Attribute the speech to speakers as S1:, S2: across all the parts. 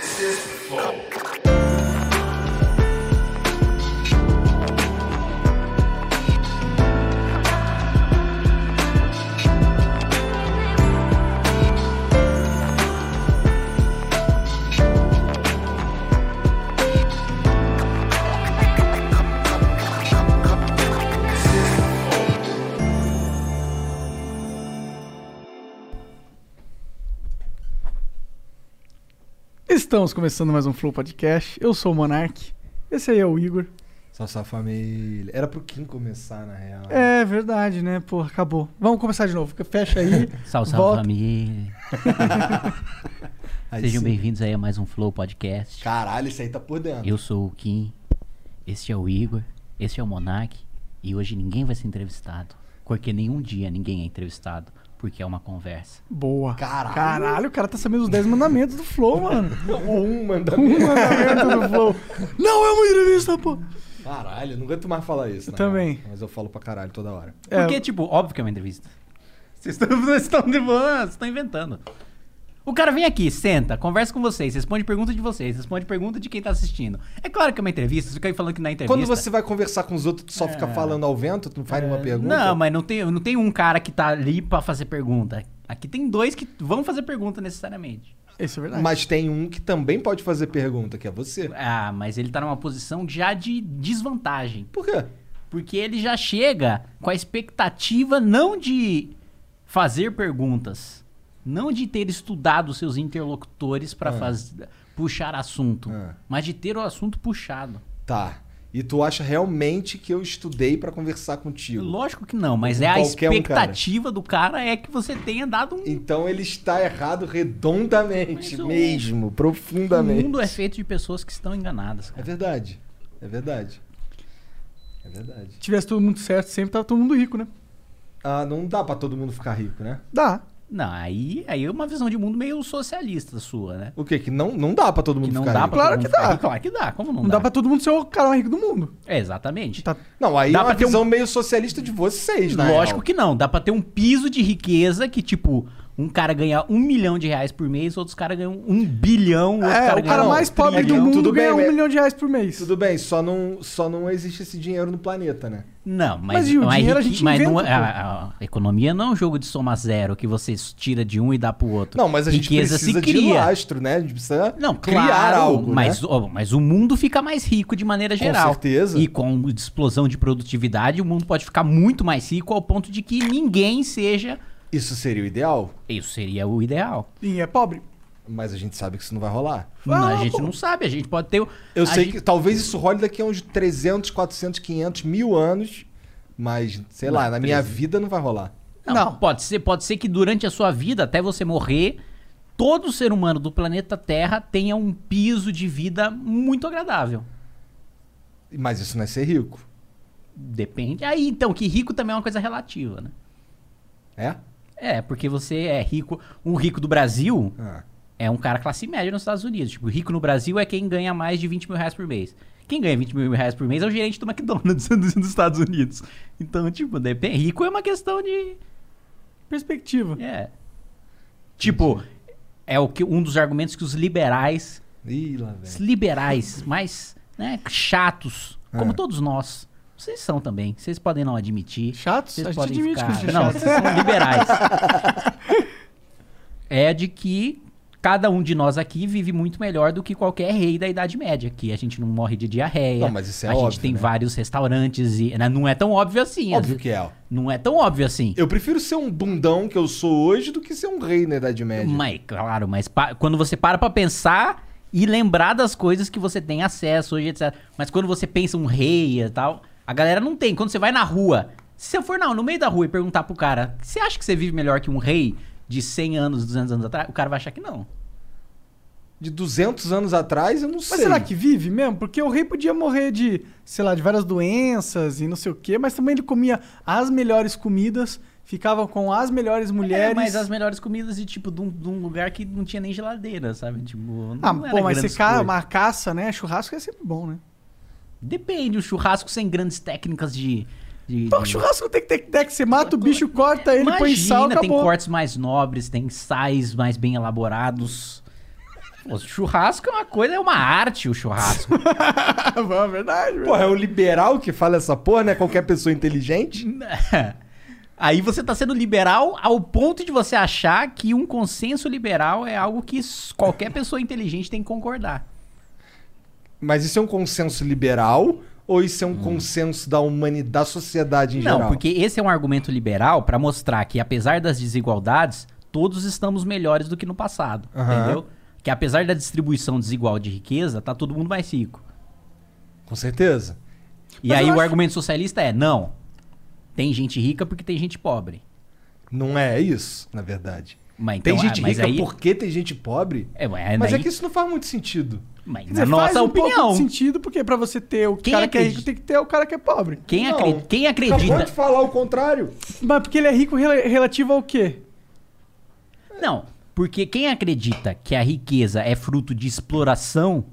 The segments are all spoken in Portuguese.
S1: Sexto Floor.
S2: Estamos começando mais um Flow Podcast. Eu sou o Monark. Esse aí é o Igor.
S3: Salsa família. Era pro Kim começar, na real.
S2: É verdade, né? Pô, acabou. Vamos começar de novo. Fecha aí.
S4: Salve, salve
S2: Volta.
S4: família.
S3: Aí
S4: Sejam
S3: sim.
S4: bem-vindos aí a mais um Flow Podcast.
S3: Caralho, isso aí tá por dentro.
S4: Eu sou o Kim, este é o Igor, este é o Monark e hoje ninguém vai ser entrevistado. Porque nenhum dia ninguém é entrevistado, porque é uma conversa.
S2: Boa.
S3: Caralho.
S2: Caralho, o cara tá sabendo os 10 mandamentos do Flow, mano.
S3: Ou um mandamento.
S2: Um mandamento do Flow. Não é uma entrevista, pô.
S3: Caralho, eu não aguento mais falar isso.
S2: Eu
S3: na real.
S2: também.
S3: Mas eu falo pra caralho toda hora.
S2: É.
S4: Porque, tipo, óbvio que é uma entrevista. Vocês estão- vocês estão de boa, vocês estão inventando. O cara vem aqui, senta, conversa com vocês, responde pergunta de vocês, responde pergunta de quem tá assistindo. É claro que é uma entrevista, você fica aí falando que na entrevista.
S3: Quando você vai conversar com os outros, tu só fica
S2: É.
S3: falando ao vento, tu não faz nenhuma pergunta.
S4: Não, mas não tem, não tem um cara que tá ali pra fazer pergunta. Aqui tem dois que vão fazer pergunta necessariamente.
S2: Isso é verdade.
S3: Mas tem um que também pode fazer pergunta, que é você.
S4: Ah, mas ele tá numa posição já de desvantagem.
S3: Por quê?
S4: Porque ele já chega com a expectativa não de fazer perguntas, não de ter estudado seus interlocutores pra faz- puxar assunto,
S3: Ah.
S4: mas de ter o assunto puxado.
S3: Tá. E tu acha realmente que eu estudei pra conversar contigo?
S4: Lógico que não, mas
S3: Com
S4: é a
S3: qualquer um, cara.
S4: expectativa do cara é que você tenha dado um
S3: Então ele está errado redondamente,
S4: Mas o-
S3: mesmo,
S4: O
S3: profundamente.
S4: mundo é feito de pessoas que estão
S3: É
S4: enganadas, cara.
S3: verdade. É verdade. É verdade.
S2: Se tivesse todo mundo certo, sempre tava todo mundo rico, né?
S3: Ah, não dá pra todo mundo ficar rico, né?
S2: Dá.
S4: Não, aí, aí é uma visão de mundo meio socialista sua, né?
S3: O quê? Que não, não dá pra todo mundo
S4: Que não
S3: ficar
S4: dá
S3: rico.
S4: pra
S2: Claro
S4: todo
S2: que
S4: mundo ficar
S2: dá.
S4: rico, Claro que dá. Como não,
S2: Não dá pra todo mundo ser o cara mais rico do mundo.
S4: É, exatamente.
S2: Tá.
S3: Não, aí
S4: Dá
S3: é uma
S4: pra ter um-
S3: visão meio socialista de vocês, né?
S4: Lógico que não. Dá pra ter um piso de riqueza que, tipo, um cara ganha um milhão de reais por mês, outros caras ganham um bilhão, outro
S2: É,
S4: cara
S2: o cara
S4: ganha um
S2: mais pobre do
S4: trilhão.
S2: mundo
S3: Tudo bem,
S2: ganha um
S3: é-
S2: milhão de reais por mês.
S3: Tudo bem, só não, só não existe esse dinheiro no planeta, né?
S4: Não, mas,
S2: Mas e o
S4: não é
S2: dinheiro a
S4: riqui-
S2: gente
S4: mas não
S2: inventa,
S4: é-
S2: pô.
S4: a, a economia não é um jogo de soma zero que você tira de um e dá pro outro.
S3: Não, mas a gente
S4: riqueza
S3: precisa
S4: se
S3: de
S4: cria.
S3: lastro, né? A gente precisa
S4: Não,
S3: criar
S4: claro,
S3: algo,
S4: mas,
S3: né?
S4: ó, mas o mundo fica mais rico de maneira geral.
S3: certeza.
S4: E com explosão de produtividade, o mundo pode ficar muito mais rico ao ponto de que ninguém seja.
S3: Isso seria o ideal,
S4: Isso seria o ideal.
S2: E é pobre.
S3: mas a gente sabe que isso não vai rolar.
S4: Não, a
S2: Ah,
S4: gente
S2: pô.
S4: não sabe, a gente pode ter. o-
S3: Eu
S4: a
S3: sei
S4: gente-
S3: que talvez isso role daqui a uns 300, 400, 500, mil anos, mas sei lá, na minha vida não vai rolar.
S4: Não,
S2: Não.
S4: Pode, ser, pode ser que durante a sua vida, até você morrer, todo ser humano do planeta Terra tenha um piso de vida muito agradável.
S3: Mas isso não é ser rico,
S4: Depende. Aí então, que rico também é uma coisa relativa, né?
S3: é?
S4: É, porque você é rico. Um rico do Brasil,
S3: Ah.
S4: É um cara classe média nos Estados Unidos. Tipo, rico no Brasil é quem ganha mais de 20 mil reais por mês. Quem ganha 20 mil reais por mês é o gerente do McDonald's dos dos Estados Unidos. Então, tipo, depende. Rico é uma questão de.
S2: Perspectiva.
S4: É. Tipo, é o que, um dos argumentos que os liberais.
S3: Ih, lá, velho.
S4: Os liberais, mais né, chatos, como
S3: É.
S4: todos nós. Vocês são também. Vocês podem não admitir.
S2: Chatos?
S4: Vocês
S2: a gente
S4: podem
S2: admite
S4: ficar...
S2: que a gente é
S4: Não,
S2: chato.
S4: vocês são liberais. é de que cada um de nós aqui vive muito melhor do que qualquer rei da Idade Média, que a gente não morre de diarreia.
S3: Não, mas isso é
S4: a
S3: óbvio,
S4: gente tem
S3: né?
S4: vários restaurantes e né, não é tão óbvio assim.
S3: Óbvio
S4: às-
S3: que é. ó.
S4: Não é tão óbvio assim.
S3: Eu prefiro ser um bundão que eu sou hoje do que ser um rei na Idade Média.
S4: Mas, claro, mas pa- quando você para pra pensar e lembrar das coisas que você tem acesso hoje, etc. Mas quando você pensa um rei e tal, a galera não tem. Quando você vai na rua, se você for não, no meio da rua e perguntar pro cara, você acha que você vive melhor que um rei de 100 anos, 200 anos atrás? O cara vai achar que não.
S3: De 200 anos atrás, eu não sei.
S2: Mas será que vive mesmo? Porque o rei podia morrer de, sei lá, de várias doenças e não sei o quê, mas também ele comia as melhores comidas, ficava com as melhores mulheres.
S4: É, mas as melhores comidas de tipo de um, de um lugar que não tinha nem geladeira, sabe? Tipo, não
S2: Ah,
S4: era
S2: pô, mas
S4: grandes
S2: você cara,
S4: coisas.
S2: uma caça, né? Churrasco é sempre bom, né?
S4: Depende, o churrasco sem grandes técnicas de. de-
S2: Pô,
S4: de-
S2: churrasco tem que ter Hum. que ter que você mata o bicho, corta ele, põe sal,
S4: tem
S2: acabou.
S4: cortes mais nobres, tem sais mais bem elaborados. Pô, churrasco é uma coisa, é uma arte o churrasco.
S2: é verdade, velho.
S3: Porra, é o liberal que fala essa porra, né? Qualquer pessoa inteligente.
S4: Aí você tá sendo liberal ao ponto de você achar que um consenso liberal é algo que s- qualquer pessoa inteligente tem que concordar.
S3: Mas isso é um consenso liberal ou isso é um consenso da humanidade, da sociedade em
S4: Hum. Não,
S3: geral?
S4: porque esse é um argumento liberal pra mostrar que apesar das desigualdades, todos estamos melhores do que no passado,
S3: Aham.
S4: entendeu? Que apesar da distribuição desigual de riqueza, tá todo mundo mais rico.
S3: Com certeza.
S4: E
S2: Mas
S4: aí
S2: eu
S4: o
S2: acho-
S4: argumento socialista é, não, tem gente rica porque tem gente pobre.
S3: Não é isso, na verdade.
S4: Mas
S3: Tem
S4: então, ah,
S3: gente
S4: mas
S3: rica
S4: aí...
S3: porque tem gente pobre?
S4: É, mas
S3: Mas
S4: daí-
S3: é que isso não faz muito sentido.
S4: mas
S2: Quer
S4: na
S2: dizer, faz
S4: nossa
S2: um pouco
S4: opinião.
S2: de sentido, porque pra você ter o
S4: Quem
S2: cara que é
S4: acredita?
S2: rico, tem que ter o cara que é pobre.
S4: Quem,
S3: Não.
S4: acre- quem
S3: Acabou de
S4: acredita...
S3: falar o contrário.
S2: Mas porque ele é rico rela- relativo ao quê?
S4: Não, porque quem acredita que a riqueza é fruto de exploração,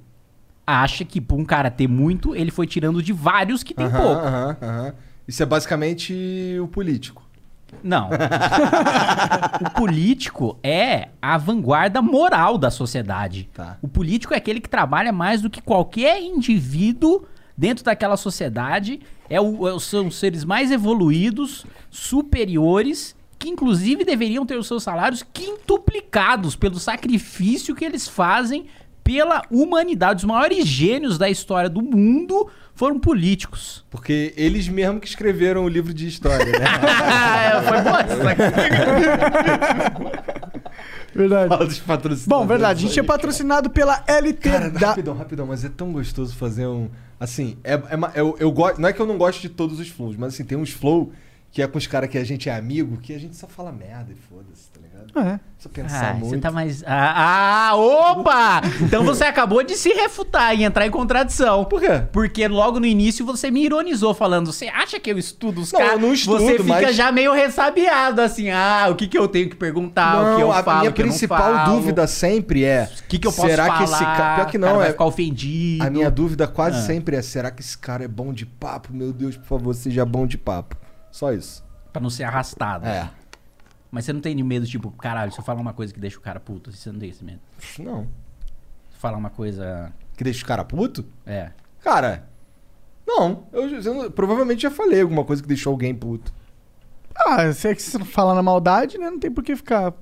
S4: acha que por um cara ter muito, ele foi tirando de vários que tem
S3: Aham,
S4: pouco.
S3: aham, aham. Isso é basicamente o político.
S4: Não. o político é a vanguarda moral da sociedade.
S3: Tá.
S4: O político é aquele que trabalha mais do que qualquer indivíduo dentro daquela sociedade. É o- é o- são os seres mais evoluídos, superiores, que inclusive deveriam ter os seus salários quintuplicados pelo sacrifício que eles fazem pela humanidade. Os maiores gênios da história do mundo foram políticos.
S3: Porque eles mesmos que escreveram o livro de história, né?
S4: Ah, foi boa essa.
S2: Verdade.
S3: Fala dos patrocinadores.
S2: Bom, verdade, a gente é
S3: aí.
S2: patrocinado pela LT
S3: Cara,
S2: da...
S3: rapidão, rapidão, mas é tão gostoso fazer um. Assim, é, é uma- eu, eu gosto. Não é que eu não gosto de todos os flows, mas assim, tem uns flow que é com os caras que a gente é amigo, que a gente só fala merda e foda-se, tá ligado?
S2: É.
S3: Só pensar
S4: Ah,
S3: muito.
S4: você tá mais. Ah, ah, opa! Então você acabou de se refutar e entrar em contradição.
S3: Por quê?
S4: Porque logo no início você me ironizou falando: você acha que eu estudo os
S3: Não,
S4: caras?
S3: eu não estudo,
S4: Você fica
S3: mas-
S4: já meio ressabiado, assim, ah, o que, que eu tenho que perguntar, o que eu
S3: a
S4: falo,
S3: minha
S4: o que eu não
S3: principal
S4: falo,
S3: dúvida sempre é.
S4: O que, que eu posso
S3: será
S4: falar?
S3: que esse cara. Pior que
S4: O cara
S3: não,
S4: vai
S3: é.
S4: ficar ofendido.
S3: A minha dúvida quase
S4: Ah.
S3: sempre é: será que esse cara é bom de papo? Meu Deus, por favor, seja bom de papo. Só isso.
S4: Pra não ser arrastado.
S3: É.
S4: Mas você não tem medo, tipo, caralho, se eu falar uma coisa que deixa o cara puto, você não tem esse medo.
S3: Não.
S4: Se falar uma coisa.
S3: Que deixa o cara puto?
S4: É.
S3: Cara, não. Eu, eu não- provavelmente já falei alguma coisa que deixou alguém puto.
S2: Ah, se é que você fala na maldade, né? Não tem por que ficar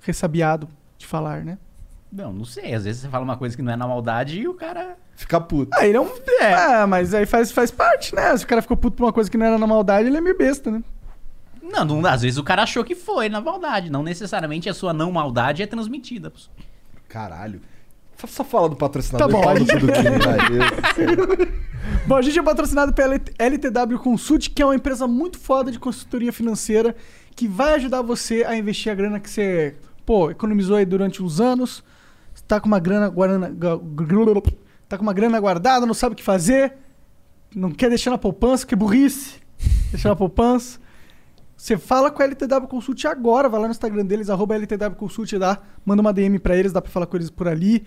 S2: ressabiado de falar, né?
S4: Não, não sei. Às vezes você fala uma coisa que não é na maldade e o cara.
S3: Ficar puto.
S2: Ah, ele é um... É, mas aí faz, faz parte, né? Se o cara ficou puto por uma coisa que não era na maldade, ele é meio besta, né?
S4: Não, não- às vezes o cara achou que foi na maldade. Não necessariamente a sua não maldade é transmitida. pros-
S3: Caralho. Só, só fala do patrocinador.
S2: Tá bom, a
S3: fala do
S2: gente-
S3: Sudoku, vai.
S2: Bom, a gente é patrocinado pela LTW Consult, que é uma empresa muito foda de consultoria financeira que vai ajudar você a investir a grana que você, pô, economizou aí durante uns anos, tá com uma grana guarana, ga- grululup, tá com uma grana guardada, não sabe o que fazer, não quer deixar na poupança, que burrice. Deixar na poupança. Você fala com a LTW Consult agora, vai lá no Instagram deles, arroba LTW Consult, dá, manda uma DM pra eles, dá pra falar com eles por ali,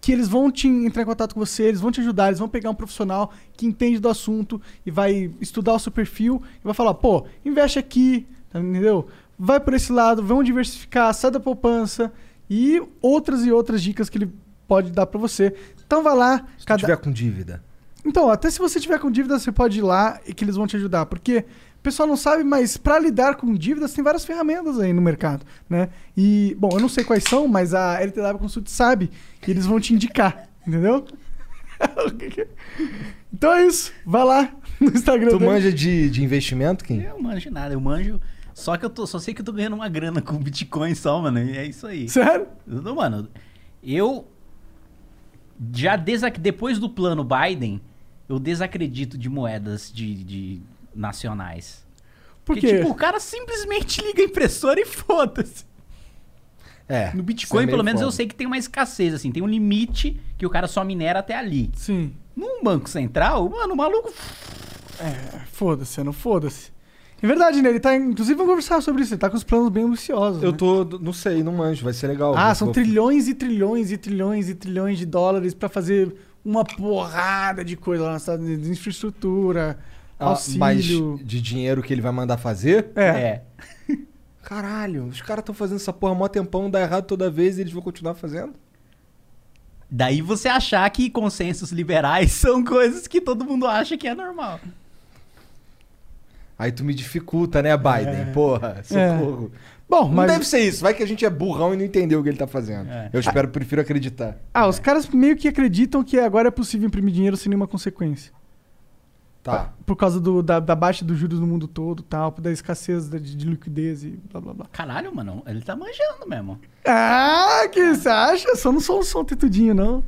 S2: que eles vão te entrar em contato com você, eles vão te ajudar, eles vão pegar um profissional que entende do assunto e vai estudar o seu perfil e vai falar, pô, investe aqui, tá- entendeu? Vai por esse lado, vão diversificar, sai da poupança e outras e outras dicas que ele pode dar pra você. Então vai lá,
S3: Se tu
S2: cada-
S3: tiver com dívida.
S2: então, até se você tiver com dívida, você pode ir lá e que eles vão te ajudar. Porque o pessoal não sabe, mas para lidar com dívidas tem várias ferramentas aí no mercado, né? E, bom, eu não sei quais são, mas a LTW Consult sabe e eles vão te indicar, entendeu? é? então é isso. Vai lá no Instagram.
S3: Tu
S2: dele.
S3: manja de, de investimento, Kim?
S4: Eu manjo nada, eu manjo. Só que eu tô, só sei que eu tô ganhando uma grana com Bitcoin só, mano. E é isso aí.
S2: Sério?
S4: Eu tô- Mano, eu já desac... depois do plano Biden, eu desacredito de moedas de, de nacionais.
S2: Por
S4: Porque,
S2: quê?
S4: tipo, o cara simplesmente liga a impressora e foda-se.
S3: É.
S4: No
S3: isso é
S4: Bitcoin,
S3: meio
S4: pelo menos, eu
S3: foda.
S4: sei que tem uma escassez, assim, tem um limite que o cara só minera até ali.
S2: Sim.
S4: Num banco central, mano, o maluco.
S2: É, foda-se, não foda-se. É verdade, né? Ele tá. Inclusive, vamos conversar sobre isso. Ele tá com os planos bem ambiciosos.
S3: Eu
S2: né?
S3: tô. Não sei, não manjo, vai ser legal.
S2: Ah,
S3: Eu
S2: são
S3: vou-
S2: trilhões e trilhões e trilhões e trilhões de dólares pra fazer uma porrada de coisa lá nos Estados Unidos. Infraestrutura,
S3: Ah, Mas
S2: auxílio.
S3: de dinheiro que ele vai mandar fazer?
S2: É.
S3: Caralho, os caras estão fazendo essa porra mó tempão, dá errado toda vez e eles vão continuar fazendo?
S4: Daí você achar que consensos liberais são coisas que todo mundo acha que é normal.
S3: Aí tu me dificulta, né, Biden? Porra, socorro.
S2: Bom,
S3: Não
S2: mas.
S3: deve ser isso. Vai que a gente é burrão e não entendeu o que ele tá fazendo.
S4: É.
S3: Eu espero, prefiro acreditar.
S2: Ah, os caras meio que acreditam que agora é possível imprimir dinheiro sem nenhuma consequência.
S3: Tá.
S2: Por causa do- da, da baixa dos juros no mundo todo tal, da escassez de, de liquidez e blá blá blá.
S4: Caralho, mano, ele tá manjando mesmo.
S2: Ah, que você acha? Só não sou um som tetudinho, não.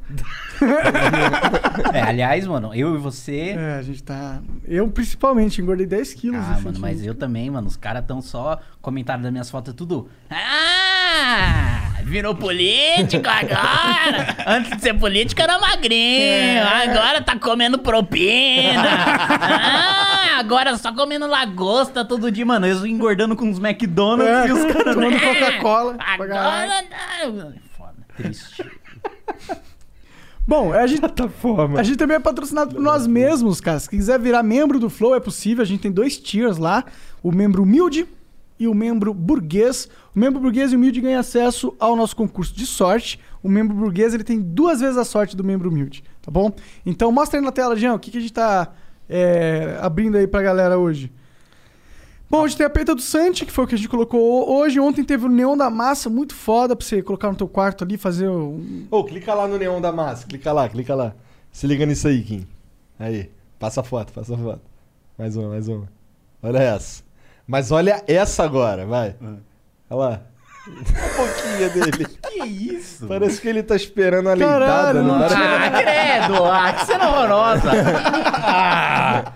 S4: É, aliás, mano, eu e você.
S2: É, a gente tá. Eu principalmente engordei 10 quilos.
S4: Ah,
S2: assim,
S4: mano,
S2: que-
S4: mas eu também, mano. Os caras tão só comentário das minhas fotos, tudo. Ah! Virou político agora! Antes de ser político era magrinho,
S2: É.
S4: agora tá comendo propina! Ah! Agora só comendo lagosta todo dia, mano. Eu engordando com uns McDonald's
S2: É,
S4: e os caras.
S2: tomando Coca-Cola. pra caralho.
S4: Agora. não. Foda, triste.
S2: Bom, é, a gente,
S3: Plataforma.
S2: a gente também é patrocinado por nós mesmos, cara. Se quiser virar membro do Flow, é possível. A gente tem dois tiers lá: o membro humilde e o membro burguês. O membro burguês e humilde ganha acesso ao nosso concurso de sorte. O membro burguês ele tem duas vezes a sorte do membro humilde, tá bom? Então mostra aí na tela, Jean, o que, que a gente tá é, abrindo aí pra galera hoje. Bom, hoje tem a peita do Santi, que foi o que a gente colocou hoje. Ontem teve o Neon da Massa, muito foda pra você colocar no teu quarto ali, fazer um,
S3: Ô, clica lá no neon da massa. Clica lá, clica lá. Se liga nisso aí, Kim. Aí. Passa a foto, passa a foto. Mais uma, mais uma. Olha essa. Mas olha essa agora, vai. Olha lá. A boquinha dele.
S4: que isso?
S3: Parece que ele tá esperando a
S2: Caralho,
S3: leitada. não
S2: mano.
S3: parece?
S4: Ah, credo! Ah, que cena horrorosa! Ah,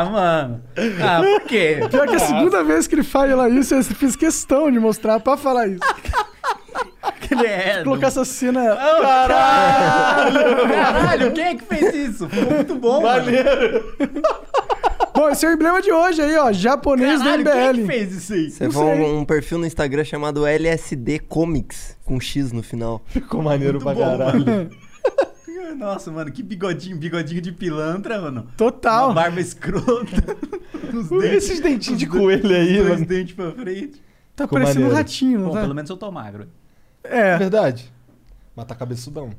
S4: ah, mano! Ah, por quê?
S2: Pior que a segunda vez que ele fala isso, eu fiz questão de mostrar pra falar isso.
S4: Ah, Credo!
S2: Colocar essa cena.
S4: Oh, é caralho! Caralho, quem é que fez isso? Ficou muito bom, mano!
S2: Bom, esse é o emblema de hoje aí, ó. Japonês
S4: Caralho,
S2: do
S4: quem é
S2: MBL.
S4: que fez isso aí?
S2: Não
S5: Você vai
S2: sei.
S5: um, um perfil no Instagram chamado LSD Comics, com X no final.
S3: Ficou maneiro
S4: Muito
S3: pra
S4: bom,
S3: caralho.
S4: Nossa, mano, que bigodinho, bigodinho de pilantra, mano.
S2: Total.
S4: Uma barba escrota. Os
S3: Olha
S4: dentes,
S3: esses dentinhos de coelho aí,
S4: dois
S3: mano.
S4: dentes pra frente.
S2: Tá
S3: Ficou
S2: parecendo um
S3: maneiro.
S2: ratinho, não
S4: Bom,
S2: tá?
S4: pelo menos eu tô magro.
S2: É.
S3: Verdade. Mas tá cabeçudão.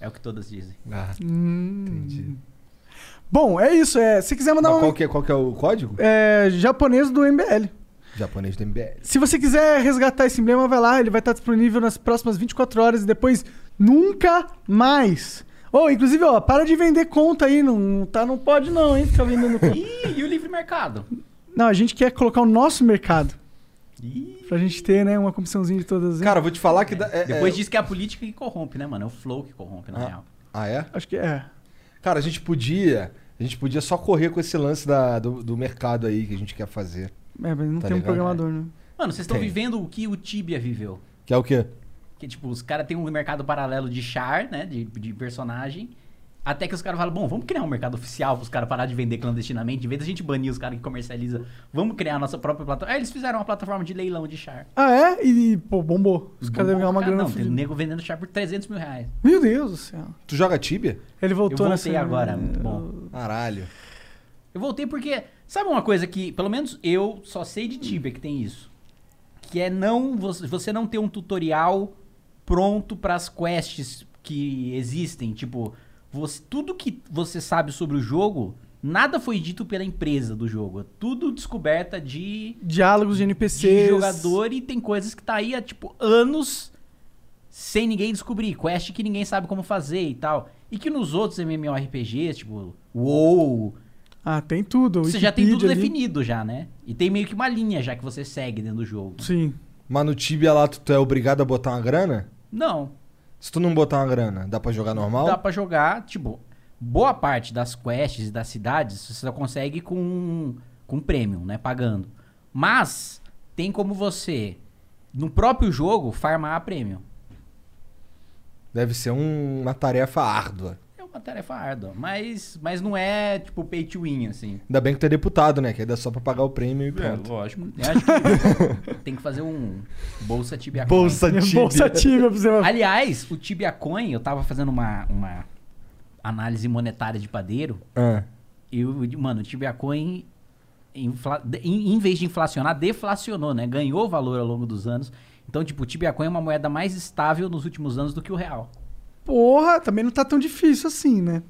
S4: É o que todas dizem.
S3: Ah,
S2: Hum.
S3: entendi.
S2: Bom, é isso. É. Se quiser mandar
S3: Mas qual
S2: um.
S3: que, é, qual que é o código?
S2: É, japonês do MBL.
S3: Japonês do MBL.
S2: Se você quiser resgatar esse emblema, vai lá, ele vai estar disponível nas próximas 24 horas e depois nunca mais. Ou, inclusive, ó, para de vender conta aí, não, não tá, não pode não, hein, ficar vendendo conta.
S4: Ih, e o livre mercado?
S2: Não, a gente quer colocar o nosso mercado.
S4: Ih.
S2: Pra gente ter, né, uma comissãozinha de todas. hein?
S3: Cara, eu vou te falar que... dá- é- é-
S4: Depois diz que é a política que corrompe, né, mano? É o flow que corrompe, na
S3: Ah.
S4: real.
S3: Ah, é?
S2: Acho que é.
S3: Cara, a gente podia... A gente podia só correr com esse lance da- do, do mercado aí que a gente quer fazer.
S2: É, mas não
S3: Tá
S2: tem um
S3: ligado?
S2: programador, né?
S4: Mano, vocês estão
S3: Tem.
S4: vivendo o que o Tibia viveu.
S3: Que é o quê?
S4: Que, tipo, os caras têm um mercado paralelo de char, né? De, de personagem. Até que os caras falam, bom, vamos criar um mercado oficial pros caras parar de vender clandestinamente. Em vez da gente banir os caras que comercializa, vamos criar a nossa própria plataforma. Aí eles fizeram uma plataforma de leilão de char.
S2: Ah, é? E, pô, bombou. Os caras devem ganhar uma
S4: Cara,
S2: grana
S4: Não, tem
S2: fodida.
S4: nego vendendo char por 300 mil reais.
S2: Meu Deus do céu.
S3: Tu joga Tibia?
S2: Ele
S4: Eu
S2: voltou
S4: voltei
S2: nessa...
S4: agora, muito bom.
S3: Caralho.
S4: Eu voltei porque, sabe uma coisa que, pelo menos eu só sei de Tibia que tem isso. Que é não vo- você não ter um tutorial pronto pras quests que existem, tipo, você- tudo que você sabe sobre o jogo, nada foi dito pela empresa do jogo, é tudo descoberta de,
S2: Diálogos de NPCs.
S4: de jogador e tem coisas que tá aí há tipo anos sem ninguém descobrir, quest que ninguém sabe como fazer e tal. E que nos outros MMORPGs, tipo, WoW,
S2: Ah, tem tudo.
S4: você já tem tudo
S2: Wikipedia ali.
S4: definido já, né? E tem meio que uma linha já que você segue dentro do jogo.
S2: Sim.
S3: Mas no Tibia lá tu, tu é obrigado a botar uma grana?
S4: Não,
S3: Se tu não botar uma grana, dá pra jogar normal?
S4: dá pra jogar, tipo, boa parte das quests e das cidades você só consegue com com premium, né, pagando. Mas tem como você no próprio jogo farmar a premium.
S3: Deve ser um- uma tarefa árdua.
S4: É uma tarefa árdua, mas mas não é tipo pay to win assim.
S3: Ainda bem que tu é deputado, né? Que aí dá só pra pagar o prêmio e pronto.
S4: lógico. Eu acho que tem que fazer um bolsa tibia coin.
S2: Bolsa Tibia pra você.
S4: Aliás, o Tibia Coin, eu tava fazendo uma, uma análise monetária de padeiro.
S3: Ah,
S4: E, o- mano, o Tibia Coin, infla- de- em, em vez de inflacionar, deflacionou, né? Ganhou valor ao longo dos anos. Então, tipo, o Tibiacoin é uma moeda mais estável nos últimos anos do que o real.
S2: Porra, também não tá tão difícil assim, né?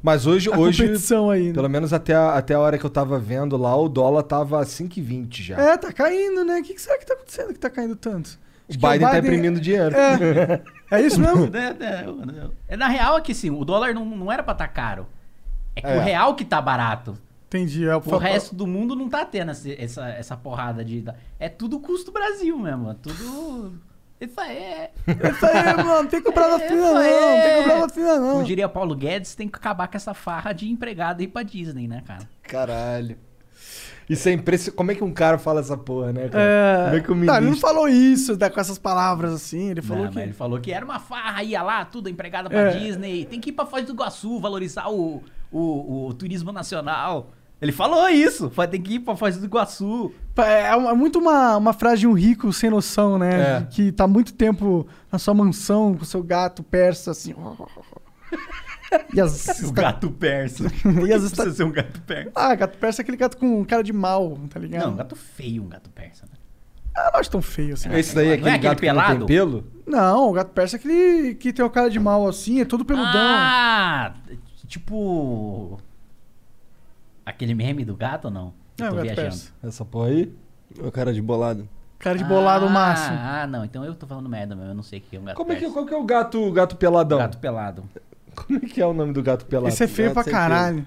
S3: Mas hoje,
S2: A
S3: hoje
S2: competição aí. né?
S3: pelo menos até a, até a hora que eu tava vendo lá, o dólar tava 5,20 já.
S2: É, tá caindo, né? O que que será que tá acontecendo que tá caindo tanto?
S3: o,
S2: Acho que
S3: Biden tá imprimindo dinheiro.
S2: É. É isso mesmo?
S4: Né, né, né. É, Na real é que sim, o dólar não, não era pra estar caro. É que
S3: É.
S4: o real que tá barato.
S2: Entendi. É,
S4: O resto do mundo não tá tendo esse- essa, essa porrada de. É tudo custo Brasil mesmo. É tudo. Isso aí é.
S2: Isso aí, mano. Não tem que comprar vacina,
S4: Isso
S2: não. Não tem que
S4: aí.
S2: comprar vacina, não.
S4: Como diria Paulo Guedes, tem que acabar com essa farra de empregado ir pra Disney, né, cara?
S3: Caralho. Isso é impressionante. Como é que um cara fala essa porra, né? cara? Como é
S2: É,
S3: que o
S2: tá, ele não
S3: ministro-
S2: falou isso né, com essas palavras assim. Ele falou
S4: Não,
S2: que.
S4: mas ele falou que era uma farra, ia lá, tudo empregado pra
S2: É.
S4: Disney, tem que ir pra Foz do Iguaçu, valorizar o, o, o turismo nacional. Ele falou isso, fa- tem que ir pra Foz do Iguaçu.
S2: É, uma- é muito uma, uma frase de um rico sem noção, né?
S3: É.
S2: Que tá muito tempo na sua mansão com seu gato persa, assim. E as,
S4: O gato persa. E às vezes
S2: tá-
S4: precisa ser um gato persa.
S2: Ah, gato persa é aquele gato com cara de mal, tá ligado?
S4: Não, um gato feio, um gato persa. Né?
S2: Ah, não acho tão feio assim.
S3: Esse daí é
S4: Não é
S3: aquele,
S4: aquele
S3: gato pelado? que não
S4: pelado?
S3: tem pelo?
S2: Não, o gato persa é aquele que tem o cara de mal assim, é todo peludão.
S4: Ah, tipo. Aquele meme do gato ou não?
S2: é
S4: Eu
S2: o
S4: tô
S2: gato
S4: viajando.
S2: persa.
S3: Essa porra aí?
S5: O cara de bolado.
S2: Cara de bolado
S4: ah,
S2: ao máximo.
S4: Ah, não, então eu tô falando merda mesmo, eu não sei o que é um gato
S3: Como é que,
S4: persa.
S3: qual que é o gato, o gato peladão?
S4: Gato pelado.
S3: Como é que é o nome do gato pelado?
S2: Esse é feio
S5: gato
S2: pra
S5: sem
S2: caralho.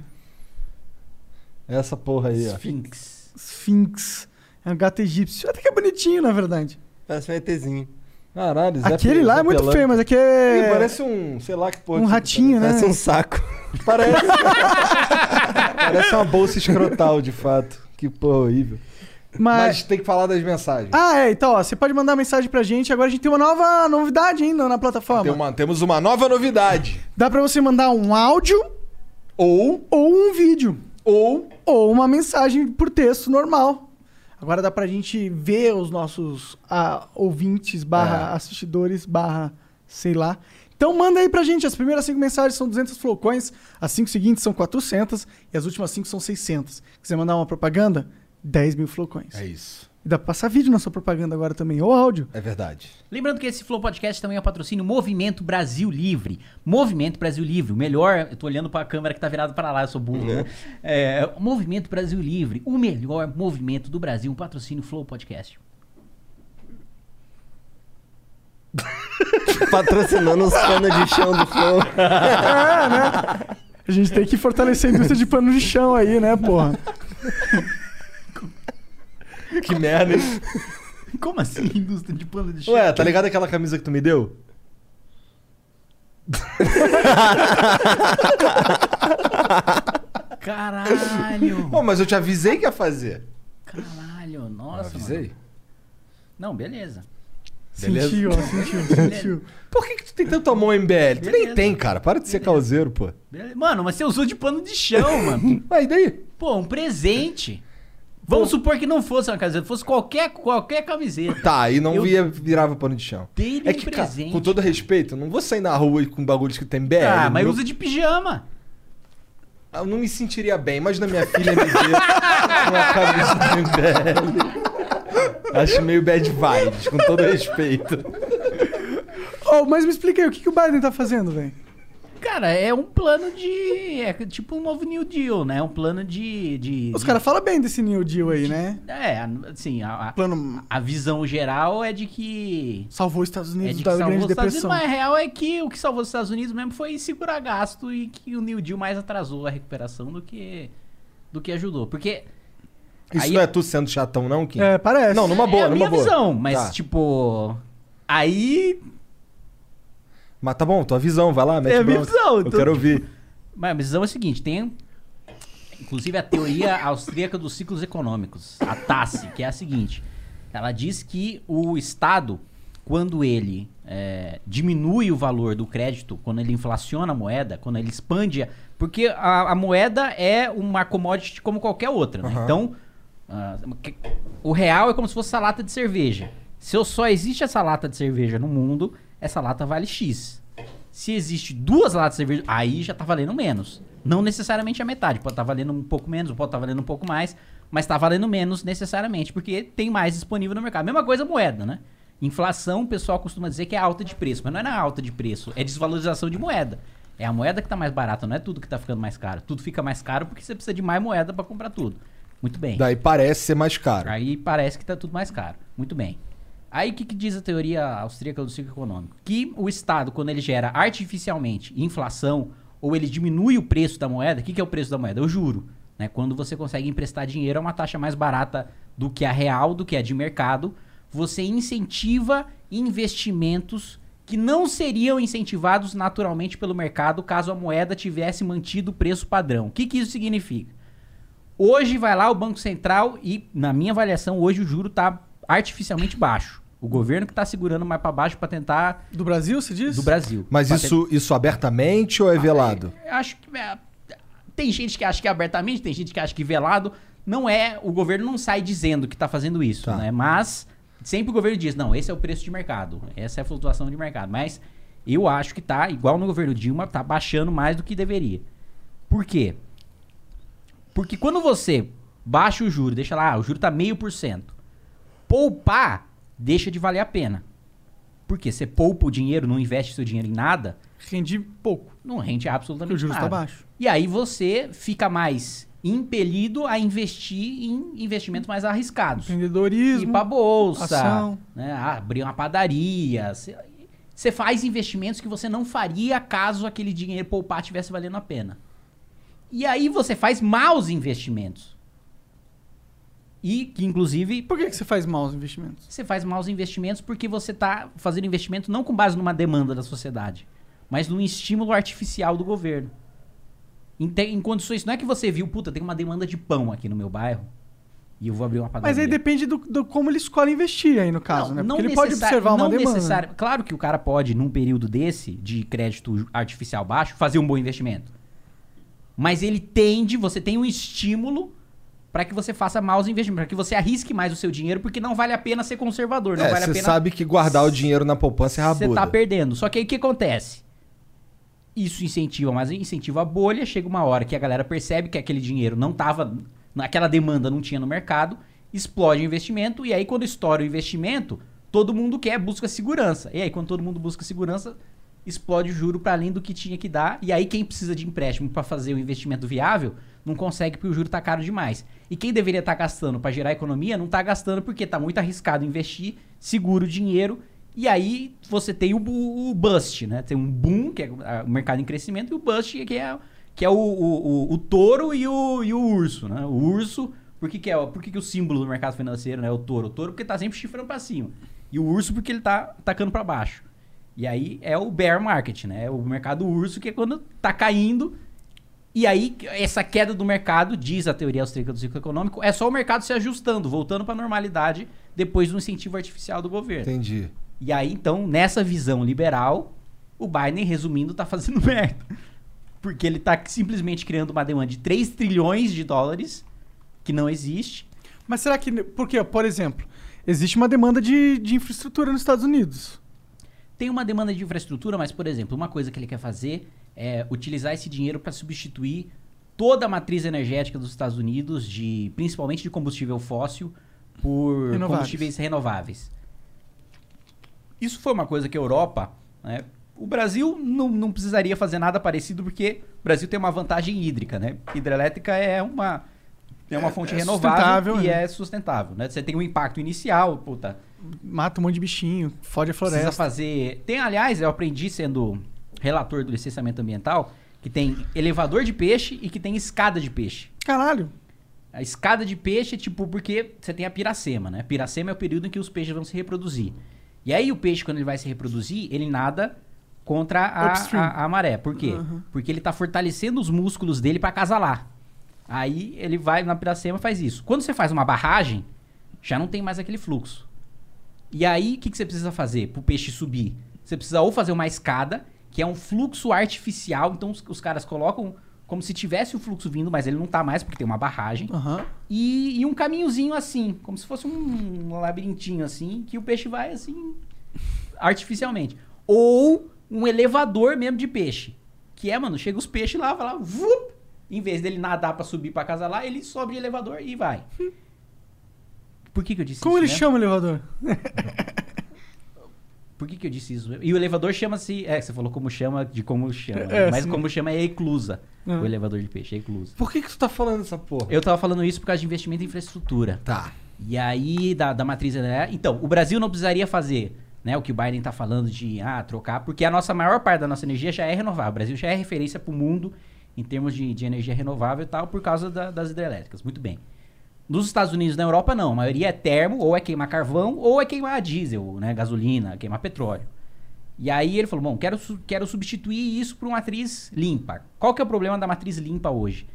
S3: Essa porra aí, ó.
S4: Sphinx.
S2: Sphinx. É um gato egípcio. Até que é bonitinho, na verdade.
S5: Parece um ETzinho.
S3: Caralho, Zé
S2: Aquele
S3: Pe-
S2: lá
S3: Zé
S2: é muito
S3: Pelando.
S2: feio, mas aqui
S3: Ih,
S2: é.
S3: parece um, sei lá que porra.
S2: um
S3: que-
S2: ratinho, né?
S5: Parece um saco.
S3: Parece. parece uma bolsa escrotal, de fato. Que porra horrível.
S2: Mas...
S3: Mas tem que falar das mensagens.
S2: Ah, é, então, ó, você pode mandar mensagem pra gente. Agora a gente tem uma nova novidade ainda na plataforma.
S3: Tem uma- temos uma nova novidade.
S2: Dá pra você mandar um áudio
S3: Ou,
S2: ou um vídeo.
S3: ou,
S2: Ou uma mensagem por texto normal. Agora dá pra gente ver os nossos ah, ouvintes,
S3: É.
S2: barra assistidores, barra sei lá. Então manda aí pra gente. As primeiras cinco mensagens são 200 flowcoins, as cinco seguintes são 400 e as últimas cinco são 600. Quiser mandar uma propaganda? 10 mil flowcoins.
S3: É isso.
S2: E dá pra passar vídeo na sua propaganda agora também, ou áudio.
S3: É verdade.
S4: Lembrando que esse Flow Podcast também é um patrocínio Movimento Brasil Livre. Movimento Brasil Livre, o melhor. Eu tô olhando pra câmera que tá virada para lá, eu sou burro, né? É, movimento Brasil Livre, o melhor movimento do Brasil, um patrocínio Flow Podcast.
S5: Patrocinando os panos de chão do Flow.
S2: A gente tem que fortalecer a indústria de pano de chão aí, né, porra?
S3: Que merda, hein?
S4: Como assim, indústria de pano de
S3: Ué, tá ligado aquela camisa que tu me deu?
S4: Caralho!
S3: Pô, mas eu te avisei que ia fazer.
S4: Caralho,
S3: Eu
S4: nossa. mano.
S3: avisei?
S4: Não, beleza.
S3: Beleza.
S2: Sentiu, ó, sentiu, sentiu.
S3: Por que, que tu tem tanta mão MBL? Tu nem
S4: Beleza.
S3: tem, cara. Para de ser calzeiro, pô.
S4: Bele- Mano, mas você usou de pano de chão, mano.
S3: Aí daí?
S4: Pô, um presente. Vamos supor que não fosse uma camiseta, fosse qualquer, qualquer camiseta.
S3: Tá, e não
S4: Eu-
S3: via, virava pano de chão.
S4: Dei-lhe
S3: É
S4: um
S3: que, cara,
S4: presente.
S3: com todo respeito, eu não vou sair na rua com bagulho que tem BL.
S2: É,
S4: Ah, mas
S3: meu-
S4: usa de pijama.
S3: Eu não me sentiria bem. Imagina minha filha me ver com uma camisa do MBL. Acho meio bad vibes, com todo respeito.
S2: Ô, mas me explica aí, o que, que o Biden tá fazendo, velho?
S4: Cara, é um plano de. É tipo um novo New Deal, né? Um plano de. de
S2: Os
S4: de-
S2: caras falam bem desse New Deal aí, né?
S4: É, assim, a, a-
S2: Plano
S4: a visão geral é de que.
S2: salvou os Estados
S4: É
S2: Unidos
S4: de que
S2: da
S4: salvou os
S2: Grande
S4: Estados Unidos,
S2: Depressão.
S4: mas a real é que o que salvou os Estados Unidos mesmo foi segurar gasto e que o New Deal mais atrasou a recuperação do que. do que ajudou. Porque.
S3: Isso
S4: Aí-
S3: não é tu sendo chatão, não, Kim?
S2: É, parece.
S3: Não, numa boa,
S4: é a
S3: numa
S4: minha
S3: boa.
S4: visão, mas
S3: Tá.
S4: tipo. Aí.
S3: Mas tá bom, tua visão, vai lá, mete
S4: É a minha
S3: bronca.
S4: visão,
S3: Eu
S4: tô-
S3: quero ouvir.
S4: Mas a visão é o seguinte, tem inclusive a teoria austríaca dos ciclos econômicos, a TASSE, que é a seguinte. Ela diz que o Estado, quando ele é, diminui o valor do crédito, quando ele inflaciona a moeda, quando ele expande... a- porque a, a moeda é uma commodity como qualquer outra, né?
S3: Aham.
S4: Então, ah, que- o real é como se fosse a lata de cerveja. Se eu só existe essa lata de cerveja no mundo, essa lata vale X. Se existe duas latas de cerveja, aí já tá valendo menos. Não necessariamente a metade. Pode estar valendo um pouco tá menos, pode estar valendo um pouco mais, mas tá valendo menos necessariamente, porque tem mais disponível no mercado. Mesma coisa a moeda, né? Inflação, o pessoal costuma dizer que é alta de preço, mas não é na alta de preço, é desvalorização de moeda. É a moeda que tá mais barata, não é tudo que tá ficando mais caro. Tudo fica mais caro porque você precisa de mais moeda para comprar tudo. Muito bem.
S6: Daí parece ser mais caro.
S4: Aí parece que tá tudo mais caro. Muito bem. Aí o que, que diz a teoria austríaca do ciclo econômico? Que o Estado, quando ele gera artificialmente inflação, ou ele diminui o preço da moeda, o que, que é o preço da moeda? É o juro. Né? Quando você consegue emprestar dinheiro a uma taxa mais barata do que a real, do que a de mercado, você incentiva investimentos que não seriam incentivados naturalmente pelo mercado caso a moeda tivesse mantido o preço padrão. O que, que isso significa? Hoje vai lá o Banco Central e, na minha avaliação, hoje o juro está artificialmente baixo. O governo que está segurando mais para baixo para tentar
S2: Do Brasil, você diz?
S4: do Brasil.
S6: Mas
S4: Pra
S6: isso, isso abertamente ou é velado?
S4: tentar- Eu acho que é, tem gente que acha que é abertamente, tem gente que acha que velado. Não é, o governo não sai dizendo que está fazendo isso,
S6: Tá.
S4: né? Mas sempre o governo diz, não, esse é o preço de mercado, essa é a flutuação de mercado. Mas eu acho que tá igual no governo Dilma, tá baixando mais do que deveria. Por quê? Porque quando você baixa o juro, deixa lá, ah, o juro tá meio por cento. Poupar deixa de valer a pena. Porque você poupa o dinheiro, não investe seu dinheiro em nada,
S2: Rendi pouco,
S4: não rende absolutamente
S2: porque o juros
S4: nada.
S2: tá baixo.
S4: E aí você fica mais impelido a investir em investimentos mais arriscados. Ir
S2: Empreendedorismo,
S4: pra bolsa,
S2: ação.
S4: né, abrir uma padaria. Você- Você faz investimentos que você não faria caso aquele dinheiro poupar tivesse valendo a pena. E aí você faz maus investimentos. E que inclusive
S2: Por que, que você faz mal os investimentos?
S4: você faz maus investimentos porque você está fazendo investimento não com base numa demanda da sociedade, mas num estímulo artificial do governo. Em, te- em condições, não é que você viu, puta, tem uma demanda de pão aqui no meu bairro e eu vou abrir uma padaria.
S2: Mas aí depende do, do como ele escolhe investir aí, no caso, né? Porque ele pode
S4: necessari-
S2: observar uma
S4: não
S2: demanda.
S4: necessari- Claro que o cara pode, num período desse, de crédito ju- artificial baixo, fazer um bom investimento. Mas ele tende, você tem um estímulo para que você faça maus investimentos, para que você arrisque mais o seu dinheiro, porque não vale a pena ser conservador, não
S6: É,
S4: vale a
S6: você
S4: pena
S6: sabe que guardar o dinheiro na poupança é
S4: Você
S6: rabuda.
S4: tá perdendo. Só que aí o que acontece? Isso incentiva, mas incentiva a bolha. Chega uma hora que a galera percebe que aquele dinheiro não tava. Aquela demanda não tinha no mercado, explode o investimento, e aí quando estoura o investimento, todo mundo quer, busca segurança. E aí, quando todo mundo busca segurança, explode o juro para além do que tinha que dar. E aí, quem precisa de empréstimo para fazer o investimento viável, não consegue porque o juro tá caro demais. E quem deveria estar gastando para gerar economia, não tá gastando porque tá muito arriscado investir, segura o dinheiro e aí você tem o, bu- o bust, né? Tem um boom, que é ah, o mercado em crescimento, e o bust, que é, que é o, o, o- o touro e o, e o urso, né? O urso, por que, que é, o- por que, que o símbolo do mercado financeiro né, é o touro? O touro porque tá sempre chifrando pra cima. E o urso porque ele tá tacando pra baixo. E aí é o bear market, né? É o mercado urso, que é quando tá caindo. E aí, essa queda do mercado, diz a teoria austríaca do ciclo econômico, é só o mercado se ajustando, voltando pra normalidade depois do incentivo artificial do governo.
S6: Entendi.
S4: E aí, então, nessa visão liberal, o Biden, resumindo, tá fazendo merda. Porque ele tá simplesmente criando uma demanda de 3 trilhões de dólares, que não existe.
S2: Mas será que. Porque, por exemplo, existe uma demanda de, de infraestrutura nos Estados Unidos.
S4: Tem uma demanda de infraestrutura, mas, por exemplo, uma coisa que ele quer fazer é utilizar esse dinheiro para substituir toda a matriz energética dos Estados Unidos, de principalmente de combustível fóssil, por
S2: Renováveis.
S4: combustíveis renováveis. Isso foi uma coisa que a Europa. né, O Brasil não, não precisaria fazer nada parecido, porque o Brasil tem uma vantagem hídrica, né? Hidrelétrica é uma. É uma
S2: É-
S4: fonte
S2: é
S4: renovável
S2: sustentável,
S4: e
S2: né?
S4: é sustentável, né? Você tem um impacto inicial, puta,
S2: Mata um monte de bichinho, fode a
S4: precisa
S2: floresta.
S4: fazer. Tem, aliás, eu aprendi sendo relator do licenciamento ambiental que tem elevador de peixe e que tem escada de peixe.
S2: Caralho.
S4: A escada de peixe é tipo porque você tem a piracema, né? Piracema é o período em que os peixes vão se reproduzir. E aí o peixe, quando ele vai se reproduzir, ele nada contra a,
S2: Upstream.
S4: a- a maré. Por quê?
S2: Uhum.
S4: Porque ele tá fortalecendo os músculos dele pra casalar. Aí ele vai na piracema e faz isso. Quando você faz uma barragem, já não tem mais aquele fluxo. E aí, o que, que você precisa fazer pro peixe subir? Você precisa ou fazer uma escada, que é um fluxo artificial. Então, os, os caras colocam como se tivesse o fluxo vindo, mas ele não tá mais, porque tem uma barragem.
S2: Aham.
S4: E, e um caminhozinho assim, como se fosse um labirintinho assim, que o peixe vai assim, artificialmente. Ou um elevador mesmo de peixe. Que é, mano, chega os peixes lá, vai lá, vup, em vez dele nadar pra subir pra casa lá, ele sobe de elevador e vai. Por que que eu disse
S2: Como
S4: isso,
S2: ele
S4: né?
S2: chama o elevador?
S4: Por que, que eu disse isso? E o elevador chama-se. É, você falou como chama, de como chama.
S2: É,
S4: mas
S2: sim.
S4: como chama é eclusa.
S2: Hum.
S4: O elevador de peixe é eclusa.
S6: Por que, que tu tá falando essa porra?
S4: Eu tava falando isso por causa de investimento em infraestrutura.
S6: Tá.
S4: E aí, da, da matriz né? Então, o Brasil não precisaria fazer né, o que o Biden tá falando de ah, trocar, porque a nossa maior parte da nossa energia já é renovável. O Brasil já é referência pro mundo em termos de, de energia renovável e tal, por causa da- das hidrelétricas. Muito bem. Nos Estados Unidos e na Europa, não. A maioria é termo, ou é queimar carvão, ou é queimar diesel, né? Gasolina, queimar petróleo. E aí ele falou, bom, quero, su- quero substituir isso por uma matriz limpa. Qual que é o problema da matriz limpa hoje?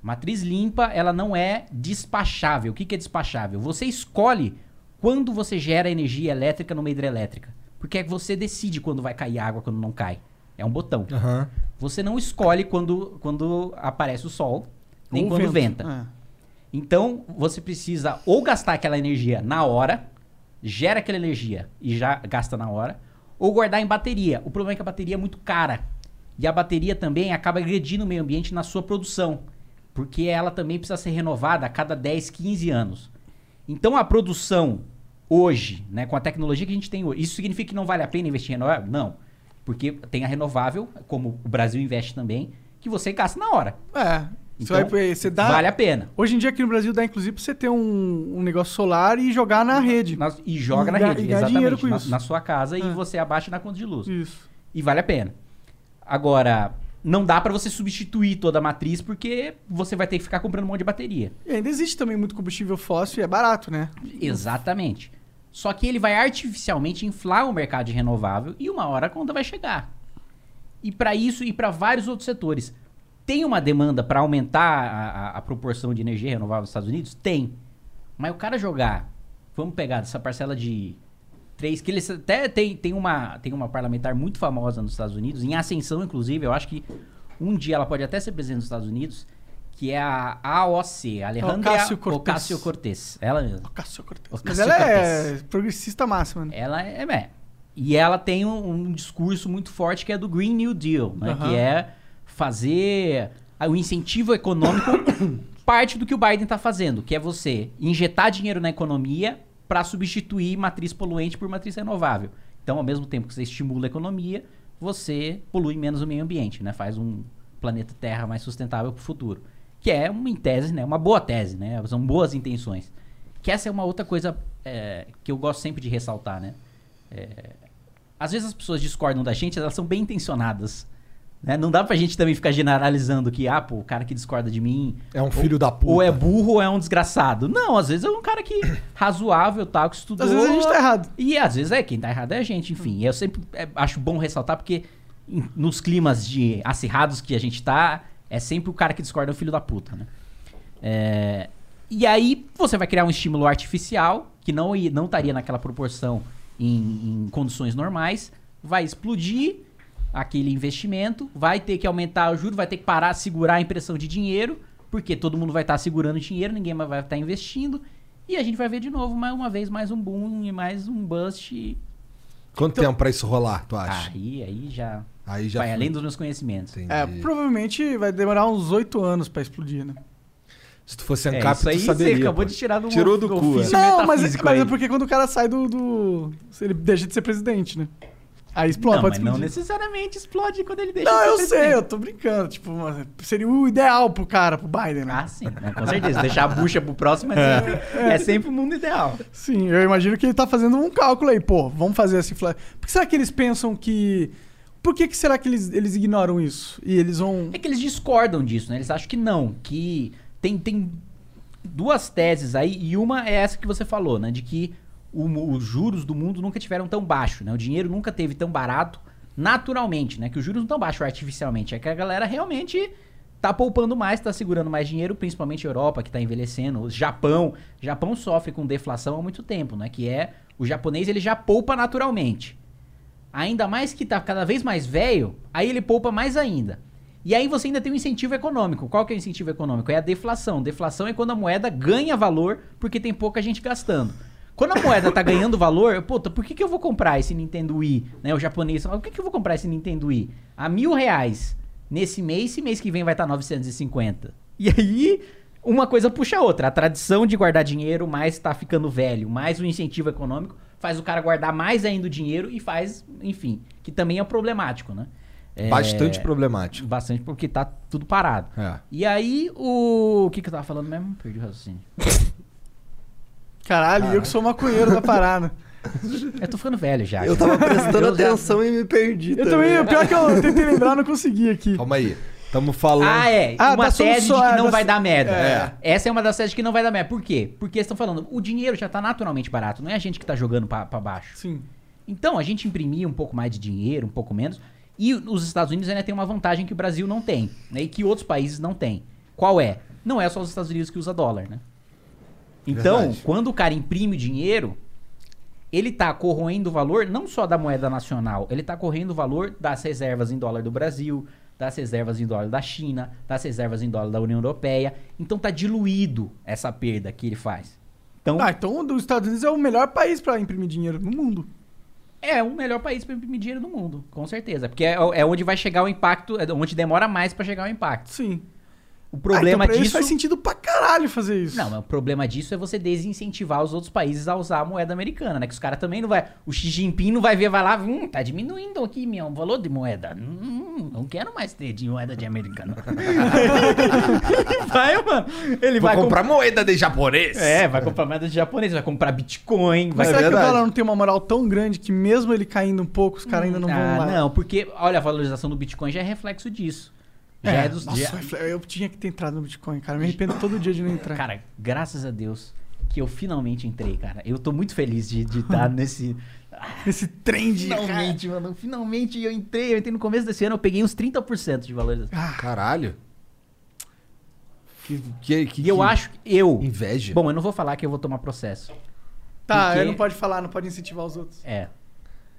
S4: Matriz limpa, ela não é despachável. O que, que é despachável? Você escolhe quando você gera energia elétrica numa hidrelétrica. Porque é que você decide quando vai cair água, quando não cai. É um botão.
S6: Aham.
S4: Você não escolhe quando, quando aparece o sol, nem
S2: Ou
S4: quando
S2: vento.
S4: venta.
S2: É.
S4: Então, você precisa ou gastar aquela energia na hora, gera aquela energia e já gasta na hora, ou guardar em bateria. O problema é que a bateria é muito cara. E a bateria também acaba agredindo o meio ambiente na sua produção, porque ela também precisa ser renovada a cada 10, 15 anos. Então, a produção hoje, né, com a tecnologia que a gente tem hoje, isso significa que não vale a pena investir em renovável? Não. Porque tem a renovável, como o Brasil investe também, que você gasta na hora.
S2: É. Você,
S4: Então,
S2: vai- você dá.
S4: Vale a pena.
S2: Hoje em dia aqui no Brasil dá inclusive pra você ter um, um negócio solar e jogar na rede.
S4: Nas- e joga
S2: E
S4: na
S2: dá-
S4: rede,
S2: e dá dinheiro
S4: exatamente.
S2: com
S4: Na,
S2: isso.
S4: na sua casa
S2: É.
S4: e você abaixa na conta de luz.
S2: Isso.
S4: E vale a pena. Agora, não dá pra você substituir toda a matriz porque você vai ter que ficar comprando um monte de bateria.
S2: E ainda existe também muito combustível fóssil e é barato, né?
S4: Exatamente. Só que ele vai artificialmente inflar o mercado de renovável e uma hora a conta vai chegar. E para isso e para vários outros setores. Tem uma demanda para aumentar a, a- a proporção de energia renovável nos Estados Unidos? Tem. Mas o cara jogar, vamos pegar dessa parcela de 3, que eles até tem, tem, uma, tem uma parlamentar muito famosa nos Estados Unidos, em ascensão inclusive, eu acho que um dia ela pode até ser presidente dos Estados Unidos, que é a AOC, Alejandra
S2: Ocasio-Cortez.
S4: Ocasio-Cortez. Ela mesma.
S2: Cássio Cortez.
S4: Cássio
S2: Mas ela
S4: Cortez.
S2: é progressista máxima, né?
S4: Ela é, é. E ela tem um, um discurso muito forte que é do Green New Deal, né?
S2: Aham.
S4: Que é fazer a- o incentivo econômico parte do que o Biden está fazendo, que é você injetar dinheiro na economia para substituir matriz poluente por matriz renovável. Então, ao mesmo tempo que você estimula a economia, você polui menos o meio ambiente, né? Faz um planeta Terra mais sustentável para o futuro. Que é uma em tese, né? Uma boa tese, né? São boas intenções. Que essa é uma outra coisa é, que eu gosto sempre de ressaltar, né? É, às vezes as pessoas discordam da gente, elas são bem intencionadas. Né? Não dá pra gente também ficar generalizando que, ah, pô, o cara que discorda de mim
S6: É um filho da puta.
S4: ou é burro ou é um desgraçado. Não, às vezes é um cara que razoável, tal, que estudou.
S2: Às vezes a gente tá errado.
S4: E às vezes é, quem tá errado é a gente, enfim. Eu sempre é, acho bom ressaltar porque em- nos climas de acirrados que a gente tá, é sempre o cara que discorda é o filho da puta, né? É, e aí você vai criar um estímulo artificial que não i- não estaria naquela proporção em, em condições normais, vai explodir aquele investimento, vai ter que aumentar o juro, vai ter que parar segurar a impressão de dinheiro, porque todo mundo vai estar segurando dinheiro, ninguém mais vai estar investindo. E a gente vai ver de novo, mais uma vez, mais um boom e mais um bust. e-
S6: Quanto tempo pra isso rolar, tu acha?
S4: Aí, aí já,
S6: Aí já
S4: Então- vai
S6: foi.
S4: além dos meus conhecimentos.
S6: Entendi.
S2: É, provavelmente vai demorar uns oito anos pra explodir, né?
S6: Se tu fosse
S2: um
S4: É,
S6: ANCAP,
S4: isso aí
S6: tu saberia.
S4: você acabou
S6: pô.
S4: de tirar do
S6: Tirou do cu, é.
S4: ofício
S2: Não, mas,
S4: metafísico
S2: mas é
S4: aí.
S2: porque quando o cara sai do, do- se Ele deixa de ser presidente, né? Aí explode,
S4: não,
S2: pode
S4: mas não
S2: explodir.
S4: necessariamente explode quando ele deixa.
S2: Não,
S4: de
S2: eu
S4: ser assim.
S2: sei,
S4: presidente.
S2: eu tô brincando. Tipo, mas seria o ideal pro cara, pro Biden, né?
S4: Ah, sim, né? com certeza. Deixar a bucha pro próximo é sempre, é sempre o mundo ideal.
S2: Sim, eu imagino que ele tá fazendo um cálculo aí, pô, vamos fazer essa inflação. Por que será que eles pensam que. Por que, que será que eles, eles ignoram isso? E eles vão.
S4: É que eles discordam disso, né? Eles acham que não, que tem, tem duas teses aí, e uma é essa que você falou, né? De que o mu- os juros do mundo nunca tiveram tão baixo, né? O dinheiro nunca teve tão barato naturalmente, né? Que os juros não tão baixos artificialmente, é que a galera realmente tá poupando mais, tá segurando mais dinheiro, principalmente a Europa, que tá envelhecendo, o Japão, o Japão sofre com deflação há muito tempo, né? Que é, o japonês ele já poupa naturalmente. Ainda mais que tá cada vez mais velho, aí ele poupa mais ainda. E aí você ainda tem um incentivo econômico. Qual que é o incentivo econômico? É a deflação. Deflação é quando a moeda ganha valor porque tem pouca gente gastando. Quando a moeda tá ganhando valor, eu, puta, por que, que eu vou comprar esse Nintendo Wii? Né, o japonês fala, por que, que eu vou comprar esse Nintendo Wii? A mil reais nesse mês, esse mês que vem vai tá estar 950. E aí, uma coisa puxa a outra. A tradição de guardar dinheiro mais tá ficando velho, mais o incentivo econômico faz o cara guardar mais ainda o dinheiro e faz, enfim, que também é problemático, né? É,
S6: Bastante problemático.
S4: Bastante porque tá tudo parado.
S6: É.
S4: E aí, o. O que, que eu tava falando mesmo? Perdi o raciocínio.
S2: Caralho, eu que sou maconheiro da parada.
S4: Eu tô ficando velho já.
S5: Eu
S4: cara.
S5: tava prestando
S4: Eu já-
S5: atenção e me perdi.
S2: Eu também, o pior que eu tentei lembrar, não consegui aqui.
S6: Calma aí. Tamo falando.
S4: Ah, é.
S2: Ah,
S4: uma
S2: da solução-
S4: tese de que
S2: é,
S4: não
S2: da-
S4: vai dar merda.
S6: É.
S4: Essa é uma das teses que não vai dar merda. Por quê? Porque eles estão falando, o dinheiro já tá naturalmente barato, não é a gente que tá jogando pra, pra baixo.
S2: Sim.
S4: Então, a gente imprimia um pouco mais de dinheiro, um pouco menos. E os Estados Unidos ainda tem uma vantagem que o Brasil não tem, né? E que outros países não têm. Qual é? Não é só os Estados Unidos que usa dólar, né? Então,
S6: Verdade.
S4: quando o cara imprime o dinheiro, ele tá corroendo o valor não só da moeda nacional, ele tá corroendo o valor das reservas em dólar do Brasil, das reservas em dólar da China, das reservas em dólar da União Europeia. Então tá diluído essa perda que ele faz. Então,
S2: Ah, então os Estados Unidos é o melhor país pra imprimir dinheiro no mundo.
S4: É o melhor país para imprimir dinheiro do mundo, com certeza. Porque é, é onde vai chegar o impacto, é onde demora mais para chegar o impacto.
S2: Sim.
S4: O
S2: ah, então
S4: problema
S2: Ah, pra eles
S4: disso.
S2: faz sentido pra caralho fazer isso.
S4: Não, mas o problema disso é você desincentivar os outros países a usar a moeda americana, né? Que os caras também não vai. O Xi Jinping não vai ver, vai lá, hum, tá diminuindo aqui meu valor de moeda. Hum, não quero mais ter de moeda de americano. vai, mano. Ele
S7: Vou
S4: vai
S7: comprar moeda de japonês.
S4: É, vai comprar moeda de japonês, vai comprar Bitcoin, vai
S2: mas
S6: é
S2: será que o
S6: verdade.
S2: dólar não tem uma moral tão grande que mesmo ele caindo um pouco, os caras ainda não vão
S4: ah,
S2: lá?
S4: não, porque, olha, a valorização do Bitcoin já é reflexo disso. Já é, dos
S2: Nossa,
S4: já-
S2: eu tinha que ter entrado no Bitcoin, cara. Me arrependo todo dia de não entrar.
S4: Cara, graças a Deus que eu finalmente entrei, cara. Eu tô muito feliz de estar nesse.
S2: Esse trem de.
S4: Finalmente, mano. Finalmente eu entrei. Eu entrei no começo desse ano, eu peguei uns 30% de valorização.
S6: Caralho. Que, que, que,
S4: E eu
S6: que
S4: acho que eu.
S6: Inveja.
S4: Bom, eu não vou falar que eu vou tomar processo.
S2: Tá,
S4: Porque-
S2: ele não pode falar, não pode incentivar os outros.
S4: É.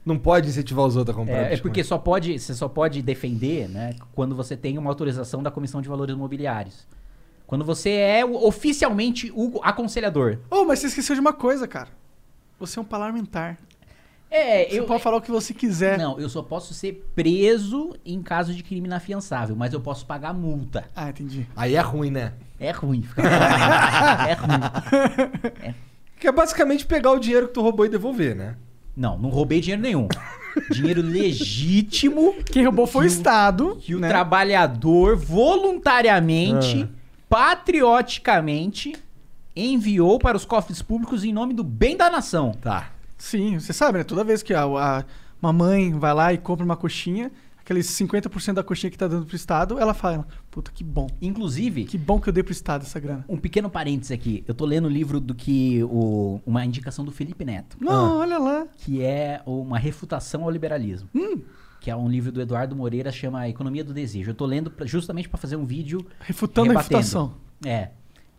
S6: Não pode incentivar os outros a comprar
S4: É, é
S6: Bitcoin.
S4: porque só pode, você só pode defender, né, quando você tem uma autorização da Comissão de Valores Imobiliários. Quando você é o- oficialmente o aconselhador.
S2: Ô, mas você esqueceu de uma coisa, cara. Você é um parlamentar.
S4: É,
S2: Você pode falar o que você
S6: É.
S2: quiser.
S4: Não, eu só posso ser preso em caso de crime inafiançável, mas eu posso pagar multa.
S2: Ah, entendi.
S6: Aí é ruim, né?
S4: É ruim. fica- é ruim.
S6: Que é basicamente pegar o dinheiro que tu roubou e devolver, né?
S4: Não, não roubei dinheiro nenhum. Dinheiro legítimo
S2: Quem roubou foi o Estado.
S4: que o
S2: né?
S4: trabalhador voluntariamente,
S6: Ah.
S4: patrioticamente, enviou para os cofres públicos em nome do bem da nação.
S6: Tá.
S2: Sim, você sabe, né? Toda vez que a, a mamãe vai lá e compra uma coxinha, aqueles 50% da coxinha que tá dando pro Estado, ela fala: Puta, que bom.
S4: Inclusive,
S2: Que bom que eu dei pro Estado essa grana.
S4: um pequeno parênteses aqui. Eu tô lendo o livro do que. o- uma indicação do Felipe Neto.
S2: Não, olha lá.
S4: que é uma refutação ao liberalismo. Que é um livro do Eduardo Moreira, chama Economia do Desejo. Eu tô lendo pra- justamente para fazer um vídeo.
S2: Refutando
S4: rebatendo.
S2: a refutação.
S4: É.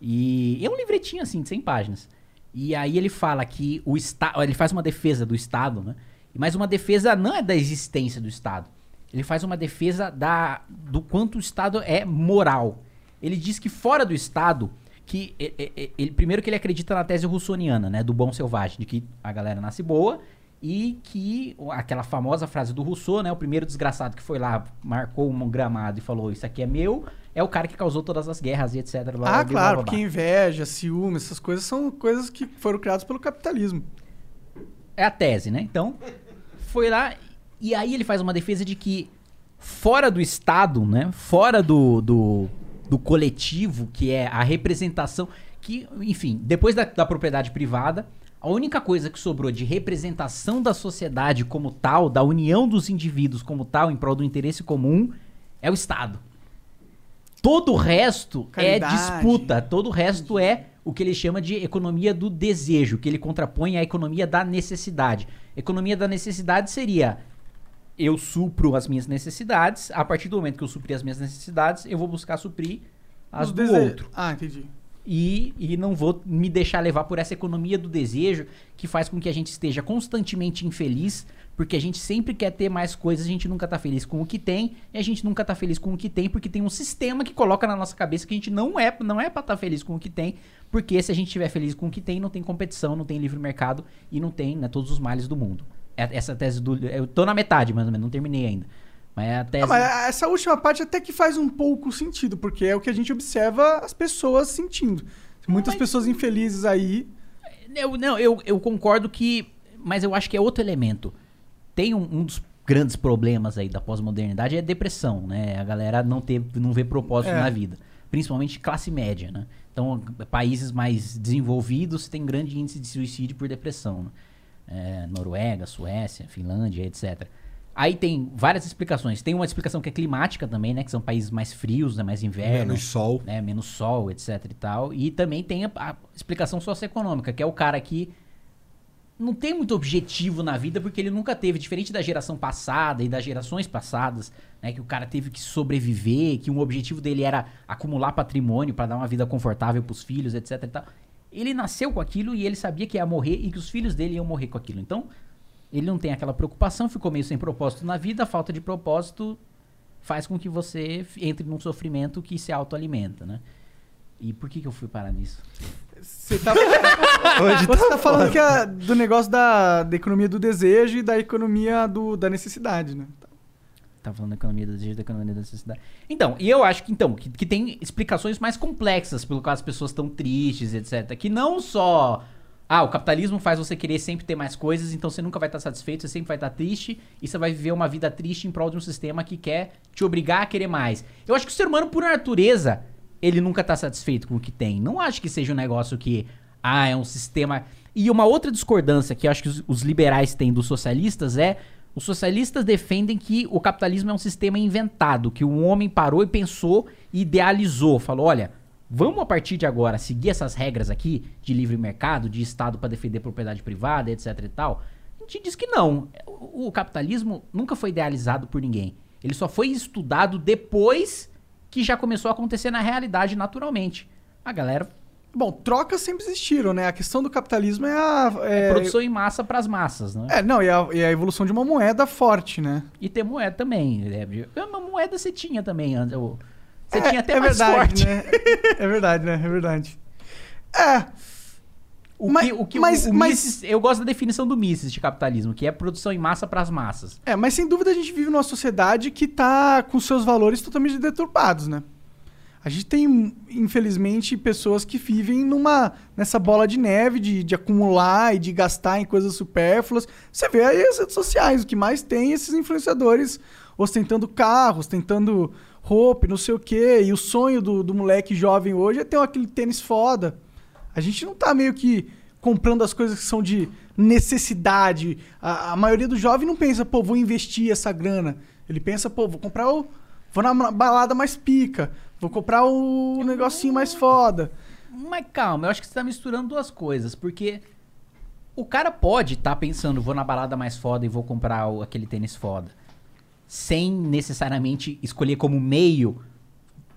S4: E é um livretinho assim, de 100 páginas. E aí ele fala que o Estado. Ele faz uma defesa do Estado, né? Mas uma defesa não é da existência do Estado. Ele faz uma defesa da, do quanto o Estado é moral. Ele diz que fora do Estado, que e- e- e- ele, primeiro que ele acredita na tese russoniana, né, do bom selvagem, de que a galera nasce boa e que o- aquela famosa frase do Rousseau, né, o primeiro desgraçado que foi lá, marcou um gramado e falou isso aqui é meu, é o cara que causou todas as guerras e etc. blá, blá, blá,
S2: Ah, claro,
S4: blá, blá, blá.
S2: porque inveja, ciúme, essas coisas são coisas que foram criadas pelo capitalismo.
S4: É a tese, né? Então, foi lá e aí ele faz uma defesa de que fora do Estado, né? Fora do, do, do coletivo, que é a representação, que, enfim, depois da, da propriedade privada, a única coisa que sobrou de representação da sociedade como tal, da união dos indivíduos como tal, em prol do interesse comum, é o Estado. Todo o resto é
S2: Caridade.
S4: disputa, todo o resto é o que ele chama de economia do desejo, que ele contrapõe à economia da necessidade. Economia da necessidade seria eu supro as minhas necessidades, a partir do momento que eu supri as minhas necessidades, eu vou buscar suprir as
S2: Os
S4: do
S2: dese-
S4: outro.
S2: Ah, entendi.
S4: E, e não vou me deixar levar por essa economia do desejo que faz com que a gente esteja constantemente infeliz, porque a gente sempre quer ter mais coisas, a gente nunca tá feliz com o que tem, e a gente nunca tá feliz com o que tem, porque tem um sistema que coloca na nossa cabeça que a gente não é, não é para estar feliz com o que tem, porque se a gente estiver feliz com o que tem, não tem competição, não tem livre mercado e não tem né, todos os males do mundo. É- Essa tese do. Eu tô na metade, mais ou menos, não terminei ainda. Mas é a tese.
S2: Ah, mas essa última parte até que faz um pouco sentido, porque é o que a gente observa as pessoas sentindo. Muitas
S4: Ah, Mas-
S2: pessoas infelizes aí.
S4: Eu, não, eu, eu concordo que mas eu acho que é outro elemento. Tem um, um dos grandes problemas aí da pós-modernidade é a depressão, né? A galera não, ter, não vê propósito
S2: É.
S4: na vida. Principalmente classe média, né? Então, países mais desenvolvidos têm grande índice de suicídio por depressão. Né? É, Noruega, Suécia, Finlândia, etc. Aí tem várias explicações. Tem uma explicação que é climática também, né? Que são países mais frios, né? mais inverno
S6: É, Menos sol.
S4: né, menos sol, etc e tal. E também tem a, a explicação socioeconômica, que é o cara que não tem muito objetivo na vida porque ele nunca teve, diferente da geração passada e das gerações passadas, né, que o cara teve que sobreviver, que um objetivo dele era acumular patrimônio para dar uma vida confortável pros filhos, etc e tal. Ele nasceu com aquilo e ele sabia que ia morrer e que os filhos dele iam morrer com aquilo. Então, ele não tem aquela preocupação, ficou meio sem propósito na vida, a falta de propósito faz com que você f- entre num sofrimento que se autoalimenta, né? E por que, que eu fui parar nisso?
S2: Você tá, você tá falando que a- do negócio da, da economia do desejo e da economia do, da necessidade, né?
S4: Tava Tá falando da economia do desejo, da economia da necessidade. Então, e eu acho que então que, que tem explicações mais complexas pelo qual as pessoas estão tristes, etc. Que não só ah, o capitalismo faz você querer sempre ter mais coisas, então você nunca vai estar satisfeito, você sempre vai estar triste e você vai viver uma vida triste em prol de um sistema que quer te obrigar a querer mais. Eu acho que o ser humano, por natureza, ele nunca tá satisfeito com o que tem. Não acho que seja um negócio que, ah, é um sistema. E uma outra discordância que eu acho que os, os liberais têm dos socialistas é. Os socialistas defendem que o capitalismo é um sistema inventado, que o homem parou e pensou e idealizou. Falou: olha, vamos a partir de agora seguir essas regras aqui de livre mercado, de Estado para defender propriedade privada, etc e tal. A gente diz que não. O, o capitalismo nunca foi idealizado por ninguém. Ele só foi estudado depois que já começou a acontecer na realidade naturalmente. A galera
S2: Bom, trocas sempre existiram, né? A questão do capitalismo é a. É,
S4: produção em massa para as massas, né?
S2: é, não, e a, e a evolução de uma moeda forte, né?
S4: E ter moeda também. né? Uma moeda você tinha também. antes, o- Você
S2: É-
S4: tinha até
S2: é
S4: mais
S2: verdade,
S4: sorte.
S2: Né? É verdade, né? É verdade. É,
S4: O
S2: Mas-
S4: que, o que
S2: mas-
S4: o, o
S2: mas-
S4: Mises- eu gosto da definição do Mises de capitalismo, que é produção em massa para as massas.
S2: é, mas sem dúvida a gente vive numa sociedade que tá com seus valores totalmente deturpados, né? A gente tem, infelizmente, pessoas que vivem numa nessa bola de neve de, de acumular e de gastar em coisas supérfluas. Você vê aí as redes sociais, o que mais tem é esses influenciadores ostentando carro, ostentando roupa, e não sei o quê. E o sonho do, do moleque jovem hoje é ter aquele tênis foda. A gente não tá meio que comprando as coisas que são de necessidade. A, a maioria do jovem não pensa, pô, vou investir essa grana. Ele pensa, pô, vou comprar o. Vou na ma- balada mais pica. Vou comprar o negocinho mais foda.
S4: Mas calma, eu acho que você tá misturando duas coisas, porque o cara pode estar pensando, vou na balada mais foda e vou comprar o- aquele tênis foda, sem necessariamente escolher como meio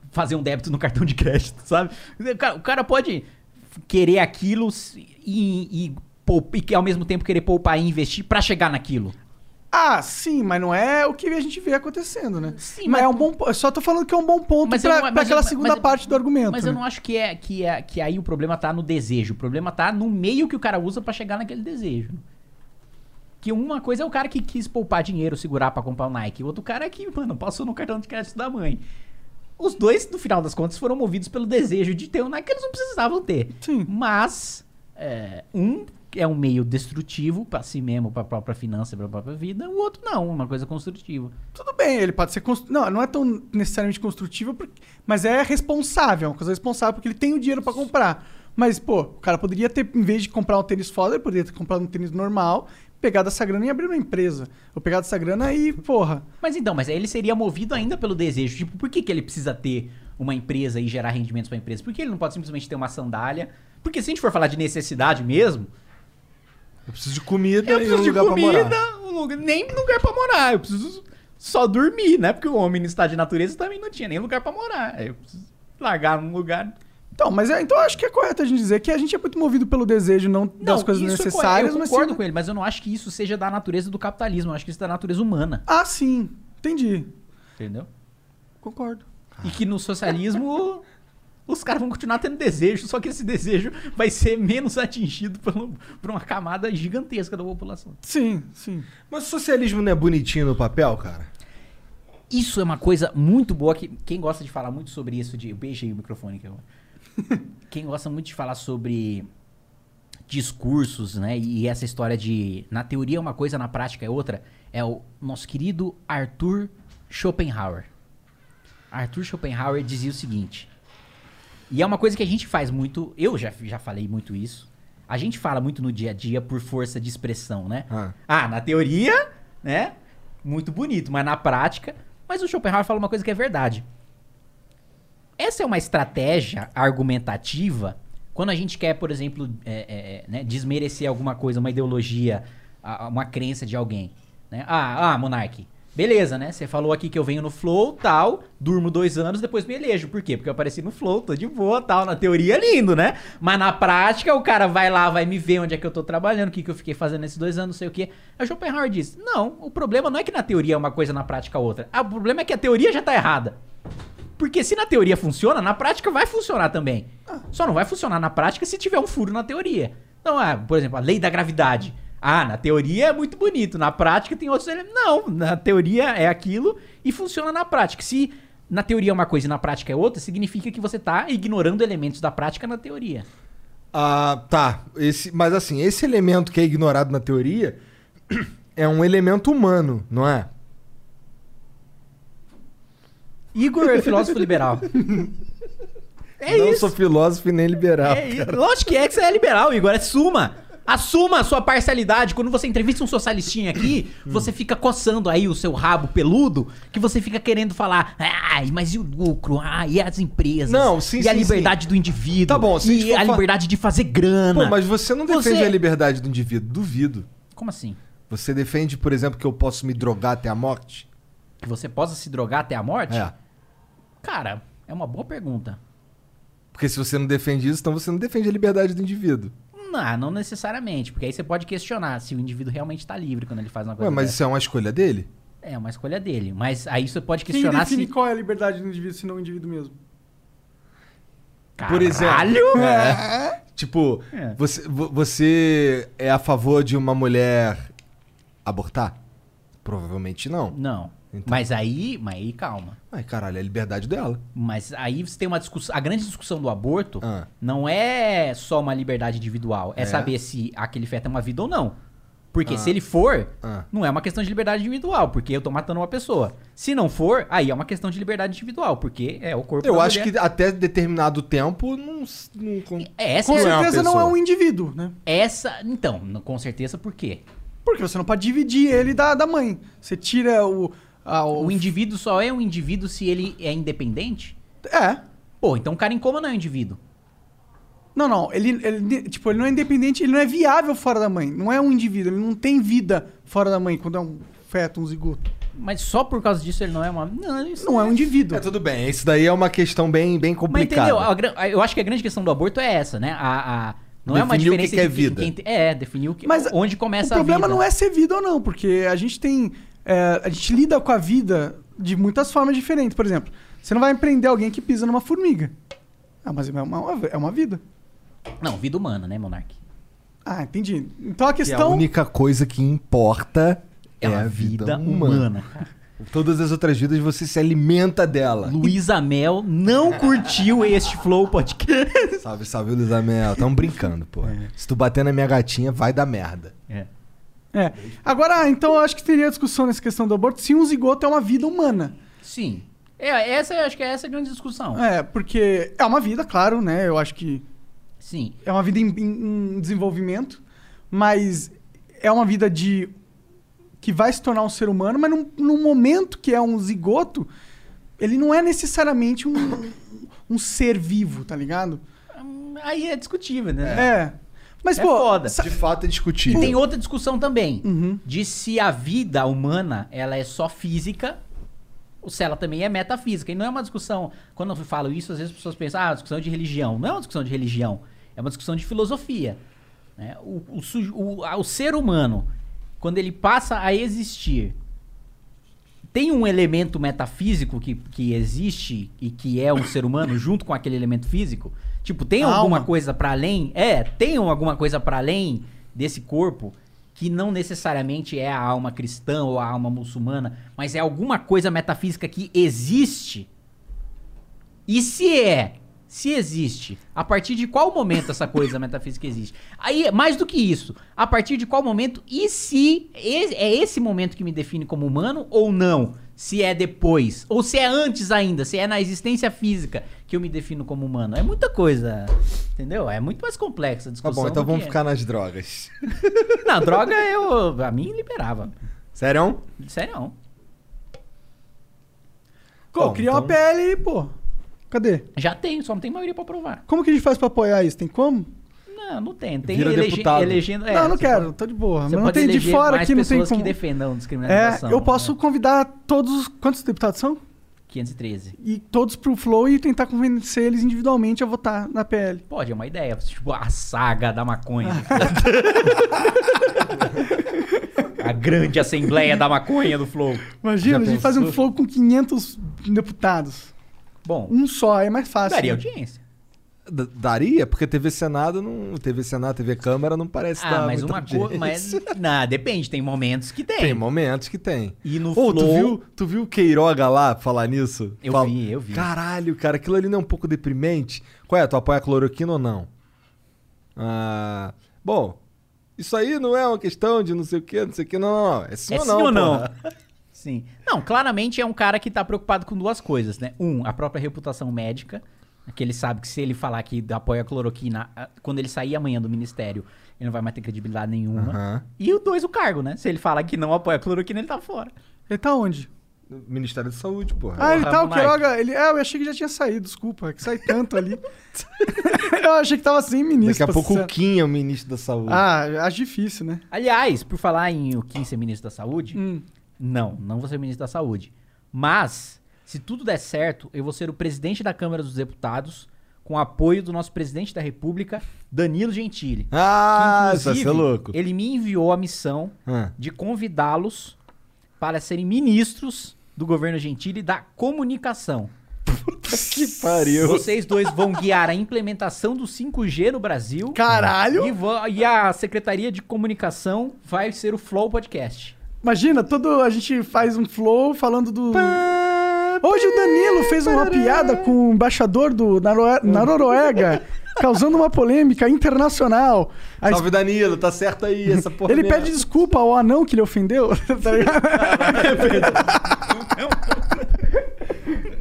S4: fazer um débito no cartão de crédito, sabe? O cara, o cara pode querer aquilo e, e, poup- e que ao mesmo tempo querer poupar e investir pra chegar naquilo.
S2: Ah, sim, mas não é o que a gente vê acontecendo, né?
S4: Sim,
S2: mas, é um bom. po- Eu só tô falando que é um bom ponto
S4: Mas eu
S2: pra,
S4: não- mas
S2: pra
S4: eu-
S2: aquela
S4: mas-
S2: segunda
S4: mas-
S2: parte do argumento.
S4: Mas
S2: né?
S4: eu não acho que é que é que aí o problema tá no desejo. O problema tá no meio que o cara usa pra chegar naquele desejo. Que uma coisa é o cara que quis poupar dinheiro, segurar pra comprar o Nike. O outro cara é que, mano, passou no cartão de crédito da mãe. Os dois, no final das contas, foram movidos pelo desejo de ter o Nike que eles não precisavam ter.
S2: Sim.
S4: Mas, é, um é um meio destrutivo pra si mesmo, pra própria finança, pra própria vida. O outro não, uma coisa construtiva.
S2: Tudo bem, ele pode ser. constru- Não, não é tão necessariamente construtivo, porque- mas é responsável, é uma coisa responsável, porque ele tem o dinheiro pra comprar. Mas, pô, o cara poderia ter, em vez de comprar um tênis foda, ele poderia ter comprado um tênis normal, pegado essa grana e abrir uma empresa. Ou pegado essa grana e, porra.
S4: Mas então, mas aí ele seria movido ainda pelo desejo. Tipo, por que, que ele precisa ter uma empresa e gerar rendimentos pra empresa? Por que ele não pode simplesmente ter uma sandália? Porque se a gente for falar de necessidade mesmo,
S6: Eu preciso de comida
S4: eu
S6: e um
S4: preciso de
S6: lugar pra morar.
S4: comida, um lugar- nem lugar pra morar. Eu preciso só dormir, né? Porque o homem no estado de natureza também não tinha nem lugar pra morar. Aí Eu preciso largar num lugar.
S2: Então, mas é, então eu acho que é correto a gente dizer que a gente é muito movido pelo desejo não, das coisas
S4: isso é co-
S2: necessárias,
S4: Eu
S2: mas
S4: concordo
S2: sim-
S4: com ele, mas eu não acho que isso seja da natureza do capitalismo. Eu acho que isso é da natureza humana.
S2: Ah, sim. Entendi.
S4: Entendeu?
S2: Concordo.
S4: E que no socialismo os caras vão continuar tendo desejo, só que esse desejo vai ser menos atingido pelo- por uma camada gigantesca da população.
S2: Sim, sim.
S6: Mas o socialismo não é bonitinho no papel, cara?
S4: Isso é uma coisa muito boa que quem gosta de falar muito sobre isso de eu beijei o microfone que eu. quem gosta muito de falar sobre discursos, né? E essa história de na teoria é uma coisa, na prática é outra, é o nosso querido Arthur Schopenhauer. Arthur Schopenhauer dizia o seguinte: e é uma coisa que a gente faz muito. Eu já, já falei muito isso. A gente fala muito no dia a dia por força de expressão, né?
S3: Ah.
S4: Ah, na teoria, né? Muito bonito, mas na prática. Mas o Schopenhauer fala uma coisa que é verdade. Essa é uma estratégia argumentativa quando a gente quer, por exemplo, é, é, é, né, desmerecer alguma coisa, uma ideologia, a- a- uma crença de alguém. né? Ah, ah, Monark, beleza, né? Você falou aqui que eu venho no Flow, tal, durmo dois anos, depois me elejo. Por quê? Porque eu apareci no Flow, tô de boa, tal. Na teoria, lindo, né? Mas na prática, o cara vai lá, vai me ver onde é que eu tô trabalhando, o que, que eu fiquei fazendo nesses dois anos, não sei o quê. Aí o Schopenhauer diz, não, o problema não é que na teoria é uma coisa, na prática é outra. Ah, o problema é que a teoria já tá errada. Porque se na teoria funciona, na prática vai funcionar também. Só não vai funcionar na prática se tiver um furo na teoria. Então, ah, por exemplo, a lei da gravidade. Ah, na teoria é muito bonito, na prática tem outros elementos. Não, na teoria é aquilo e funciona na prática. Se na teoria é uma coisa e na prática é outra, significa que você tá ignorando elementos da prática na teoria.
S3: Ah, tá. Esse, mas assim, esse elemento que é ignorado na teoria é um elemento humano, não é?
S4: Igor é filósofo liberal. É
S3: não
S4: isso.
S3: sou filósofo e nem liberal.
S4: É, e- lógico que é que você é liberal, Igor. Assuma. Assuma a sua parcialidade. Quando você entrevista um socialistinha aqui,
S3: Hum.
S4: você fica coçando aí o seu rabo peludo, que você fica querendo falar, ai, mas e o lucro? Ah, e as empresas?
S3: Não, sim,
S4: E a
S3: sim,
S4: liberdade do indivíduo?
S3: Tá bom, se a gente
S4: E
S3: for
S4: a
S3: fa-
S4: liberdade de fazer grana?
S3: Pô, mas você não defende
S4: Você-
S3: a liberdade do indivíduo, duvido.
S4: Como assim?
S3: Você defende, por exemplo, que eu posso me drogar até a morte?
S4: Que você possa se drogar até a morte?
S3: É.
S4: Cara, é uma boa pergunta.
S3: Porque se você não defende isso, então você não defende a liberdade do indivíduo.
S4: Não, não necessariamente, porque aí você pode questionar se o indivíduo realmente tá livre quando ele faz uma
S3: Ué,
S4: coisa
S3: mas
S4: dessa.
S3: isso é uma escolha dele?
S4: É uma escolha dele, mas aí você pode
S2: Quem
S4: questionar
S2: define
S4: se...
S2: qual é a liberdade do indivíduo, se não o indivíduo mesmo?
S3: Por exemplo.
S4: Caralho!
S3: É. Tipo,
S4: É.
S3: Você, vo- você é a favor de uma mulher abortar? Provavelmente não.
S4: Não.
S3: Então.
S4: Mas aí, mas aí calma.
S3: Ai, caralho, é a liberdade dela.
S4: Mas aí você tem uma discussão. A grande discussão do aborto
S3: Ah.
S4: não é só uma liberdade individual. É,
S3: É?
S4: saber se aquele feto é uma vida ou não. Porque se ele for,
S3: Ah.
S4: não é uma questão de liberdade individual, porque eu tô matando uma pessoa. Se não for, aí é uma questão de liberdade individual, porque é o corpo
S3: Eu
S4: da
S3: acho
S4: mulher.
S3: que até determinado tempo não. s- não con-
S4: É, Essa,
S2: Com
S3: é uma
S2: certeza não é
S3: pessoa.
S2: um indivíduo, né?
S4: essa. Então, não- com certeza por quê?
S2: Porque você não pode dividir ele da, da mãe. Você tira o. a- o-
S4: O indivíduo só é um indivíduo se ele é independente?
S2: É.
S4: Pô, então o cara em coma não é um indivíduo.
S2: Não, não. Ele, ele, tipo, ele não é independente, ele não é viável fora da mãe. Não é um indivíduo, ele não tem vida fora da mãe quando é um feto, um zigoto.
S4: Mas só por causa disso ele não é uma. Não, isso
S2: Não é um indivíduo.
S3: É, tudo bem. Isso daí é uma questão bem, bem
S4: Mas
S3: complicada.
S4: entendeu? A gran- a- eu acho que a grande questão do aborto é essa, né? A, a- não é uma
S3: Definir o que
S4: diferença
S3: que é
S4: de quem-
S3: vida.
S4: quem te- é, definir o que,
S2: Mas
S4: onde começa
S2: o problema
S4: a vida.
S2: não é ser vida ou não, porque a gente tem. é, a gente lida com a vida de muitas formas diferentes. Por exemplo, você não vai empreender alguém que pisa numa formiga. Ah, mas é uma, é uma vida.
S4: Não, vida humana, né, Monark?
S2: Ah, entendi. Então a
S3: Que
S2: questão.
S3: é A única coisa que importa é,
S4: uma
S3: a vida, humana.
S4: cara.
S3: Todas as outras vidas você se alimenta dela.
S4: Luísa Mel não curtiu este Flow Podcast.
S3: Salve, salve, Luizamel. Tamo brincando, pô. Se tu bater na minha gatinha, vai dar merda.
S4: É.
S2: É. Agora, então eu acho que teria discussão nessa questão do aborto se um zigoto é uma vida humana.
S4: Sim. É, essa, eu acho que é essa a grande discussão.
S2: É, porque é uma vida, claro, né? Eu acho que
S4: Sim.
S2: é uma vida em, em- em desenvolvimento, mas é uma vida de que vai se tornar um ser humano, mas num, num momento que é um zigoto, ele não é necessariamente um, um ser vivo, tá ligado?
S4: Hum, Aí é discutível,
S2: É.
S4: né?
S2: Mas,
S4: É
S2: pô.
S4: foda.
S2: sa-
S3: De fato é
S4: E
S3: discutível.
S4: tem outra discussão também.
S2: Uhum.
S4: de se a vida humana ela é só física ou se ela também é metafísica. E não é uma discussão. Quando eu falo isso, às vezes as pessoas pensam, ah, discussão de religião. Não é uma discussão de religião, é uma discussão de filosofia. né? O, o suj- o- a- o ser humano, quando ele passa a existir, tem um elemento metafísico que, que existe e que é um ser humano junto com aquele elemento físico? Tipo, tem
S2: A
S4: alguma
S2: alma.
S4: coisa pra além? É, tem alguma coisa pra além desse corpo que não necessariamente é a alma cristã ou a alma muçulmana, mas é alguma coisa metafísica que existe? E se é? se existe, a partir de qual momento essa coisa metafísica existe? Aí, mais do que isso, a partir de qual momento e se e- é esse momento que me define como humano ou não? Se é depois, ou se é antes ainda, se é na existência física que eu me defino como humano. É muita coisa, entendeu? É muito mais complexa
S3: Tá
S4: a discussão.
S3: bom, então
S4: do
S3: vamos
S4: que é.
S3: ficar nas drogas.
S4: Na droga, eu. A mim liberava.
S3: Sério?
S4: Sério, não.
S2: Pô,
S3: Bom,
S2: criar
S3: então-
S2: uma PL, pô. Cadê?
S4: Já tem, só não tem maioria pra provar.
S2: Como que a gente faz pra apoiar isso? Tem como?
S4: Não, não tem. Tem
S3: Vira
S4: elege-
S3: deputado.
S4: elegendo. é,
S2: não, não
S4: você
S2: quero,
S4: pode-
S2: tô de boa.
S4: você
S2: Mas não
S4: pode
S2: tem de
S4: eleger
S2: fora
S4: mais
S2: aqui, não tem
S4: pessoas
S2: como.
S4: que defendam
S2: É,
S4: descriminalização.
S2: eu posso
S4: né?
S2: convidar todos os. Quantos deputados são?
S4: 513.
S2: E todos pro Flow e tentar convencer eles individualmente a votar na PL.
S4: Pode, é uma ideia. Tipo, a saga da maconha. a grande assembleia da maconha do Flow.
S2: Imagina,
S3: Já
S2: a gente faz um
S3: pensou?
S2: Flow com 500 deputados.
S4: Bom,
S2: Um só, é mais fácil.
S4: daria audiência.
S3: D- daria, porque TV Senado não. TV Senado, TV Câmara não parece
S4: Ah,
S3: dar
S4: mas
S3: muita
S4: uma coisa.
S3: audiência.
S4: Mas, não, depende, tem momentos que tem.
S3: Tem momentos que tem.
S4: E no
S3: Ô, tu
S4: Flow.
S3: viu, tu viu o Queiroga lá falar nisso?
S4: Eu vi, eu vi.
S3: Caralho, cara, aquilo ali não é um pouco deprimente? Qual é? Tu apoia a cloroquina ou não? Ah, bom, isso aí não é uma questão de não sei o que, não sei o que, não, não, não. É sim
S4: É
S3: ou
S4: sim
S3: não?
S4: ou não?
S3: porra.
S4: Sim. Não, claramente é um cara que tá preocupado com duas coisas, né? Um, a própria reputação médica, que ele sabe que se ele falar que apoia a cloroquina, a- quando ele sair amanhã do ministério, ele não vai mais ter credibilidade nenhuma.
S3: Aham.
S4: E o dois, o cargo, né? Se ele falar que não apoia a cloroquina, ele tá fora.
S2: Ele tá onde?
S3: Ministério da Saúde, porra.
S2: Ah, ele tá, o
S4: moleque.
S2: Queiroga. Ele, ah, eu achei que já tinha saído, desculpa, é que sai tanto ali. eu achei que tava sem ministro.
S3: Daqui a
S2: pra
S3: pouco
S2: ser
S3: o Kim é o ministro da Saúde.
S2: Ah, acho difícil, né?
S4: Aliás, por falar em o Kim ser ministro da saúde,
S2: Hum.
S4: não, não vou ser ministro da saúde. Mas, se tudo der certo, eu vou ser o presidente da Câmara dos Deputados, com apoio do nosso presidente da República, Danilo Gentili.
S3: Ah,
S4: Que,
S3: isso vai ser louco.
S4: Ele me enviou a missão
S3: Ah.
S4: de convidá-los para serem ministros do governo Gentili da comunicação.
S3: Que pariu.
S4: Vocês dois vão guiar a implementação do 5G no Brasil.
S2: Caralho!
S4: E, vão- e a Secretaria de Comunicação vai ser o Flow Podcast.
S2: Imagina, todo a gente faz um flow falando do. Hoje o Danilo fez uma piada com o embaixador do Naro- na Noruega, causando uma polêmica internacional. A es-
S3: Salve Danilo, tá certo aí essa porra.
S2: ele
S3: mesmo.
S2: pede desculpa ao anão que ele ofendeu. tá ligado?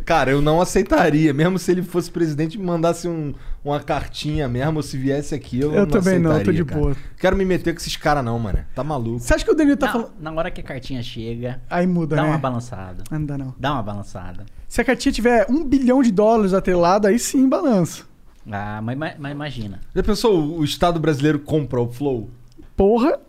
S3: Cara, eu não aceitaria, mesmo se ele fosse presidente e me mandasse um- uma cartinha mesmo, ou se viesse aqui, eu,
S2: Eu também não,
S3: aceitaria,
S2: eu tô de
S3: cara.
S2: boa.
S3: Quero me meter com esses caras não, mano. Tá maluco.
S2: Você acha que o Danilo tá
S4: na,
S2: falando.
S4: na hora que a cartinha chega,
S2: Aí muda,
S4: dá
S2: né?
S4: uma balançada.
S2: Ah, não dá não.
S4: Dá uma balançada.
S2: Se a cartinha tiver um bilhão de dólares atrelado, aí sim balança.
S4: Ah, mas, mas- mas imagina.
S3: Já pensou o- o Estado brasileiro compra o Flow?
S2: Porra!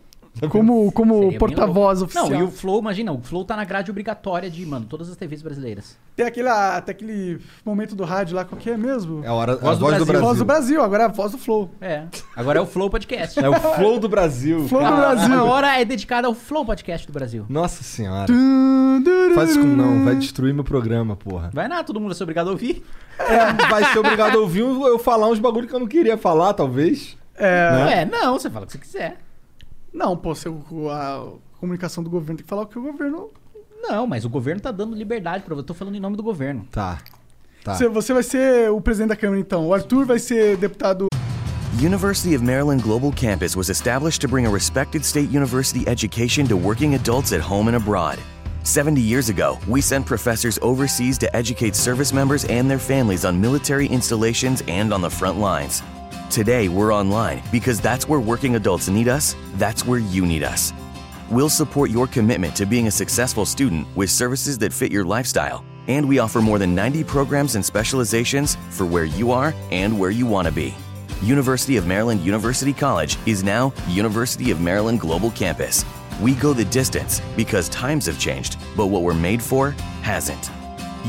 S2: Como, como
S4: Seria bem
S2: porta-voz
S4: louco.
S2: oficial.
S4: Não, e o Flow, imagina, o Flow tá na grade obrigatória de, mano, todas as TVs brasileiras.
S2: Tem aquele, ah, até aquele momento do rádio lá, qual que é mesmo?
S3: É a, hora, a
S4: Voz
S3: voz,
S4: do
S3: do
S4: Brasil.
S3: Brasil.
S2: Voz do Brasil, agora é a voz do Flow.
S4: É. Agora é o Flow Podcast.
S3: É o Flow do Brasil.
S2: Flow do
S3: cara.
S2: Brasil.
S4: A hora é dedicada ao Flow Podcast do Brasil.
S3: Nossa senhora.
S2: Tum, dururu.
S3: Faz isso como não, vai destruir meu programa, porra.
S4: Vai lá, todo mundo vai ser obrigado a ouvir.
S3: É, vai ser obrigado a ouvir um, eu falar uns bagulho que eu não queria falar, talvez.
S2: É,
S3: Né?
S4: Não é? Não, você fala o que você quiser.
S2: não, pô, se o- a comunicação do governo tem que falar o que o governo.
S4: Não, mas o governo tá dando liberdade pra você. Eu tô falando em nome do governo.
S3: Tá. Tá.
S2: Você, você vai ser o presidente da Câmara, então. O Arthur vai ser deputado.
S7: University of Maryland Global Campus was established to bring a respected state university education to working adults at home and abroad. 70 years ago, we sent professors overseas to educate service members and their families on military installations and on the front lines. Today, we're online because that's where working adults need us, that's where you need us. We'll support your commitment to being a successful student with services that fit your lifestyle, and we offer more than 90 programs and specializations for where you are and where you want to be. University of Maryland University College is now University of Maryland Global Campus. We go the distance because times have changed, but what we're made for hasn't.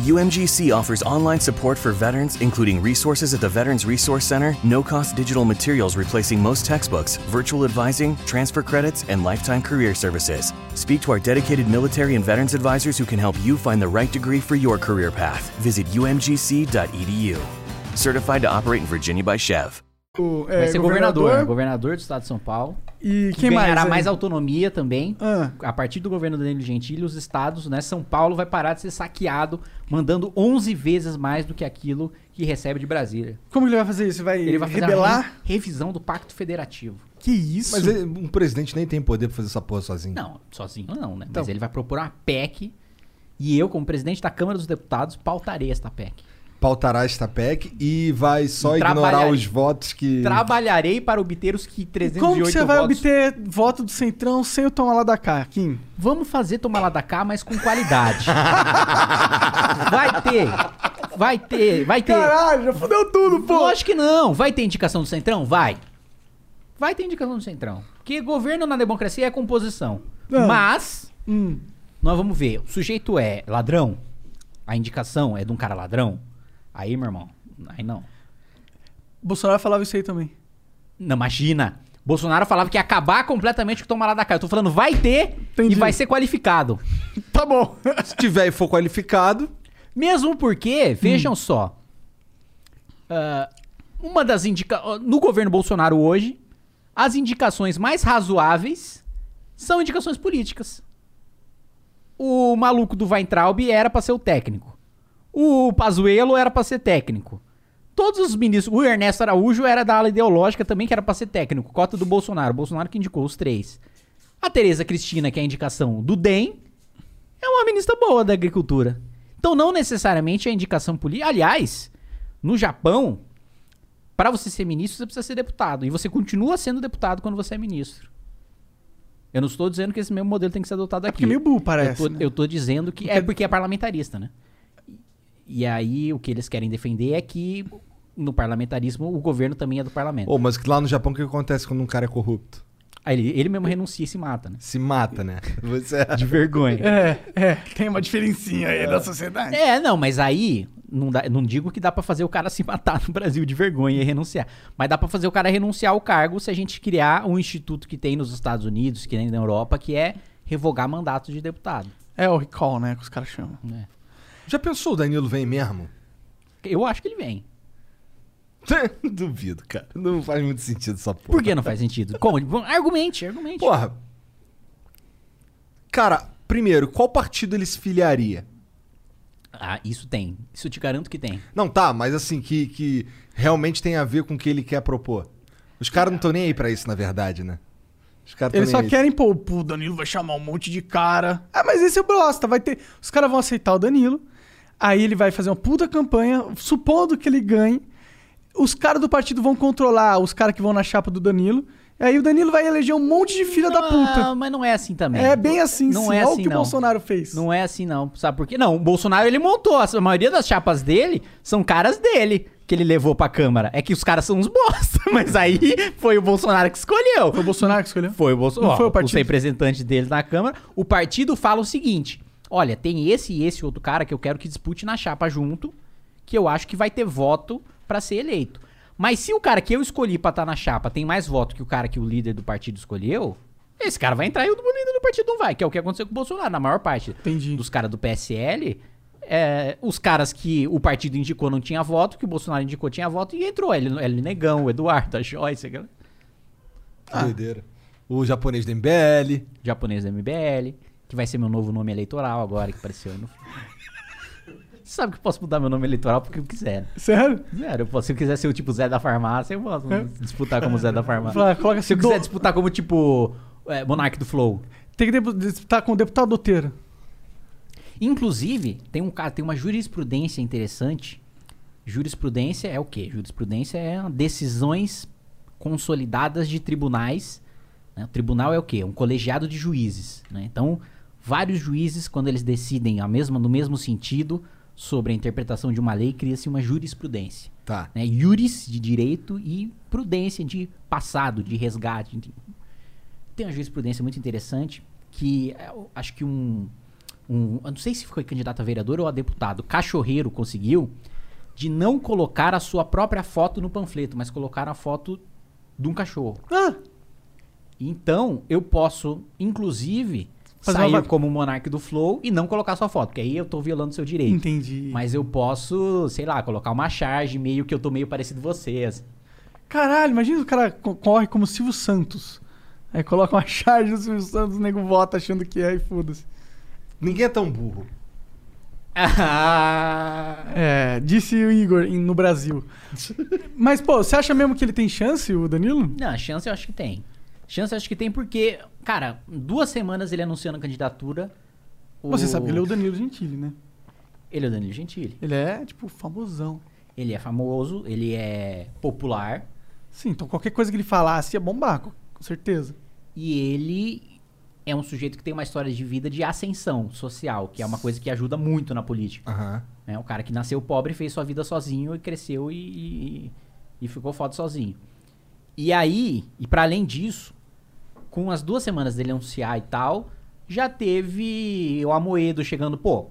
S7: UMGC offers online support for veterans, including resources at the Veterans Resource Center, no cost digital materials replacing most textbooks, virtual advising, transfer credits, and lifetime career services. Speak to our dedicated military and veterans advisors who can help you find the right degree for your career path. Visit umgc.edu. Certified to operate in Virginia by Chev.
S2: o, é,
S4: Vai ser governador. Governador do né? estado de São Paulo.
S2: E quem mais?
S4: né? ganhará
S2: aí?
S4: mais autonomia também.
S2: Ah,
S4: A partir do governo do Danilo Gentili, os estados, né? São Paulo vai parar de ser saqueado, mandando 11 vezes mais do que aquilo que recebe de Brasília.
S2: como ele vai fazer isso? Vai,
S4: Ele vai fazer
S2: rebelar?
S4: a re- revisão do Pacto Federativo.
S2: Que isso?
S3: Mas ele- um presidente nem tem poder pra fazer essa porra sozinho.
S4: Não, sozinho não, né?
S2: Então.
S4: Mas ele vai propor uma PEC e eu, como presidente da Câmara dos Deputados, pautarei esta PEC.
S3: Pautará esta PEC e vai só
S4: E
S3: ignorar
S4: trabalhar-
S3: os votos que.
S4: Trabalharei para obter os que
S2: E como
S4: 308
S2: que você vai
S4: votos.
S2: obter voto do Centrão sem o tomar lá da cá, Kim?
S4: Vamos fazer tomar lá da cá, mas com qualidade. vai ter. Vai ter, vai ter.
S2: Caralho, já fudeu tudo, pô!
S4: Lógico que não. Vai ter indicação do Centrão? Vai. Vai ter indicação do Centrão. Porque governo na democracia é composição.
S2: Não.
S4: Mas,
S2: Hum.
S4: nós vamos ver. O sujeito é ladrão. A indicação é de um cara ladrão. Aí, meu irmão. Aí não.
S2: Bolsonaro falava isso aí também.
S4: Não, imagina. Bolsonaro falava que ia acabar completamente com o tomar da cara. Eu tô falando, vai ter
S2: Entendi.
S4: e vai ser qualificado.
S2: Tá bom.
S3: Se tiver e for qualificado,
S4: Mesmo porque, vejam só. ah, uma das indicações. No governo Bolsonaro hoje, as indicações mais razoáveis são indicações políticas. O maluco do Weintraub era pra ser o técnico. O Pazuello era pra ser técnico. Todos os ministros. O Ernesto Araújo era da ala ideológica também, que era pra ser técnico. Cota do Bolsonaro. Bolsonaro que indicou os três. A Tereza Cristina, que é a indicação do DEM, é uma ministra boa da agricultura. Então, não necessariamente a indicação política. Aliás, no Japão, para você ser ministro, você precisa ser deputado. E você continua sendo deputado quando você é ministro. Eu não estou dizendo que esse mesmo modelo tem que ser adotado aqui.
S2: Porque meio burro
S4: eu,
S2: parece.
S4: tô,
S2: né?
S4: eu tô dizendo que. É porque é parlamentarista, né? E aí, o que eles querem defender é que no parlamentarismo o governo também é do parlamento.
S3: Ô, mas lá no Japão o que acontece quando um cara é corrupto?
S4: Aí ele, ele mesmo renuncia e se mata, né?
S3: Se mata, né? Você
S4: De vergonha.
S2: É, é, tem uma diferencinha aí da sociedade.
S4: É, não, mas aí não, dá- não digo que dá pra fazer o cara se matar no Brasil de vergonha e renunciar. Mas dá pra fazer o cara renunciar ao cargo se a gente criar um instituto que tem nos Estados Unidos, que tem na Europa, que é revogar mandato de deputado.
S2: É, o recall, né, que os caras chamam.
S4: né?
S3: Já pensou o Danilo vem mesmo?
S4: Eu acho que ele vem.
S3: Duvido, cara. Não faz muito sentido essa porra.
S4: Por que não faz sentido? Como? Bom, Argumente, argumente.
S3: Porra. Cara, primeiro, qual partido ele se filiaria?
S4: Ah, isso tem. Isso eu te garanto que tem.
S3: Não, tá, mas assim, que, que realmente tem a ver com o que ele quer propor. Os caras não estão nem aí pra isso, na verdade, né? Os caras tão
S2: Eles
S3: nem
S2: só
S3: aí.
S2: querem, pô, pô, o Danilo vai chamar um monte de cara. é Ah, mas esse é o bosta, vai ter... Os caras vão aceitar o Danilo, aí ele vai fazer uma puta campanha, supondo que ele ganhe, os caras do partido vão controlar os caras que vão na chapa do Danilo, e aí o Danilo vai eleger um monte de filha da puta.
S4: Ah, mas não é assim também.
S2: É bem assim,
S4: não
S2: sim.
S4: é
S2: Olha
S4: assim,
S2: o que
S4: não.
S2: o Bolsonaro fez.
S4: Não é assim, não. Sabe por quê? Não, o Bolsonaro ele montou. A maioria das chapas dele são caras dele que ele levou pra Câmara. É que os caras são uns bosta, mas aí foi o Bolsonaro que escolheu.
S2: Foi o Bolsonaro que escolheu?
S4: Foi o Bolsonaro.
S2: Não foi o
S4: Ó, Os
S2: partido?
S4: representantes dele na Câmara. O partido fala o seguinte: olha, tem esse e esse outro cara que eu quero que dispute na chapa junto, que eu acho que vai ter voto pra ser eleito. Mas se o cara que eu escolhi pra estar na chapa tem mais voto que o cara que o líder do partido escolheu, esse cara vai entrar e o líder do partido não vai, que é o que aconteceu com o Bolsonaro, na maior parte
S2: Entendi.
S4: dos caras do PSL, é, os caras que o partido indicou não tinha voto, que o Bolsonaro indicou tinha voto, e entrou ele, ele Negão, o Eduardo, a Joyce, aquela-
S3: Ah. Doideira. O japonês do MBL.
S4: japonês da MBL, que vai ser meu novo nome eleitoral agora, que apareceu aí no Você sabe que eu posso mudar meu nome eleitoral porque eu quiser.
S2: Sério?
S4: Sério, eu posso, se eu quiser ser o tipo Zé da Farmácia, eu posso disputar como Zé da Farmácia.
S2: É. Fala, coloca assim,
S4: Se eu quiser
S2: do-
S4: disputar como tipo é, Monark do Flow.
S2: Tem que debu- disputar com o deputado doteiro.
S4: Inclusive, tem um cara, tem uma jurisprudência interessante. Jurisprudência é o quê? Jurisprudência é decisões consolidadas de tribunais. né? O tribunal é o quê? Um colegiado de juízes. né? Então, vários juízes, quando eles decidem a mesma, no mesmo sentido sobre a interpretação de uma lei, cria-se uma jurisprudência.
S3: Tá.
S4: Né? Juris de direito e prudência de passado, de resgate. de- Tem uma jurisprudência muito interessante que é, eu acho que um, um- Eu não sei se foi candidato a vereador ou a deputado, cachorreiro conseguiu de não colocar a sua própria foto no panfleto, mas colocar a foto de um cachorro.
S2: Ah,
S4: Então, eu posso, inclusive,
S2: Fazer uma
S4: sair
S2: va-
S4: como monarca do Flow e não colocar sua foto, porque aí eu tô violando seu direito.
S2: entendi.
S4: Mas eu posso, sei lá, colocar uma charge meio que eu tô meio parecido com vocês.
S2: Caralho, imagina o cara co- corre como Silvio Santos. Aí coloca uma charge do Silvio Santos, o nego vota achando que é e foda-se.
S3: Ninguém é tão burro.
S2: É, disse o Igor em- no Brasil. Mas, pô, você acha mesmo que ele tem chance, o Danilo?
S4: Não, chance eu acho que tem. Chance eu acho que tem porque, cara, duas semanas ele anunciando a candidatura. o-
S2: Você sabe que ele é o Danilo Gentili, né?
S4: Ele é o Danilo Gentili.
S2: Ele é, tipo, famosão.
S4: Ele é famoso, ele é popular
S2: Sim, então qualquer coisa que ele falasse ia bombar, co- com certeza.
S4: e ele é um sujeito que tem uma história de vida de ascensão social, que é uma coisa que ajuda muito na política.
S3: Aham.
S4: É um cara que nasceu pobre, fez sua vida sozinho e cresceu e, e, e ficou foda sozinho. E aí, e para além disso, com as duas semanas dele anunciar e tal, já teve o Amoedo chegando, pô,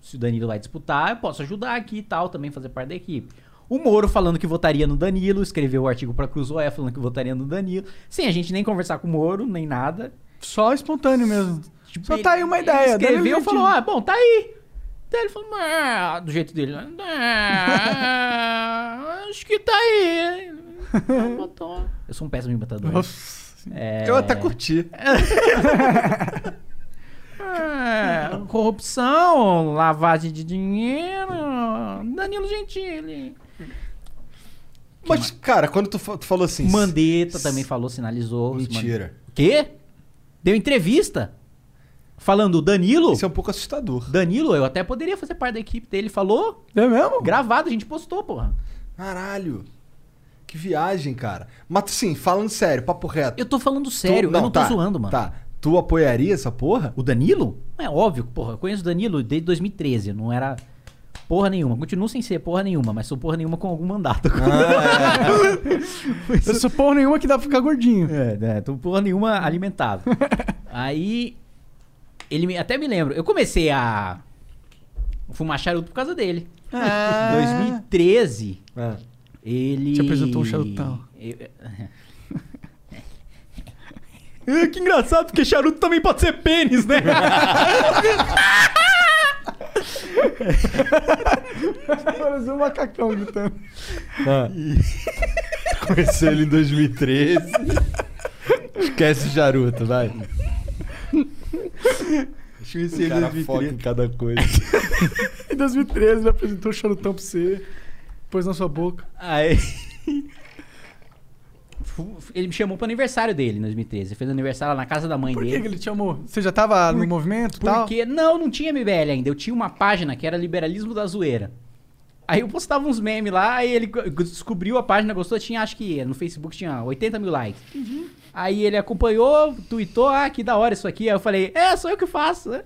S4: se o Danilo vai disputar, eu posso ajudar aqui e tal, também fazer parte da equipe. O Moro falando que votaria no Danilo, escreveu o artigo pra Cruzoé falando que votaria no Danilo, sem a gente nem conversar com o Moro, nem nada.
S2: Só espontâneo mesmo.
S4: Tipo,
S2: Só
S4: ele-
S2: tá aí uma
S4: ele
S2: ideia.
S4: escreveu
S2: Danilo
S4: e falou,
S2: Gentili.
S4: ah, bom, tá aí. Daí ele falou, "Ah", do jeito dele. né? "Ah, Acho que tá aí. Ele botou. Eu sou um péssimo imitador. né?
S2: Nossa,
S4: É,
S3: Eu até curti.
S4: "Ah, corrupção, lavagem de dinheiro, Danilo Gentili.
S3: Mas, cara, quando tu, fa- tu falou assim.
S4: Mandetta também falou, sinalizou. os
S3: Mentira.
S4: Mand- O quê? Deu entrevista? Falando o Danilo?
S3: Isso é um pouco assustador.
S4: Danilo, eu até poderia fazer parte da equipe dele. Falou,
S2: É mesmo?
S4: gravado, a gente postou, porra.
S3: Caralho. Que viagem, cara. Mas, sim, falando sério, papo reto.
S4: Eu tô falando sério, eu não tô
S3: tá,
S4: zoando, mano.
S3: Tá. Tu apoiaria essa porra?
S4: O Danilo? É óbvio, porra, eu conheço o Danilo desde 2013, não era porra nenhuma. Continuo sem ser porra nenhuma, mas sou porra nenhuma com algum mandato.
S2: Ah, Eu sou porra nenhuma que dá pra ficar gordinho.
S4: É, né? Tô porra nenhuma alimentado. Aí. Ele me- até me lembro. Eu comecei a fumar charuto por causa dele.
S2: Ah.
S4: 2013,
S3: É.
S4: ele.
S2: Te apresentou um charutão.
S4: Eu-
S2: É, que engraçado, porque charuto também pode ser pênis, né? Pareceu um macacão gritando.
S3: Ah.
S6: Conheceu ele em 2013. Esquece o charuto, vai. Esqueci ele em 2013. Foca em cada coisa.
S2: Em 2013 ele apresentou o charutão pra você, pôs na sua boca.
S4: Aí. Fu- Ele me chamou pro aniversário dele em 2013. Ele fez aniversário lá na casa da mãe
S2: Por que, que
S4: dele.
S2: ele te amou? Você já tava no movimento e tal?
S4: Porque não, não tinha MBL ainda. Eu tinha uma página que era Liberalismo da Zoeira. Aí eu postava uns memes lá, aí ele co- descobriu a página, gostou, tinha, acho que no Facebook tinha 80 mil likes. Aí ele acompanhou, tweetou, ah, que da hora isso aqui. Aí eu falei, é, sou eu que faço. né?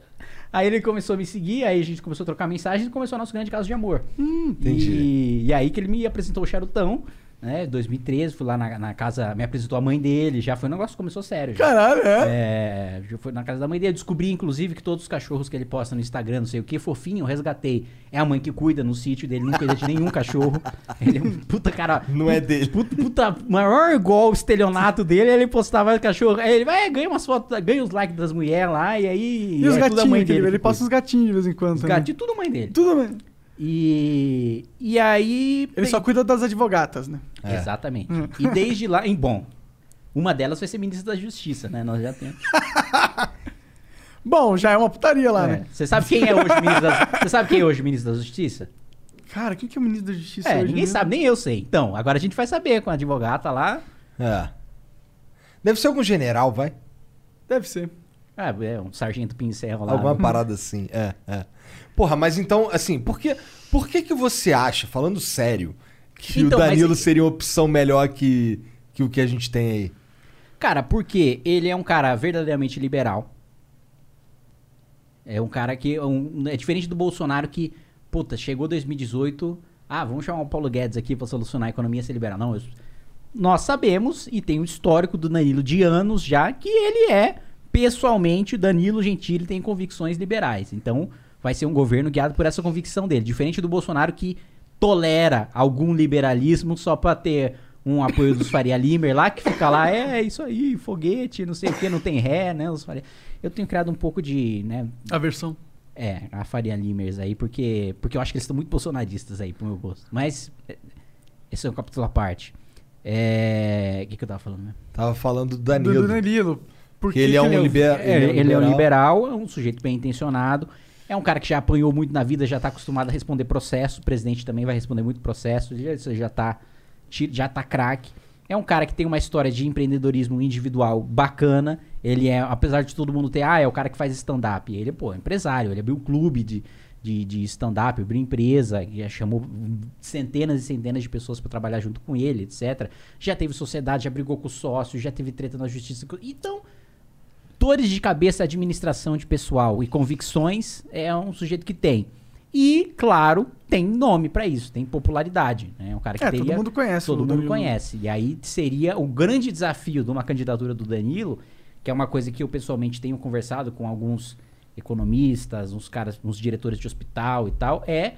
S4: Aí ele começou a me seguir, aí a gente começou a trocar mensagens e começou o nosso grande caso de amor.
S3: entendi.
S4: E, e aí que ele me apresentou o Charutão, né, 2013, fui lá na, na casa, me apresentou a mãe dele, já foi um negócio que começou sério. já.
S2: Caralho, é.
S4: É, já foi na casa da mãe dele. Eu Descobri, inclusive, que todos os cachorros que ele posta no Instagram, não sei o que, fofinho, eu resgatei. É a mãe que cuida no sítio dele, não cuida de nenhum cachorro. Ele é um puta cara.
S6: Não é dele.
S4: Puta, puta maior gol estelionato dele, ele postava cachorro. Aí ele vai, ganha umas fotos, ganha os likes das mulheres lá, e aí.
S2: E os
S4: é tudo a
S2: gatinhos,
S4: mãe
S2: que ele,
S4: dele
S2: ele
S4: que
S2: passa
S4: cuida.
S2: uns gatinhos de vez em quando.
S4: Os
S2: também.
S4: gatinhos, tudo a mãe dele.
S2: Tudo né? bem.
S4: E. E aí.
S2: Ele só cuida das advogatas, né?
S4: Exatamente. E desde lá, em bom. Uma delas vai ser ministra da Justiça, né? Nós já temos.
S2: Bom, já é uma putaria lá,
S4: É.
S2: né?
S4: Você sabe quem é hoje o ministro da Você sabe quem é hoje o ministro da Justiça?
S2: Cara, quem que é o ministro da Justiça
S4: é,
S2: hoje?
S4: ninguém
S2: né?
S4: sabe, nem eu sei. Então, agora a gente vai saber com a advogata lá.
S3: É. Deve ser algum general, vai.
S2: Deve ser.
S4: Ah, é um sargento pincel lá.
S3: Alguma parada assim. É, é. Porra, mas então, assim, por que, por que, que você acha, falando sério, que
S4: Então,
S3: o
S4: mas-
S3: Danilo seria uma opção melhor que, que o que a gente tem aí?
S4: Cara, porque ele é um cara verdadeiramente liberal. É um cara que. é um- é diferente do Bolsonaro que, puta, chegou 2018. Ah, vamos chamar o Paulo Guedes aqui pra solucionar a economia e ser liberal. Não, eu- nós sabemos, e tem o histórico do Danilo de anos já, que ele é, pessoalmente, o Danilo Gentili tem convicções liberais. Então, vai ser um governo guiado por essa convicção dele. Diferente do Bolsonaro que tolera algum liberalismo só pra ter um apoio dos Faria Limer lá, que fica lá, é, é isso aí, foguete, não sei o que, não tem ré, né? Os Faria... Eu tenho criado um pouco de, né,
S2: A versão.
S4: é, a Faria Limers aí, porque, porque eu acho que eles estão muito bolsonaristas aí, pro meu gosto. Mas, é, esse é um capítulo à parte. É. O que, que eu tava falando, né?
S3: Tava falando do
S2: Do,
S3: Danilo.
S2: do Danilo. Porque
S3: Que ele é um liber-
S4: É, ele, é um liberal, é um sujeito bem intencionado. É um cara que já apanhou muito na vida, já tá acostumado a responder processo. O presidente também vai responder muito processo. Ele já- Isso já tá, ti- já tá craque. É um cara que tem uma história de empreendedorismo individual bacana. Ele é, apesar de todo mundo ter, ah, é o cara que faz stand-up. Ele, pô, é empresário. Ele abriu um clube de, de, de stand-up, abriu empresa, e já chamou centenas e centenas de pessoas pra trabalhar junto com ele, etc. Já teve sociedade, já brigou com sócio, já teve treta na justiça. Então, dores de cabeça, administração de pessoal e convicções é um sujeito que tem. E, claro, tem nome pra isso, tem popularidade. né? É um cara que
S2: É,
S4: teria,
S2: todo mundo conhece.
S4: todo
S2: o
S4: mundo
S2: Danilo.
S4: conhece. E aí seria o grande desafio de uma candidatura do Danilo, que é uma coisa que eu pessoalmente tenho conversado com alguns economistas, uns caras, uns diretores de hospital e tal, é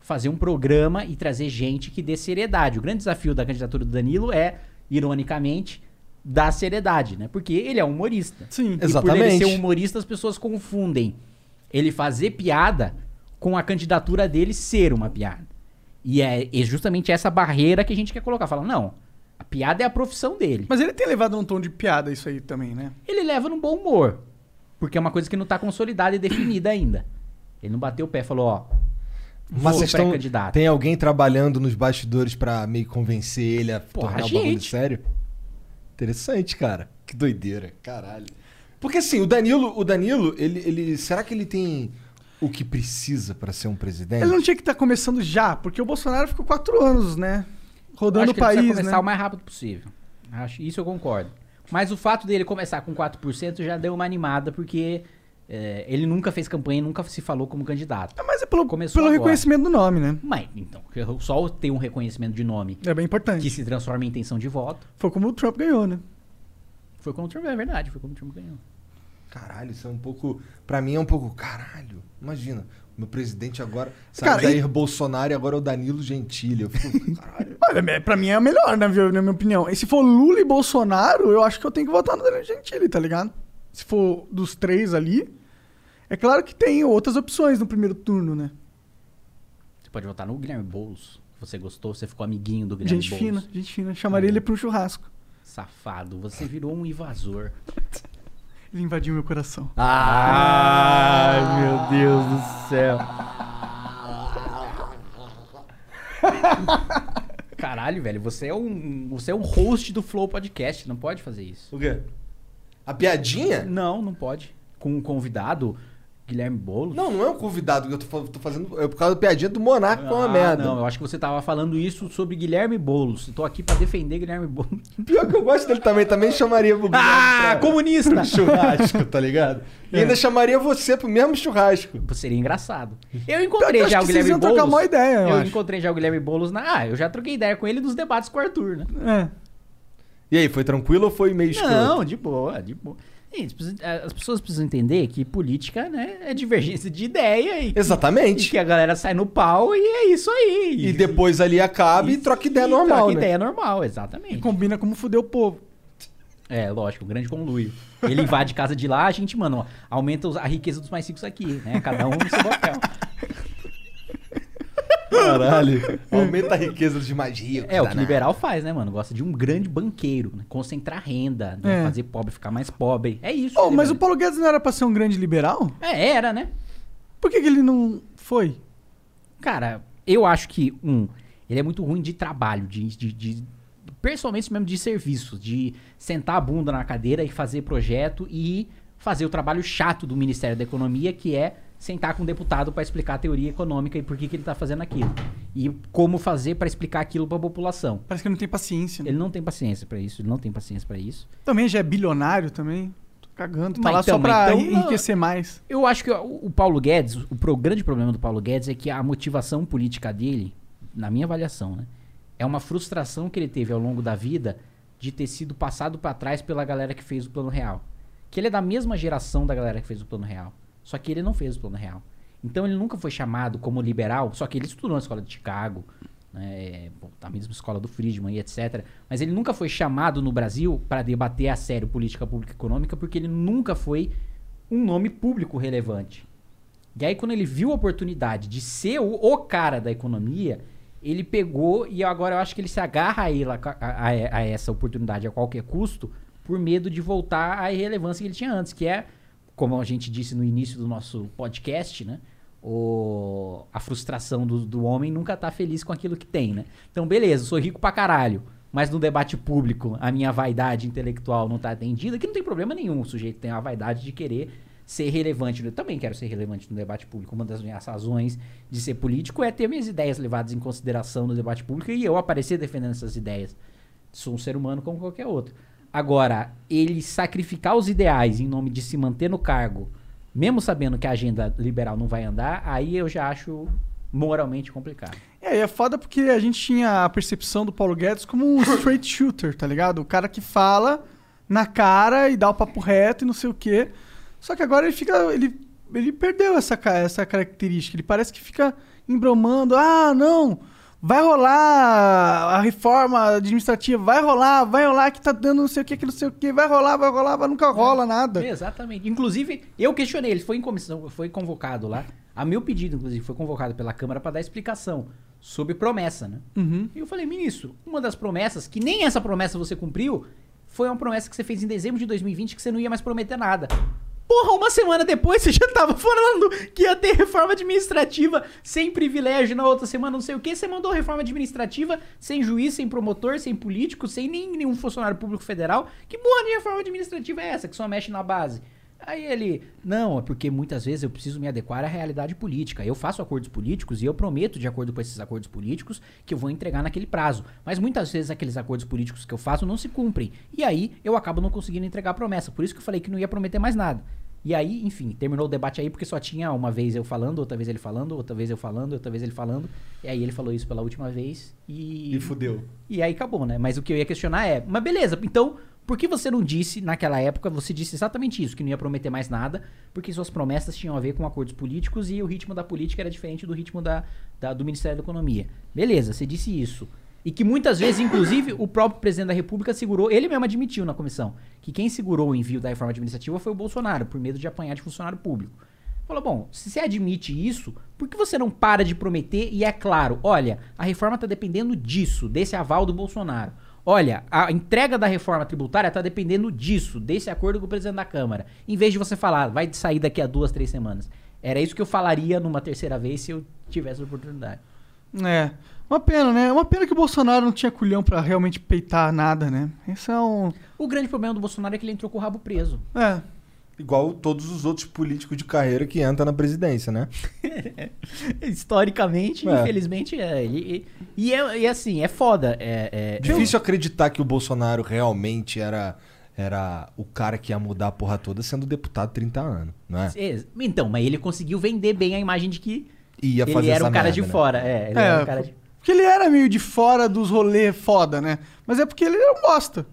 S4: fazer um programa e trazer gente que dê seriedade. O grande desafio da candidatura do Danilo é, ironicamente, dar seriedade, né? Porque ele é um humorista.
S2: Sim.
S3: Exato.
S4: E por ele
S3: Exatamente.
S4: ser um humorista, as pessoas confundem ele fazer piada com a candidatura dele ser uma piada. E é é justamente essa barreira que a gente quer colocar. Fala, não, a piada é a profissão dele.
S2: Mas ele tem levado um tom de piada isso aí também, né?
S4: Ele leva num bom humor, porque é uma coisa que não tá consolidada e definida ainda. Ele não bateu o pé e falou, ó,
S3: Mas
S4: vou
S3: vocês estão-
S4: pré-candidato.
S3: tem alguém trabalhando nos bastidores pra meio que convencer ele a
S4: Porra,
S3: tornar
S4: a
S3: o bagulho
S4: gente.
S3: sério? Interessante, cara. Que doideira, caralho. Porque assim, o Danilo, o Danilo, ele, ele será que ele tem o que precisa pra ser um presidente?
S2: Ele não tinha que estar começando já, porque o Bolsonaro ficou quatro anos, né?
S4: Eu
S2: Rodando
S4: acho
S2: o
S4: que ele precisa
S2: país,
S4: começar
S2: né?
S4: o mais rápido possível. Acho, isso eu concordo. Mas o fato dele começar com 4% já deu uma animada, porque é, ele nunca fez campanha, nunca se falou como candidato.
S2: Ah, Mas é pelo,
S4: Começou
S2: pelo
S4: agora.
S2: reconhecimento do nome, né?
S4: Mas, então, só ter um reconhecimento de nome
S2: É bem importante.
S4: que se transforma em intenção de voto
S2: Foi como o Trump ganhou, né?
S4: foi quando o Trump, é verdade, foi quando o Trump ganhou.
S3: Caralho, isso é um pouco, Pra mim é um pouco, caralho. Imagina, o meu presidente agora, sabe,
S2: Cara,
S3: Jair Bolsonaro e agora é o Danilo Gentili. Eu fico, caralho.
S2: Olha, me- pra mim é o melhor, na minha, na minha opinião. E se for Lula e Bolsonaro, eu acho que eu tenho que votar no Danilo Gentili, tá ligado? Se for dos três ali. É claro que tem outras opções no primeiro turno, né?
S4: Você pode votar no Guilherme Boulos. Você gostou, você ficou amiguinho do Guilherme
S2: gente fina,
S4: Boulos.
S2: gente fina. Chamaria ele pra um churrasco.
S4: Safado, você virou um invasor.
S2: Ele invadiu meu coração.
S6: Ai, meu Deus do céu.
S4: Caralho, velho, você é um, você é um host do Flow Podcast, não pode fazer isso.
S3: O quê? A piadinha?
S4: Não, não pode. Com um convidado, Guilherme Boulos.
S3: Não, não é um convidado que eu tô, fa- tô fazendo. É por causa da piadinha do Monarca com a
S4: Ah,
S3: merda.
S4: Não, eu acho que você tava falando isso sobre Guilherme Boulos. Tô aqui pra defender Guilherme Boulos.
S3: Pior que eu gosto dele também, também chamaria o
S4: Ah, comunista!
S3: pro churrasco, tá ligado?
S4: É.
S3: E ainda chamaria você pro mesmo churrasco.
S4: Seria engraçado. Eu
S2: Pior que
S4: encontrei
S2: eu
S4: já
S2: acho
S4: o
S2: que vocês
S4: Guilherme
S2: iam
S4: Boulos.
S2: trocar uma ideia, eu
S4: eu
S2: acho.
S4: encontrei já o Guilherme Boulos na. Ah, eu já troquei ideia com ele nos debates com o Arthur, né?
S2: É.
S3: E aí, foi tranquilo ou foi meio escuro?
S4: Não, de boa, de boa. Gente, precisa- As pessoas precisam entender que política, né, é divergência de ideia e, e
S3: Exatamente.
S4: que a galera sai no pau e é isso aí.
S3: E depois ali acaba e, troca ideia normal,
S4: troca
S3: né?
S4: ideia normal,
S2: E
S4: exatamente.
S2: combina como fuder o povo.
S4: É, lógico, um grande conluio. Ele invade casa de lá, a gente, mano, ó, aumenta os- a riqueza dos mais ricos aqui, né? Cada um no seu papel.
S3: Caralho. Aumenta a riqueza dos mais ricos.
S4: É, o que
S3: danado.
S4: liberal faz, né, mano? Gosta de um grande banqueiro, né? concentrar renda, né?
S2: É.
S4: fazer pobre ficar mais pobre. É isso.
S2: Oh, mas o
S4: liberal.
S2: Paulo Guedes não era pra ser um grande liberal?
S4: É, era, né?
S2: Por que, que ele não foi?
S4: Cara, eu acho que, um, ele é muito ruim de trabalho, de. de, de- principalmente mesmo de serviço, de sentar a bunda na cadeira e fazer projeto e fazer o trabalho chato do Ministério da Economia, que é sentar com um deputado pra explicar a teoria econômica e por que, que ele tá fazendo aquilo. E como fazer pra explicar aquilo pra população.
S2: Parece que ele não tem paciência. né?
S4: Ele não tem paciência pra isso, ele não tem paciência pra isso.
S2: Também já é bilionário também. Tô cagando. Tá
S4: Mas
S2: lá
S4: então,
S2: só pra
S4: então,
S2: enriquecer mais.
S4: Eu acho que o o Paulo Guedes, o, pro- grande problema do Paulo Guedes é que a motivação política dele, na minha avaliação, né, é uma frustração que ele teve ao longo da vida de ter sido passado pra trás pela galera que fez o Plano Real. Que ele é da mesma geração da galera que fez o Plano Real, só que ele não fez o Plano Real. Então ele nunca foi chamado como liberal, só que ele estudou na escola de Chicago, né, bom, na mesma escola do Friedman e etc. Mas ele nunca foi chamado no Brasil para debater a sério política pública e econômica, porque ele nunca foi um nome público relevante. E aí, quando ele viu a oportunidade de ser o, o cara da economia, Ele pegou e agora eu acho que ele se agarra a, ele, a, a- a essa oportunidade a qualquer custo por medo de voltar à irrelevância que ele tinha antes, que é, como a gente disse no início do nosso podcast, né? O, a frustração do, do homem nunca tá feliz com aquilo que tem, né? Então, beleza, sou rico pra caralho, mas no debate público a minha vaidade intelectual não tá atendida, que não tem problema nenhum. O sujeito tem a vaidade de querer ser relevante. Eu também quero ser relevante no debate público. Uma das minhas razões de ser político é ter minhas ideias levadas em consideração no debate público e eu aparecer defendendo essas ideias. Sou um ser humano como qualquer outro. Agora, ele sacrificar os ideais em nome de se manter no cargo, mesmo sabendo que a agenda liberal não vai andar, aí eu já acho moralmente complicado.
S2: É, e é foda porque a gente tinha a percepção do Paulo Guedes como um straight shooter, tá ligado? O cara que fala na cara e dá o papo reto e não sei o quê. Só que agora ele fica. Ele, ele perdeu essa, ca- essa característica. Ele parece que fica embromando. Ah, não! Vai rolar a reforma administrativa, vai rolar, vai rolar que tá dando não sei o que, que não sei o que, vai rolar, vai rolar, mas
S4: É.
S2: nunca rola nada.
S4: Exatamente. Inclusive, eu questionei, ele foi em comissão, foi convocado lá. A meu pedido, inclusive, foi convocado pela Câmara para dar explicação sobre promessa, né?
S2: Uhum.
S4: E eu falei, ministro, uma das promessas, que nem essa promessa você cumpriu, foi uma promessa que você fez em dezembro de 2020 que você não ia mais prometer nada. Porra, uma semana depois você já tava falando que ia ter reforma administrativa sem privilégio, na outra semana não sei o que, você mandou reforma administrativa sem juiz, sem promotor, sem político, sem nem nenhum funcionário público federal. Que porra de reforma administrativa é essa que só mexe na base? Aí ele, não, é porque muitas vezes eu preciso me adequar à realidade política. Eu faço acordos políticos e eu prometo, de acordo com esses acordos políticos, que eu vou entregar naquele prazo. Mas muitas vezes aqueles acordos políticos que eu faço não se cumprem. E aí eu acabo não conseguindo entregar a promessa. Por isso que eu falei que não ia prometer mais nada. E aí, enfim, terminou o debate aí porque só tinha uma vez eu falando, outra vez ele falando, outra vez eu falando, outra vez ele falando. E aí ele falou isso pela última vez e.
S3: E fudeu.
S4: E aí acabou, né? Mas o que eu ia questionar é, mas beleza, então por que você não disse naquela época, você disse exatamente isso, que não ia prometer mais nada, porque suas promessas tinham a ver com acordos políticos e o ritmo da política era diferente do ritmo da, da- do Ministério da Economia. Beleza, você disse isso. E que muitas vezes, inclusive, o próprio presidente da República segurou, ele mesmo admitiu na comissão, que quem segurou o envio da reforma administrativa foi o Bolsonaro, por medo de apanhar de funcionário público. Falou, bom, se você admite isso, por que você não para de prometer e é claro, olha, a reforma está dependendo disso, desse aval do Bolsonaro. Olha, a entrega da reforma tributária está dependendo disso, desse acordo com o presidente da Câmara. Em vez de você falar, vai sair daqui a duas, três semanas. Era isso que eu falaria numa terceira vez se eu tivesse a oportunidade.
S2: É. Uma pena, né? Uma pena que o Bolsonaro não tinha culhão pra realmente peitar nada, né? Isso é um.
S4: O grande problema do Bolsonaro é que ele entrou com o rabo preso.
S2: É.
S3: Igual todos os outros políticos de carreira que entram na presidência, né?
S4: Historicamente,
S3: É.
S4: infelizmente, é. Ele, e, e é, e assim, é foda. É, é-
S3: Difícil acreditar que o Bolsonaro realmente era, era o cara que ia mudar a porra toda sendo deputado 30 anos, não é?
S4: É, Então, mas ele conseguiu vender bem a imagem de que
S3: E ia
S4: ele
S3: fazer
S4: era
S3: essa
S4: um cara
S3: merda,
S4: de
S3: né?
S4: fora. É, ele era um cara de...
S2: Porque ele era meio de fora dos rolê foda, né? Mas é porque ele era um bosta.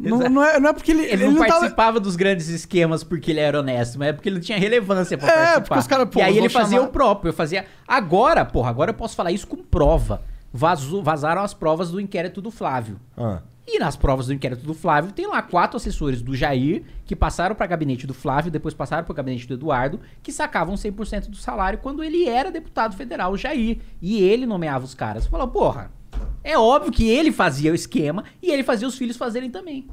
S2: não,
S4: Exato.
S2: não é, não é porque ele,
S4: Ele, não, participava dos grandes esquemas porque ele era honesto, mas é porque ele não tinha relevância pra
S2: É,
S4: participar.
S2: porque os caras, pô,
S4: e aí
S2: eu
S4: ele
S2: vou
S4: fazia
S2: chamar-
S4: o próprio, eu fazia... Agora, porra, agora eu posso falar isso com prova. Vazou, vazaram as provas do inquérito do Flávio.
S3: Ah,
S4: E nas provas do inquérito do Flávio, tem lá quatro assessores do Jair que passaram para gabinete do Flávio, depois passaram para gabinete do Eduardo, que sacavam 100% do salário quando ele era deputado federal, o Jair. E ele nomeava os caras. Fala, porra, é óbvio que ele fazia o esquema e ele fazia os filhos fazerem também.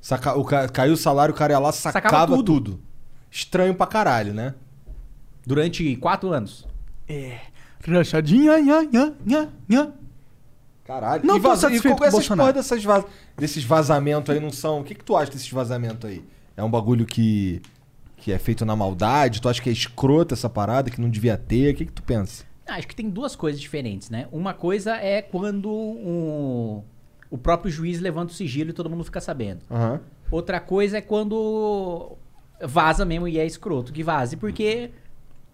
S3: saca- o ca- Caiu o salário, o cara ia lá, sacava,
S4: Sacava tudo.
S3: tudo. Estranho pra caralho, né?
S4: Durante quatro anos.
S2: É. Rachadinha, nha, nha, nha, nha.
S3: Caralho.
S2: Não
S3: e
S2: tô
S3: vaza- e
S2: satisfeito
S3: qual-
S2: com o
S3: essas
S2: Bolsonaro.
S3: porra dessas vaz- desses vazamentos aí não são... O que, que tu acha desses vazamentos aí? É um bagulho que, que é feito na maldade? Tu acha que é escrota essa parada, que não devia ter? O que, que tu pensa?
S4: Ah, Acho que tem duas coisas diferentes, né? Uma coisa é quando um- o próprio juiz levanta o sigilo e todo mundo fica sabendo.
S3: Aham.
S4: Outra coisa é quando vaza mesmo e é escroto que vaze, porque.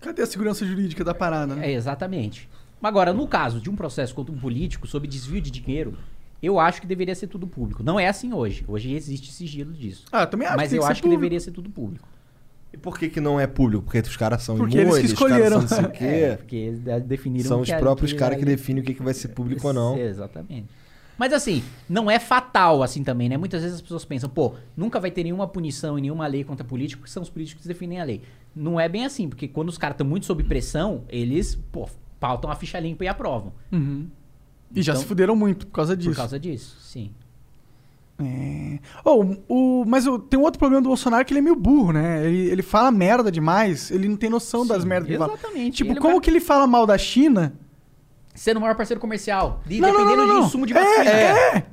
S2: Cadê a segurança jurídica da parada, né?
S4: É, exatamente. Mas Agora, no caso de um processo contra um político sob desvio de dinheiro, eu acho que deveria ser tudo público. Não é assim hoje. Hoje existe sigilo disso.
S2: Ah, eu também acho
S4: Mas
S2: que tem
S4: eu
S2: que ser
S4: acho que
S2: público.
S4: deveria ser tudo público.
S3: E por que que não é público? Porque os caras são
S2: Porque
S3: imunes,
S2: eles que escolheram.
S3: Os caras são não sei o quê.
S4: É, porque eles de- definiram
S3: são os
S4: que a-
S3: próprios
S4: que
S3: caras que
S4: a-
S3: definem o que, que vai
S4: É,
S3: ser público ou não.
S4: Exatamente. Mas assim, não é fatal assim também, né? Muitas vezes as pessoas pensam, pô, nunca vai ter nenhuma punição e nenhuma lei contra político, porque são os políticos que definem a lei. Não é bem assim, porque quando os caras estão muito sob pressão, eles, pô, pautam a ficha limpa e aprovam.
S2: Uhum. E já
S4: Então-
S2: se fuderam muito por causa disso.
S4: Por causa disso, sim.
S2: É. Oh, o, mas o- tem um outro problema do Bolsonaro que ele é meio burro, né? Ele, ele fala merda demais, ele não tem noção das
S4: Sim,
S2: merdas que ele fala.
S4: Exatamente.
S2: Tipo,
S4: Ele
S2: como
S4: vai
S2: que ele fala mal da China?
S4: Sendo o maior parceiro comercial. E
S2: Não, não,
S4: dependendo
S2: não, não, não.
S4: de insumo de vacina.
S6: É.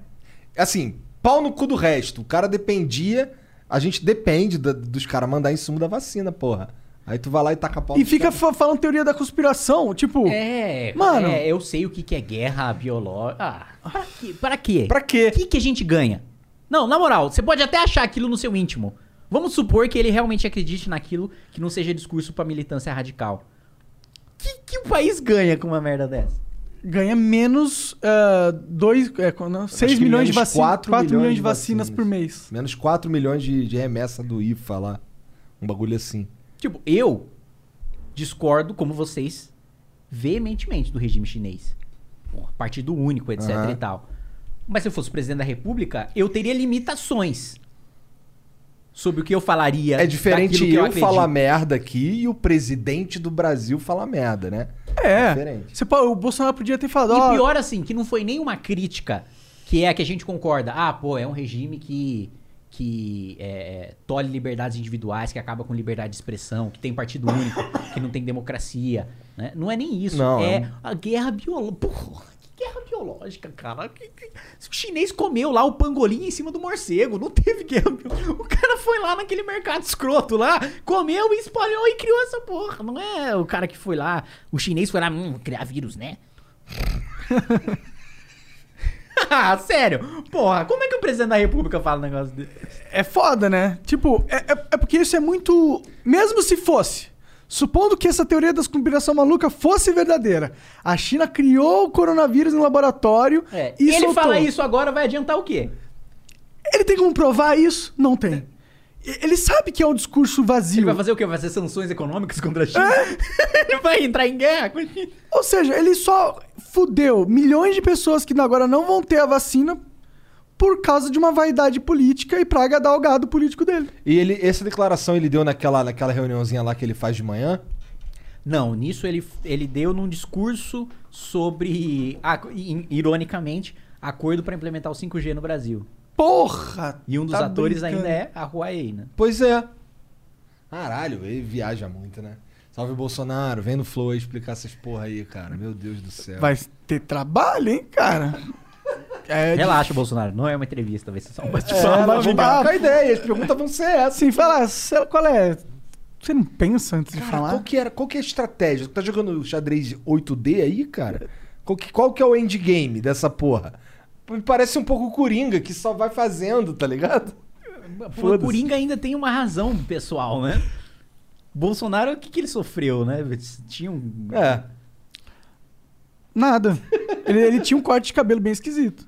S3: Assim, pau no cu do resto. O cara dependia. A gente depende da- dos caras mandar insumo da vacina, porra. Aí tu vai lá e taca pau
S2: E
S3: nos
S2: fica
S3: caras.
S2: fa- falando teoria da conspiração, tipo...
S4: É,
S2: Mano.
S4: é, eu sei o que, que é guerra biológica. Ah, pra quê? Pra quê?
S3: Pra quê?
S4: O que, que a gente ganha? Não, na moral, você pode até achar aquilo no seu íntimo. Vamos supor que ele realmente acredite naquilo que não seja discurso pra militância radical. O que, que o país ganha com uma merda dessa?
S2: ganha menos 2, é, 6
S3: que
S2: milhões de
S3: menos
S2: vacinas, 4,
S3: quatro
S2: milhões,
S3: milhões
S2: de
S3: de
S2: vacinas, por mês.
S3: Menos 4 milhões de, de remessa do IFA lá. Um bagulho assim.
S4: Tipo, eu discordo, como vocês, veementemente do regime chinês. Porra, partido único, etc
S3: Aham.
S4: e tal. Mas se eu fosse presidente da república, eu teria limitações sobre o que eu falaria.
S3: É diferente
S4: daquilo que
S3: eu,
S4: acredito.
S3: falar merda aqui e o presidente do Brasil falar merda, né?
S2: É.
S3: Diferente.
S2: Você, pode- o Bolsonaro podia ter falado, ó,
S4: E pior assim, que não foi nenhuma crítica, que é a que a gente concorda. Ah, pô, é um regime que, que é, é, tolhe liberdades individuais, que acaba com liberdade de expressão, que tem partido único, que não tem democracia. né? Não é nem isso.
S3: Não,
S4: é
S3: é um-
S4: a guerra biológica. Porra, que guerra biológica, cara? Que- que- O chinês comeu lá o pangolim em cima do morcego. Não teve guerra biológica. O cara foi lá naquele mercado escroto lá, comeu e espalhou e criou essa porra. Não é o cara que foi lá. O chinês foi lá hum, criar vírus, né? Ah, sério? Porra, como é que o presidente da república fala um negócio desse?
S2: é foda, né? Tipo, é, é- é porque isso é muito... Mesmo se fosse, supondo que essa teoria da conspiração maluca fosse verdadeira, a China criou o coronavírus no laboratório
S4: É,
S2: e
S4: ele
S2: soltou.
S4: fala isso agora, vai adiantar o quê?
S2: Ele tem como provar isso? Não tem. E- Ele sabe que é um discurso vazio.
S4: Ele vai fazer o quê? Vai fazer sanções econômicas contra a China? ele vai entrar em guerra com a China?
S2: Ou seja, ele só fudeu milhões de pessoas que agora não vão ter a vacina por causa de uma vaidade política e pra agradar o gado político dele.
S3: E ele, essa declaração ele deu naquela, naquela reuniãozinha lá que ele faz de manhã.
S4: Não, nisso ele, ele deu num discurso sobre, ah, i- ironicamente, acordo pra implementar o 5G no Brasil.
S2: Porra!
S4: E um dos
S2: tá
S4: atores
S2: brincando.
S4: ainda é a Huawei, né?
S3: Pois é. Caralho, ele viaja muito, né? Salve Bolsonaro, vem no Flow aí explicar essas porra aí, cara. Meu Deus do céu.
S2: Vai ter trabalho, hein, cara? É,
S4: Relaxa, Bolsonaro, não é uma entrevista, vai ser só um bate-papo.
S2: É, mas vamos
S3: Troca
S2: dar-
S3: a ideia, as perguntas vão ser essas.
S2: Assim, fala, sei- qual é? Você não pensa antes de
S3: Cara,
S2: falar?
S3: qual que, era, qual que é a estratégia? Tu tá jogando xadrez 8D aí, cara? Qual que, qual que é o endgame dessa porra? Me parece um pouco o Coringa, que só vai fazendo, tá ligado?
S4: Pô, o Coringa ainda tem uma razão pessoal, né? Bolsonaro, o que, que ele sofreu, né? Tinha um.
S3: É.
S2: Nada. Ele, ele tinha um corte de cabelo bem esquisito.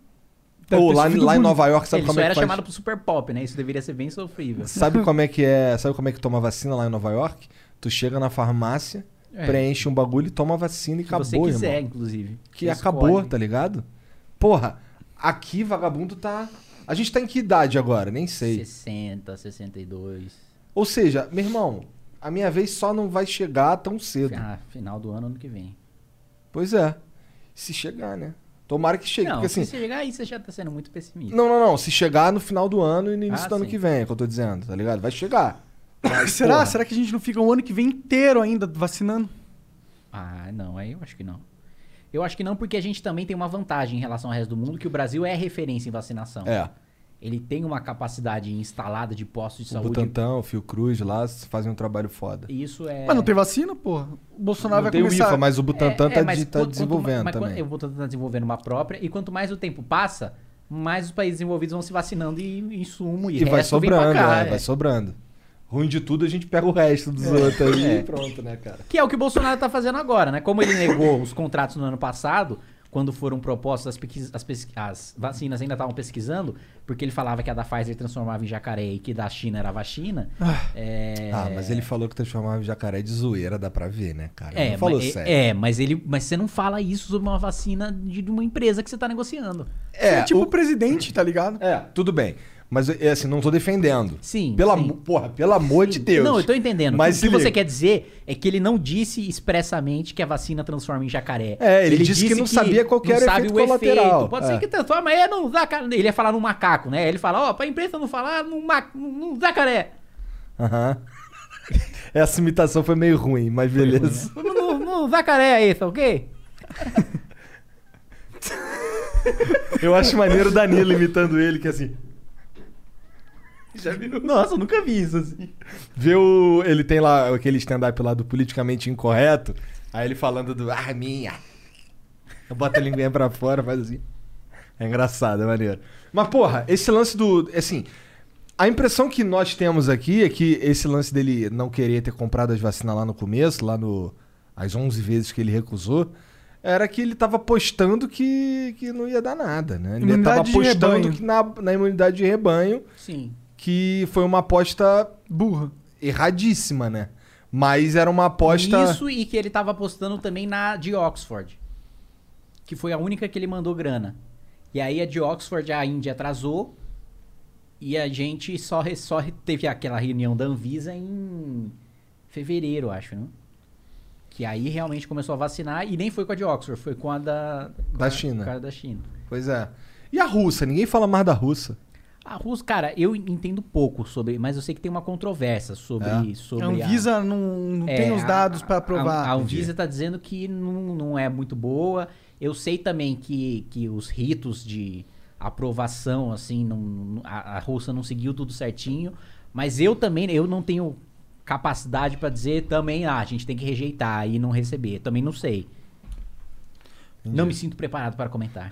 S2: Deve
S3: Ou
S2: ter
S3: lá,
S2: sofrido
S3: lá em
S2: bullying.
S3: Nova York, sabe
S4: ele
S3: como
S4: só
S3: é
S4: era
S3: que faz?
S4: chamado pro Super Pop, né? Isso deveria ser bem sofrível.
S3: Sabe como é que é? Sabe como é que toma vacina lá em Nova York? Tu chega na farmácia,
S4: É.
S3: preenche um bagulho e toma a vacina e
S4: Se
S3: acabou,
S4: você quiser,
S3: irmão.
S4: inclusive.
S3: Que
S4: Você
S3: acabou,
S4: escolhe.
S3: tá ligado? Porra, aqui vagabundo tá. A gente tá em que idade agora? Nem sei.
S4: 60, 62.
S3: Ou seja, meu irmão, a minha vez só não vai chegar tão cedo.
S4: Ah, final do ano, ano que vem.
S3: Pois é. Se chegar, né? Tomara que chegue,
S4: não,
S3: porque assim.
S4: se você chegar aí, você já tá sendo muito pessimista.
S3: Não, não, não. Se chegar no final do ano e no início
S4: Ah,
S3: do ano
S4: sim.
S3: que vem, é o que eu tô dizendo, tá ligado? Vai chegar. Mas,
S2: Será?
S3: porra,
S2: Será que a gente não fica o ano que vem inteiro ainda vacinando?
S4: Ah, não, aí eu acho que não. Eu acho que não, porque a gente também tem uma vantagem em relação ao resto do mundo, que o Brasil é referência em vacinação.
S3: É.
S4: Ele tem uma capacidade instalada de postos de
S3: O
S4: saúde.
S3: Butantão, o Fiocruz lá fazem um trabalho foda.
S4: E isso é.
S2: Mas não tem vacina, porra. O Bolsonaro
S3: não
S2: vai
S3: tem
S2: começar...
S3: o IFA, mas o Butantan
S4: É,
S3: tá,
S4: é, mas
S3: de- tá
S4: quanto- quanto
S3: desenvolvendo
S4: mais- mas
S3: também.
S4: quanto- O Butantan tá desenvolvendo uma própria. E quanto mais o tempo passa, mais os países desenvolvidos vão se vacinando e e insumo e,
S3: E vai
S4: resto vem pra
S3: sobrando,
S4: cá,
S3: é,
S4: é.
S3: vai sobrando. Ruim de tudo, a gente pega o resto dos outros aí e pronto, né, cara?
S4: Que é o que o Bolsonaro tá fazendo agora, né? Como ele negou os contratos no ano passado, quando foram propostas as, pesquis- as pesqui- as vacinas ainda estavam pesquisando, porque ele falava que a da Pfizer transformava em jacaré e que da China era vacina. É...
S3: Ah, mas ele falou que transformava o jacaré de zoeira, dá pra ver, né, cara?
S4: É,
S3: não falou
S4: mas,
S3: sério.
S4: é, mas ele, mas você não fala isso sobre uma vacina de de uma empresa que você tá negociando.
S2: É, tipo o
S3: o-
S2: presidente, tá ligado?
S3: É, tudo bem. Mas, é assim, não tô defendendo.
S4: Sim,
S3: Pelo
S4: sim.
S3: amo- Porra, pelo amor de Deus.
S4: Não, eu tô entendendo.
S3: Mas
S4: o que
S3: se
S4: você
S3: liga.
S4: quer dizer é que ele não disse expressamente que a vacina transforma em jacaré.
S3: É, ele disse que não sabia qual que era o efeito colateral.
S4: Pode
S3: É.
S4: ser que transforma, é não dá cara. Ele ia falar num macaco, né? Ele fala, ó, pra imprensa não falar num, ma... num jacaré.
S3: Aham. Essa imitação foi meio ruim, mas beleza.
S4: Num- Num num jacaré aí, tá ok?
S3: Eu acho maneiro o Danilo imitando ele, que é assim.
S4: Já viu? Nossa, eu nunca vi isso assim.
S3: Vê o. Ele tem lá aquele stand-up lá do politicamente incorreto. Aí ele falando do. Ah, minha! Eu boto a linguinha pra fora, faz assim. É engraçado, é maneiro. Mas, porra, esse lance do. Assim. A impressão que nós temos aqui é que esse lance dele não querer ter comprado as vacinas lá no começo, lá no. As 11 vezes que ele recusou, era que ele tava apostando que, que não ia dar nada, né? Ele
S2: Imunidade
S3: tava
S2: de
S3: apostando
S2: rebanho.
S3: que na, na imunidade de rebanho,
S4: Sim.
S3: que foi uma aposta
S2: Burra.
S3: erradíssima, né? Mas era uma aposta.
S4: Isso e que ele tava apostando também na de Oxford. Que foi a única que ele mandou grana. E aí a de Oxford, a Índia atrasou. E a gente só, re- só re- teve aquela reunião da Anvisa em fevereiro, acho, né? Que aí realmente começou a vacinar. E nem foi com a de Oxford, foi com a da. com
S3: Da
S4: a-
S3: China.
S4: com a da China.
S3: Pois é. E a russa? Ninguém fala mais da russa.
S4: A Rússia, cara, eu entendo pouco sobre. Mas eu sei que tem uma controvérsia sobre.
S3: É.
S4: sobre
S2: a Anvisa não, não
S4: um É,
S2: tem os
S4: a-
S2: dados pra
S4: a-
S2: provar.
S4: A, Anvisa tá dizendo que não, não é muito boa. Eu sei também que, que os ritos de aprovação, assim, não, a, a Rússia não seguiu tudo certinho. Mas eu também, eu não tenho capacidade pra dizer também, ah, a gente tem que rejeitar e não receber. Também não sei. Não me sinto preparado para comentar.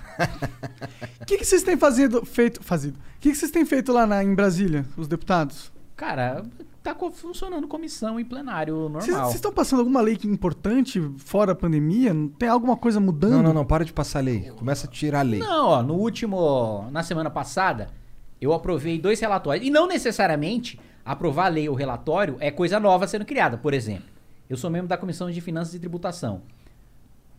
S2: O que, que vocês têm fazido, feito, fazido? O que, que vocês têm feito lá na- em Brasília, os deputados?
S4: Cara, tá co- funcionando comissão e plenário normal.
S2: Vocês vocês estão passando alguma lei que é importante fora a pandemia? Não Tem alguma coisa mudando?
S3: Não, não, não. Para de passar lei. Começa a tirar lei.
S4: Não, ó, no último. Na semana passada, eu aprovei dois relatórios. E não necessariamente aprovar a lei ou relatório é coisa nova sendo criada. Por exemplo, eu sou membro da Comissão de Finanças e Tributação.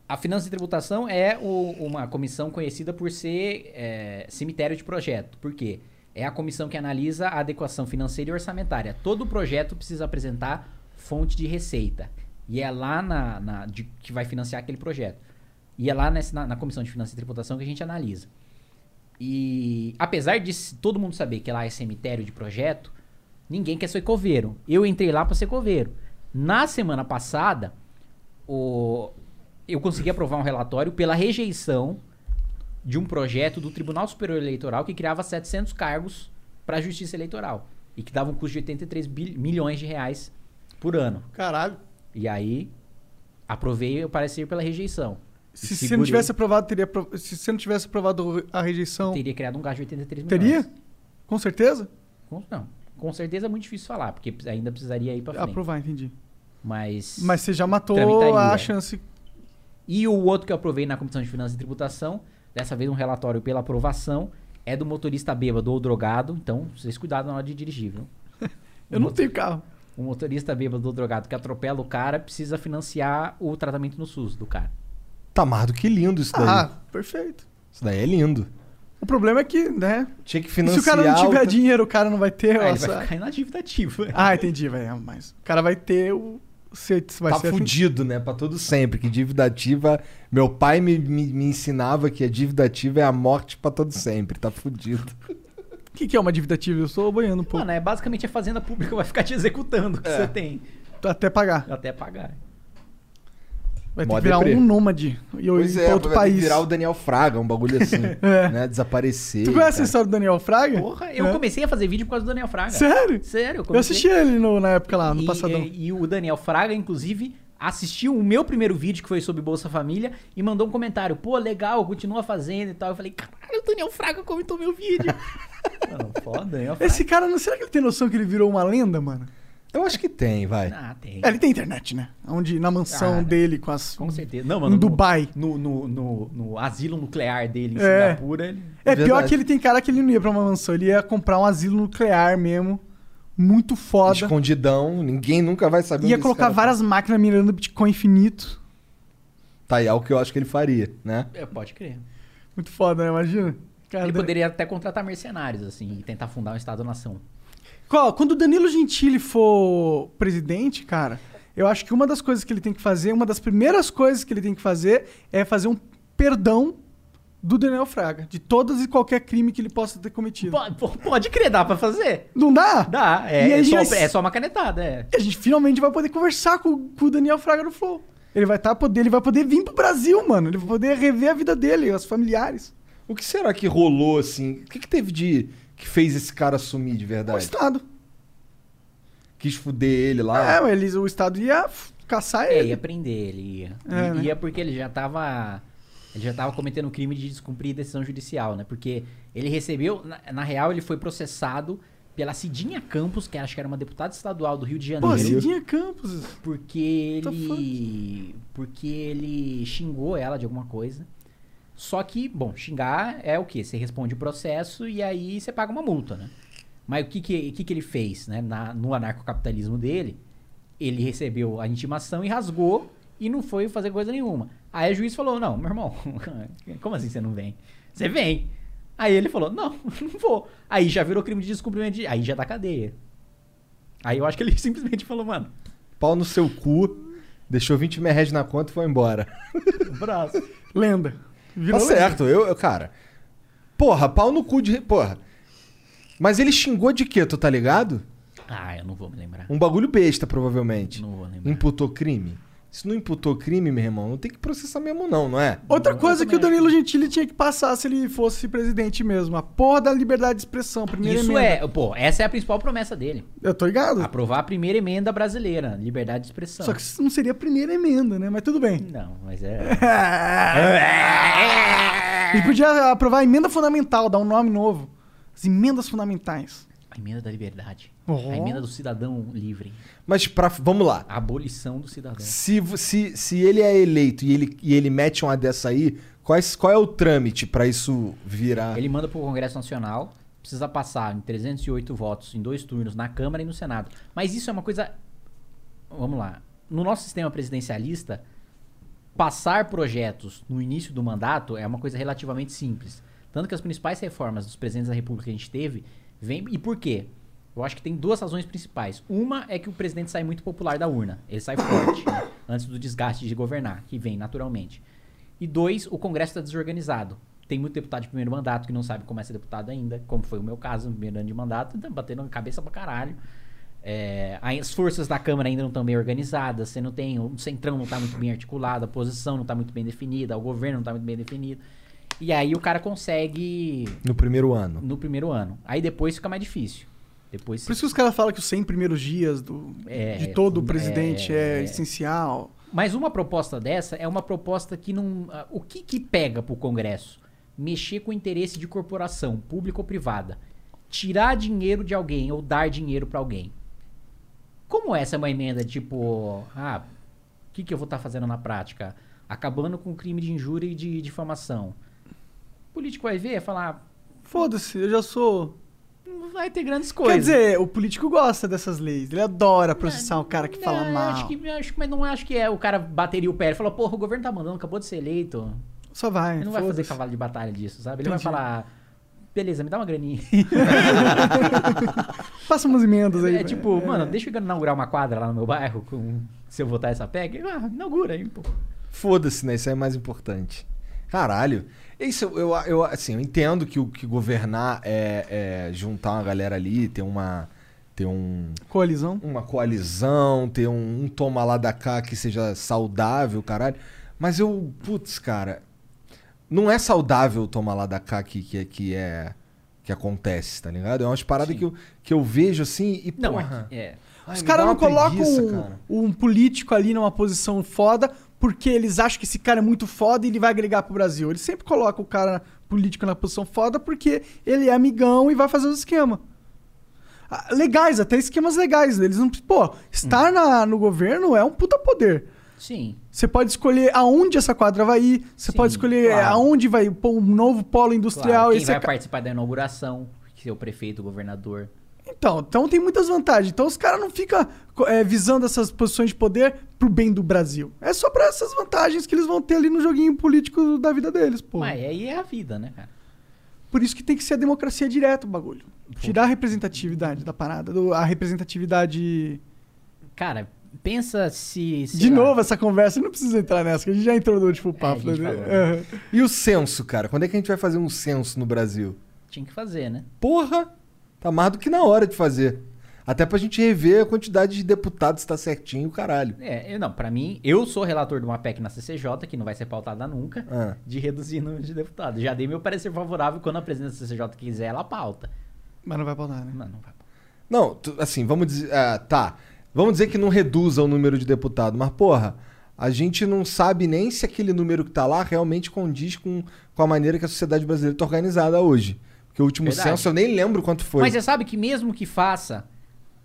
S4: A Finanças e Tributação é o- uma comissão conhecida por ser é, cemitério de projeto. Por quê? É a comissão que analisa a adequação financeira e orçamentária. Todo projeto precisa apresentar fonte de receita. E é lá na, na- de- que vai financiar aquele projeto. E é lá nessa- na, na comissão de finanças e tributação que a gente analisa. E apesar de s- todo mundo saber que lá é cemitério de projeto, ninguém quer ser coveiro. Eu entrei lá para ser coveiro. Na semana passada, o- eu consegui aprovar um relatório pela rejeição de um projeto do Tribunal Superior Eleitoral que criava 700 cargos para a Justiça Eleitoral e que dava um custo de 83 bil- milhões de reais por ano.
S5: Caralho.
S4: E aí aprovei o parecer pela rejeição.
S2: Se
S4: E
S2: você não
S4: segurei.
S2: tivesse aprovado, teria. apro- Se você não tivesse aprovado a rejeição,
S4: Teria criado um gasto de 83 milhões.
S2: Então teria? Com certeza?
S4: Com, não, com certeza é muito difícil falar, porque precisa- ainda precisaria ir pra frente.
S2: Aprovar, entendi.
S4: Mas...
S2: Mas você já matou
S4: Tramitaria.
S2: a chance.
S4: E o outro que eu aprovei na Comissão de Finanças e Tributação, dessa vez um relatório pela aprovação, é do motorista bêbado ou drogado. Então, vocês cuidado na hora de dirigir, viu?
S2: Eu não tenho carro.
S4: Um motorista bêbado ou drogado que atropela o cara precisa financiar o tratamento no SUS do cara.
S3: Tá mais do que lindo isso daí.
S2: Ah, perfeito.
S3: Isso daí é lindo.
S2: O problema é que, né?
S3: Tinha que
S2: Se
S3: financiar.
S2: o cara não tiver
S3: outra-
S2: dinheiro, o cara não vai ter.
S4: Aí ele
S2: essa-
S4: vai ficar na dívida ativa.
S2: Ah, entendi, velho. Mas o cara vai ter o. Se vai
S3: Tá
S2: ser
S3: fudido, né? Pra todo sempre. Que dívida ativa. Meu pai me, me, me ensinava que a dívida ativa é a morte pra todo sempre. Tá fudido.
S2: O que, que é uma dívida ativa? Eu sou boiando um pouco.
S4: Mano, é basicamente a fazenda pública vai ficar te executando o
S2: É.
S4: que você tem.
S2: Até pagar.
S4: Até pagar.
S2: Vai ter
S3: Mó
S2: que virar
S3: deprê.
S2: um nômade. E eu ir
S3: Pois
S2: pra
S3: é,
S2: outro
S3: vai
S2: país.
S3: virar o Daniel Fraga, um bagulho assim.
S2: É.
S3: né? Desaparecer.
S2: Tu conhece a
S3: cara.
S2: história do Daniel Fraga?
S4: Porra, eu
S2: É.
S4: comecei a fazer vídeo por causa do Daniel Fraga.
S2: Sério?
S4: Sério, eu
S2: Eu
S4: comecei.
S2: assisti ele no- na época lá, no
S4: e,
S2: passadão.
S4: E, e o Daniel Fraga, inclusive, assistiu o meu primeiro vídeo, que foi sobre Bolsa Família, e mandou um comentário. Pô, legal, continua fazendo e tal. Eu falei, caralho, o Daniel Fraga comentou meu vídeo. mano, foda, Daniel Fraga.
S2: Esse cara, não será que ele tem noção que ele virou uma lenda, mano?
S3: Eu acho que tem, vai.
S4: Ah, tem.
S2: É, ele tem internet, né? Onde, na mansão
S4: Cara,
S2: dele, com as.
S4: Ah, Com certeza. Não, mano.
S2: Em
S4: no-
S2: Dubai.
S4: No, no, no, no asilo nuclear dele em
S2: É.
S4: Singapura, ele.
S2: É pior
S3: Verdade.
S2: que ele tem cara que ele não ia pra uma mansão, ele ia comprar um asilo nuclear mesmo. Muito foda.
S3: Escondidão, ninguém nunca vai saber onde
S2: Ia
S3: esse
S2: colocar
S3: cara tá.
S2: várias máquinas mirando Bitcoin infinito.
S3: Tá, e é o que eu acho que ele faria, né?
S4: É, pode crer.
S2: Muito foda, né? Imagina. Cara,
S4: Ele
S2: Dan-
S4: poderia até contratar mercenários, assim, e tentar fundar um Estado-nação.
S2: Qual? Quando o Danilo Gentili for presidente, cara, eu acho que uma das coisas que ele tem que fazer, uma das primeiras coisas que ele tem que fazer é fazer um perdão do Daniel Fraga, de todas e qualquer crime que ele possa ter cometido.
S4: Po- po- Pode crer, dá pra fazer.
S2: Não dá?
S4: Dá, é,
S2: E a
S4: é
S2: gente
S4: só,
S2: vai-
S4: é só uma canetada, é.
S2: E a gente finalmente vai poder conversar com, com o Daniel Fraga no Flow. Ele vai, tá, poder, ele vai poder vir pro Brasil, mano. Ele vai poder rever a vida dele, os familiares.
S3: O que será que rolou, assim? O que, que teve de. que fez esse cara sumir de
S2: O
S3: verdade?
S2: Estado.
S3: Quis fuder ele lá.
S2: É, mas eles, o Estado ia f- caçar
S4: Ah. É,
S2: ele.
S4: ia prender ele, ia.
S2: É,
S4: E-
S2: né?
S4: Ia porque ele já tava. Ele já tava cometendo o crime de descumprir decisão judicial, né? Porque ele recebeu. Na, na real, ele foi processado pela Cidinha Campos, que acho que era uma deputada estadual do Rio de Janeiro.
S2: Pô, Cidinha Campos.
S4: Porque
S2: What the
S4: ele. Porque ele xingou ela de alguma coisa. Só que, bom, xingar é o quê? Você responde o processo e aí você paga uma multa, né? Mas o que, que, o que, que ele fez, né? Na, no anarcocapitalismo dele, ele recebeu a intimação e rasgou e não foi fazer coisa nenhuma. Aí o juiz falou: Não, meu irmão, como assim você não vem? Você vem. Aí ele falou: Não, não vou. Aí já virou crime de descumprimento. De... Aí já tá cadeia. Aí eu acho que ele simplesmente falou: Mano,
S3: Pau no seu cu, deixou 20 mil reais na conta e foi embora.
S4: braço.
S2: Lenda.
S3: Tá
S2: Virou lenda.
S3: certo, eu, eu- cara. Porra, pau no cu de. Porra. Mas ele xingou de quê, tu tá ligado?
S4: Ah, eu não vou me lembrar.
S3: Um bagulho besta, provavelmente.
S4: Não vou
S2: né?
S4: lembrar.
S3: Imputou crime? Se não imputou crime, meu irmão, não tem que processar mesmo, não, não é?
S2: Outra
S4: Eu
S2: coisa que o
S4: também
S2: Danilo Gentili tinha que passar se ele fosse presidente mesmo. A porra da liberdade de expressão, primeira
S4: Isso
S2: emenda.
S4: é, pô, essa é a principal promessa dele.
S2: Eu tô ligado.
S4: Aprovar a primeira emenda brasileira, liberdade de expressão.
S2: Só que isso não seria a primeira emenda, né? Mas tudo bem.
S4: Não, mas é.
S2: Ele podia aprovar a emenda fundamental, dar um nome novo. As emendas fundamentais.
S4: A emenda da liberdade.
S2: Uhum.
S4: A emenda do cidadão livre.
S3: Mas pra, vamos lá.
S4: A abolição do cidadão.
S3: Se, vo- se, se ele é eleito e ele, e ele mete um uma dessa aí, quais, qual é o trâmite pra isso virar?
S4: Ele manda pro Congresso Nacional, precisa passar em 308 votos em dois turnos na Câmara e no Senado. Mas isso é uma coisa. Vamos lá. No nosso sistema presidencialista, passar projetos no início do mandato é uma coisa relativamente simples. Tanto que as principais reformas dos presidentes da República que a gente teve vem. E por quê? Eu acho que tem duas razões principais. Uma é que o presidente sai muito popular da urna. Ele sai forte, né? antes do desgaste de governar, que vem naturalmente. E dois, o Congresso está desorganizado. Tem muito deputado de primeiro mandato que não sabe como é ser deputado ainda, como foi o meu caso no primeiro ano de mandato, então batendo a cabeça pra caralho. É, aí as forças da Câmara ainda não estão bem organizadas, você não tem, o centrão não está muito bem articulado, a posição não está muito bem definida, o governo não está muito bem definido. E aí o cara consegue
S3: No primeiro ano.
S4: no primeiro ano. Aí depois fica mais difícil. Depois
S2: Por isso que os caras falam que os 100 primeiros dias do,
S4: É,
S2: de todo
S4: é,
S2: presidente é,
S4: é.
S2: essencial.
S4: Mas uma proposta dessa é uma proposta que não. ah, O que, que pega pro Congresso? Mexer com o interesse de corporação, pública ou privada. Tirar dinheiro de alguém ou dar dinheiro pra alguém. Como essa é uma emenda tipo. Ah, o que, que eu vou estar fazendo na prática? Acabando com o crime de injúria e de difamação. O político vai ver e falar.
S2: Foda-se, eu já sou.
S4: "Ah, Não vai ter grandes coisas.
S2: Quer dizer, o político gosta dessas leis. Ele adora processar um cara que
S4: Não,
S2: fala
S4: eu
S2: mal.
S4: Acho que, eu acho, mas não acho que é o cara bateria o pé e falar, porra, o governo tá mandando, acabou de ser eleito.
S2: Só vai.
S4: Ele não vai fazer
S2: foda-se.
S4: cavalo de batalha disso, sabe? Ele
S2: Entendi.
S4: vai falar, beleza, me dá uma graninha.
S2: Faça umas emendas aí.
S4: é
S2: velho.
S4: tipo, mano, deixa eu inaugurar uma quadra lá no meu bairro, com, se eu votar essa PEC, ah, inaugura aí, pô.
S3: Foda-se, né? Isso é mais importante. Caralho. Isso, eu, eu, eu, assim, eu entendo que o que governar é, é juntar uma galera ali, ter uma. ter um,
S2: Coalizão.
S3: uma coalizão, ter um, um toma lá da cá que seja saudável, caralho. Mas eu, putz, cara, não é saudável o toma lá da cá que, que, que é. que acontece, tá ligado? É umas paradas
S4: Sim.
S3: que eu, que eu vejo assim e.
S4: Não,
S3: porra,
S4: aqui- é.
S3: ai,
S2: Os
S3: me
S2: caras
S3: dá
S2: não
S3: uma
S2: colocam
S3: preguiça,
S2: um-
S3: cara.
S2: um político ali numa posição foda porque eles acham que esse cara é muito foda e ele vai agregar pro Brasil. Eles sempre colocam o cara político na posição foda porque ele é amigão e vai fazer os esquema. Ah, Legais, até esquemas legais. Eles não. Pô,
S3: Hum.
S2: estar na- no governo é um puta poder.
S4: Sim,
S2: Você pode escolher aonde essa quadra vai ir, você
S4: Sim,
S2: pode escolher
S4: claro.
S2: aonde vai pôr um novo polo
S4: claro.
S2: industrial.
S4: Quem
S2: esse é
S4: vai
S2: ca-
S4: participar da inauguração, ser o prefeito, o governador.
S2: Então, então tem muitas vantagens. Então os caras não ficam é, visando essas posições de poder pro bem do Brasil. É só pra essas
S4: é.
S2: vantagens que eles vão ter ali no joguinho político da vida deles, pô.
S4: Mas aí é a vida, né, cara?
S2: Por Por isso que tem que ser a democracia direta o bagulho. Tirar a representatividade da parada, do- a representatividade.
S4: Cara, pensa se. sei
S2: De
S4: lá,
S2: novo, essa conversa, eu não preciso entrar nessa, que a gente já entrou no último papo.
S4: a gente
S2: né?
S4: falou,
S2: É.
S3: E o censo, cara? Quando é que a gente vai fazer um censo no Brasil?
S4: Tinha que fazer, né?
S3: Porra! Tá mais do que na hora de fazer. Até pra gente rever a quantidade de deputados se tá certinho, caralho.
S4: É, eu não, pra mim, eu sou relator de uma PEC na CCJ, que não vai ser pautada nunca,
S3: Ah.
S4: de reduzir o número de deputados. Já dei meu parecer favorável quando a presidência da CCJ quiser, ela pauta.
S2: Mas não vai pautar, né?
S4: Não, não vai pautar.
S3: Não, tu- assim, vamos dizer. ah, tá. Vamos dizer que não reduza o número de deputados, mas, porra, a gente não sabe nem se aquele número que tá lá realmente condiz com, com a maneira que a sociedade brasileira tá organizada hoje. Porque o último
S4: Verdade.
S3: censo eu nem lembro quanto foi.
S4: Mas você sabe que mesmo que faça,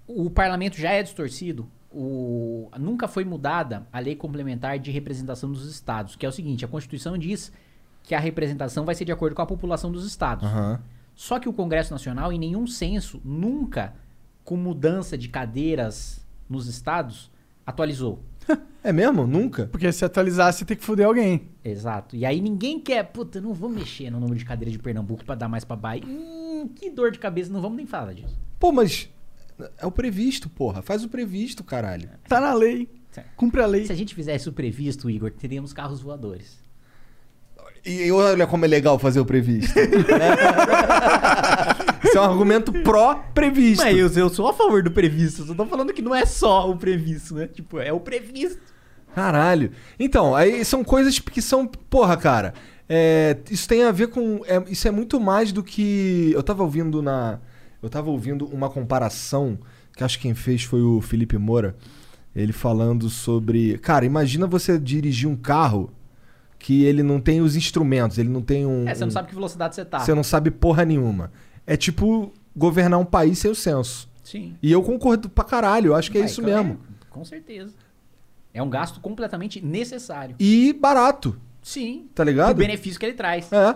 S4: o parlamento já é distorcido. O... Nunca foi mudada a lei complementar de representação dos estados, que é o seguinte, a Constituição diz que a representação vai ser de acordo com a população dos estados.
S3: Aham.
S4: Só que o Congresso Nacional, em nenhum censo, nunca, com mudança de cadeiras nos estados, atualizou.
S3: É mesmo? Nunca?
S2: Porque se atualizar, você tem que foder alguém.
S4: Exato. E aí ninguém quer, puta, não vou mexer no número de cadeira de Pernambuco pra dar mais pra Bahia. Hum, que dor de cabeça, não vamos nem falar disso.
S3: Pô, mas é o previsto, porra. Faz o previsto, caralho.
S2: Tá na lei. Cumpre a lei.
S4: Se a gente fizesse o previsto, Igor, teríamos carros voadores.
S3: E olha como é legal fazer o previsto. Isso é um argumento pró-previsto.
S4: Mas eu, eu sou a favor do previsto, só tô falando que não é só o previsto, né? Tipo, é o previsto.
S3: Caralho. Então, aí são coisas que são. Porra, cara. é, isso tem a ver com. é, isso é muito mais do que. Eu tava ouvindo na. Eu tava ouvindo uma comparação que acho que quem fez foi o Felipe Moura. Ele falando sobre. Cara, imagina você dirigir um carro que ele não tem os instrumentos, ele não tem um.
S4: É, você
S3: um-
S4: não sabe que velocidade você tá.
S3: Você não sabe porra nenhuma. É tipo governar um país sem o censo.
S4: Sim.
S3: E eu concordo pra caralho, eu acho que é
S4: Vai,
S3: isso
S4: claro,
S3: mesmo.
S4: com certeza. É um gasto completamente necessário.
S3: E barato,
S4: Sim.
S3: tá
S4: O
S3: ligado?
S4: benefício que ele traz.
S3: É.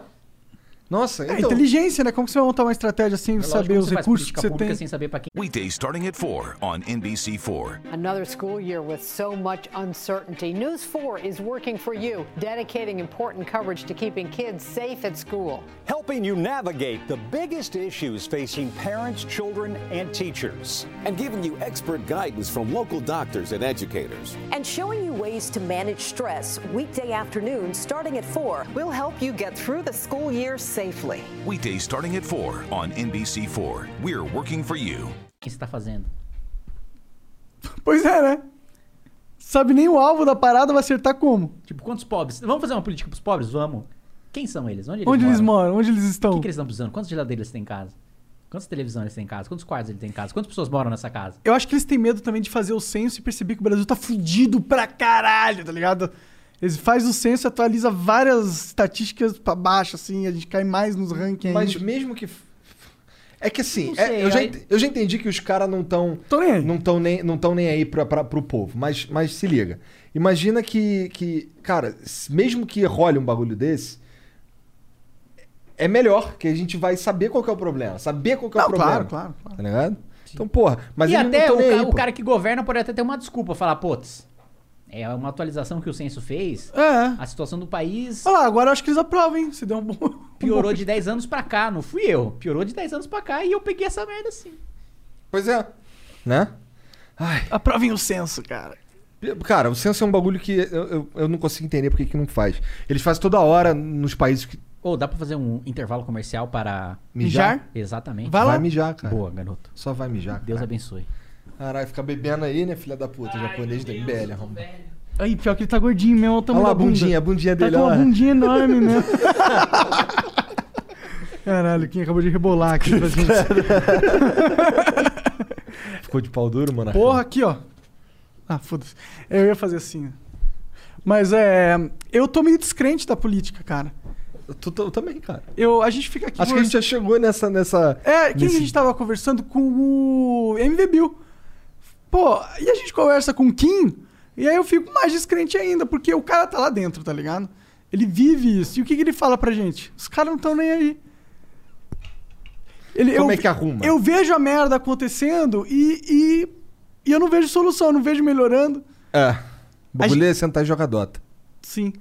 S3: Nossa,
S2: É
S3: então,
S2: inteligência, né? Como que você vai montar uma estratégia sem
S4: É lógico,
S2: saber
S4: como
S2: os
S4: você faz
S2: recursos
S4: política
S2: que você
S4: pública
S2: tem?
S4: sem saber pra quem.
S8: Weekdays starting at 4 on NBC4.
S9: Another school year with so much uncertainty. News 4 is working for you, dedicating important coverage to keeping kids safe at school.
S10: helping you navigate the biggest issues facing parents, children, and teachers.
S11: and giving you expert guidance from local doctors and educators.
S9: And showing you ways to manage stress weekday afternoons starting at 4. We'll help you get through the school year safely.
S8: Weekdays starting at 4 on NBC4. We're working for you.
S4: que você tá fazendo.
S2: Pois é, né? Sabe nem o alvo da parada, vai acertar como?
S4: Tipo, quantos pobres? Vamos fazer uma política pros pobres? Vamos. Quem são eles? Onde eles
S2: Onde
S4: moram?
S2: eles moram? Onde eles
S4: O
S2: estão?
S4: que, que eles estão precisando? Quantas geladeiras eles têm em casa? Quantas televisões eles têm em casa? Quantos quartos eles têm em casa? Quantas pessoas moram nessa casa?
S2: Eu acho que eles têm medo também de fazer o censo e perceber que o Brasil tá fudido pra caralho, tá ligado? Eles fazem o censo e atualiza várias estatísticas pra baixo, assim, a gente cai mais nos rankings
S3: mas
S2: ainda.
S3: mesmo que. É que assim,
S4: Não
S3: é,
S4: sei,
S3: eu, já
S4: aí-
S3: ent- eu já entendi que os caras não estão.
S2: Tô nem aí.
S3: Não estão nem, não tão nem aí pra, pra, pro povo. Mas, mas se liga. Imagina que, que. Cara, s- mesmo que role um bagulho desse. É melhor, que a gente vai saber qual que é o problema. Saber qual que é o
S2: Não,
S3: problema.
S2: claro, claro, claro.
S3: Tá ligado? Então, porra. Mas
S4: e
S3: eles não
S4: até o,
S3: tão nem
S4: ca-
S3: aí,
S4: o
S3: pô.
S4: cara que governa pode até ter uma desculpa, falar, putz, é uma atualização que o censo fez,
S2: É.
S4: a situação do país
S2: Olha lá, agora eu acho que eles aprovam, hein? Se der um bom.
S4: piorou de 10 anos pra cá, não fui eu. Piorou de 10 anos pra cá e eu peguei essa merda assim.
S3: Pois é. Né? Ai.
S2: Aprovem o censo, cara.
S3: Cara, o censo é um bagulho que eu, eu, eu não consigo entender porque que não faz. Eles fazem toda hora nos países que.
S4: Ou dá pra fazer um intervalo comercial para...
S2: Mijar?
S4: Exatamente.
S2: Vai lá.
S3: Vai mijar, cara.
S4: Boa, garoto.
S3: Só vai mijar.
S4: Deus
S3: cara.
S4: abençoe.
S3: Caralho, fica bebendo aí, né, filha da puta? japonês da IBL. arrombado.
S2: Aí, pior que ele tá gordinho mesmo, olha o
S3: Olha
S2: tamanho
S3: lá a
S2: da bunda.
S3: bundinha, a bundinha
S2: Tá
S3: dele,
S2: com uma
S3: olha.
S2: bundinha enorme né? mesmo. Caralho, quem acabou de rebolar aqui pra gente.
S3: Ficou de pau duro, mano.
S2: Porra, aqui, ó. Ah, foda-se. Eu ia fazer assim. Mas é. Eu tô meio descrente da política, cara.
S3: Tu, tu- eu também, cara.
S2: Eu, a gente fica aqui.
S3: Acho que a gente já chegou nessa. nessa...
S2: É, quem
S3: nesse-
S2: a gente tava conversando com o MV Bill. Pô, e a gente conversa com o Kim, e aí eu fico mais descrente ainda, porque o cara tá lá dentro, tá ligado? Ele vive isso. E o que, que ele fala pra gente? Os caras não estão nem aí. Ele-
S3: Como
S2: eu-
S3: é que arruma?
S2: Eu vejo a merda acontecendo e, e, e eu não vejo solução, eu não vejo melhorando.
S3: É. O bagulho é sentar e jogar Dota.
S2: Sim.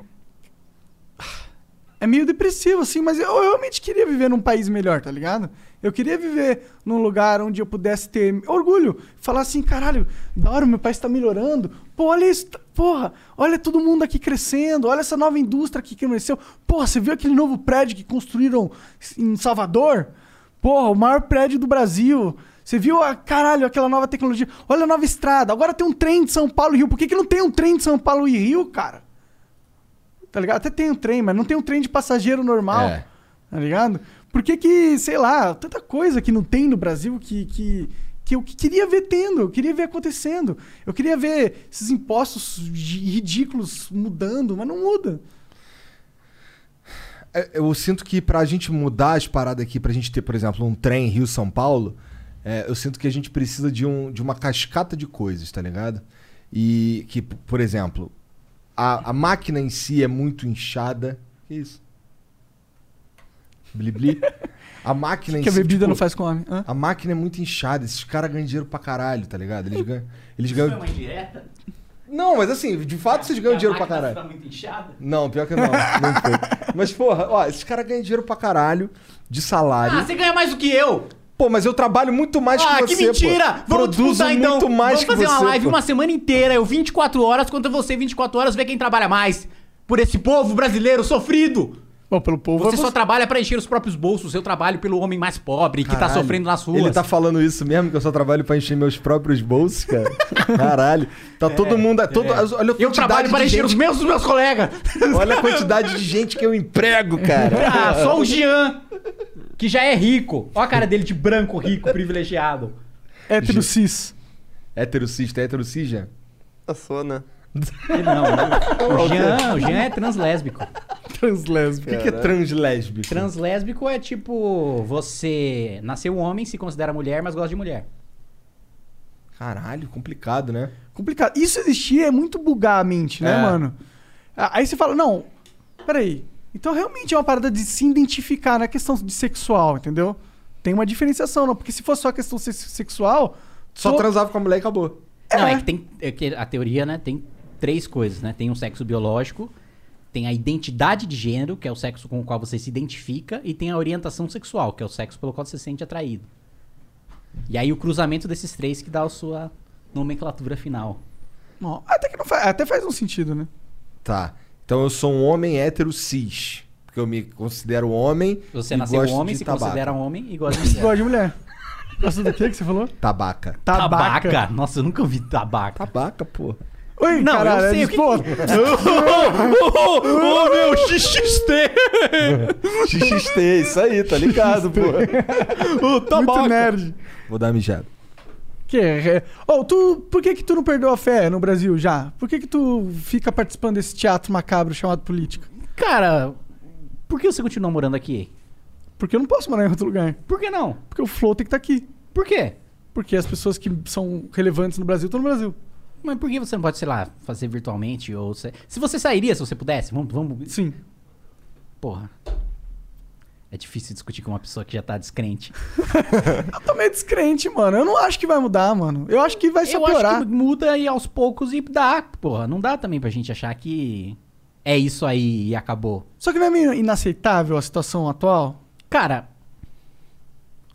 S2: É meio depressivo, assim, mas eu, eu realmente queria viver num país melhor, tá ligado? Eu queria viver num lugar onde eu pudesse ter orgulho. Falar assim, caralho, da hora, meu país tá melhorando. Pô, olha isso, tá- porra, olha todo mundo aqui crescendo, olha essa nova indústria aqui que cresceu. Porra, você viu aquele novo prédio que construíram em Salvador? Porra, o maior prédio do Brasil. Você viu, a, caralho, aquela nova tecnologia. Olha a nova estrada. Agora tem um trem de São Paulo e Rio. Por que, que não tem um trem de São Paulo e Rio, cara? Tá ligado? Até tem um trem, mas não tem um trem de passageiro normal.
S6: É.
S2: Tá ligado? Por que que, sei lá, tanta coisa que não tem no Brasil que, que, que eu queria ver tendo, eu queria ver acontecendo. Eu queria ver esses impostos gi- ridículos mudando, mas não muda.
S3: É, Eu sinto que pra gente mudar as paradas aqui, pra gente ter, por exemplo, um trem Rio-São Paulo, é, eu sinto que a gente precisa de, um, de uma cascata de coisas, tá ligado? E que, p- por exemplo, a, a máquina em si é muito inchada. Que isso? Bli, bli. A máquina
S2: que a
S3: em si.
S2: bebida
S3: tipo,
S2: não faz com homem. Hã?
S3: A máquina é muito inchada. Esses caras ganham dinheiro pra caralho, tá ligado? Eles ganham. Eles ganham...
S4: é indireta?
S3: Não, mas assim, de fato vocês ganham dinheiro pra caralho.
S4: tá muito inchada?
S3: Não, pior que não. não foi. Mas, porra, ó, esses caras ganham dinheiro pra caralho de salário.
S4: Ah, você ganha mais do que eu!
S3: Pô, mas eu trabalho muito mais
S4: ah,
S3: que você.
S4: que mentira!
S3: Pô.
S4: Vamos
S3: Produzo
S4: disputar
S3: muito
S4: então!
S3: mais
S4: Vamos fazer
S3: que você.
S4: uma live
S3: pô.
S4: uma semana inteira, eu 24 horas contra você 24 horas, ver quem trabalha mais. Por esse povo brasileiro sofrido!
S2: Bom, pelo povo.
S4: Você
S2: é
S4: só trabalha pra encher os próprios bolsos, eu trabalho pelo homem mais pobre que tá
S3: Caralho.
S4: sofrendo nas ruas.
S3: Ele tá falando isso mesmo, que eu só trabalho pra encher meus próprios bolsos, cara. Caralho. Tá todo mundo. é Todo, as- Olha a
S4: Eu
S3: quantidade
S4: trabalho para
S3: de
S4: encher
S3: gente,
S4: os meus dos meus colegas.
S3: Olha a quantidade de gente que eu emprego, cara.
S4: Ah, só o Jean, que já é rico. Olha a cara dele de branco, rico, privilegiado.
S2: hétero cis.
S3: hétero cis, tá hétero cis, já?
S5: Eu sou, né?
S4: Ele Não, né? o Jean, o Jean é translésbico.
S3: O que, que é translésbico?
S4: Translésbico é tipo, você nasceu homem, se considera mulher, mas gosta de mulher.
S3: Caralho, complicado, né?
S2: Complicado. Isso existir é muito bugar a mente, né,
S3: É.
S2: mano? Ah, Aí você fala, não, peraí. Então realmente é uma parada de se identificar na questão de sexual, entendeu? Tem uma diferenciação, não. Porque se fosse só a questão se- sexual.
S3: Só
S2: to-
S3: transava com a mulher e acabou.
S4: Não, é que tem. é que a teoria, né, tem três coisas, né? Tem o sexo biológico, tem a identidade de gênero, que é o sexo com o qual você se identifica, e tem a orientação sexual, que é o sexo pelo qual você se sente atraído. E aí o cruzamento desses três que dá a sua nomenclatura final.
S2: Não, até que não faz, até faz um sentido, né?
S3: Tá. Então eu sou um homem hétero cis. Porque eu me considero homem.
S4: Você
S3: e
S4: nasceu
S3: gosto
S4: homem,
S3: de
S4: se
S3: tabaco.
S4: considera homem e gosta de
S2: Você
S4: mulher.
S2: gosta de mulher. Gosta do que que você falou?
S3: Tabaca.
S4: Tá. Tabaca. Nossa, eu nunca ouvi tabaca.
S3: Tabaca, porra.
S2: Oi,
S4: Não, eu
S2: caralho, é
S4: sei
S2: eles-
S4: o que-
S2: pô,
S4: Ô, meu, XXT!
S3: XXT, isso aí, tá ligado, porra.
S2: Muito nerd.
S3: Vou dar uma mijada.
S2: Que é... Ô, tu, por que que tu não perdeu a fé no Brasil já? Por que que tu fica participando desse teatro macabro chamado política?
S4: Cara, por que você continua morando aqui?
S2: Porque eu não posso morar em outro lugar.
S4: Por que não?
S2: Porque o flow tem que estar aqui.
S4: Por quê?
S2: Porque as pessoas que são relevantes no Brasil estão no Brasil.
S4: Mas por que você não pode, sei lá, fazer virtualmente ou... Se, se você sairia, se você pudesse? Vamos, vamos...
S2: Sim.
S4: Porra. É difícil discutir com uma pessoa que já tá descrente.
S2: Eu tô meio descrente, mano. Eu não acho que vai mudar, mano. Eu acho que vai É só
S4: Eu
S2: piorar.
S4: acho que muda e aos poucos e dá, porra. Não dá também pra gente achar que é isso aí e acabou.
S2: Só que não é meio inaceitável a situação atual?
S4: Cara,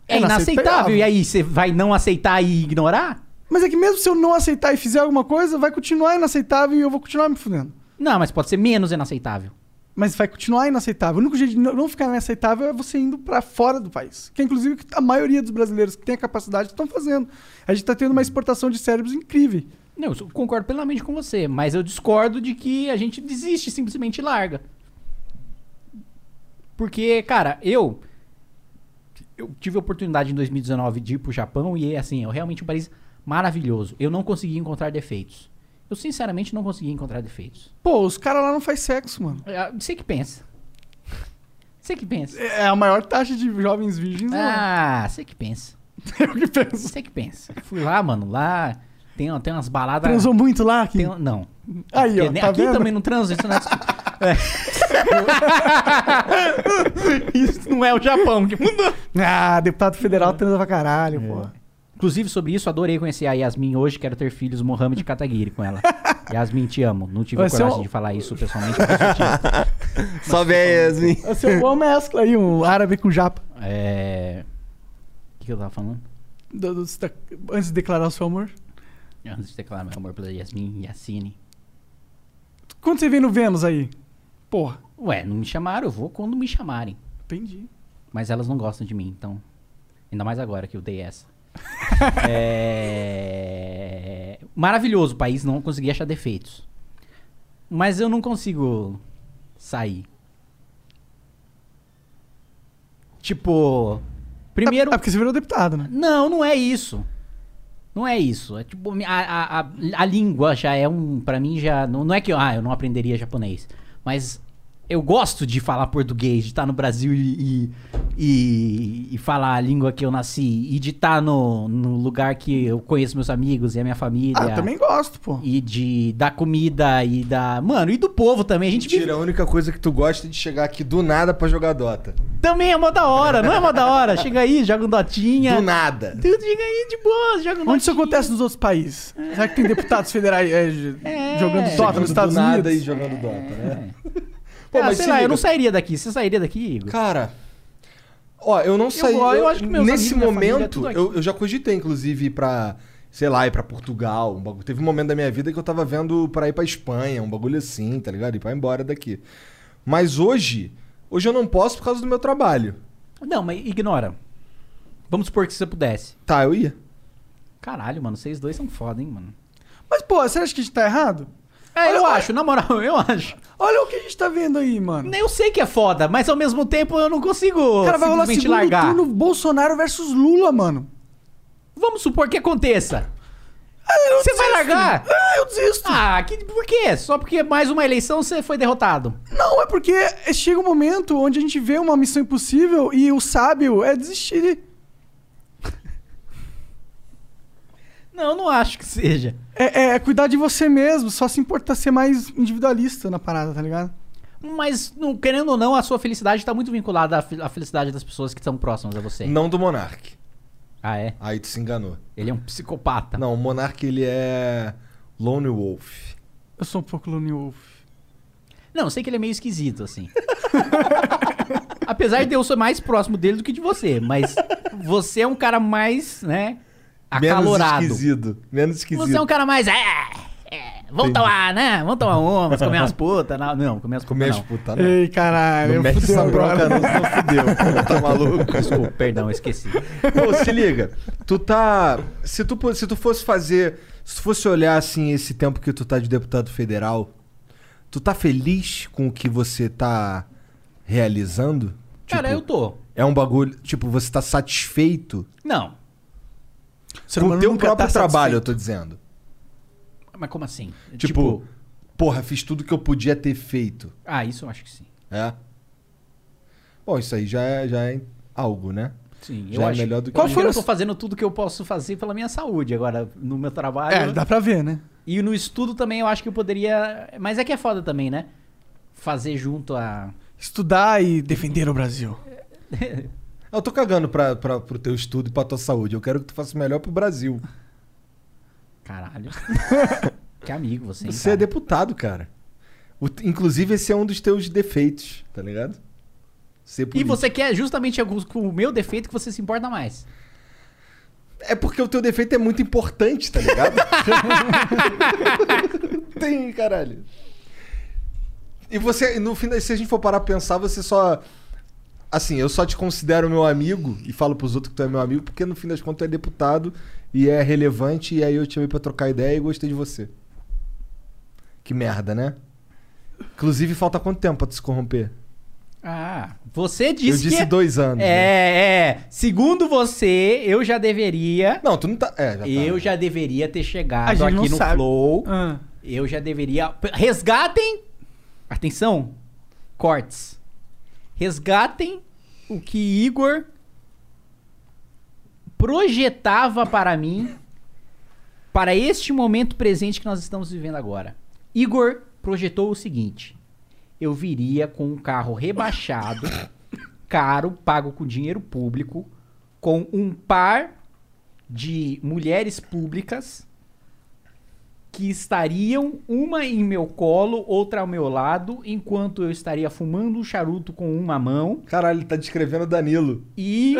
S4: é,
S2: É
S4: inaceitável.
S2: inaceitável.
S4: E aí, você vai não aceitar e ignorar?
S2: Mas é que mesmo se eu não aceitar e fizer alguma coisa, vai continuar inaceitável e eu vou continuar me fudendo.
S4: Não, mas pode ser menos inaceitável.
S2: Mas vai continuar inaceitável. O único jeito de não não ficar inaceitável é você indo pra fora do país. Que é inclusive o que a maioria dos brasileiros que tem a capacidade estão fazendo. A gente tá tendo uma exportação de cérebros incrível.
S4: Não, eu concordo plenamente com você, mas eu discordo de que a gente desiste, simplesmente e larga. Porque, cara, eu eu tive a oportunidade em 2019 de ir pro Japão e é assim, é realmente um país maravilhoso. Eu não consegui encontrar defeitos. Eu sinceramente não consegui encontrar defeitos.
S2: Pô, os caras lá não faz sexo, mano.
S4: Ah, Você que pensa. Você que pensa.
S2: É a maior taxa de jovens virgens. lá.
S4: Ah, você que pensa.
S2: Eu que penso.
S4: Você que pensa. Fui lá, mano, lá tem, tem umas baladas.
S2: Transou muito lá aqui?
S4: Tem- um, não.
S2: Aí, ó,
S4: Porque nem-
S2: tá
S4: aqui
S2: vendo?
S4: também não transa, isso não é discu- É. Isso não é o Japão que mudou.
S2: Ah, deputado federal transa pra caralho, pô.
S4: Inclusive, sobre isso, adorei conhecer a Yasmin hoje. Quero ter filhos Mohamed Kataguiri com ela. Yasmin, te amo. Não tive
S2: Vai ser
S4: coragem
S2: um-
S4: de falar isso pessoalmente. mas eu te amo.
S5: Sobe aí, Yasmin.
S2: Vai ser uma boa mescla aí, um árabe com japa.
S4: É. O que, que eu tava falando?
S2: Do- do- da- antes de declarar o seu amor.
S4: Antes de declarar meu amor pela Yasmin Yassine.
S2: Quando você vem no Vênus aí? Porra,
S4: Ué, não me chamaram, eu vou quando me chamarem.
S2: entendi.
S4: Mas elas não gostam de mim, então. Ainda mais agora que eu dei essa. é... Maravilhoso o país, não consegui achar defeitos. Mas eu não consigo sair. Tipo. Primeiro.
S2: É, é porque você virou deputado, né?
S4: Não, não é isso. Não é isso. É tipo, a, a, a, a língua já é um. Pra mim já. Não, não é que ah, eu não aprenderia japonês. Mas eu gosto de falar português, de estar no Brasil e, e, e- e falar a língua que eu nasci. E de estar no, no lugar que eu conheço meus amigos e a minha família.
S2: Ah, eu também gosto, pô.
S4: E de da comida e da. Mano, e do povo também. A gente vive-
S3: Mentira, a única coisa que tu gosta é de chegar aqui do nada pra jogar Dota.
S4: Também é mó da hora, não é mó da hora? Chega aí, joga um dotinha.
S3: Do nada.
S4: Tudo chega aí de boa, joga um
S2: Onde isso
S4: dotinha.
S2: acontece nos outros países? Será que tem deputados federais é, de- jogando Dota
S3: Jogando
S2: nos Estados
S3: do nada
S2: Unidos?
S3: e jogando Dota, né? Pô,
S4: Ah,
S3: mas
S4: sei
S3: se
S4: lá, eu
S3: liga.
S4: não sairia daqui. Você sairia daqui, Igor?
S3: Cara, ó, eu não saí.
S4: ó, eu acho que meus
S3: nesse
S4: amigos, minha família,
S3: momento,
S4: tudo aqui.
S3: eu, eu já cogitei, inclusive, ir pra, sei lá, ir pra Portugal. Um bagulho. Teve um momento da minha vida que eu tava vendo pra ir pra Espanha, um bagulho assim, tá ligado? Ir pra ir embora daqui. Mas hoje, hoje eu não posso por causa do meu trabalho.
S4: Não, mas ignora. Vamos supor que você pudesse.
S3: Tá, eu ia.
S4: Caralho, mano, vocês dois são foda, hein, mano.
S2: Mas, pô, você acha que a gente tá errado?
S4: É, eu acho, na moral, eu acho.
S2: Olha o que a gente tá vendo aí, mano.
S4: Eu sei que é foda, mas ao mesmo tempo eu não consigo
S2: Cara, vai rolar
S4: simplesmente
S2: segundo
S4: largar.
S2: turno Bolsonaro versus Lula, mano.
S4: Vamos supor que aconteça.
S2: Ah, eu
S4: Você vai
S2: desisto.
S4: largar?
S2: Ah, eu desisto.
S4: Ah, que, por quê? Só porque mais uma eleição você foi derrotado.
S2: Não, é porque chega um momento onde a gente vê uma missão impossível e o sábio é desistir.
S4: Não, eu não acho que seja.
S2: É, é- é cuidar de você mesmo, só se importa ser mais individualista na parada, tá ligado?
S4: Mas, não, querendo ou não, a sua felicidade tá muito vinculada à, fe- à felicidade das pessoas que estão próximas a você.
S3: Não do Monark.
S4: Ah, é?
S3: Aí tu se enganou.
S4: Ele é um psicopata.
S3: Não, o Monark ele é Lone Wolf.
S2: Eu sou um pouco Lone Wolf.
S4: Não, eu sei que ele é meio esquisito, assim. Apesar de eu ser mais próximo dele do que de você, mas você é um cara mais, né, acalorado.
S3: Menos esquisito. Menos esquisito.
S4: Você é um cara mais. É, é, vamos tomar, né? Vamos tomar umas, comer umas putas. Não, não, comer umas putas.
S3: Comer as
S4: não.
S3: putas, não.
S2: Ei, caralho,
S3: Não
S2: eu
S3: mete
S2: fudeu
S3: essa
S2: agora.
S3: bronca, não, senão fudeu. Tá maluco?
S4: Desculpa, perdão, eu esqueci.
S3: Pô, se liga. Tu tá. Se tu, po- se tu fosse fazer. Se tu fosse olhar assim esse tempo que tu tá de deputado federal, tu tá feliz com o que você tá realizando?
S4: Cara, eu tô.
S3: É um bagulho. Tipo, você tá satisfeito
S4: Não,
S2: Ser
S3: com o
S2: humano
S3: teu
S2: nunca
S3: um próprio
S2: tá
S3: trabalho, eu
S2: satisfeito.
S3: tô dizendo.
S4: mas como assim?
S3: Tipo, porra, fiz tudo que eu podia ter feito.
S4: Ah, isso eu acho que sim.
S3: É. Bom, isso aí já é, já é algo, né?
S4: Sim,
S3: Já
S4: eu
S3: é
S4: acho.
S3: melhor do que-
S4: Qual
S2: Qual
S4: foi
S2: foi
S4: eu
S2: o-
S4: tô fazendo tudo que eu posso fazer pela minha saúde agora, no meu trabalho.
S2: É, dá pra ver, né?
S4: E no estudo também eu acho que eu poderia. Mas é que é foda também, né? Fazer junto a.
S2: Estudar e defender o Brasil.
S3: Eu tô cagando pra, pra, pro teu estudo e pra tua saúde. Eu quero que tu faça o melhor pro Brasil.
S4: Caralho. que amigo você. hein,
S3: Você é
S4: cara?
S3: deputado, cara. O- inclusive, esse é um dos teus defeitos, tá ligado? Ser
S4: E
S3: político.
S4: você quer justamente alguns- com o meu defeito que você se importa mais.
S3: É porque o teu defeito é muito importante, tá ligado? Tem, caralho. E você, no fim, se a gente for parar pra pensar, você só. Assim, eu só te considero meu amigo e falo pros outros que tu é meu amigo, porque no fim das contas tu é deputado e é relevante, e aí eu te chamei pra trocar ideia e gostei de você. Que merda, né? Inclusive, falta quanto tempo pra tu se corromper?
S4: Ah, você disse,
S3: eu disse
S4: que...
S3: dois anos. né?
S4: É, é. Segundo você, eu já deveria.
S3: Não, tu não tá. É, já tá.
S4: Eu já deveria ter
S2: A
S4: chegado
S2: gente não
S4: aqui no
S2: sabe.
S4: Flow.
S2: Ah.
S4: Eu já deveria. Resgatem! Atenção! Cortes. Resgatem o que Igor projetava para mim para este momento presente que nós estamos vivendo agora. Igor projetou o seguinte: eu viria com um carro rebaixado, caro, pago com dinheiro público, com um par de mulheres públicas que estariam uma em meu colo, outra ao meu lado, enquanto eu estaria fumando um charuto com uma mão
S3: Caralho, ele tá descrevendo o Danilo.
S4: e,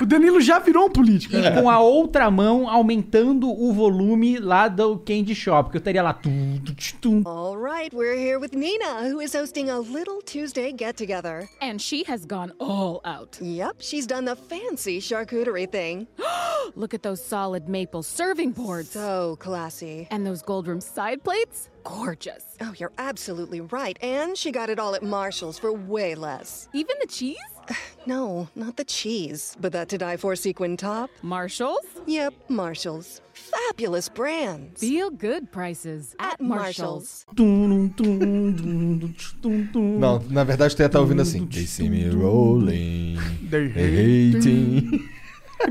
S2: O Danilo já virou um político.
S4: e com a outra mão aumentando o volume lá do Candy Shop, que eu estaria lá tum, tum, tch, tum.
S12: All right, we're here with Nina, who is hosting a little Tuesday get together.
S13: And she has gone all out.
S12: Yep, she's done the fancy charcuterie thing.
S13: Look at those solid maple serving boards.
S12: So classy.
S13: And those gold rim side plates? Gorgeous.
S12: Oh, you're absolutely right. And she got it all at Marshall's for way less.
S13: Even the cheese?
S12: No, not the cheese, but that to die for sequin top.
S13: Marshall's?
S12: Yep, Marshall's. Fabulous brands.
S13: Feel good prices at, Marshall's.
S4: Tum, tum, tum, tum, tum, tch, tum, tum.
S3: Não, na verdade tu ia estar ouvindo assim. They see me rolling,
S2: They
S3: they hating.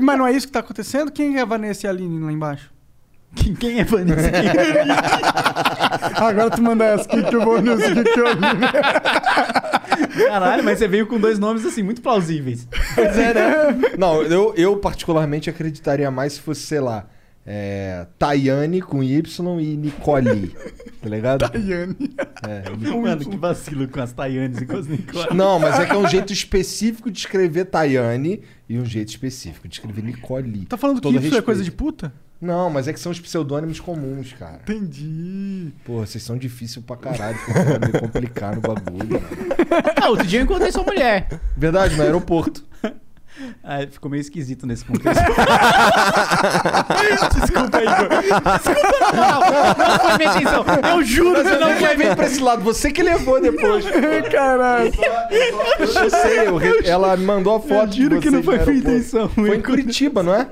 S2: Mas não é isso que tá acontecendo? Quem é a Vanessa e a Aline lá embaixo?
S4: Quem- Quem é Vanessa?
S2: Agora tu manda essa. Que que eu vou nesse? Que que eu...
S4: Caralho, mas você veio com dois nomes assim, muito plausíveis.
S3: Pois é, né? Não, eu, eu particularmente acreditaria mais se fosse, sei lá, é, Tayane com Y e Nicole. Tá ligado? É,
S2: Yane.
S4: Mano, que vacilo com as Taianes e com as Nicole.
S3: Não, mas é que é um jeito específico de escrever Tayane e um jeito específico de escrever Nicole.
S2: Tá falando que
S3: Todo
S2: isso é coisa de
S3: respeito.
S2: puta?
S3: Não, mas é que são os pseudônimos comuns, cara.
S2: Entendi.
S3: Porra, vocês são difíceis pra caralho. pra me complicar no bagulho. mano.
S4: Ah, outro dia eu encontrei sua mulher.
S3: Verdade, no aeroporto.
S4: Ah, ficou meio esquisito nesse contexto.
S2: Desculpa aí, Igor.
S4: Não foi minha intenção. Eu juro que não foi minha
S3: Vem pra esse lado, você que levou depois.
S2: Caralho.
S3: Eu sei, eu re- ela me mandou a foto.
S2: Eu juro
S3: de
S2: que não
S3: vocês
S2: foi
S3: no
S2: minha
S3: aeroporto.
S2: intenção,
S3: Foi em
S2: eu-
S3: Curitiba, não é?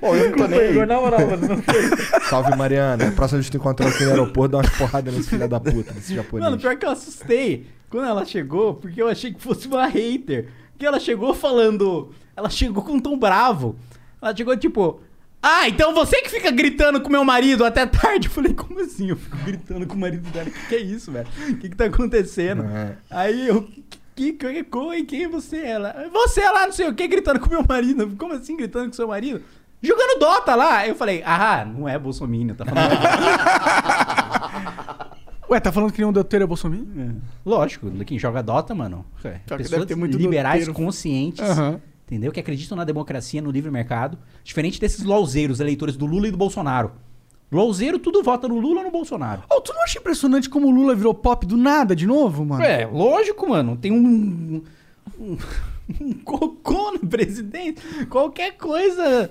S3: Bom, eu não tô nem aí.
S4: na moral, mano. Não foi.
S3: Salve, Mariana. Próxima vez que tu encontrar aqui no aeroporto, dá umas porradas nesse filho da puta, nesse japonês.
S4: Mano, pior que eu assustei quando ela chegou, porque eu achei que fosse uma hater. Porque ela chegou falando. Ela chegou com um tom bravo. Ela chegou tipo. Ah, então você que fica gritando com meu marido até tarde. Eu falei, como assim? Eu fico gritando com o marido dela. O que, que é isso, velho? O que, que tá acontecendo? Aí eu. Que, que, que, quem é você? Ela. Você lá, não sei o que, gritando com meu marido. Como assim gritando com seu marido? Jogando Dota lá. Eu falei, ah, não é Bolsonaro, tá falando.
S2: Ué, tá falando que nenhum deuteiro é Bolsonaro?
S4: Lógico, quem joga Dota, mano. É,
S2: Só que
S4: pessoas
S2: deve ter muito
S4: liberais
S2: doteiro.
S4: conscientes,
S2: Aham.
S4: entendeu? Que acreditam na democracia, no livre mercado. Diferente desses lolzeiros, eleitores do Lula e do Bolsonaro. Lolzeiro, tudo vota no Lula ou no Bolsonaro.
S2: Oh, tu não acha impressionante como o Lula virou pop do nada de novo, mano?
S4: É, lógico, mano. Tem um. Um, um cocô no presidente. Qualquer coisa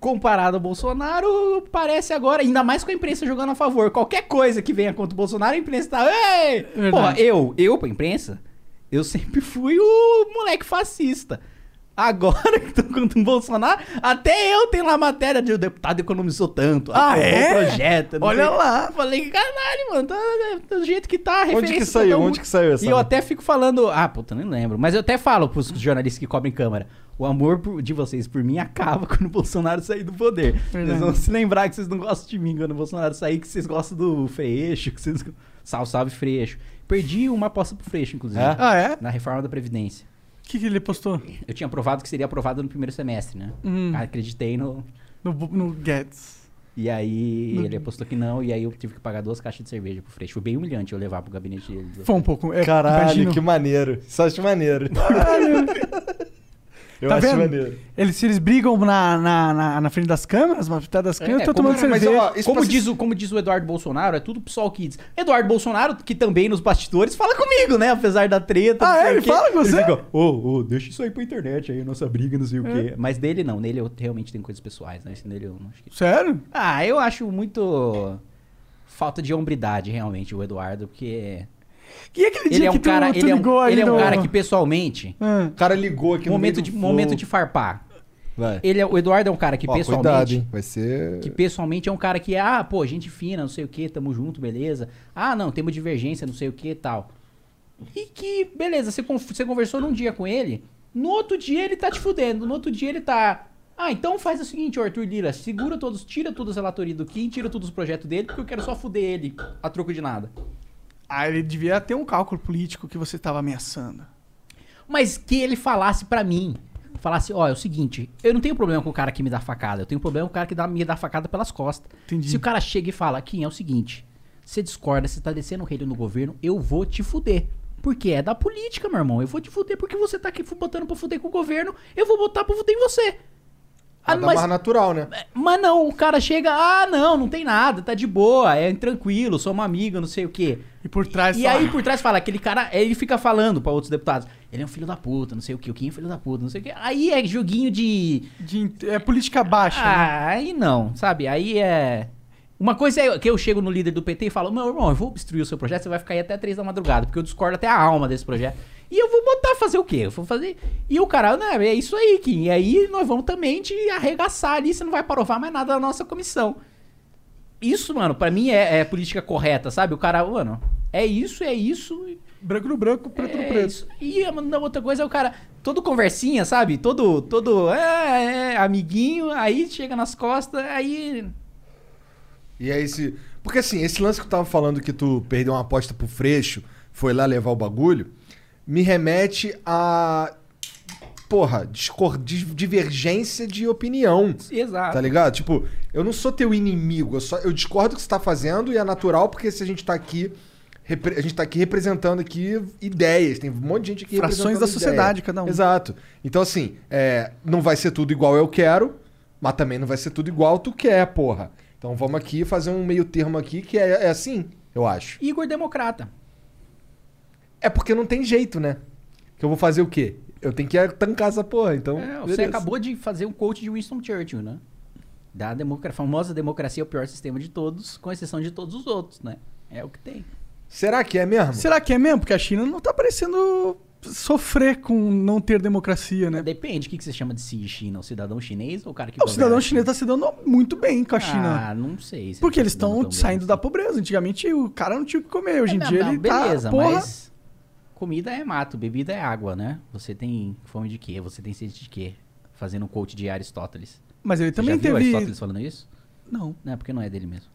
S4: comparado ao Bolsonaro parece agora, ainda mais com a imprensa jogando a favor. Qualquer coisa que venha contra o Bolsonaro, a imprensa tá. Ei!
S2: Verdade.
S4: Porra, eu, eu pra imprensa, eu sempre fui o moleque fascista. Agora que tô contra o Bolsonaro, até eu tenho lá a matéria de o deputado economizou tanto.
S2: Ah,
S4: aprovou
S2: é?
S4: o Projeto, não
S2: Olha
S4: sei-
S2: lá.
S4: Falei, caralho, mano, tá, tá do jeito que tá, a
S3: Onde
S4: referência
S3: que
S4: tá
S3: saiu?
S4: tão
S3: Onde que saiu essa?
S4: e eu até fico falando, ah, puta, nem lembro. Mas eu até falo pros jornalistas que cobrem câmera. O amor por- de vocês por mim acaba quando o Bolsonaro sair do poder. Vocês vão se lembrar que vocês não gostam de mim quando o Bolsonaro sair, que vocês gostam do Freixo, que vocês. Salve, salve, Freixo. Perdi uma aposta pro Freixo, inclusive.
S3: É?
S2: Ah, é?
S4: Na reforma da Previdência.
S2: O que, que ele postou?
S4: Eu tinha aprovado que seria aprovado no primeiro semestre, né?
S2: Hum.
S4: Acreditei no.
S2: No, no Guedes.
S4: E aí
S2: No-
S4: ele apostou que não, e aí eu tive que pagar duas caixas de cerveja pro Freixo. Foi bem humilhante eu levar pro gabinete dele.
S2: Foi um pouco. é,
S3: Caralho,
S2: imagino.
S3: que maneiro. Isso eu acho maneiro. eu
S2: Tá
S3: acho
S2: vendo?
S3: maneiro.
S2: Eles, se eles brigam na, na, na, na frente das câmeras, mas atrás das câmeras, eu tô tomando
S3: mas,
S2: cerveja.
S3: ó, isso
S4: É, Como
S3: pra
S4: diz, o, como diz o Eduardo Bolsonaro, é tudo pessoal que diz. Eduardo Bolsonaro, que também nos bastidores, fala comigo, né? Apesar da treta.
S2: Ah,
S4: não sei
S2: é?
S4: o
S2: Ele
S4: quê.
S2: fala com você?
S4: fica, Ô, ô, deixa isso aí pra internet aí, nossa briga, não sei o quê. Mas dele não, nele eu realmente tenho coisas pessoais, né? Esse nele eu não acho que.
S2: Sério?
S4: Ah, eu acho muito. Falta de hombridade, realmente, o Eduardo, porque.
S2: E aquele dia
S4: Ele é
S2: que
S4: um
S2: tu,
S4: cara.
S2: tu
S4: Ele é
S2: ligou
S4: um,
S2: ali
S4: ele é um
S2: no-
S4: cara que pessoalmente.
S2: Ah,
S3: O cara ligou aqui
S4: Momento
S3: no meio
S4: de,
S3: do
S4: momento
S3: flow.
S4: de farpar.
S3: Vai.
S4: Ele é, o Eduardo é um cara que
S3: Ó,
S4: pessoalmente.
S3: cuidado, hein? Vai ser...
S4: Que pessoalmente é um cara que, ah, pô, gente fina, não sei o que, tamo junto, beleza. Ah, não, temos divergência, não sei o que e tal. E que, beleza, você, con- você conversou num dia com ele, no outro dia ele tá te fudendo, no outro dia ele tá. Ah, então faz o seguinte, Arthur Lira, segura todos, tira todos os relatorias do Kim, tira todos os projetos dele, porque eu quero só fuder ele a troco de nada.
S2: Ah, ele devia ter um cálculo político que você tava ameaçando.
S4: Mas que ele falasse pra mim. falasse, ó, é o seguinte, eu não tenho problema com o cara que me dá facada, eu tenho problema com o cara que dá, me dá facada pelas costas. Se o cara chega e fala, Kim, é o seguinte, você discorda, você tá descendo o relho no governo, eu vou te fuder. Porque é da política, meu irmão. Eu vou te fuder porque você tá aqui fu- botando pra fuder com o governo, eu vou botar pra fuder em você. Ah,
S3: da barra natural, né?
S4: Mas não, o cara chega, ah, não, não tem nada, tá de boa, é tranquilo, sou uma amiga, não sei o quê.
S2: E por trás
S4: E
S2: fala-
S4: aí por trás fala, aquele cara, ele fica falando pra outros deputados, ele é um filho da puta, não sei o quê, o Kim é filho da puta, não sei o quê. Aí é joguinho de.
S2: é política baixa. né?
S4: Ah, aí não, sabe? Aí é. Uma coisa é que eu chego no líder do PT e falo, meu irmão, eu vou obstruir o seu projeto, você vai ficar aí até três da madrugada, porque eu discordo até a alma desse projeto. E eu vou botar fazer o quê? Eu vou fazer. E o cara, não, é isso aí, Kim. E aí nós vamos também te arregaçar ali, você não vai aprovar mais nada da nossa comissão. Isso, mano, pra mim é, é política correta, sabe? O cara, mano, é isso, é isso.
S2: Branco no branco, preto no preto.
S4: É E a- na outra coisa é o cara, todo conversinha, sabe? Todo, todo, é, é, amiguinho, aí chega nas costas, aí.
S3: E aí se. Porque assim, esse lance que eu tava falando que tu perdeu uma aposta pro Freixo, foi lá levar o bagulho, me remete a. Porra, discor... di- divergência de opinião.
S4: Exato.
S2: Ah.
S3: Tá ligado? Tipo, eu não sou teu inimigo, eu, só, eu discordo do que você tá fazendo e é natural porque se a gente tá aqui. repre- A gente tá aqui representando aqui ideias, tem um monte de gente aqui
S2: Frações
S3: representando
S2: da sociedade,
S3: ideia.
S2: cada um.
S3: Exato. Então, assim, é, não vai ser tudo igual eu quero, mas também não vai ser tudo igual tu quer, porra. Então vamos aqui fazer um meio termo aqui que é, é assim, eu acho.
S4: Igor Democrata.
S3: É porque não tem jeito, né? Que eu vou fazer o quê? Eu tenho que é tancar essa porra, então.
S4: É, você
S3: beleza.
S4: acabou de fazer um coach de Winston Churchill, né? Da democra- famosa democracia é o pior sistema de todos, com exceção de todos os outros, né? É o que tem.
S3: Será que é mesmo?
S2: Será que é mesmo? Porque a China não tá parecendo sofrer com não ter democracia, né?
S4: Depende, o que, que você chama de Xi China? O cidadão chinês ou o cara que
S2: O
S4: governa
S2: cidadão
S4: a
S2: chinês tá se dando muito bem com a China.
S4: Ah, não sei. se
S2: Porque
S4: ele
S2: eles
S4: tá se dando
S2: estão
S4: tão bem.
S2: saindo da pobreza. Antigamente o cara não tinha o que comer. Hoje em
S4: É,
S2: dia
S4: não,
S2: ele
S4: beleza,
S2: tá. Porra,
S4: mas comida é mato, bebida é água, né? Você tem fome de quê? Você tem sede de quê? Fazendo um coach de Aristóteles.
S2: Mas ele
S4: Você
S2: também
S4: já viu
S2: teve-
S4: Aristóteles falando isso?
S2: Não.
S4: Não, é porque não é dele mesmo.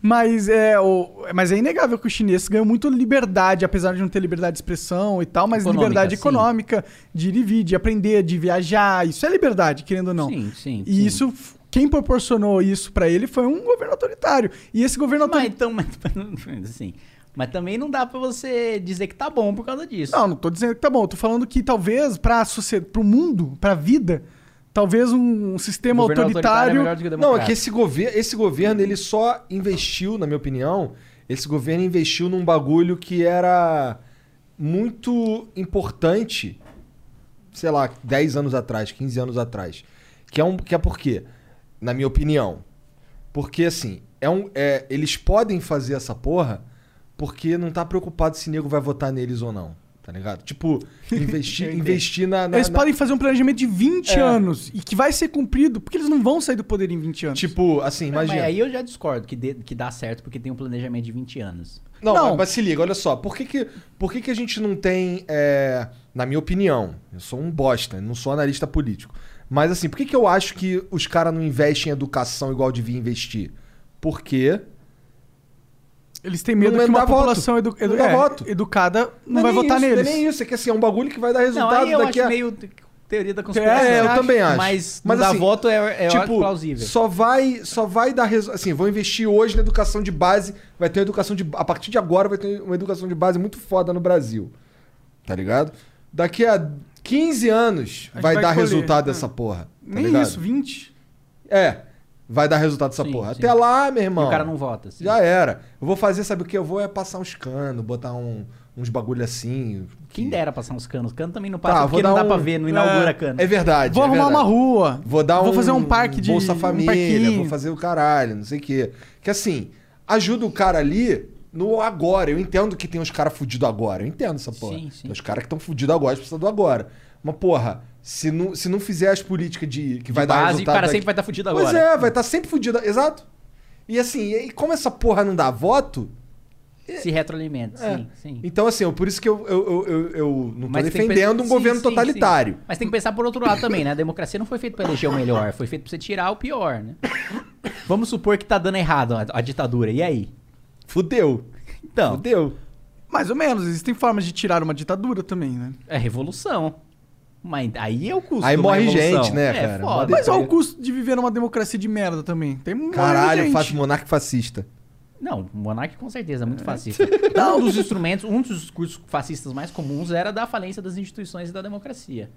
S2: Mas é, o, mas é inegável que o chinês ganhou muito liberdade, apesar de não ter liberdade de expressão e tal, mas
S4: Econômica,
S2: liberdade
S4: sim.
S2: econômica, de ir e vir, de aprender, de viajar. Isso é liberdade, querendo ou não.
S4: Sim, sim.
S2: E isso, f- quem proporcionou isso pra ele foi um governo autoritário. E esse governo
S4: autoritário. Então, mas, mas assim, mas também não dá pra você dizer que tá bom por causa disso.
S2: Não, não tô dizendo que tá bom. eu Tô falando que talvez pra sociedade, pro mundo, pra vida, talvez um, um sistema
S3: Governo
S2: autoritário.
S3: não, é que esse, gover esse governo, ele só investiu, na minha opinião, esse governo investiu num bagulho que era muito importante, sei lá, 10 anos atrás, 15 anos atrás. Que é, um, que é por quê? Na minha opinião. Porque, assim, é um, é, eles podem fazer essa porra porque não tá preocupado se nego vai votar neles ou não. Tá ligado? Tipo, investir, investir na, na-
S2: Eles
S3: na-
S2: podem fazer um planejamento de 20
S3: É.
S2: anos e que vai ser cumprido, porque eles não vão sair do poder em 20 anos.
S3: Tipo, assim,
S4: Mas aí eu já discordo que, dê- que dá certo porque tem um planejamento de 20 anos.
S3: Não, Mas, mas se liga, olha só. Por que, que, por que, que a gente não tem. é, na minha opinião, eu sou um bosta, não sou analista político. Mas assim, por que, que eu acho que os caras não investem em educação igual devia investir? Porque.
S2: Eles têm medo
S3: Não
S2: que uma
S3: dá voto.
S2: população edu- edu-
S3: Não dá
S2: é,
S3: voto.
S2: educada não, vai
S3: é nem
S2: votar
S3: isso,
S2: neles.
S3: Não é nem isso, é que assim, é um bagulho que vai dar resultado
S4: não, aí eu
S3: daqui
S4: acho
S3: a.
S4: meio te- teoria da conspiração.
S3: É, eu também acho.
S4: Mas, mas dar
S3: assim,
S4: voto é, é
S3: tipo,
S4: plausível.
S3: Só vai, só vai dar resu- assim, vou investir hoje na educação de base, vai ter uma educação de a partir de agora vai ter uma educação de base muito foda no Brasil. Tá ligado? Daqui a 15 anos
S2: A gente
S3: vai,
S2: vai
S3: dar
S2: colher,
S3: resultado
S2: é.
S3: essa porra. tá
S2: Nem
S3: ligado?
S2: isso, 20.
S3: É. Vai dar resultado essa porra. Até lá, meu irmão.
S4: E o cara não vota, assim. sim.
S3: Já era. Eu vou fazer, sabe o que? Eu vou é passar uns canos, botar um- uns bagulho assim.
S4: Quem dera passar uns canos. Cano também não
S3: Tá,
S4: passa
S3: vou
S4: porque não
S3: dar
S4: dá pra
S3: um-
S4: ver, não inaugura
S3: É,
S4: cano.
S3: É verdade.
S2: Vou
S3: é
S2: arrumar uma
S3: verdade.
S2: rua.
S3: Vou dar
S2: Vou
S3: um
S2: fazer um parque de-
S3: Bolsa
S2: um
S3: Família,
S2: parquinho.
S3: vou fazer o caralho, não sei o quê. Que assim, ajuda o cara ali no agora. Eu entendo que tem uns caras fudidos agora. Eu entendo essa porra.
S4: Sim, sim.
S3: Tem os caras que estão fudidos agora, eles precisam do agora. Mas, porra, se não, se não fizer as políticas de que vai dar
S4: base,
S3: resultado...
S4: o cara
S3: daqui-
S4: sempre vai estar fudido
S3: Pois
S4: agora.
S3: é, vai estar sempre fudido. Exato. E assim, e como essa porra não dá voto...
S4: Se retroalimenta,
S3: É.
S4: sim, sim.
S3: Então, assim, por isso que eu, eu, eu, eu- eu não tô
S4: Mas tem que
S3: defendendo
S4: pe-
S3: um
S4: sim,
S3: governo
S4: sim,
S3: totalitário.
S4: sim. Mas tem que pensar por outro lado também, né? A democracia não foi feita pra eleger o melhor, foi feita pra você tirar o pior, né? Vamos supor que tá dando errado a, a ditadura, e aí?
S3: Fudeu.
S4: Então.
S3: Fudeu.
S2: Mais ou menos, existem formas de tirar uma ditadura também, né?
S4: É revolução. Mas aí é o custo.
S6: Aí
S4: da
S6: morre
S4: revolução.
S6: gente, né,
S4: É
S6: cara?
S4: foda.
S6: Foda.
S2: Mas olha o custo de viver numa democracia de merda também. Tem muita
S6: Caralho,
S2: gente.
S6: faço monarca fascista.
S4: Não, o Monark com certeza é muito fascista. um dos instrumentos, um dos discursos fascistas mais comuns era da falência das instituições e da democracia.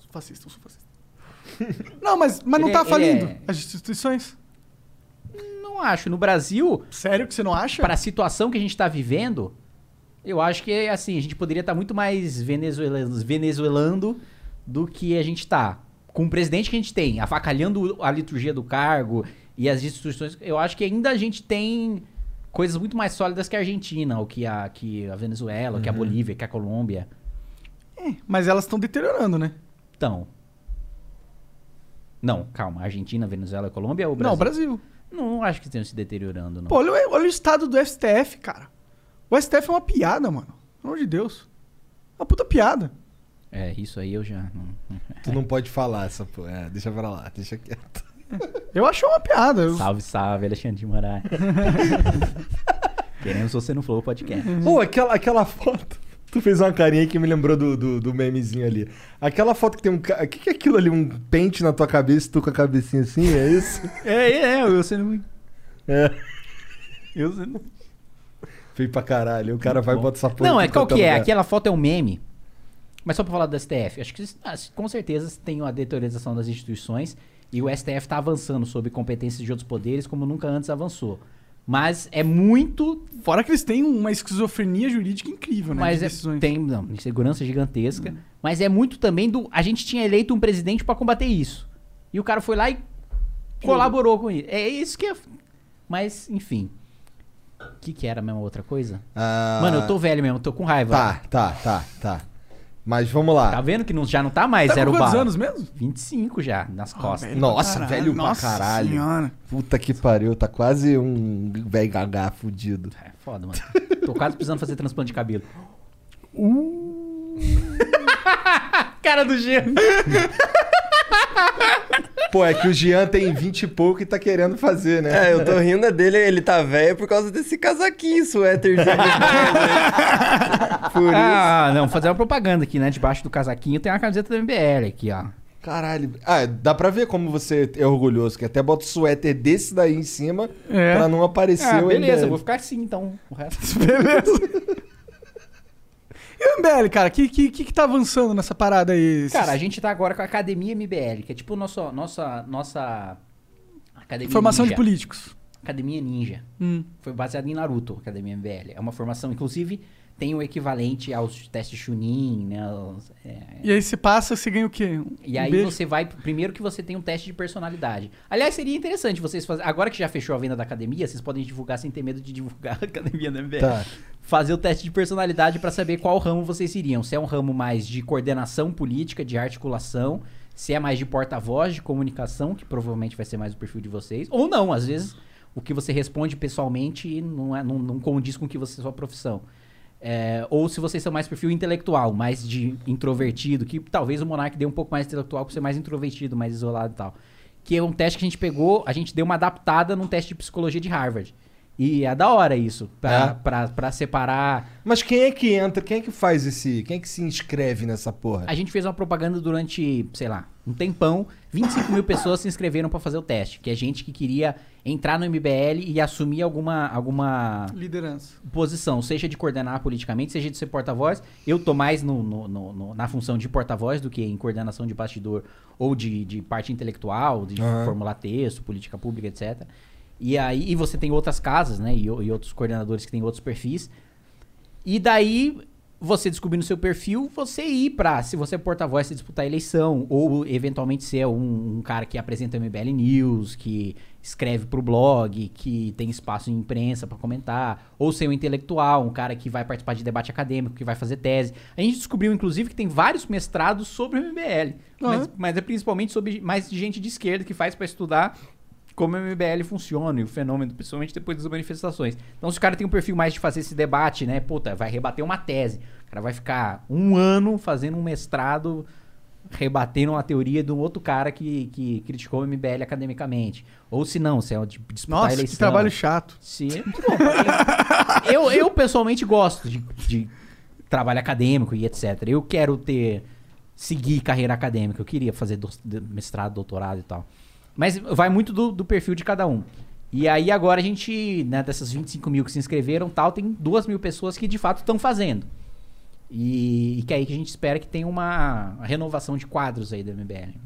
S2: Sou fascista, eu sou fascista. Não, mas, mas não
S4: Ele
S2: tá
S4: é- ele
S2: falindo
S4: é-
S2: as instituições?
S4: Não acho. No Brasil.
S2: Sério que você não acha?
S4: Para a situação que a gente tá vivendo, eu acho que assim, a gente poderia estar muito mais venezuelando, venezuelando do que a gente tá. Com o presidente que a gente tem, avacalhando a liturgia do cargo e as instituições, eu acho que ainda a gente tem coisas muito mais sólidas que a Argentina, ou que a, que a Venezuela, ou que a Bolívia, que a Colômbia.
S2: É, Mas elas estão deteriorando, né?
S4: Então. Não, calma. Argentina, Venezuela, Colômbia ou Brasil?
S2: Não, Brasil.
S4: Não acho que estejam se deteriorando, não.
S2: Pô, olha, o- olha o estado do STF, cara. O STF é uma piada, mano. Pelo amor de Deus. Uma puta piada.
S4: É, isso aí eu já. não-
S6: Tu não pode falar essa porra. É, deixa pra lá, deixa quieto.
S2: Eu acho uma piada. Eu-
S4: Salve, salve, Alexandre de Moraes. Queremos você no Flow Podcast.
S6: Pô, aquela, aquela foto. Tu fez uma carinha que me lembrou do, do, do memezinho ali. Aquela foto que tem um. ca- O que, que é aquilo ali? Um pente na tua cabeça e tu com a cabecinha assim? É isso?
S4: É, é, eu sendo.
S6: É.
S4: Eu sendo.
S6: Feio pra caralho. O cara vai e bota essa porra.
S4: Não,
S6: em
S4: é
S6: tudo
S4: qual
S6: quanto
S4: que é?
S6: lugar.
S4: Aquela foto é um meme. Mas só pra falar do STF, acho que ah, com certeza tem uma deteriorização das instituições e o STF tá avançando sobre competências de outros poderes como nunca antes avançou. Mas é muito
S2: Fora que eles têm uma esquizofrenia jurídica incrível, né?
S4: Mas
S2: de
S4: é-
S2: decisões. Uhum.
S4: tem não, insegurança gigantesca. Mas é muito também do. A gente tinha eleito um presidente pra combater isso. E o cara foi lá e colaborou com isso. É isso que é. Mas, enfim. O que, que era mesmo a outra coisa?
S6: Ah,
S4: Mano, eu tô velho mesmo, tô com raiva.
S6: Tá, tá, tá, tá. Mas vamos lá.
S4: Tá vendo que não, já não tá mais,
S2: Tá com
S4: era o
S2: quantos
S4: bala.
S2: anos mesmo?
S4: 25 já, nas costas.
S2: velho.
S6: Nossa,
S2: Caralho,
S6: velho
S2: nossa
S6: pra caralho.
S2: senhora.
S6: Puta que pariu, tá quase um velho gagá fudido.
S4: É foda, mano. Tô quase precisando fazer transplante de cabelo.
S2: Uh.
S4: Cara do gelo.
S6: Pô, é que o Jean tem 20 e pouco e tá querendo fazer, né?
S5: É, eu tô rindo dele, ele tá velho por causa desse casaquinho, suéterzinho. Por
S4: Ah, não, fazer uma propaganda aqui, né? Debaixo do casaquinho tem uma camiseta do MBL aqui, ó.
S6: Caralho. Ah, dá pra ver como você é orgulhoso, que até bota o suéter desse daí em cima
S2: É.
S6: pra não aparecer
S4: Ah,
S6: o
S4: beleza,
S6: MBL.
S4: eu vou ficar assim então. O resto.
S2: E o MBL, cara? O que, que, que que tá avançando nessa parada aí?
S4: Cara, a gente tá agora com a Academia MBL, que é tipo nossa nossa nossa Academia
S2: Formação de
S4: ninja.
S2: políticos.
S4: Academia Ninja.
S2: Hum.
S4: Foi baseada em Naruto, a Academia MBL. É uma formação, inclusive, tem o equivalente aos testes Chunin, né? os- é.
S2: E aí você passa, você ganha o quê? Um
S4: E aí
S2: beijo?
S4: você vai. Primeiro que você tem um teste de personalidade. Aliás, seria interessante vocês fazerem. Agora que já fechou a venda da academia, vocês podem divulgar sem ter medo de divulgar a academia do MBL.
S6: Tá.
S4: fazer o teste de personalidade pra saber qual ramo vocês iriam. Se é um ramo mais de coordenação política, de articulação, se é mais de porta-voz, de comunicação, que provavelmente vai ser mais o perfil de vocês, ou não, às vezes o que você responde pessoalmente não, é- não- não condiz com o que você sua profissão. É, ou se vocês são mais perfil intelectual, mais de introvertido, que talvez o Monark dê um pouco mais intelectual por ser mais introvertido, mais isolado e tal. Que é um teste que a gente pegou, a gente deu uma adaptada num teste de psicologia de Harvard. E é da hora isso, pra,
S6: É.
S4: pra, pra separar.
S6: Mas quem é que entra? Quem é que faz esse. Quem é que se inscreve nessa porra?
S4: A gente fez uma propaganda durante, sei lá, um tempão. 25 mil pessoas se inscreveram pra fazer o teste, que é gente que queria entrar no MBL e assumir alguma, alguma
S2: Liderança.
S4: posição, seja de coordenar politicamente, seja de ser porta-voz. Eu tô mais no- no- no- no- na função de porta-voz do que em coordenação de bastidor ou de, de parte intelectual, de
S6: Aham.
S4: formular texto, política pública, etc. E aí e você tem outras casas, né? E, o- e outros coordenadores que têm outros perfis. E daí você descobrindo seu perfil, você ir pra, se você é porta-voz, você disputar a eleição, ou eventualmente ser um, um cara que apresenta o MBL News, que escreve pro blog, que tem espaço em imprensa pra comentar, ou ser um intelectual, um cara que vai participar de debate acadêmico, que vai fazer tese. A gente descobriu, inclusive, que tem vários mestrados sobre o MBL, mas, mas é principalmente sobre mais de gente de esquerda que faz pra estudar como o MBL funciona e o fenômeno, principalmente depois das manifestações. Então, se o cara tem um perfil mais de fazer esse debate, né? Puta, vai rebater uma tese. O cara vai ficar um ano fazendo um mestrado rebatendo uma teoria de um outro cara que, que criticou o MBL academicamente. Ou se não, se é de disputar a
S2: Nossa,
S4: eleição.
S2: que trabalho chato.
S4: Sim. Bom, porque eu, eu pessoalmente gosto de, de trabalho acadêmico e etc. Eu quero ter seguir carreira acadêmica. Eu queria fazer do- de- mestrado, doutorado e tal. Mas vai muito do, do perfil de cada um. E aí agora a gente, né, dessas 25 mil que se inscreveram e tal, tem 2 mil pessoas que de fato estão fazendo. E, e que é aí que a gente espera que tenha uma renovação de quadros aí da MBL.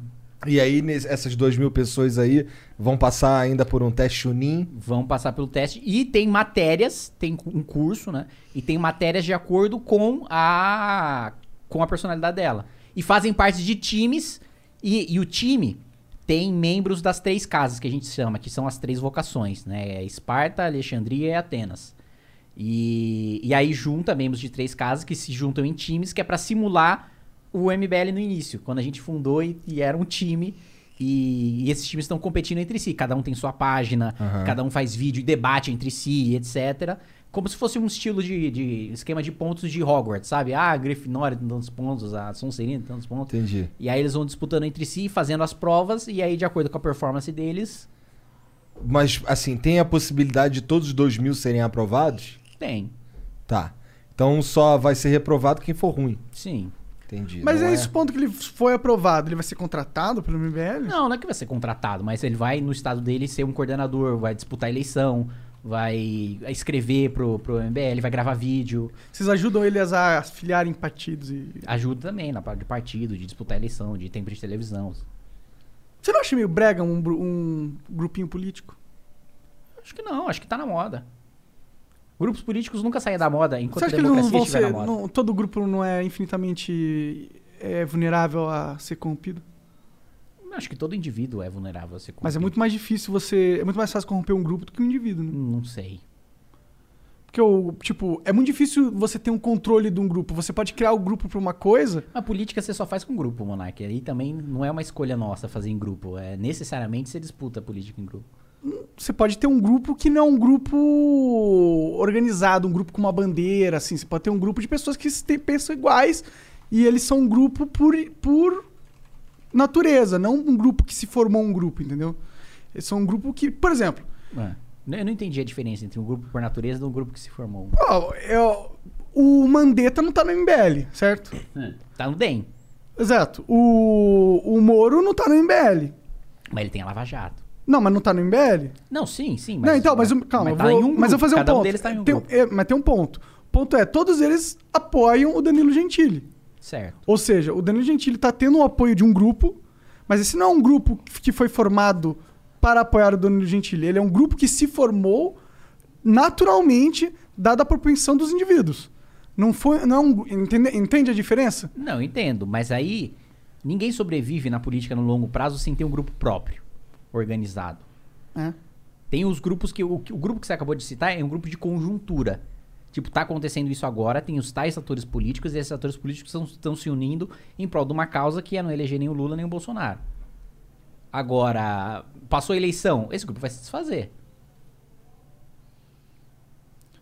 S3: E aí, nes- essas 2 mil pessoas aí vão passar ainda por um teste Unim.
S4: Vão passar pelo teste. E tem matérias, tem cu- um curso, né? E tem matérias de acordo com a com a personalidade dela. E fazem parte de times. E, e o time tem membros das três casas que a gente chama, que são as três vocações, né? É Esparta, Alexandria e Atenas. E, e aí junta membros de três casas que se juntam em times, que é pra simular o MBL no início, quando a gente fundou e, e era um time. E, e esses times estão competindo entre si. Cada um tem sua página,
S3: Aham.
S4: cada um faz vídeo e debate entre si, etc. Como se fosse um estilo de, de esquema de pontos de Hogwarts, sabe? Ah, a Grifinória tem tantos pontos, a Sonserina tem tantos pontos.
S3: Entendi.
S4: E aí eles vão disputando entre si, fazendo as provas, e aí, de acordo com a performance deles,
S3: Mas, assim, tem a possibilidade de todos os 2 mil serem aprovados?
S4: tem.
S3: Tá. Então só vai ser reprovado quem for ruim.
S4: Sim.
S3: Entendi.
S2: Mas
S3: não
S2: é esse ponto que ele foi aprovado. Ele vai ser contratado pelo MBL?
S4: Não, não é que vai ser contratado, mas ele vai no estado dele ser um coordenador, vai disputar eleição, vai escrever pro, pro MBL, vai gravar vídeo.
S2: Vocês ajudam eles a filiarem partidos e.
S4: Ajuda também na parte de partido, de disputar eleição, de tempo de televisão.
S2: Você não acha meio brega um, bru- um grupinho político?
S4: Acho que não, acho que tá na moda. Grupos políticos nunca saem da moda enquanto
S2: Você
S4: a
S2: acha que eles não
S4: democracia
S2: vão
S4: estiver na
S2: ser.
S4: moda.
S2: não- todo grupo não é infinitamente é, vulnerável a ser corrompido?
S4: Acho que todo indivíduo é vulnerável a ser
S2: Mas é
S4: corrompido.
S2: muito mais difícil você. É muito mais fácil corromper um grupo do que um indivíduo, né?
S4: Não sei.
S2: Porque, o, tipo, é muito difícil você ter um controle de um grupo. Você pode criar o grupo pra uma coisa.
S4: A política você só faz com grupo, Monark. Aí também não é uma escolha nossa fazer em grupo. É necessariamente você disputa a política em grupo.
S2: Você pode ter um grupo que não é um grupo organizado, um grupo com uma bandeira, assim. Você pode ter um grupo de pessoas que se te- pensam iguais e eles são um grupo por, por natureza, não um grupo que se formou um grupo, entendeu? Eles são um grupo que, por exemplo,
S4: É. Eu não entendi a diferença entre um grupo por natureza e um grupo que se formou.
S2: ó, eu- o Mandetta não tá no MBL, certo?
S4: Tá no DEM,
S2: Exato. O, o Moro não tá no MBL.
S4: mas ele tem a Lava Jato.
S2: Não, mas não tá no MBL?
S4: Não, sim, sim.
S2: não, então, mas, o- calma, mas,
S4: mas tá
S2: vou,
S4: em um
S2: mas eu
S4: grupo,
S2: vou fazer
S4: cada
S2: um
S4: um
S2: ponto.
S4: deles tá em um
S2: tem,
S4: grupo.
S2: é, mas tem um ponto. O ponto é, todos eles apoiam o Danilo Gentili.
S4: Certo.
S2: Ou seja, o Danilo Gentili tá tendo o apoio de um grupo, mas esse não é um grupo que foi formado para apoiar o Danilo Gentili. Ele é um grupo que se formou naturalmente, dada a propensão dos indivíduos. Não foi. Não, é um gru- entende, entende a diferença?
S4: Não, eu entendo, mas aí ninguém sobrevive na política no longo prazo sem ter um grupo próprio, organizado.
S2: É.
S4: Tem os grupos que o, que- o grupo que você acabou de citar é um grupo de conjuntura. Tipo, tá acontecendo isso agora, tem os tais atores políticos e esses atores políticos estão se unindo em prol de uma causa que é não eleger nem o Lula nem o Bolsonaro. Agora, passou a eleição, esse grupo vai se desfazer.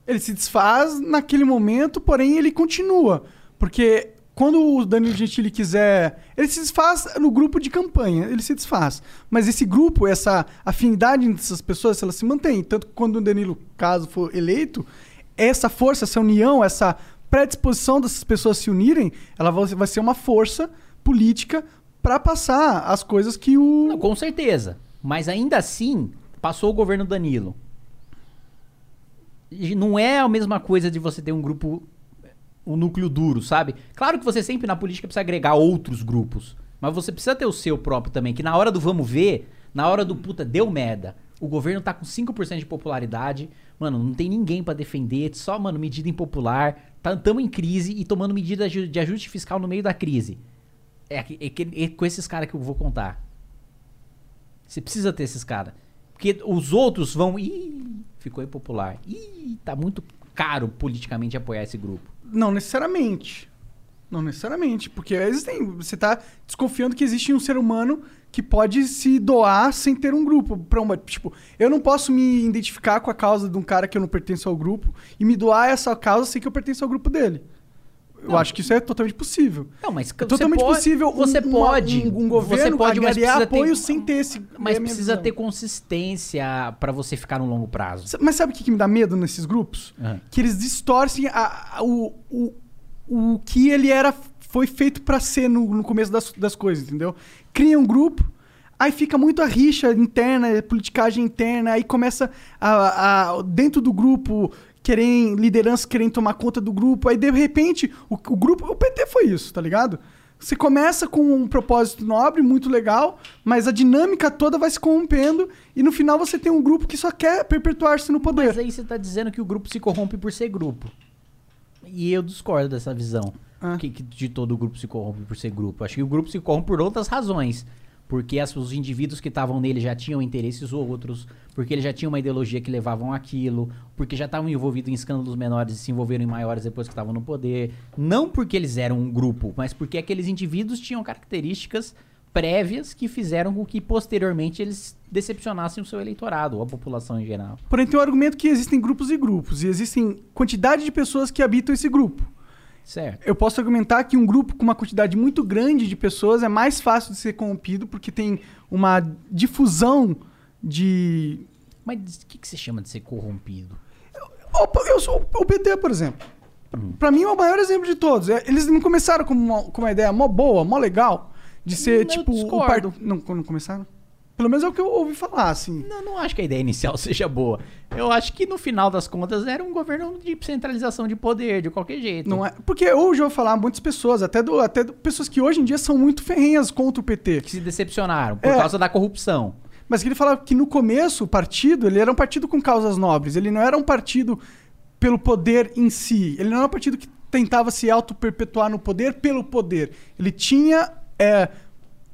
S2: Ele se desfaz naquele momento, porém ele continua. Porque quando o Danilo Gentili quiser. Ele se desfaz no grupo de campanha, ele se desfaz. Mas esse grupo, essa afinidade entre essas pessoas, ela se mantém. Tanto que quando o Danilo, caso for eleito, essa força, essa união, essa predisposição dessas pessoas se unirem, ela vai vai ser uma força política para passar as coisas que o.
S4: Não, com certeza. Mas ainda assim, passou o governo Danilo. E não é a mesma coisa de você ter um grupo, um núcleo duro, sabe? Claro que você sempre na política precisa agregar outros grupos. Mas você precisa ter o seu próprio também, que na hora do vamos ver, na hora do puta, deu merda. O governo tá com 5% de popularidade. Mano, não tem ninguém pra defender, é só, mano, medida impopular. Tá, tamo em crise e tomando medida de de ajuste fiscal no meio da crise. É, que- é que- é com esses caras que eu vou contar. Você precisa ter esses caras. Porque os outros vão. Ih, ficou impopular. Ih, tá muito caro politicamente apoiar esse grupo.
S2: Não necessariamente. Não necessariamente, porque existem. Você tá desconfiando que existe um ser humano que pode se doar sem ter um grupo. Pra uma, tipo, eu não posso me identificar com a causa de um cara que eu não pertenço ao grupo e me doar a essa causa sem que eu pertença ao grupo dele. Eu acho que isso é totalmente possível.
S4: Não, mas
S2: é totalmente
S4: você pode-
S2: possível um-
S4: você
S2: um,
S4: pode,
S2: um, um governo
S4: você pode, mas
S2: angariar
S4: precisa ter-
S2: apoio sem ter esse. é
S4: Mas
S2: a minha
S4: precisa
S2: visão.
S4: ter consistência pra você ficar no longo prazo.
S2: Mas sabe o que, que me dá medo nesses grupos?
S4: Ah.
S2: Que eles distorcem a- a- o, o, o que ele era foi feito pra ser no, no começo das, das coisas, entendeu? Cria um grupo, aí fica muito a rixa interna, politicagem interna, aí começa a, a- dentro do grupo querem liderança, querem tomar conta do grupo, aí de repente o, o grupo, o PT foi isso, tá ligado? Você começa com um propósito nobre, muito legal, mas a dinâmica toda vai se corrompendo e no final você tem um grupo que só quer perpetuar-se no poder.
S4: Mas aí você tá dizendo que o grupo se corrompe por ser grupo. E eu discordo dessa visão. Que, que de todo o grupo se corrompe por ser grupo. Acho que o grupo se corrompe por outras razões. Porque as- os indivíduos que estavam nele já tinham interesses outros, porque ele já tinha uma ideologia que levavam aquilo, porque já estavam envolvidos em escândalos menores e se envolveram em maiores depois que estavam no poder. Não porque eles eram um grupo, mas porque aqueles indivíduos tinham características prévias que fizeram com que posteriormente eles decepcionassem o seu eleitorado, ou a população em geral.
S2: Porém, tem o argumento que existem grupos e grupos, e existem quantidade de pessoas que habitam esse grupo.
S4: Certo.
S2: Eu posso argumentar que um grupo com uma quantidade muito grande de pessoas é mais fácil de ser corrompido porque tem uma difusão de.
S4: Mas o que, que você chama de ser corrompido?
S2: Opa, eu sou o PT, por exemplo. Pra mim é o maior exemplo de todos. É, Eles não começaram com uma, com uma ideia mó boa, mó legal, de ser
S4: Eu
S2: tipo. o
S4: discordo.
S2: par- Não, não começaram? Pelo menos é o que eu ouvi falar, assim.
S4: Não, não acho que a ideia inicial seja boa. Eu acho que no final das contas era um governo de centralização de poder, de qualquer jeito.
S2: Não é, porque hoje eu vou falar muitas pessoas, até, do, até do- pessoas que hoje em dia são muito ferrenhas contra o PT.
S4: Que se decepcionaram
S2: É.
S4: por causa da corrupção.
S2: Mas que ele falava que no começo o partido, ele era um partido com causas nobres, ele não era um partido pelo poder em si, ele não era um partido que tentava se auto-perpetuar no poder pelo poder. Ele tinha é,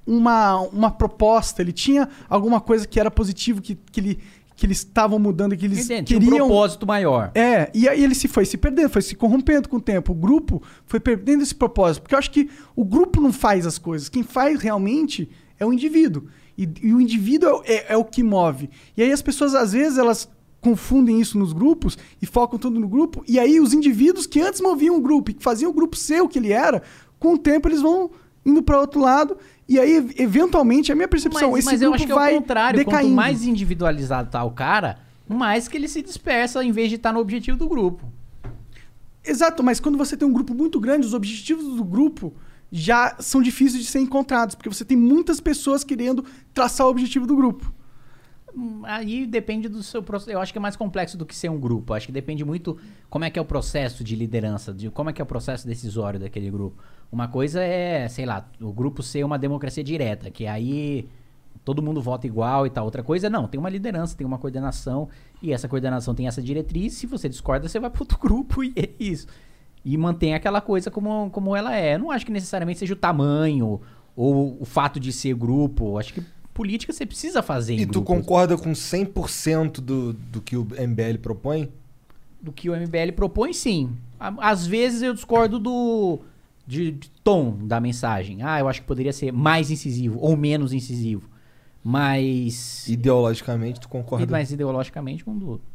S2: uma, uma proposta, ele tinha alguma coisa que era positivo, que, que, ele, que eles estavam mudando, que eles
S4: Entende? Tinha um
S2: queriam...
S4: propósito maior.
S2: É, e aí ele se foi se perdendo, foi se corrompendo com o tempo. O grupo foi perdendo esse propósito. Porque eu acho que o grupo não faz as coisas. Quem faz realmente é o indivíduo. E, e o indivíduo é o- é, é o que move. E aí as pessoas, às vezes, elas confundem isso nos grupos e focam tudo no grupo. E aí os indivíduos que antes moviam o grupo e que faziam o grupo ser o que ele era, com o tempo eles vão indo para outro lado. E aí, ev- eventualmente, a minha percepção,
S4: mas
S2: esse
S4: mas eu
S2: grupo
S4: acho que
S2: vai
S4: é o contrário.
S2: decaindo.
S4: Quanto mais individualizado tá o cara, mais que ele se dispersa em vez de estar no objetivo do grupo.
S2: Exato, mas quando você tem um grupo muito grande, os objetivos do grupo já são difíceis de ser encontrados, porque você tem muitas pessoas querendo traçar o objetivo do grupo.
S4: Hum, Aí depende do seu processo. Eu acho que é mais complexo do que ser um grupo. Acho que depende muito como é que é o processo de liderança, de como é que é o processo decisório daquele grupo. Uma coisa é, sei lá, o grupo ser uma democracia direta, que aí todo mundo vota igual e tal. Outra coisa, não, tem uma liderança, tem uma coordenação, e essa coordenação tem essa diretriz. Se você discorda, você vai pro outro grupo e é isso. E mantém aquela coisa como, como ela é. Eu não acho que necessariamente seja o tamanho ou o fato de ser grupo. Acho que política você precisa fazer em
S3: E tu
S4: grupos.
S3: concorda com 100% do, do que o MBL propõe?
S4: do que o MBL propõe, sim. À- Às vezes eu discordo do de, de tom da mensagem. Ah, eu acho que poderia ser mais incisivo ou menos incisivo. Mas.
S3: Ideologicamente, tu concorda?
S4: e mais ideologicamente com o do outro.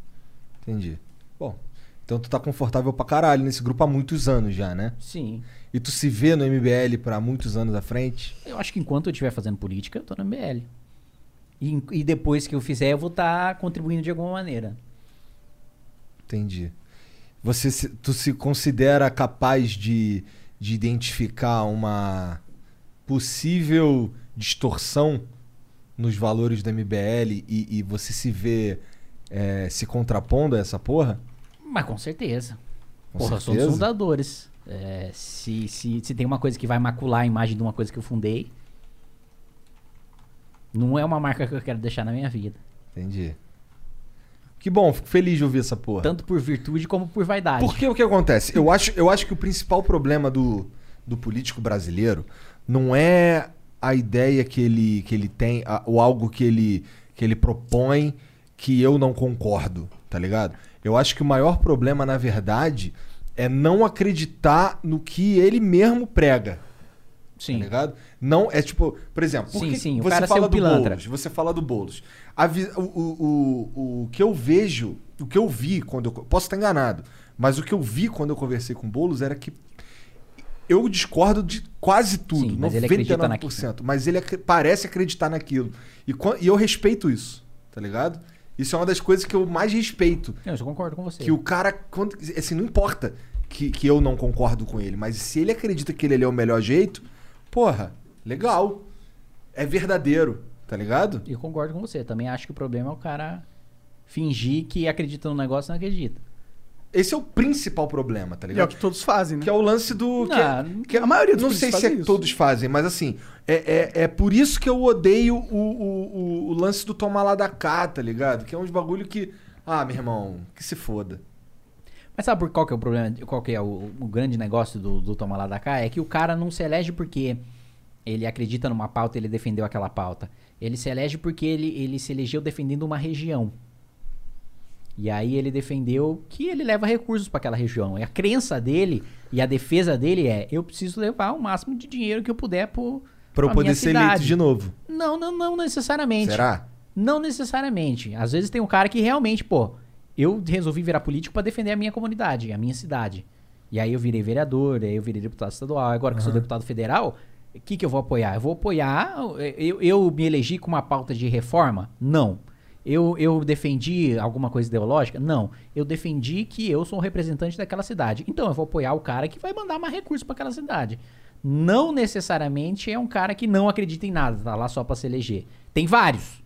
S3: Entendi. Bom, então tu tá confortável pra caralho nesse grupo há muitos anos já, né?
S4: Sim.
S3: E tu se vê no MBL pra muitos anos à frente?
S4: Eu acho que enquanto eu estiver fazendo política, eu tô no MBL. E, en- e depois que eu fizer, eu vou estar contribuindo de alguma maneira.
S3: Entendi. Você se- tu se considera capaz de, de identificar uma possível distorção nos valores do MBL e, e você se vê eh, se contrapondo a essa porra?
S4: Mas com certeza.
S3: Com
S4: Porra, eu sou um dos
S3: certeza.
S4: fundadores. É, se, se, se tem uma coisa que vai macular a imagem de uma coisa que eu fundei, não é uma marca que eu quero deixar na minha vida.
S3: Entendi. Que bom, fico feliz de ouvir essa porra.
S4: Tanto por virtude como por vaidade.
S3: Porque o que acontece? Eu acho, eu acho que o principal problema do, do político brasileiro não é a ideia que ele, que ele tem, a- ou algo que ele, que ele propõe que eu não concordo, tá ligado? Eu acho que o maior problema, na verdade, é não acreditar no que ele mesmo prega.
S4: Sim.
S3: Tá ligado? Não, é tipo, por exemplo, por
S4: Sim,
S3: que
S4: sim, o
S3: você
S4: cara ser
S3: fala
S4: um
S3: do
S4: pilantra.
S3: Boulos, você fala do Boulos. A vi- o, o, o, o que eu vejo, o que eu vi quando eu. co- Posso estar enganado, mas o que eu vi quando eu conversei com o Boulos era que eu discordo de quase tudo,
S4: mas
S3: 99%.
S4: ele acredita naquilo.
S3: Mas ele acre- parece acreditar naquilo. E, quan- e eu respeito isso, tá ligado? Isso é uma das coisas que eu mais respeito.
S4: Não, isso eu concordo com você.
S3: Que o cara, quando, assim, não importa. que, que eu não concordo com ele, mas se ele acredita que ele ali é o melhor jeito, porra, legal. É verdadeiro, tá ligado?
S4: Eu concordo com você. Também acho que o problema é o cara fingir que acredita no negócio e não acredita.
S3: Esse é o principal problema, tá
S2: E é o que
S3: ligado?
S2: todos fazem, né?
S3: Que é o lance do. que é-
S2: Não,
S3: que é-
S2: a maioria dos
S3: Não sei
S2: políticos
S3: se é
S2: fazem
S3: que
S2: isso.
S3: todos fazem, mas assim. É, é, é por isso que eu odeio o, o, o- o lance do tomar lá da cá, tá ligado? Que é uns bagulho que. Ah, meu irmão, que se foda.
S4: Mas sabe por qual que é o problema? Qual que é o, o grande negócio do, do Toma Lá da Cá? É que o cara não se elege porque ele acredita numa pauta e ele defendeu aquela pauta. Ele se elege porque ele, ele se elegeu defendendo uma região. E aí ele defendeu que ele leva recursos para aquela região. E a crença dele e a defesa dele é: eu preciso levar o máximo de dinheiro que eu puder pro,
S3: Pra eu
S4: pra
S3: poder
S4: minha
S3: ser eleito
S4: cidade."
S3: de novo.
S4: Não, não, não necessariamente.
S3: Será?
S4: Não necessariamente. Às vezes tem um cara que realmente, pô, eu resolvi virar político pra defender a minha comunidade, a minha cidade. E aí eu virei vereador, aí eu virei deputado estadual. Agora que eu sou
S14: Aham.
S4: deputado federal, o que, que eu vou apoiar? Eu vou apoiar. Eu, eu me elegi com uma pauta de reforma? Não. Eu, eu defendi alguma coisa ideológica? Não. Eu defendi que eu sou um representante daquela cidade. Então eu vou apoiar o cara que vai mandar mais recursos pra aquela cidade. Não necessariamente é um cara que não acredita em nada, tá lá só pra se eleger. Tem vários.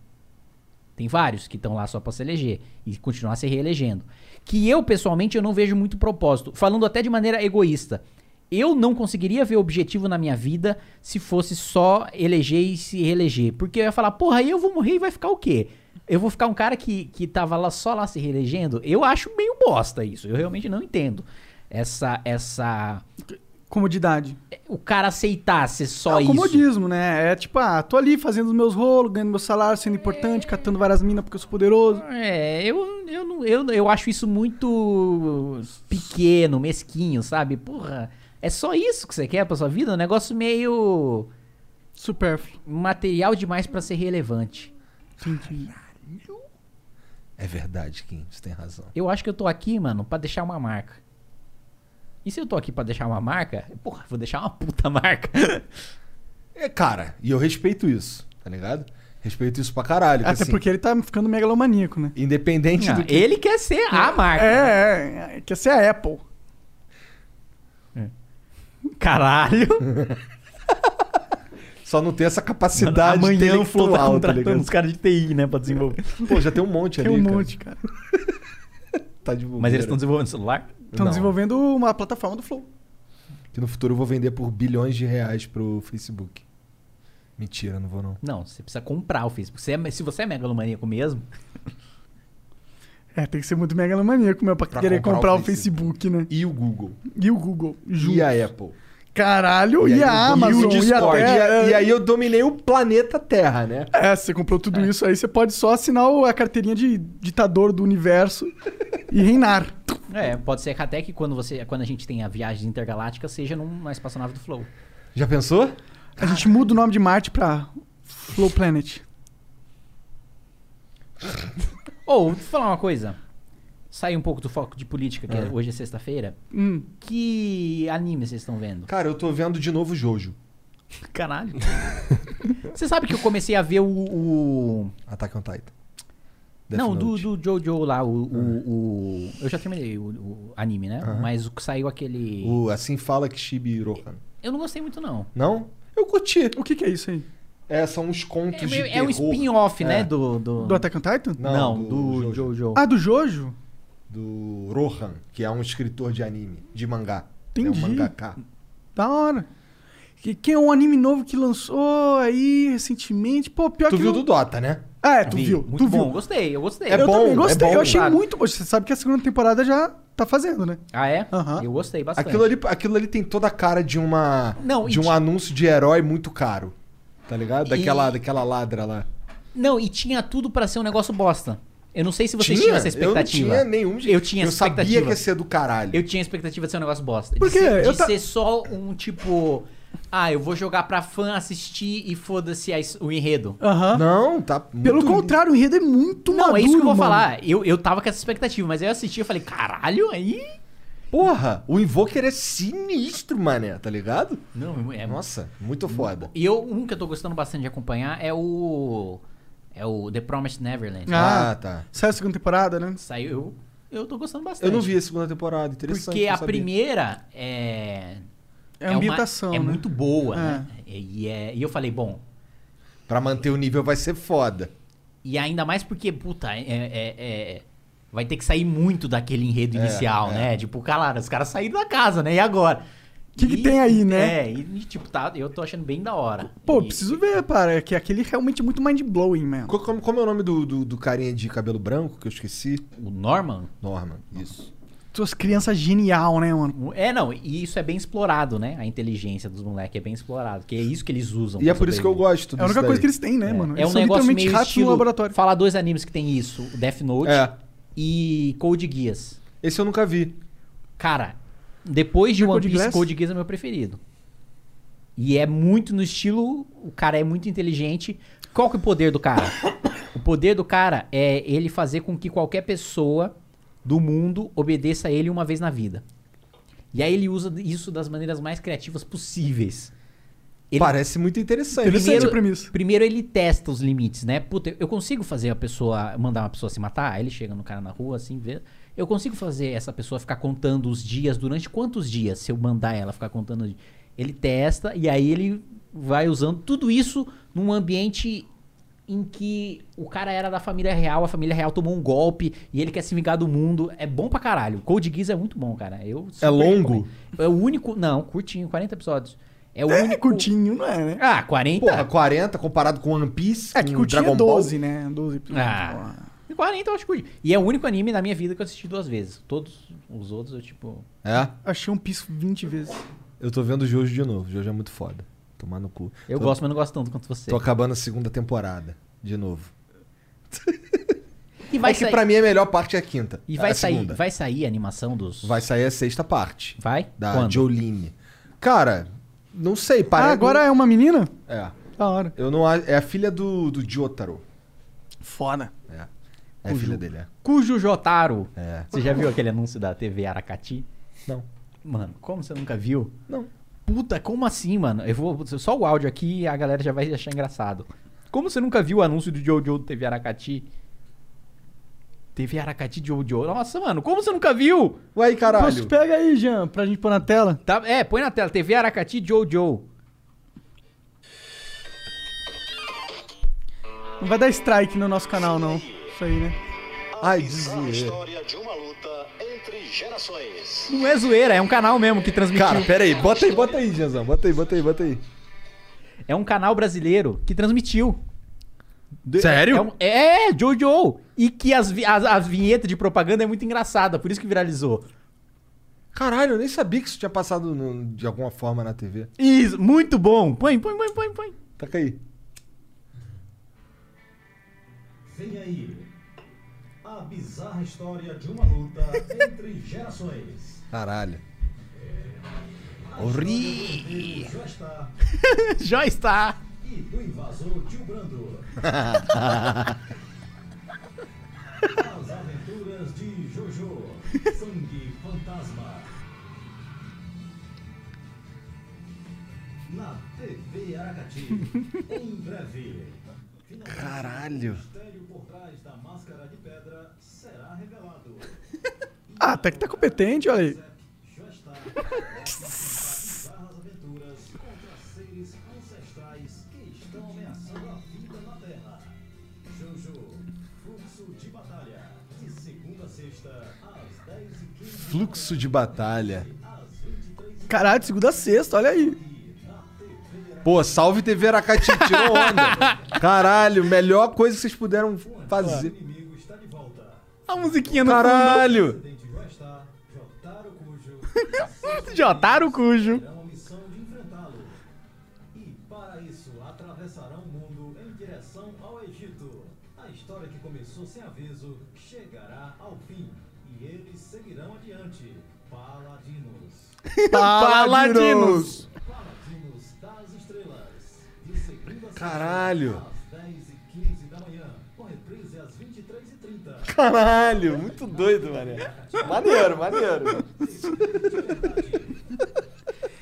S4: Tem vários que estão lá só para se eleger e continuar se reelegendo. Que eu, pessoalmente, eu não vejo muito propósito. Falando até de maneira egoísta. Eu não conseguiria ver objetivo na minha vida se fosse só eleger e se reeleger. Porque eu ia falar, porra, aí eu vou morrer e vai ficar o quê? Eu vou ficar um cara que, que tava lá só lá se reelegendo? Eu acho meio bosta isso. Eu realmente não entendo essa... essa
S2: Comodidade.
S4: O cara aceitar ser só
S2: É o
S4: isso.
S2: comodismo, né? É tipo, ah, tô ali fazendo os meus rolos, ganhando meu salário, sendo importante, catando várias minas porque eu sou poderoso.
S4: É, eu, eu, não- eu, eu acho isso muito pequeno, mesquinho, sabe? Porra, é só isso que você quer pra sua vida? Um negócio meio.
S2: Supérfluo.
S4: Material demais pra ser relevante.
S3: É verdade, Kim, você tem razão.
S4: Eu acho que eu tô aqui, mano, pra deixar uma marca. E se eu tô aqui pra deixar uma marca? Porra, vou deixar uma puta marca.
S3: É, cara, e eu respeito isso, tá ligado? Respeito isso pra caralho. que
S2: Até
S3: assim,
S2: porque ele tá ficando megalomaníaco, né?
S3: Independente do que...
S4: Tipo, Ele quer ser a marca.
S2: É, é, é, quer ser a Apple.
S4: Caralho!
S3: Só não tem essa capacidade intelectual, tá ligado?
S4: os caras de TI, né, pra desenvolver.
S3: Pô, já tem um monte
S2: Tem
S3: ali,
S2: um
S3: cara.
S2: monte, cara.
S3: Tá de bobeira.
S4: Mas eles estão desenvolvendo celular?
S2: Estão
S3: Não.
S2: desenvolvendo uma plataforma do Flow.
S3: Que no futuro eu vou vender por bilhões de reais pro Facebook. Mentira, não vou não.
S4: Não, você precisa comprar o Facebook. Você é- se você é megalomaníaco mesmo,
S2: É, tem que ser muito megalomaníaco mesmo pra,
S3: Pra
S2: querer
S3: comprar
S2: comprar
S3: o
S2: o Facebook, né?
S3: E o Google.
S2: E o Google. Juntos.
S3: E a Apple.
S2: Caralho, e,
S3: aí
S2: a
S3: o Google-
S2: Amazon.
S3: E o Discord.
S2: E, até-
S3: E, a- e aí eu dominei o planeta Terra, né?
S2: É, você comprou tudo isso aí, você pode só assinar o- a carteirinha de ditador do universo e reinar.
S4: É, pode ser que até que quando, você, quando a gente tem a viagem intergaláctica seja numa espaçonave do Flow.
S3: Já pensou?
S2: A gente muda o nome de Marte pra Flow Planet.
S4: Ou, vou falar uma coisa. Sair um pouco do foco de política, que
S3: É.
S4: hoje é sexta-feira.
S2: Hum.
S4: Que anime vocês estão vendo?
S3: Cara, eu tô vendo de novo o Jojo.
S4: Caralho. Você sabe que eu comecei a ver o. o-
S3: Attack on Titan. Death
S4: Não, do,
S3: Note.
S4: do Jojo lá, o, o, o- Eu já terminei o, o anime, né?
S3: Aham.
S4: Mas o que saiu aquele.
S3: O Assim Fala Kishibe Rohan.
S4: Eu não gostei muito, não.
S3: Não? Eu curti.
S2: O que, que é isso aí?
S3: É, são uns contos de
S4: É, meio-
S3: terror.
S4: é um spin-off, né?
S3: É.
S4: Do, do...
S2: Do Attack on Titan?
S4: Não, do, Jojo.
S2: Ah, do Jojo?
S3: Do Rohan, que é um escritor de anime, de mangá. Ele
S2: Entendi.
S3: É um mangaká.
S2: Da hora. Que, que é um anime novo que lançou aí recentemente. Pô, pior
S3: Tu
S2: que.
S3: viu
S2: não-
S3: do Dota, né?
S2: Ah, é, tu
S4: Vi.
S2: viu.
S4: Muito
S2: tu
S4: bom,
S2: viu.
S4: gostei, eu gostei.
S3: É
S2: eu
S3: bom,
S2: também gostei.
S3: é bom,
S2: eu achei
S3: cara.
S2: muito bom. Você sabe que a segunda temporada já tá fazendo, né?
S4: Ah, é?
S2: Aham.
S4: Eu gostei bastante.
S3: Aquilo ali, aquilo ali tem toda a cara de uma
S4: Não, e
S3: de um
S4: ti-
S3: anúncio de herói muito caro. Tá ligado? Daquela,
S4: E-
S3: daquela ladra lá.
S4: Não, e tinha tudo pra ser um negócio bosta. Eu não sei se vocês tinham essa expectativa.
S3: Eu não tinha nenhum jeito.
S4: Eu tinha
S3: Eu
S4: expectativa.
S3: sabia que ia ser do caralho.
S4: Eu tinha expectativa de ser um negócio bosta.
S2: Por
S4: de
S2: quê?
S4: ser, de
S2: Eu ta-
S4: ser só um tipo. Ah, eu vou jogar pra fã assistir e foda-se a his- o enredo.
S2: Aham.
S3: Não, tá.
S2: Pelo
S3: muito-
S2: contrário, o enredo é muito
S4: Não,
S2: maduro,
S4: é isso que eu vou
S2: mano.
S4: falar. Eu, eu tava com essa expectativa, mas aí eu assisti e falei, caralho, aí.
S3: Porra, o Invoker é sinistro, mané, tá ligado?
S4: Não, é.
S3: Nossa, muito foda.
S4: E eu, um que eu tô gostando bastante de acompanhar é o. É o The Promised Neverland.
S2: Ah,
S3: tá.
S2: Saiu a segunda temporada, né?
S4: Saiu. Eu tô gostando bastante.
S3: Eu não vi a segunda temporada, interessante.
S4: Porque
S3: não
S4: a
S3: sabia.
S4: primeira é.
S2: É
S4: uma-
S2: ambientação,
S4: É
S2: né?
S4: muito boa,
S2: É.
S4: né? E, é- e eu falei, bom.
S3: Pra manter o nível vai ser foda.
S4: E ainda mais porque, puta, é. é- é- vai ter que sair muito daquele enredo
S3: É,
S4: inicial,
S3: é.
S4: né? Tipo, cara, os caras saíram da casa, né? E agora? O
S2: que tem aí, né?
S4: É, e tipo, tá, eu tô achando bem da hora.
S2: Pô,
S4: E-
S2: preciso ver, para, que aquele realmente é muito mind-blowing, mesmo.
S3: Co- Como, como é o nome do, do, do carinha de cabelo branco que eu esqueci?
S4: O Norman?
S3: Norman, isso.
S2: Suas crianças genial, né, mano?
S4: É, não, e isso é bem explorado, né? A inteligência dos moleques é bem explorado, que é isso que eles usam.
S3: E é por isso que eu gosto
S2: É a única coisa que eles têm, né, mano?
S4: É
S2: Eles
S4: um
S2: são
S4: negócio
S2: literalmente
S4: meio
S2: ratos
S4: estilo...
S2: no laboratório.
S4: Falar dois animes que tem isso, o Death Note
S3: É.
S4: e Code Geass.
S3: Esse eu nunca vi.
S4: Cara, depois de
S2: Não é
S4: One
S2: Code
S4: Piece,
S2: Geass?
S4: Code Geass é meu preferido. E é muito no estilo... O cara é muito inteligente. Qual que é o poder do cara? o poder do cara é ele fazer com que qualquer pessoa do mundo obedeça a ele uma vez na vida. E aí ele usa isso das maneiras mais criativas possíveis. Ele-
S3: Parece muito interessante.
S2: Interessante a
S4: Primeiro-
S2: premissa.
S4: Primeiro ele testa os limites, né? Puta, eu consigo fazer a pessoa mandar uma pessoa se matar? Aí ele chega no cara na rua assim, vê. Eu consigo fazer essa pessoa ficar contando os dias durante quantos dias se eu mandar ela ficar contando. os di- Ele testa e aí ele vai usando tudo isso num ambiente em que o cara era da família real, a família real tomou um golpe e ele quer se vingar do mundo. É bom pra caralho. Code Geass é muito bom, cara. Eu super
S3: É longo?
S4: recomendo. É o único, não, curtinho, 40 episódios. É o único
S2: Curtinho, não é, né?
S4: Ah, 40?
S3: Porra, 40 comparado com One Piece,
S2: É que
S3: com
S2: curtinho
S3: Dragon
S2: é 12, né? 12 episódios. Então,
S4: Ah. 40 eu acho que E é o único anime na minha vida que eu assisti duas vezes. Todos os outros eu, tipo.
S3: Ball. É?
S2: Achei um piso 20 vezes. Ah,
S3: Eu tô vendo o Jojo de novo. Jojo é muito foda. Tomar no cu.
S4: Eu
S3: tô,
S4: gosto, mas não gosto tanto quanto você.
S3: Tô acabando a segunda temporada. De novo.
S4: E vai
S3: é que
S4: sair.
S3: pra mim a melhor parte é a quinta.
S4: E vai
S3: a
S4: sair,
S3: segunda.
S4: vai sair a animação dos.
S3: Vai sair a sexta parte.
S4: Vai?
S3: Da
S4: Quando?
S3: Jolene. Cara, não sei. Parece...
S2: Ah,
S4: um
S2: agora é uma menina?
S3: É.
S2: Da hora.
S3: Eu não... a- É a filha do, do Jotaro.
S2: Foda.
S3: É. É a filha dele, é.
S4: Cujo Jotaro.
S3: É.
S4: Você já viu aquele anúncio da TV Aracati?
S3: Não.
S4: Mano, como você nunca viu?
S3: Não.
S4: Puta, como assim, mano? Eu vou. Só o áudio aqui e a galera já vai achar engraçado. Como você nunca viu o anúncio do Jojo do TV Aracati? TV Aracati Jojo. Nossa, mano, como você nunca viu?
S3: Ué,
S2: Mas
S3: caralho.
S2: pega aí, Jean, pra gente pôr na tela.
S4: Tá, é, põe na tela, TV Aracati Jojo.
S2: Não vai dar strike no nosso canal, não. Isso aí, né?
S3: Ai, desviei.
S4: Não é zoeira, é um canal mesmo que transmitiu.
S3: Cara, pera aí. Bota aí, bota aí, Janzão. Bota aí, bota aí, bota aí.
S4: é um canal brasileiro que transmitiu. De-
S3: Sério?
S4: É, um- é, Jojo. E que as, vi- as, as vinhetas de propaganda é muito engraçada, por isso que viralizou.
S3: Caralho, eu nem sabia que isso tinha passado no- de alguma forma na TV.
S4: Isso, muito bom. Põe, põe, põe, põe, põe.
S3: Taca aí.
S14: Vem aí a bizarra história de uma luta entre gerações.
S3: Caralho. Ori!
S14: Já está
S4: Já está.
S14: e do invasor Tio Brando. As aventuras de Jojo, sangue fantasma. Na TV Aracati, em breve. Finalmente,
S3: Caralho.
S14: O mistério por trás da máscara de pedra será revelado.
S2: Ah, até que tá competente, olha aí.
S14: Já está. Bizarras aventuras contra seres ancestrais que estão ameaçando a vida na Terra. Jojo, fluxo de batalha. De segunda a sexta, às 10h15
S3: Fluxo de batalha.
S2: Caralho, de segunda a sexta, olha aí.
S3: Pô, salve TV Aracati, tirou onda. Caralho, melhor coisa que vocês puderam fazer.
S4: A musiquinha no
S3: Caralho!
S4: fundo. Jotaro Cujo.
S14: terão a missão de enfrentá-lo. E para isso, atravessarão o mundo em direção ao Egito. A história que começou sem aviso chegará ao fim. E eles seguirão adiante. Paladinos.
S4: Paladinos.
S14: Paladinos das Estrelas. De segunda a sexta,
S3: Caralho.
S14: Às 10h15 da manhã. Com reprise às 23h30.
S3: Caralho, muito doido, mané. Maneiro, maneiro.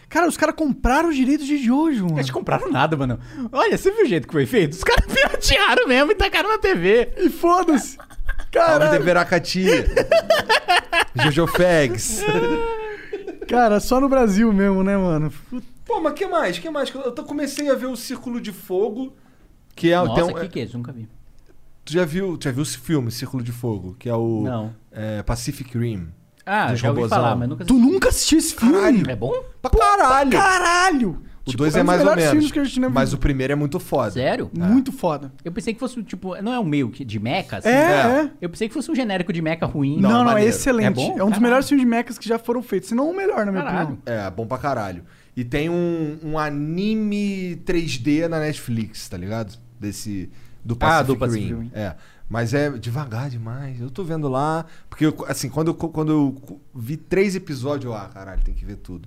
S2: Cara, os caras compraram os direitos de Jojo, mano.
S4: Eles compraram nada, mano. Olha, você viu o jeito que foi feito? Os caras piratearam mesmo e tacaram na TV.
S2: E foda-se.
S3: Caralho. Salve de Veracati. Jojo Fags.
S2: Cara, só no Brasil mesmo, né, mano?
S3: Pô, mas que mais? Que mais? Eu tô- comecei a ver o Círculo de Fogo, que é...
S4: Nossa,
S3: tem um-
S4: que que é isso? Nunca vi.
S3: Tu já viu, tu já viu esse filme, Círculo de Fogo, que é o
S4: Não.
S3: é, Pacific Rim.
S4: Ah,
S3: dos
S4: já ouvi
S3: robozão.
S4: falar, mas nunca
S2: Tu nunca assistiu esse filme?
S4: É bom?
S3: Pra caralho!
S2: Caralho!
S3: O dois
S2: é
S3: é
S2: um dos
S3: mais ou
S2: melhores
S3: menos.
S2: filmes que a gente não viu.
S3: mas o primeiro é muito foda.
S4: Sério?
S2: Muito foda.
S4: Eu pensei que fosse, tipo, não é um meio que- de meca? assim?
S2: É, é.
S4: Eu pensei que fosse um genérico de meca ruim.
S2: Não, não, é,
S3: maneiro.
S2: excelente. É,
S4: É bom?
S2: um dos
S4: Caralho.
S2: melhores filmes de mechas que já foram feitos. Se não o melhor, na minha opinião.
S3: É, bom pra caralho. E tem um, um anime 3D na Netflix, tá ligado? Desse. Do Pacific,
S4: Ah, do Pacific
S3: Rim.
S4: Rim.
S3: É. Mas é devagar demais. Eu tô vendo lá. Porque, eu- assim, quando eu, quando eu cu- vi três episódios, eu, ah, caralho, tem que ver tudo.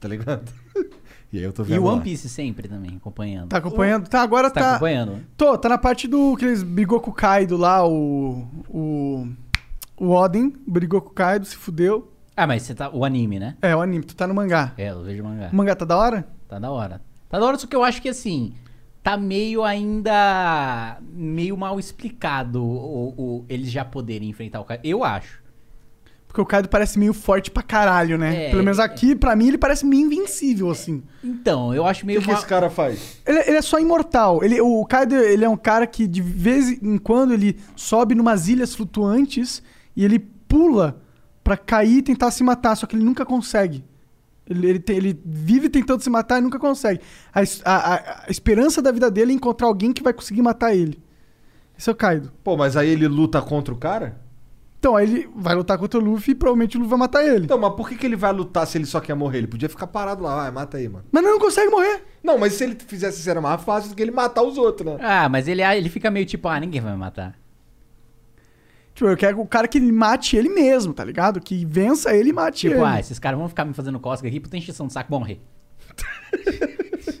S3: Tá ligado? e aí eu tô vendo.
S4: E o
S3: lá.
S4: One Piece sempre também, acompanhando.
S2: Tá acompanhando? Tá, agora
S4: Tá
S2: tá.
S4: acompanhando.
S2: Tô, tá na parte do que eles brigou com o Kaido lá, o. O. O Odin brigou com o Kaido, se fudeu.
S4: Ah, mas você tá. O anime, né?
S2: É, o anime, tu tá no mangá.
S4: É, eu vejo mangá.
S2: O mangá tá da hora?
S4: Tá da hora. Tá da hora, só que eu acho que assim. Tá meio ainda. meio mal explicado o, o- eles já poderem enfrentar o cara. Eu acho.
S2: Porque o Kaido parece meio forte pra caralho, né?
S4: É,
S2: Pelo menos
S4: é.
S2: aqui, pra mim, ele parece meio invencível, assim.
S4: Então, eu acho
S3: O
S4: meio.
S3: que, que
S4: mal-
S3: esse cara faz?
S2: Ele, ele é só imortal. Ele, o Kaido ele é um cara que de vez em quando ele sobe numas ilhas flutuantes e ele pula pra cair e tentar se matar, só que ele nunca consegue. Ele, ele, te- ele vive tentando se matar e nunca consegue. A, es- a- a- a esperança da vida dele é encontrar alguém que vai conseguir matar ele. Esse é o Kaido.
S3: Pô, mas aí ele luta contra o cara?
S2: Então, aí ele vai lutar contra o Luffy e provavelmente o Luffy vai matar ele.
S3: Então, mas por que, que ele vai lutar se ele só quer morrer? Ele podia ficar parado lá, vai, mata aí, mano.
S2: Mas não consegue morrer.
S3: Não, mas se ele fizesse isso era mais fácil do que ele matar os outros, né?
S4: Ah, mas ele, ele fica meio tipo, ah, ninguém vai me matar.
S2: Tipo, eu quero o cara que mate ele mesmo, tá ligado? Que vença ele e mate
S4: Tipo,
S2: ele.
S4: ah, esses caras vão ficar me fazendo cócega aqui, puta encheção de saco, vão morrer.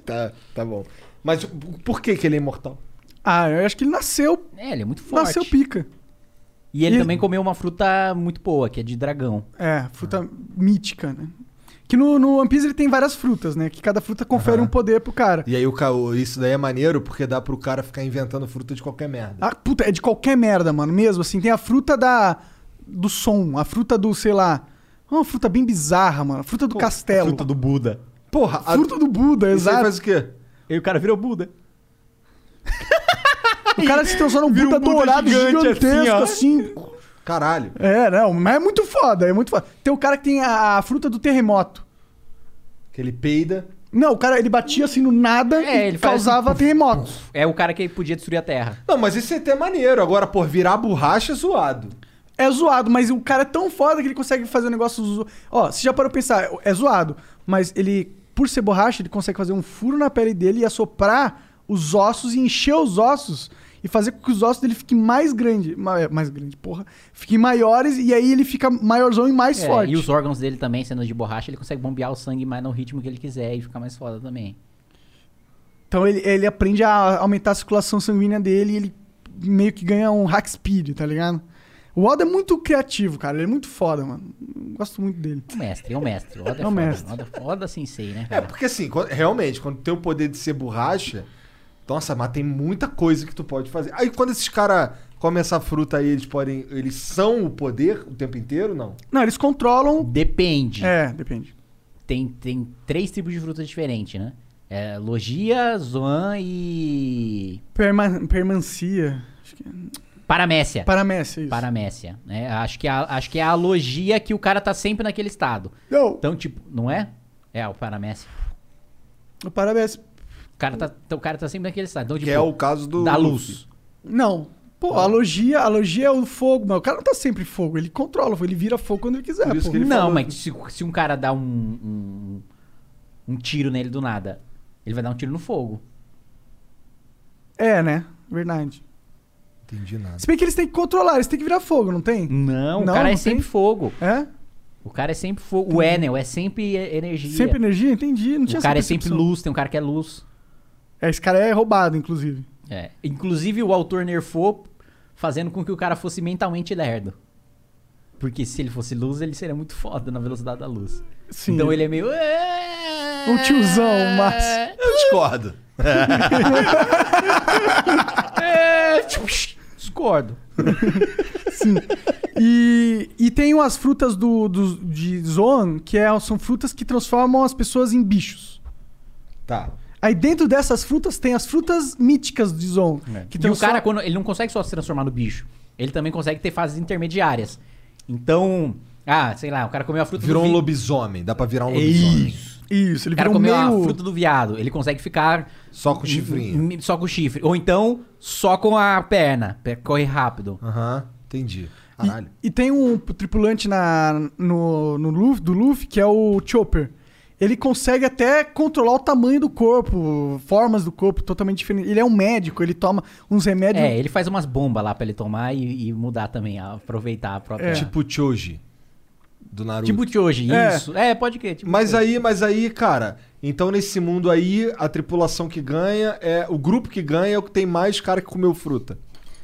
S3: Tá, tá bom. Mas por que, que ele é imortal?
S2: Ah, eu acho que ele nasceu.
S4: É, ele é muito forte.
S2: Nasceu pica.
S4: E ele
S2: E-
S4: também comeu uma fruta muito boa, que é de dragão.
S2: É, fruta mítica, né? Que no, no One Piece ele tem várias frutas, né? Que cada fruta confere um poder pro cara.
S3: E aí o ca- o- isso daí é maneiro porque dá pro cara ficar inventando fruta de qualquer merda.
S2: Ah, puta, é de qualquer merda, mano, mesmo. Assim, tem a fruta da do som, a fruta do, sei lá. é Uma fruta bem bizarra, mano. a Fruta do castelo. Fruta
S3: do Buda. Porra, a...
S2: Fruta do Buda,
S3: isso aí
S2: exato.
S3: faz o quê?
S4: E o cara virou Buda.
S2: O cara se transforma num Buda, dourado, gigantesco, assim.
S3: Caralho.
S2: É, não, mas é muito foda, é muito foda. Tem o cara que tem a, a fruta do terremoto.
S3: Que ele peida.
S2: Não, o cara, ele batia assim no nada
S4: É,
S2: e
S4: ele faz-
S2: causava terremotos.
S4: É o cara que podia destruir a terra.
S3: Não, mas esse é até maneiro. Agora, por virar borracha é zoado.
S2: É zoado, mas o cara é tão foda que ele consegue fazer um negócio. zo- Ó, você já parou pra pensar, é zoado, mas ele, por ser borracha, ele consegue fazer um furo na pele dele e assoprar os ossos e encher os ossos e fazer com que os ossos dele fiquem mais grandes. Mais grande, porra. Fiquem maiores e aí ele fica maiorzão e mais
S4: É,
S2: forte.
S4: E os órgãos dele também, sendo de borracha, ele consegue bombear o sangue mais no ritmo que ele quiser e ficar mais foda também.
S2: Então ele, ele aprende a aumentar a circulação sanguínea dele e ele meio que ganha um hack speed, tá ligado? O Aldo é muito criativo, cara. Ele é muito foda, mano. Eu Gosto muito dele.
S4: O mestre, é o mestre. O Oda é,
S2: É o
S4: foda.
S2: mestre.
S4: Oda, Oda sensei, né,
S3: É,
S4: cara?
S3: porque assim, quando- realmente, quando tem o poder de ser borracha, nossa, mas tem muita coisa que tu pode fazer. Aí quando esses caras comem essa fruta aí, eles podem. Eles são o poder o tempo inteiro, não?
S2: Não, eles controlam.
S4: Depende.
S2: É, depende.
S4: Tem, tem três tipos de frutas diferentes, né? É, logia, Zoan e.
S2: Perma permancia. Acho que é.
S4: Paramécia.
S2: Paramécia, isso.
S4: Paramécia, né? Acho que, a, acho que é a logia que o cara tá sempre naquele estado.
S2: Não.
S4: Então, tipo, não é? É, o paramécia.
S2: O paramécia.
S4: O cara tá, então, o cara tá sempre naquele estado. Então,
S3: Que
S4: tipo,
S3: é o caso do.
S4: da
S3: Luffy.
S4: luz.
S2: Não. Pô, a logia, a logia é o fogo, mas o cara não tá sempre fogo. Ele controla o fogo, ele vira fogo quando ele quiser,
S3: Por isso
S2: pô.
S3: que ele
S4: não,
S3: falou.
S4: mas se, se um cara dá um, um, um tiro nele do nada, ele vai dar um tiro no fogo.
S2: É, né? Verdade.
S3: Entendi nada.
S2: Se bem que eles têm que controlar, eles têm que virar fogo, não
S3: Hum.
S2: tem?
S4: Não, o
S2: Não,
S4: cara é
S2: não
S4: sempre fogo.
S2: É?
S4: O cara é sempre fogo. O Enel é sempre e- energia.
S2: Sempre energia? Entendi, não tinha
S4: o
S2: essa
S4: cara é sempre
S2: percepção.
S4: luz, tem um cara que é luz.
S2: É, esse cara é roubado, inclusive.
S4: É. Inclusive o autor nerfou fazendo com que o cara fosse mentalmente lerdo. Porque se ele fosse luz, ele seria muito foda na velocidade da luz.
S2: Sim.
S4: Então ele é meio. "É,
S2: Um tiozão, mas...
S4: é, tipo,
S3: Eu discordo.
S4: Discordo.
S2: Sim. E, e tem umas frutas do, do- de Zoan, que é- são frutas que transformam as pessoas em bichos.
S6: Tá.
S2: Aí dentro dessas frutas tem as frutas míticas de Zoan. Que
S4: É. e o
S2: transforma-
S4: cara, quando ele não consegue só se transformar no bicho, ele também consegue ter fases intermediárias. Então, ah, sei lá, o cara comeu a fruta
S6: Virou
S4: do
S6: um
S4: vi-
S6: lobisomem, dá pra virar um
S4: É
S6: lobisomem.
S4: Isso.
S2: Isso,
S4: o cara comeu a fruta do viado, ele consegue ficar
S6: só com o chifrinho.
S4: Só com o chifre, ou então só com a perna, pe- corre rápido.
S6: Aham, entendi.
S2: E, e tem um tripulante na, no, no Luffy, do Luffy, que é o Chopper. Ele consegue até controlar o tamanho do corpo, formas do corpo totalmente diferentes. Ele é um médico, ele toma uns remédios.
S4: É, ele faz umas bombas lá pra ele tomar e, e mudar também, a- aproveitar a própria.
S6: É. Tipo Choji, do Naruto.
S4: Tipo Choji,
S6: É.
S4: isso. É, pode crer. Tipo
S6: Mas
S4: Choji.
S6: aí, mas aí, cara, então nesse mundo aí, a tripulação que ganha é. O grupo que ganha é o que tem mais cara que comeu fruta.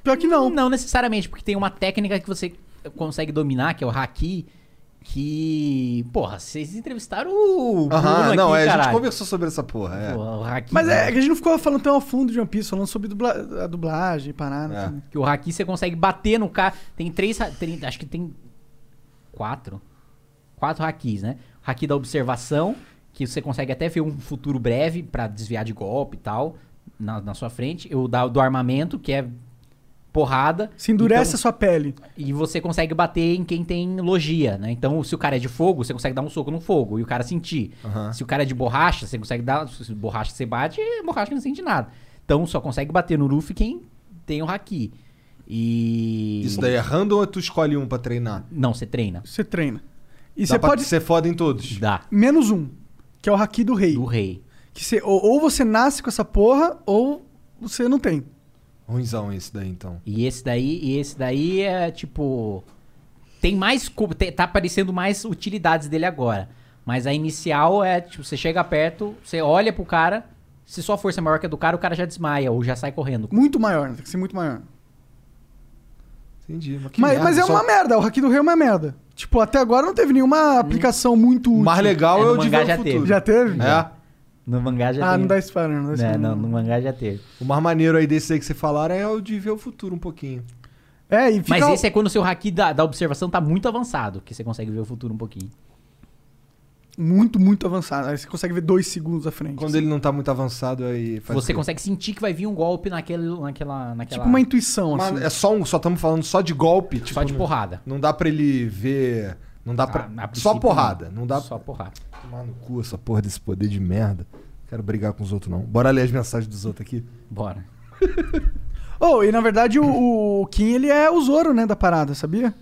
S2: Pior que não.
S4: Não necessariamente, porque tem uma técnica que você consegue dominar, que é o haki, que. Porra, vocês entrevistaram o.
S6: Aham,
S4: Bruno
S6: não,
S4: aqui,
S6: é, a gente
S4: caralho.
S6: conversou sobre essa porra. É.
S4: Pô, o haki,
S2: Mas é que a gente não ficou falando tão a fundo de One Piece, falando sobre dubla- a dublagem, parada. também.
S4: Que o haki você consegue bater no cara. Tem três. ha- tem- acho que tem. Quatro. Quatro hakis, né? O haki da observação, que você consegue até ver um futuro breve pra desviar de golpe e tal, na, na sua frente. O da, do armamento, que é porrada.
S2: Se endurece
S4: Então-
S2: a sua pele.
S4: E você consegue bater em quem tem logia, né? Então, se o cara é de fogo, você consegue dar um soco no fogo e o cara sentir.
S6: Aham.
S4: Se o cara é de borracha, você consegue dar. Se borracha você bate, e borracha não sente nada. Então, só consegue bater no Luffy quem tem o haki. E.
S6: Isso daí é random ou tu escolhe um pra treinar?
S4: Não, você treina.
S2: Você treina. E
S6: Dá
S2: você
S6: pra
S2: pode.
S6: ser foda em todos.
S4: Dá.
S2: Menos um, que é o haki do rei.
S4: Do rei.
S2: Que você, ou, ou você nasce com essa porra, ou você não tem.
S6: Ruizão esse daí, então.
S4: E esse daí, e esse daí é tipo. Tem mais. co- te- Tá aparecendo mais utilidades dele agora. Mas a inicial é, tipo, você chega perto, você olha pro cara. Se sua força é maior que a do cara, o cara já desmaia ou já sai correndo.
S2: Muito maior, né? tem que ser muito maior.
S6: Entendi. Mas,
S2: Mas, mas é uma merda, o Haki do Rei é uma merda. Tipo, até agora não teve nenhuma aplicação muito útil.
S6: mais legal É, no é o de mangá ver o já
S2: já
S6: futuro.
S2: Teve.
S6: teve.
S2: Já teve?
S6: É.
S4: No mangá já
S2: Ah,
S4: tem.
S2: não dá spoiler, não dá
S4: É,
S2: spoiler.
S4: não, no mangá já teve.
S6: O mais maneiro aí desse aí que você falaram é o de ver o futuro um pouquinho.
S2: É, e
S4: Mas esse é quando o seu haki da, da observação tá muito avançado, que você consegue ver o futuro um pouquinho.
S2: Muito, muito avançado. Aí você consegue ver dois segundos à frente.
S6: Quando ele não tá muito avançado, aí faz o
S4: você
S6: quê?
S4: consegue sentir que vai vir um golpe naquele, naquela, naquela.
S2: Tipo uma intuição,
S6: Mas
S2: assim.
S6: é só um, só estamos falando só de golpe, tipo,
S4: de
S6: não-
S4: porrada. Ah,
S6: Não dá pra ele ver, não dá pra
S4: a princípio,
S6: só
S4: não.
S6: porrada, não, dá
S4: Só porrada.
S6: Tomar no cu essa porra desse poder de merda. Quero brigar com os outros não. Bora ler as mensagens dos outros aqui.
S4: Bora.
S2: Oh, e na verdade o, o Kim, ele é o Zoro, né, da parada, sabia?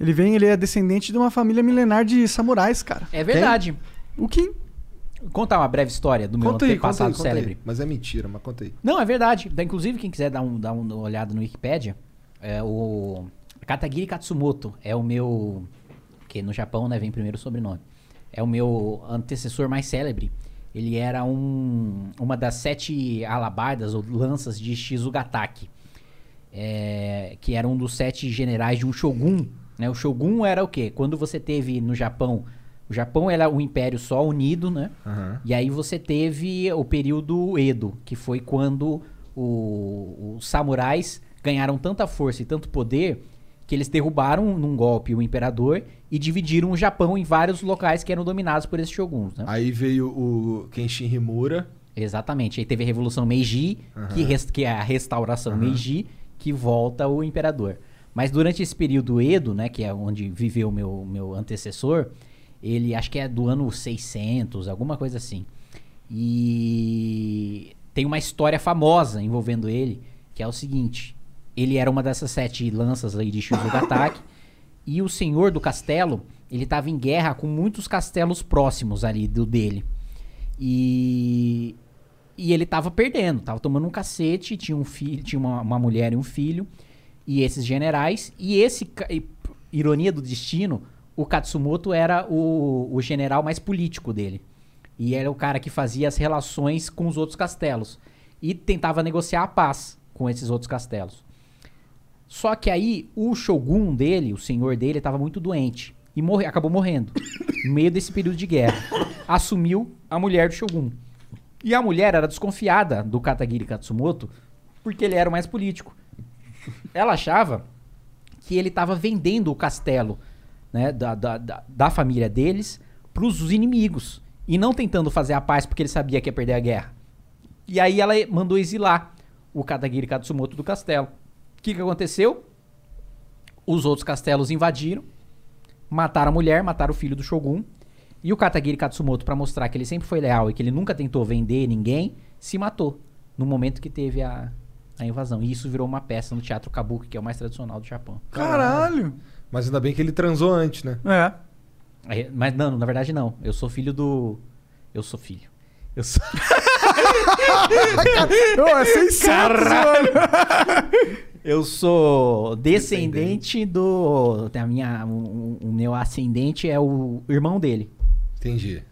S2: Ele vem, ele é descendente de uma família milenar de samurais, cara.
S4: É verdade.
S2: O Kim.
S4: Contar uma breve história do meu
S6: Conta aí, conta aí,
S4: antepassado
S6: conta
S4: célebre.
S6: aí. Mas é mentira, mas conta aí.
S4: Não, é verdade. Da- Inclusive, quem quiser dar, um, dar uma olhada no Wikipedia, é o Katagiri Katsumoto é o meu. Que no Japão, né, vem primeiro o sobrenome. É o meu antecessor mais célebre. Ele era um, uma das sete alabardas ou lanças de Shizugataki. é, que era um dos sete generais de um shogun. né? O shogun era o quê? Quando você teve no Japão, o Japão era um império só unido, né? E aí você teve o período Edo, que foi quando o- os samurais ganharam tanta força e tanto poder que eles derrubaram num golpe o imperador e dividiram o Japão em vários locais que eram dominados por esses shoguns. Né?
S6: Aí veio o Kenshin Himura.
S4: Exatamente. Aí teve a Revolução Meiji, que, res- que é a restauração Meiji, que volta o imperador. Mas durante esse período Edo, né, que é onde viveu o meu, meu antecessor, ele acho que é do ano 600, alguma coisa assim. E tem uma história famosa envolvendo ele, que é o seguinte. Ele era uma dessas sete lanças aí de Shizugataki. e o senhor do castelo, ele estava em guerra com muitos castelos próximos ali do dele. E, e ele tava perdendo, tava tomando um cacete, tinha um filho, tinha uma, uma mulher e um filho, e esses generais, e esse, ca- e, p- ironia do destino, o Katsumoto era o, o general mais político dele. E era o cara que fazia as relações com os outros castelos. E tentava negociar a paz com esses outros castelos. Só que aí o Shogun dele, o senhor dele, estava muito doente. E morre, acabou morrendo. No meio desse período de guerra. Assumiu a mulher do Shogun. E a mulher era desconfiada do Katagiri Katsumoto, porque ele era o mais político. Ela achava que ele estava vendendo o castelo né, da, da, da, da família deles para os inimigos. E não tentando fazer a paz porque ele sabia que ia perder a guerra. E aí ela mandou exilar o Katagiri Katsumoto do castelo. O que, que aconteceu? Os outros castelos invadiram, mataram a mulher, mataram o filho do Shogun. E o Katagiri Katsumoto, para mostrar que ele sempre foi leal e que ele nunca tentou vender ninguém, se matou no momento que teve a, a invasão. E isso virou uma peça no teatro kabuki, que é o mais tradicional do Japão.
S2: Caralho!
S3: Mas ainda bem que ele transou antes, né?
S2: É.
S4: É, Mas não, na verdade não. Eu sou filho do. Eu sou filho. Eu sou.
S2: Ô, é 600,
S4: Eu sou descendente do. da minha, o, o meu ascendente é o irmão dele.
S3: Entendi.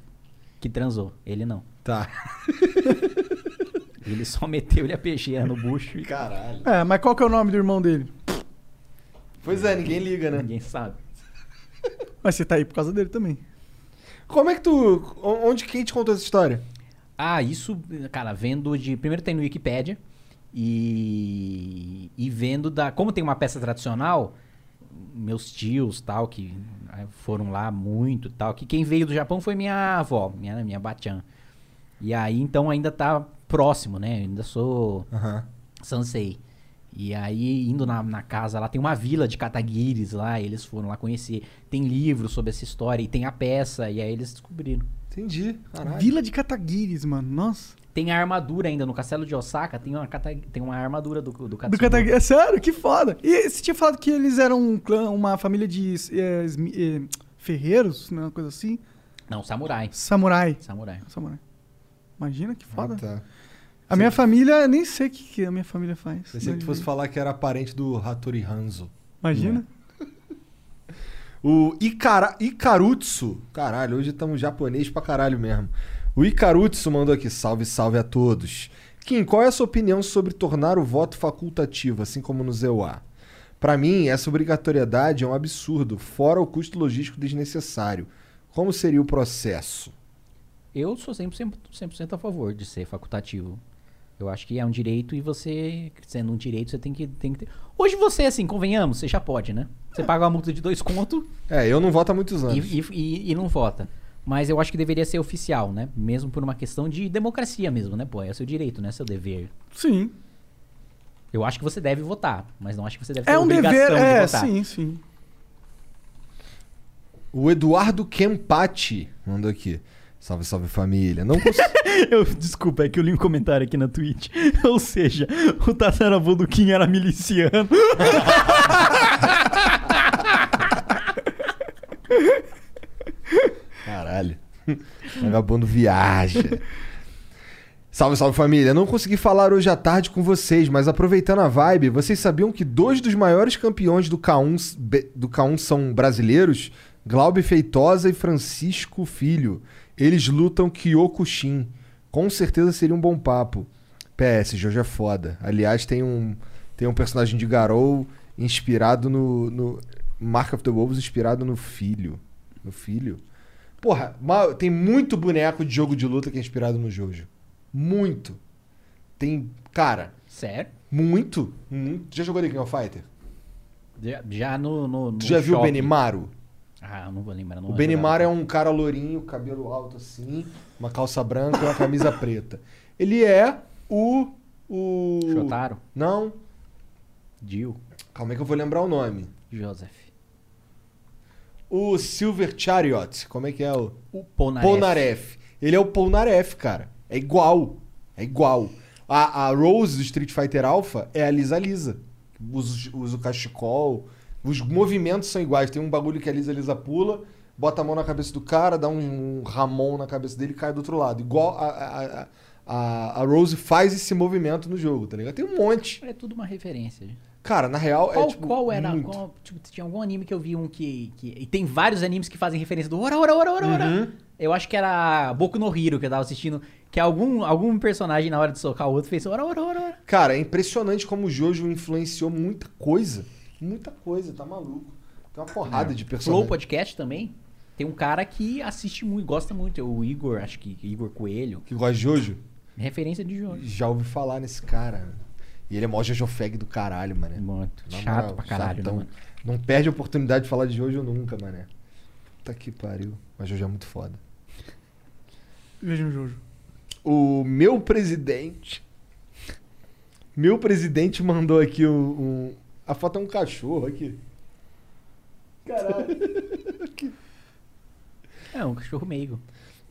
S4: Que transou. Ele não.
S3: Tá.
S4: Ele só meteu ele a peixeira no bucho.
S3: Caralho.
S2: É, mas qual que é o nome do irmão dele?
S3: Pois é, ninguém liga, né?
S4: Ninguém sabe.
S2: Mas você tá aí por causa dele também.
S3: Como é que tu. o- Onde quem te contou essa história?
S4: Ah, isso, cara, vendo de. Primeiro tem no Wikipedia. E. E vendo da. Como tem uma peça tradicional, meus tios tal, que ah, foram lá muito tal. Que quem veio do Japão foi minha avó, minha, minha Bachan. E aí, então, ainda tá próximo, né? Eu ainda sou Sansei. E aí, indo na, na casa lá, tem uma vila de Kataguiris lá, eles foram lá conhecer. Tem livro sobre essa história e tem a peça, e aí eles descobriram.
S5: né?
S3: Entendi. Caralho.
S2: Vila de Kataguiris, mano. Nossa.
S4: Tem a armadura ainda no castelo de Osaka, tem uma, cata- tem uma armadura do, do
S2: Do
S4: Katsumoto.
S2: Kataguiri. É sério? Que foda. E você tinha falado que eles eram um clã, uma família de eh, esmi- eh, ferreiros, né? Uma coisa assim.
S4: Não, samurai.
S2: Samurai.
S4: Samurai.
S2: Samurai. Imagina que foda.
S3: tá.
S2: A minha família, eu nem sei o que, que a minha família faz.
S3: Pensei que tu fosse falar que era parente do Hattori Hanzo.
S2: Imagina.
S3: O Ikara, Ikarutsu. Caralho, hoje estamos japonês pra caralho mesmo. O Ikarutsu mandou aqui: salve, salve a todos. Kim, qual é a sua opinião sobre tornar o voto facultativo, assim como no ZEUA? Pra mim, essa obrigatoriedade é um absurdo, fora o custo logístico desnecessário. Como seria o processo?
S4: Eu sou 100%, 100% a favor de ser facultativo. Eu acho que é um direito e você, sendo um direito, você tem que, tem que ter. Hoje você, assim, convenhamos, você já pode, né?
S2: É.
S4: Você paga uma multa de dois conto
S3: É, eu não voto há muitos anos.
S4: e, e- e- e não vota. Mas eu acho que deveria ser oficial, né? Mesmo por uma questão de democracia mesmo, né? Pô, é seu direito, né? Seu dever.
S3: É.
S2: Sim.
S4: Eu acho que você deve votar, mas não acho que você deve ter
S2: É um
S4: obrigação
S2: dever,
S4: de
S2: é,
S4: votar.
S2: sim, sim.
S3: O Eduardo Kempati mandou aqui. Salve, salve família. Não cons...
S15: Eu, desculpa, é que eu li um comentário aqui na Twitch. Ou seja, o tataravô do Kim era miliciano.
S3: Caralho. Vagabundo viaja. Salve, salve família. Não consegui falar hoje à tarde com vocês, mas aproveitando a vibe, vocês sabiam que dois dos maiores campeões do K1, s- be- do K1 são brasileiros? Glaube Feitosa e Francisco Filho. Eles lutam Kyokushin. Com certeza seria um bom papo. PS, Jojo é foda. Aliás, tem um, tem um personagem de Garou inspirado no, no. Mark of the Wolves inspirado no filho. No filho? Porra, ma- tem muito boneco de jogo de luta que é inspirado no Jojo. Muito. Tem. Cara.
S4: Sério?
S3: Muito. muito. Já jogou The King of Fighter?
S4: Já, já no, no, no
S3: Tu já viu o
S4: shopping.
S3: Benimaru?
S4: Ah, eu não vou lembrar. Não
S3: O
S4: vou
S3: Benimar é um cara lourinho, cabelo alto assim, uma calça branca e uma camisa preta. Ele é o. O.
S4: Shotaro?
S3: Não.
S4: Dio.
S3: Calma aí que eu vou lembrar o nome.
S4: Joseph.
S3: O Silver Chariot. Como é que é o.
S4: O Polnareff.
S3: Polnareff. Ele é o Polnareff, cara. É igual. É igual. A, a Rose do Street Fighter Alpha é a Lisa Lisa. Usa, usa o cachecol. Os movimentos são iguais. Tem um bagulho que a Lisa Lisa pula, bota a mão na cabeça do cara, dá um, um ramon na cabeça dele e cai do outro lado. Igual a, a, a- a, a Rose faz esse movimento no jogo, tá ligado? Tem um monte.
S4: É tudo uma referência.
S3: Cara, na real
S4: Qual,
S3: é tipo.
S4: qual era?
S3: muito.
S4: qual- tipo, tinha algum anime que eu vi um que, que. E tem vários animes que fazem referência do ora, ora, ora, ora, ora.
S3: Uhum.
S4: Eu acho que era Boku no Hiro que eu tava assistindo. Que algum, algum personagem, na hora de socar o outro, fez ora, ora, ora, ora.
S3: Cara, é impressionante como o Jojo influenciou muita coisa. Muita coisa, tá maluco. Tem uma porrada de personagens.
S4: É, Flow Podcast também. Tem um cara que assiste muito, gosta muito. O Igor, acho que. Igor Coelho.
S3: Que gosta de Jojo?
S4: Referência de Jojo.
S3: Já ouvi falar nesse cara. E ele é mó Jojo Fag do caralho, mané. Muito.
S4: Chato pra caralho, né, mano?
S3: Não perde a oportunidade de falar de Jojo nunca, mané. Puta que pariu. Mas Jojo é muito foda.
S2: Veja o Jojo.
S3: O meu presidente. Meu presidente mandou aqui um. um- a foto é um cachorro aqui.
S4: É, um cachorro meigo.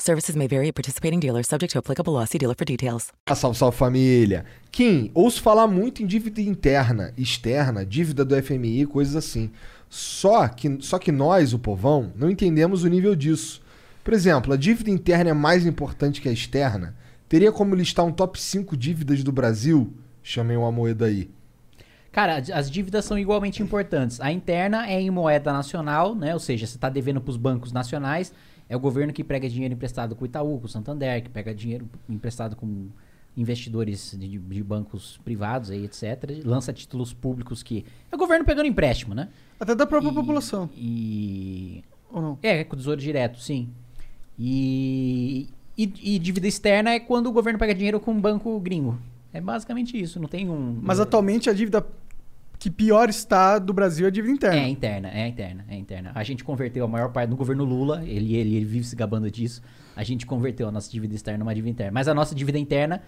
S16: Services may vary at participating dealers, subject to applicable law. See dealer for details.
S3: Ah, salve, salve família. Kim, ouço falar muito em dívida interna, externa, dívida do FMI, coisas assim. Só que, só que nós, o povão, não entendemos o nível disso. Por exemplo, a dívida interna é mais importante que a externa? Teria como listar um top 5 dívidas do Brasil? Chamei uma moeda aí.
S4: Cara, as- as dívidas são igualmente importantes. A interna é em moeda nacional, né? Ou seja, você está devendo para os bancos nacionais. É o governo que pega dinheiro emprestado com o Itaú, com o Santander, que pega dinheiro emprestado com investidores de, de bancos privados, aí, etc. Lança títulos públicos que... É o governo pegando empréstimo, né?
S2: Até da própria população.
S4: E...
S2: Ou não?
S4: É, com o Tesouro Direto, sim. E, e, e dívida externa é quando o governo pega dinheiro com um banco gringo. É basicamente isso, não tem um...
S2: Mas atualmente a dívida que pior está do Brasil é a dívida interna.
S4: É interna, é interna, é interna. A gente converteu a maior parte no governo Lula, ele, ele, ele vive se gabando disso. A gente converteu a nossa dívida externa numa dívida interna. Mas a nossa dívida interna,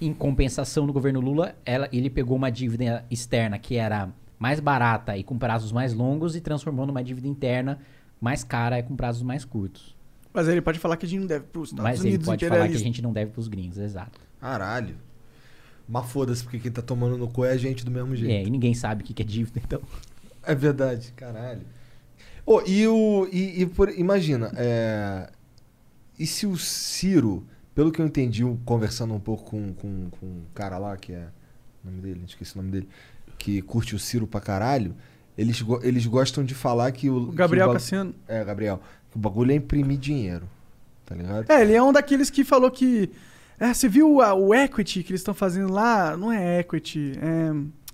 S4: em compensação do governo Lula, ela, ele pegou uma dívida externa que era mais barata e com prazos mais longos e transformou numa dívida interna mais cara e com prazos mais curtos.
S2: Mas ele pode falar que a gente não deve para os Estados
S4: Mas ele
S2: Unidos é
S4: pode falar que a
S2: imperialistas.
S4: gente não deve pros gringos, exato.
S3: Caralho. Mas foda-se, porque quem tá tomando no cu é a gente do mesmo jeito.
S4: É, e ninguém sabe o que que é dívida, então.
S3: É verdade, caralho. Ô, e o. E, e por- imagina, é, e se o Ciro, pelo que eu entendi, eu conversando um pouco com, com, com um cara lá, que é. O nome dele, esqueci o nome dele, que curte o Ciro pra caralho, eles, go- eles gostam de falar que o. que
S2: Gabriel
S3: bagu-
S2: Cassiano.
S3: É, Gabriel. Que o bagulho é imprimir dinheiro. Tá ligado?
S2: É, ele é um daqueles que falou que. É, você viu a- o equity que eles estão fazendo lá? Não é equity. É...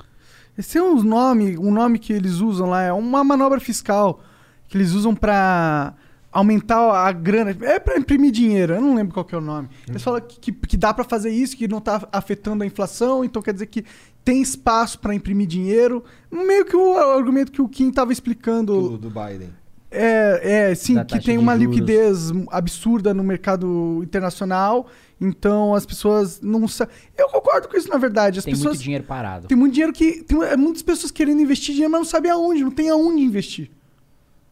S2: Esse é um nome, um nome que eles usam lá, é uma manobra fiscal que eles usam pra aumentar a grana. É pra imprimir dinheiro, eu não lembro qual que é o nome. Eles falam que, que, que dá pra fazer isso, que não tá afetando a inflação, então quer dizer que tem espaço pra imprimir dinheiro. Meio que o argumento que o Kim tava explicando.
S3: Do, do Biden.
S2: É, é sim,
S3: Da
S2: que
S3: taxa
S2: tem
S3: de
S2: uma
S3: juros.
S2: liquidez absurda no mercado internacional, então as pessoas não sabem. Eu concordo com isso, na verdade. As
S4: Tem
S2: pessoas.
S4: muito dinheiro parado.
S2: Tem muito dinheiro que. Tem mu- muitas pessoas querendo investir dinheiro, mas não sabem aonde, não tem aonde investir.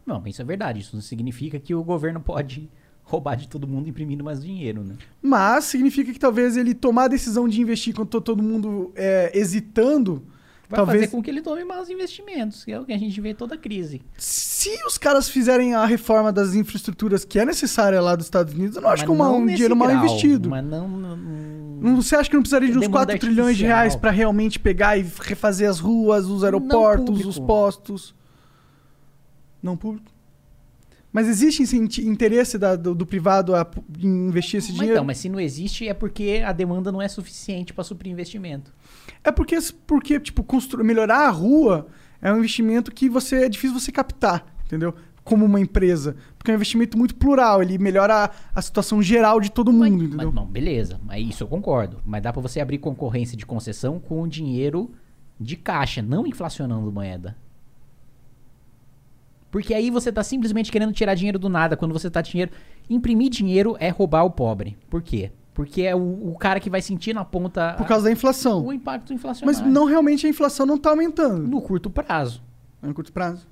S4: Não, isso é verdade. Isso não significa que o governo pode roubar de todo mundo imprimindo mais dinheiro, né?
S2: Mas significa que talvez ele tomar a decisão de investir quando to- todo mundo é, hesitando.
S4: Vai
S2: talvez
S4: fazer com que ele tome maus investimentos, que é o que a gente vê em toda crise.
S2: se os caras fizerem a reforma das infraestruturas que é necessária lá dos Estados Unidos, eu não acho
S4: Mas
S2: que é uma-
S4: não
S2: um
S4: nesse
S2: dinheiro mal
S4: grau,
S2: investido.
S4: Mas não, não-
S2: Não, Hum. você acha que não precisaria de uns
S4: Demanda
S2: 4 trilhões de
S4: artificial.
S2: reais pra realmente pegar e refazer as ruas, os aeroportos,
S4: público.
S2: os postos? Não público. Mas existe esse in- interesse da- do, do privado a pu- em investir esse
S4: Mas
S2: dinheiro?
S4: então, mas se não existe é porque a demanda não é suficiente para suprir investimento.
S2: É porque, porque tipo, constru... melhorar a rua é um investimento que você é difícil você captar, entendeu? Como uma empresa. Porque é um investimento muito plural, ele melhora a, a situação geral de todo mundo, entendeu?
S4: Mas não, beleza, mas isso eu concordo. Mas dá para você abrir concorrência de concessão com dinheiro de caixa, não inflacionando moeda. Porque aí você tá simplesmente querendo tirar dinheiro do nada quando você tá dinheiro. Imprimir dinheiro é roubar o pobre. Por quê? Porque é o, o cara que vai sentir na ponta.
S2: Por causa da inflação.
S4: O impacto inflacionário.
S2: Mas não realmente a inflação não está aumentando.
S4: No curto prazo.
S2: No curto prazo.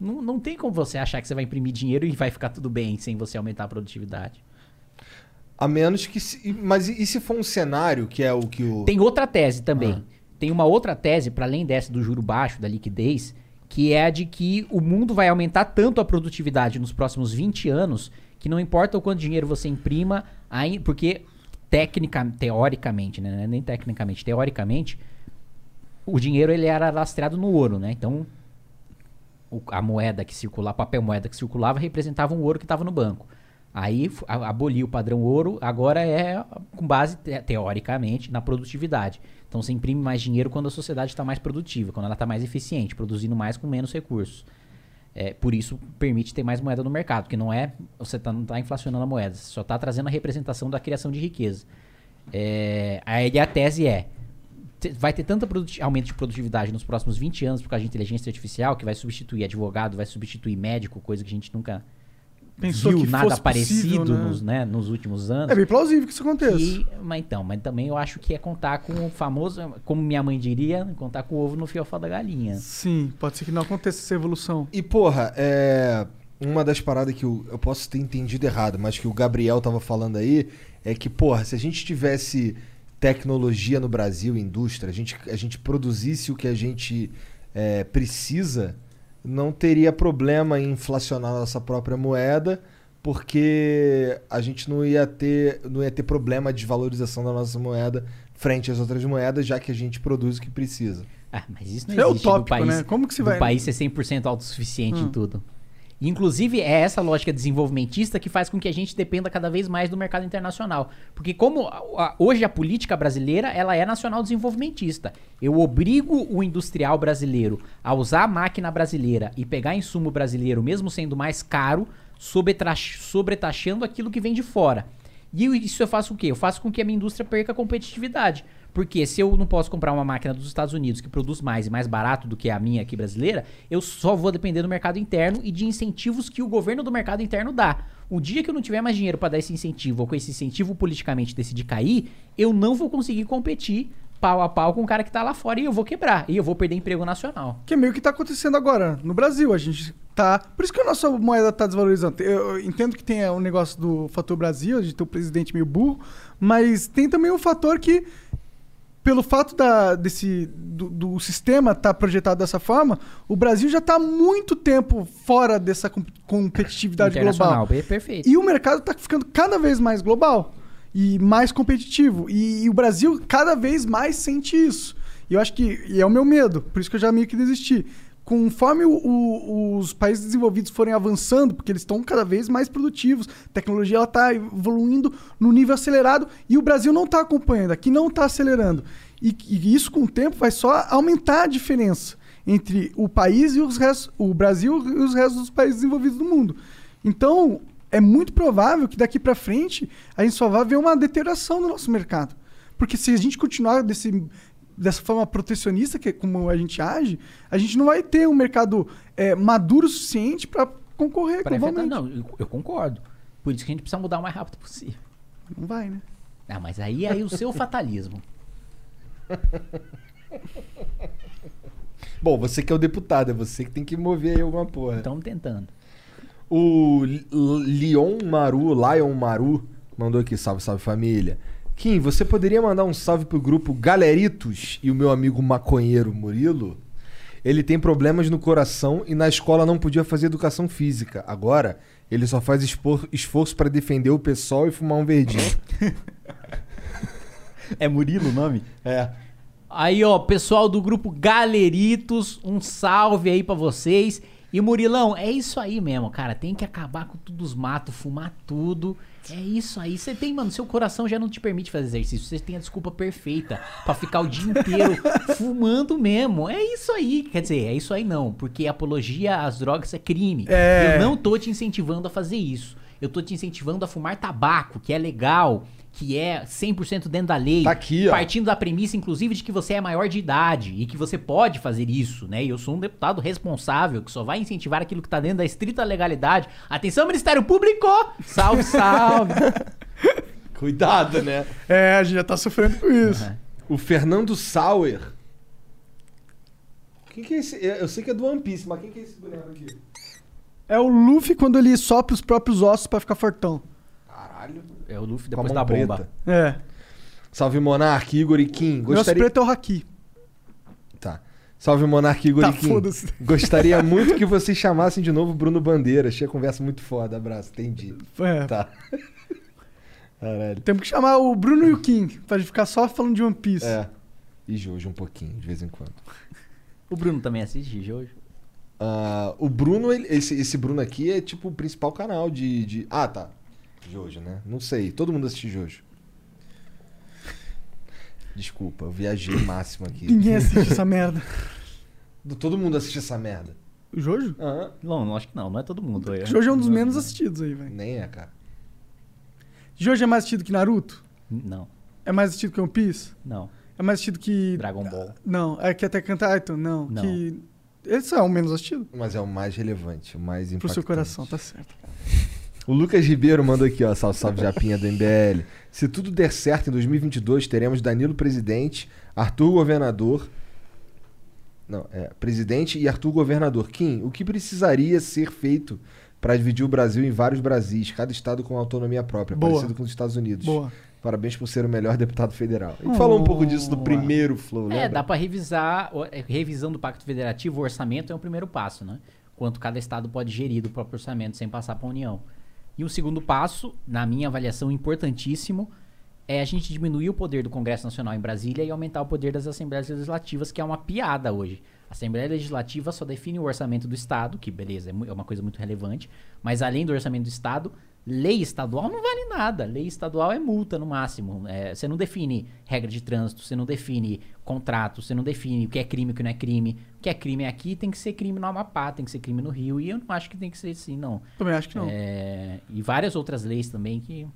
S4: Não, não tem como você achar que você vai imprimir dinheiro e vai ficar tudo bem sem você aumentar a produtividade.
S3: A menos que. Se, mas e e se for um cenário que é o que o.
S4: Tem outra tese também. Tem uma outra tese, para além dessa do juro baixo, da liquidez, que é a de que o mundo vai aumentar tanto a produtividade nos próximos 20 anos que não importa o quanto dinheiro você imprima, aí, porque técnica, teoricamente, né, não é nem tecnicamente, teoricamente, o dinheiro ele era lastreado no ouro, né? Então o- a moeda que circulava, a papel moeda que circulava representava um ouro que estava no banco. Aí f- a- aboliu o padrão ouro, agora é com base te- teoricamente na produtividade. Então você imprime mais dinheiro quando a sociedade está mais produtiva, quando ela está mais eficiente, produzindo mais com menos recursos. É, por isso permite ter mais moeda no mercado, porque não é você tá, não está inflacionando a moeda, você só está trazendo a representação da criação de riqueza. É, aí a tese é te- vai ter tanto produti- aumento de produtividade nos próximos 20 anos por causa de inteligência artificial que vai substituir advogado, vai substituir médico, coisa que a gente nunca
S2: Pensou
S4: viu
S2: que
S4: nada
S2: fosse
S4: parecido
S2: possível, né?
S4: Nos, né, nos últimos anos.
S2: É bem plausível que isso aconteça.
S4: E- mas então, mas também eu acho que é contar com o famoso, como minha mãe diria, contar com o ovo no fiofó da galinha.
S2: Sim, pode ser que não aconteça essa evolução.
S3: E, porra, é. Uma das paradas que eu, eu posso ter entendido errado, mas que o Gabriel tava falando aí, é que, porra, se a gente tivesse tecnologia no Brasil, indústria, a gente, a gente produzisse o que a gente é, precisa, não teria problema em inflacionar a nossa própria moeda, porque a gente não ia ter, não ia ter problema de valorização da nossa moeda frente às outras moedas, já que a gente produz o que precisa.
S4: Ah, mas isso
S3: é
S4: não existe
S3: utópico,
S4: do país.
S3: né? Como que se
S4: do
S3: vai-
S4: país é ser 100% autossuficiente
S3: Hum.
S4: em tudo. Inclusive, é essa lógica desenvolvimentista que faz com que a gente dependa cada vez mais do mercado internacional. Porque como a- a- hoje a política brasileira, ela é nacional desenvolvimentista. Eu obrigo o industrial brasileiro a usar a máquina brasileira e pegar insumo brasileiro, mesmo sendo mais caro, sobretra- sobretaxando aquilo que vem de fora. E eu- isso eu faço o quê? Eu faço com que a minha indústria perca a competitividade. Porque se eu não posso comprar uma máquina dos Estados Unidos que produz mais e mais barato do que a minha aqui brasileira, eu só vou depender do mercado interno e de incentivos que o governo do mercado interno dá. O dia que eu não tiver mais dinheiro para dar esse incentivo, ou que esse incentivo politicamente decidir cair, eu não vou conseguir competir pau a pau com o cara que tá lá fora e eu vou quebrar. E eu vou perder emprego nacional.
S2: Que é meio que tá acontecendo agora no Brasil. A gente tá. Por isso que a nossa moeda tá desvalorizando. Eu eu entendo que tem é, um negócio do fator Brasil, de ter um presidente meio burro, mas tem também um fator que, pelo fato da, desse, do, do sistema estar projetado dessa forma, o Brasil já está há muito tempo fora dessa com- competitividade
S4: Internacional,
S2: global.
S4: per- perfeito.
S2: E o mercado está ficando cada vez mais global e mais competitivo. E, e o Brasil cada vez mais sente isso. E eu acho que e é o meu medo, por isso que eu já meio que desisti. Conforme o- o- os países desenvolvidos forem avançando, porque eles estão cada vez mais produtivos, a tecnologia está evoluindo no nível acelerado e o Brasil não está acompanhando, aqui não está acelerando. E, e isso com o tempo vai só aumentar a diferença entre o país e os restos, o Brasil e os restos dos países desenvolvidos do mundo. Então, é muito provável que daqui para frente a gente só vai ver uma deterioração do nosso mercado. Porque se a gente continuar desse, dessa forma protecionista, que é como a gente age, a gente não vai ter um mercado eh, maduro o suficiente para concorrer
S4: Pra enfrentar-
S2: globalmente.
S4: não, eu, eu concordo. Por isso que a gente precisa mudar o mais rápido possível.
S2: Não vai, né?
S4: Ah, mas aí, aí o seu fatalismo.
S3: Bom, você que é o deputado, é você que tem que mover aí alguma porra.
S4: Estamos Então, tentando.
S3: O L- L- Leon Maru, Lion Maru, mandou aqui, salve, salve família. Kim, você poderia mandar um salve pro grupo Galeritos e o meu amigo maconheiro Murilo? Ele tem problemas no coração e na escola não podia fazer educação física. Agora, ele só faz espor- esforço pra defender o pessoal e fumar um verdinho.
S4: Hum?
S15: É Murilo o nome?
S3: É.
S4: Aí, ó, pessoal do grupo Galeritos, um salve aí pra vocês. E Murilão, é isso aí mesmo, cara. Tem que acabar com tudo os matos, fumar tudo. É isso aí. Você tem, mano, seu coração já não te permite fazer exercício. Você tem a desculpa perfeita pra ficar o dia inteiro fumando mesmo. É isso aí. Quer dizer, é isso aí não, porque apologia às drogas é crime.
S2: É.
S4: Eu não tô te incentivando a fazer isso. Eu tô te incentivando a fumar tabaco, que é legal, que é 100% dentro da lei. Tá
S3: aqui, ó.
S4: Partindo da premissa, inclusive, de que você é maior de idade e que você pode fazer isso, né? E eu sou um deputado responsável que só vai incentivar aquilo que tá dentro da estrita legalidade. Atenção, Ministério Público! Salve, salve!
S3: Cuidado, né?
S2: É, a gente já tá sofrendo com isso.
S3: O Fernando Sauer. Quem que é esse? Eu eu sei que é do One Piece, mas quem que é esse boneco aqui?
S2: É o Luffy quando ele sopra os próprios ossos para ficar fortão.
S3: Caralho.
S4: É o Luffy
S3: Com a
S4: depois
S3: mão
S4: da bomba.
S3: preta.
S2: É.
S3: Salve Monark, Igor e
S2: Gostaria...
S3: Kim.
S2: Nosso
S3: Gostaria...
S2: preto é o Haki.
S3: Tá. Salve Monark, Igor
S2: Tá,
S3: e Kim.
S2: foda-se.
S3: Gostaria muito que vocês chamassem de novo o Bruno Bandeira. Achei a conversa muito foda. Abraço, entendi.
S2: É.
S3: Tá. Caralho.
S2: Temos que chamar o Bruno e o King, pra gente ficar só falando de One Piece.
S3: É. E Jojo um pouquinho, de vez em quando.
S4: O Bruno também assiste Jojo?
S3: Ah, o Bruno, ele- esse, esse Bruno aqui é tipo o principal canal de, de- Ah, tá. Jojo, né? Não sei. Todo mundo assiste Jojo. Desculpa, eu viajei o máximo aqui.
S2: Ninguém assiste essa merda.
S3: Todo mundo assiste essa merda.
S2: O Jojo?
S4: Não, não acho que não. Não é todo mundo. aí.
S2: Jojo é um dos menos assistidos aí, velho.
S3: Nem é, cara.
S2: Jojo é mais assistido que Naruto?
S4: Não.
S2: É mais assistido que One Piece?
S4: Não.
S2: É mais assistido que.
S4: Dragon Ball.
S2: Não, é que até cantar Titan, não.
S3: Não.
S2: Que. Esse é o menos assistido.
S3: Mas é o mais relevante, o mais
S2: Pro seu
S3: impactante.
S2: coração, tá certo.
S3: O Lucas Ribeiro mandou aqui, ó, salve, salve Japinha do MBL. Se tudo der certo em 2022, teremos Danilo presidente, Arthur governador. Não, é, presidente e Arthur governador. Kim, o que precisaria ser feito para dividir o Brasil em vários Brasis, cada estado com autonomia própria,
S2: Boa.
S3: parecido com os Estados Unidos?
S2: Boa. Hum.
S3: Parabéns por ser o melhor deputado federal. A gente falou um pouco disso no primeiro flow, né?
S4: É, dá pra revisar. o- é, Revisão do Pacto Federativo, o orçamento é o primeiro passo, né? Quanto cada estado pode gerir do próprio orçamento sem passar pra União. E o segundo passo, na minha avaliação, importantíssimo, é a gente diminuir o poder do Congresso Nacional em Brasília e aumentar o poder das Assembleias Legislativas, que é uma piada hoje. A Assembleia Legislativa só define o orçamento do Estado, que beleza, é mu- é uma coisa muito relevante, mas além do orçamento do Estado, lei estadual não vale nada. Lei estadual é multa no máximo. É, você não define regra de trânsito, você não define contrato, você não define o que é crime e o que não é crime. O que é crime aqui tem que ser crime no Amapá, tem que ser crime no Rio, e eu não acho que tem que ser assim, não.
S2: Também acho que não.
S4: É, e várias outras leis também que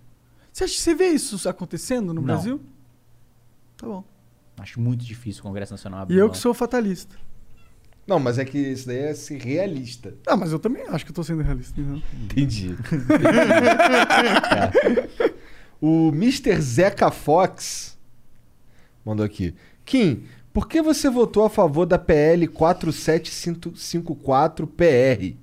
S2: Você, acha, você vê isso acontecendo no
S4: Não.
S2: Brasil? Tá bom.
S4: acho muito difícil o Congresso Nacional abrir.
S2: E eu
S4: mão.
S2: que sou fatalista.
S3: Não, mas é que isso daí é ser realista.
S2: Ah, mas eu também acho que eu tô sendo realista. Então.
S3: Entendi. O Mr. Zeca Fox mandou aqui. Kim, por que você votou a favor da PL 4754-PR?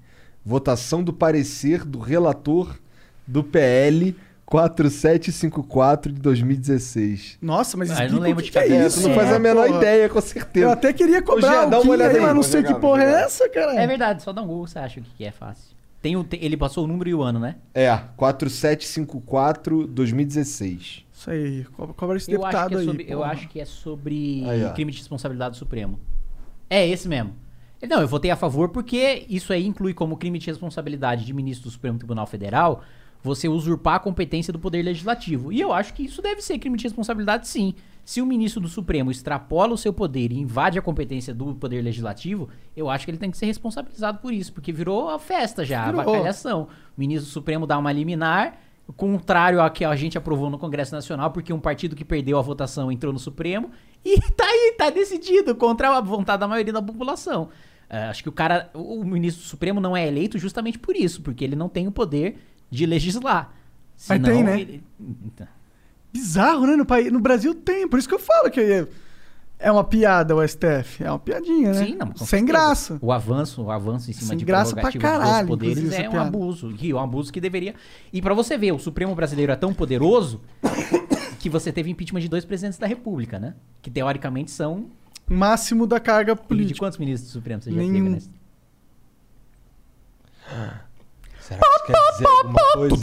S3: Votação do parecer do relator do PL 4754 de 2016.
S2: Nossa, mas
S3: Ah, eu não
S2: explica o
S3: lembro
S2: que
S3: de
S2: que
S3: cabeça,
S2: é isso,
S3: tu não faz a menor ideia, com certeza.
S2: Eu até queria
S3: Ô, Jean,
S2: cobrar o
S3: dá uma
S2: Kim,
S3: olhada
S2: aí,
S3: aí.
S2: mas não sei
S3: Legal,
S2: que porra é
S3: legal.
S2: essa, cara.
S4: É verdade, só dá um Google, você acha o que que é fácil. Tem o, te- ele passou o número e o ano, né?
S3: É, 4754 2016.
S2: Isso aí, co- cobra esse
S4: Eu acho, que
S2: deputado
S4: é
S2: aí.
S4: sobre, eu
S2: porra.
S4: acho que é sobre
S3: Aí, ó.
S4: crime de responsabilidade do Supremo. É esse mesmo. Não, eu votei a favor porque isso aí inclui como crime de responsabilidade de ministro do Supremo Tribunal Federal você usurpar a competência do Poder Legislativo. E eu acho que isso deve ser crime de responsabilidade, sim. Se o ministro do Supremo extrapola o seu poder e invade a competência do Poder Legislativo, eu acho que ele tem que ser responsabilizado por isso, porque virou a festa já, a
S2: Virou.
S4: avacalhação. O ministro do Supremo dá uma liminar, contrário ao que a gente aprovou no Congresso Nacional, porque um partido que perdeu a votação entrou no Supremo, e tá aí, tá decidido, contra a vontade da maioria da população. Ah, acho que o cara, o o ministro do Supremo não é eleito justamente por isso, porque ele não tem o poder de legislar.
S2: Mas tem, né?
S4: ele- Então,
S2: Bizarro, né? No, país, no Brasil tem, por isso que eu falo que é, é uma piada o STF. É uma piadinha, né?
S4: Sim, não, com
S2: Sem
S4: certeza.
S2: graça.
S4: O avanço, o avanço em cima
S2: Sem
S4: de
S2: graça pra
S4: prerrogativas
S2: caralho,
S4: dos poderes
S2: inclusive, essa
S4: é um
S2: piada.
S4: abuso, que é um abuso que deveria. E pra você ver, o Supremo brasileiro é tão poderoso que você teve impeachment de dois presidentes da República, né? Que teoricamente são
S2: Máximo da carga
S4: e de
S2: política.
S4: quantos ministros do Supremo você já teve
S2: Nenhum.
S4: nesse?
S3: Será que isso quer dizer alguma coisa?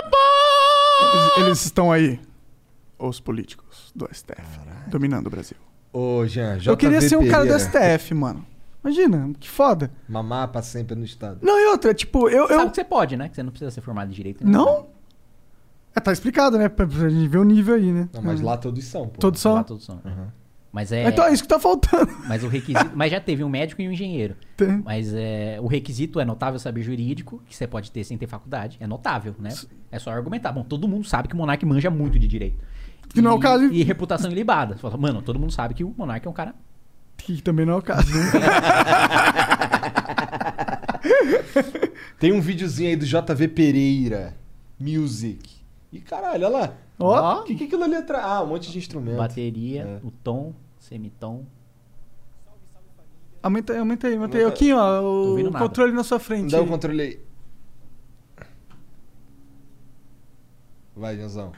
S2: Eles, eles estão aí, os políticos do STF, dominando o Brasil.
S3: Ô, Jean,
S2: eu queria
S3: JV
S2: ser um cara do
S4: é.
S3: Pereira.
S2: STF, mano. Imagina, que foda.
S3: Mamar pra sempre no Estado.
S2: Não, e outra, tipo, eu.
S4: Sabe
S2: eu
S4: que você pode, né? Que você não precisa ser formado em direito. né?
S2: não? É, tá explicado, né? Pra pra gente ver o nível aí, né?
S3: Não, mas lá todos são, pô.
S2: Todos são?
S4: Lá todos são. Mas é.
S2: Então é isso que tá faltando.
S4: Mas o requisito. mas já teve um médico e um engenheiro.
S2: Tem.
S4: Mas é, o requisito é notável saber jurídico, que você pode ter sem ter faculdade. É notável, né? É só argumentar. Bom, todo mundo sabe que o monarca manja muito de direito.
S2: Que não é o
S4: E-
S2: caso, hein?
S4: E reputação ilibada. Você fala, Mano, todo mundo sabe que o monarca é um cara.
S2: Que também não é o caso.
S3: Tem um videozinho aí do JV Pereira. Music. E caralho, olha lá.
S2: Ó.
S3: O que, que aquilo ali atrás? Ah, um monte de instrumento.
S4: Bateria, o tom, semitom.
S2: aumenta aí, aumenta aí, aumenta aí.
S3: Não tá-
S2: Aqui, ó, o
S4: ouvindo nada.
S2: controle na sua frente.
S3: Dá o controle aí. Vai, Janzão.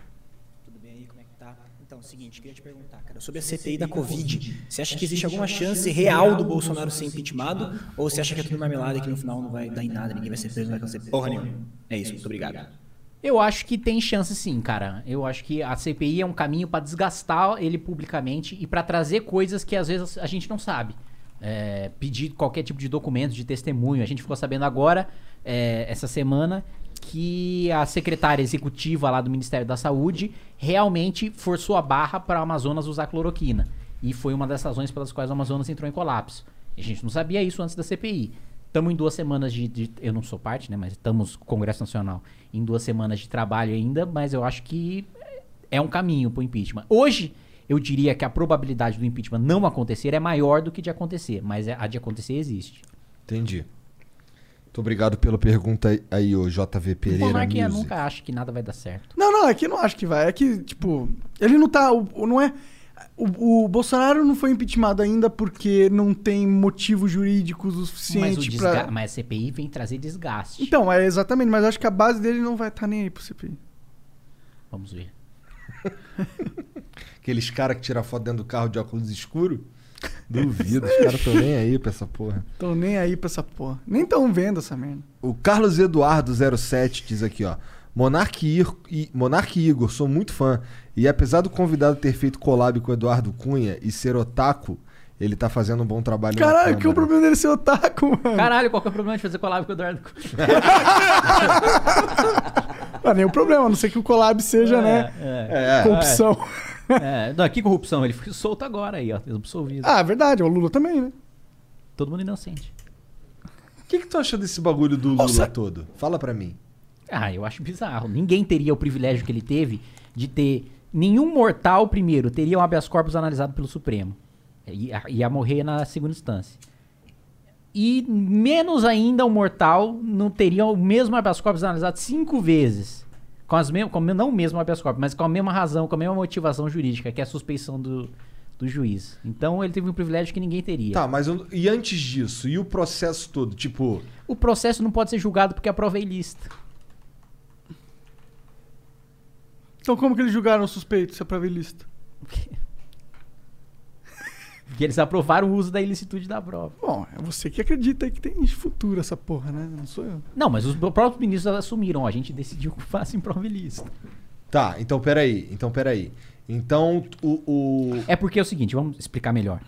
S17: Tudo bem aí? Como é que tá? Então, é o seguinte, queria te perguntar, cara, sobre a CPI da Covid. Você acha que existe alguma chance real do Bolsonaro ser impeachmentado? Ou você acha que é tudo marmelada e que no final não vai dar em nada, ninguém vai ser preso, não vai acontecer porra nenhuma? É isso, muito obrigado.
S4: Eu acho que tem chance sim, cara. Eu acho que a CPI é um caminho pra desgastar ele publicamente e pra trazer coisas que às vezes a gente não sabe. É, pedir qualquer tipo de documento, de testemunho. A gente ficou sabendo agora, é, essa semana, que a secretária executiva lá do Ministério da Saúde realmente forçou a barra para a Amazonas usar cloroquina. E foi uma das razões pelas quais a Amazonas entrou em colapso. A gente não sabia isso antes da CPI. Estamos em duas semanas de, de- Eu não sou parte, né? Mas estamos com o Congresso Nacional em duas semanas de trabalho ainda, mas eu acho que é um caminho para o impeachment. Hoje, eu diria que a probabilidade do impeachment não acontecer é maior do que de acontecer, mas é, a de acontecer existe.
S3: Entendi. Muito obrigado pela pergunta aí- aí, ô JV
S4: O
S3: Pereira.
S4: monarquia
S3: Music.
S4: nunca acha que nada vai dar certo.
S2: Não, não, é que eu não acho que vai. É que, tipo, ele não tá. O, o- não é. O, o Bolsonaro não foi impeachmentado ainda porque não tem motivos jurídicos o
S4: Mas, o
S2: suficiente
S4: desga-
S2: tipo, pra.
S4: mas a CPI vem trazer desgaste.
S2: Então, é exatamente, mas eu acho que a base dele não vai estar nem aí pro CPI.
S4: Vamos ver.
S3: Aqueles caras que tiram foto dentro do carro de óculos escuro. Duvido, os caras estão nem aí pra essa porra.
S2: Tão nem aí pra essa porra. Nem tão vendo essa merda.
S3: O Carlos Eduardo 07 diz aqui, ó. Monark, Ir- I- Monark Igor, sou muito fã. E apesar do convidado ter feito collab com o Eduardo Cunha e ser otaku, ele tá fazendo um bom trabalho. na
S2: Caralho, que é o
S3: Câmara.
S2: problema dele ser otaku, mano?
S4: Caralho, qual que é o problema de fazer collab com o Eduardo Cunha?
S2: Ah, nenhum problema, a não ser que o collab seja, né? corrupção.
S4: É. É, não, que corrupção? Ele foi solto agora aí, ó. Absolvido.
S2: Ah, verdade, o Lula também, né?
S4: Todo mundo inocente.
S3: O que, que tu acha desse bagulho do Lula todo? Fala pra mim.
S4: Ah, eu acho bizarro. Ninguém teria o privilégio que ele teve de ter. Nenhum mortal, primeiro, teria um habeas corpus analisado pelo Supremo. E ia, ia morrer na segunda instância. E menos ainda um mortal não teria o mesmo habeas corpus analisado cinco vezes. Com as mesmas, não o mesmo habeas corpus, mas com a mesma razão, com a mesma motivação jurídica, que é a suspeição do, do juiz. Então ele teve um privilégio que ninguém teria.
S3: Tá, mas eu- e antes disso? E o processo todo? Tipo,
S4: O processo não pode ser julgado porque a prova é ilícita.
S2: Então como que eles julgaram o suspeito, se é pra ver lista?
S4: Porque eles aprovaram o uso da ilicitude da prova.
S2: Bom, é você que acredita que tem futuro essa porra, né? Não sou eu.
S4: Não, mas os próprios ministros assumiram. ó, a gente decidiu que faça improva ilícita.
S3: Tá, então peraí, então peraí. Então o. o...
S4: É porque é o seguinte, vamos explicar melhor.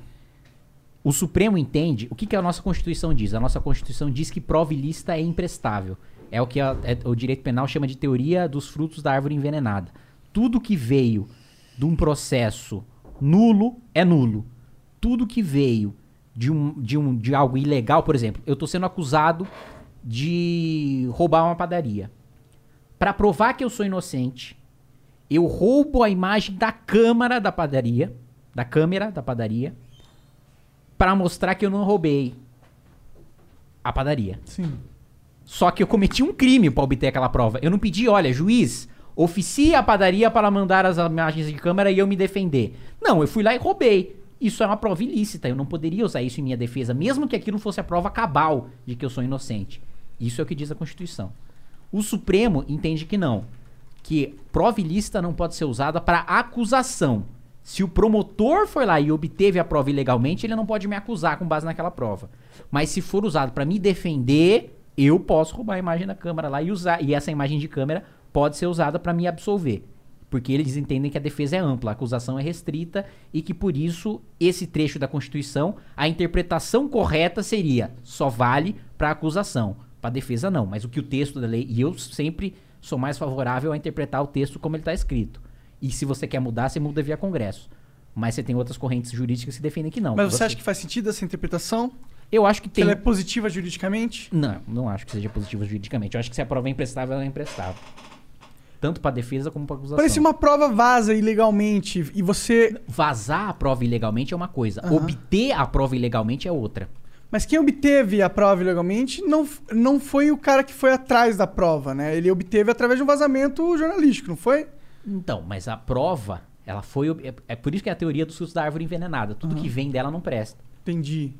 S4: O Supremo entende o que, que a nossa Constituição diz. A nossa Constituição diz que prova ilícita é imprestável. É o que a- é- o direito penal chama de teoria dos frutos da árvore envenenada. Tudo que veio de um processo nulo é nulo. Tudo que veio de, um, de, um, de algo ilegal, por exemplo, eu estou sendo acusado de roubar uma padaria. Para provar que eu sou inocente, eu roubo a imagem da câmara da padaria, da câmera da padaria, para mostrar que eu não roubei a padaria.
S2: Sim.
S4: Só que eu cometi um crime para obter aquela prova. Eu não pedi, olha, juiz, oficie a padaria para mandar as imagens de câmera e eu me defender. Não, eu fui lá e roubei. Isso é uma prova ilícita. Eu não poderia usar isso em minha defesa, mesmo que aquilo fosse a prova cabal de que eu sou inocente. Isso é o que diz a Constituição. O Supremo entende que não. Que prova ilícita não pode ser usada para acusação. Se o promotor foi lá e obteve a prova ilegalmente, ele não pode me acusar com base naquela prova. Mas se for usado para me defender, eu posso roubar a imagem da câmera lá e usar. E essa imagem de câmera pode ser usada para me absolver. Porque eles entendem que a defesa é ampla, a acusação é restrita e que por isso esse trecho da Constituição, a interpretação correta seria só vale para acusação, para defesa não. Mas o que o texto da lei, e eu sempre sou mais favorável a interpretar o texto como ele está escrito. E se você quer mudar, você muda via Congresso. Mas você tem outras correntes jurídicas que defendem que não.
S2: Mas você acha que faz sentido essa interpretação?
S4: Eu acho que
S2: Que
S4: tem-
S2: ela é positiva juridicamente?
S4: Não, não acho que seja positivo juridicamente. Eu acho que se a prova é imprestável, ela é imprestável. Tanto para defesa como para acusação.
S2: Parece uma prova vaza ilegalmente e você.
S4: Vazar a prova ilegalmente é uma coisa,
S2: Aham.
S4: obter a prova ilegalmente é outra.
S2: Mas quem obteve a prova ilegalmente não, não foi o cara que foi atrás da prova, né? Ele obteve através de um vazamento jornalístico, não foi?
S4: Então, mas a prova, ela foi. ob- É, é por isso que é a teoria dos frutos da árvore envenenada. Tudo que vem dela não presta.
S2: Entendi.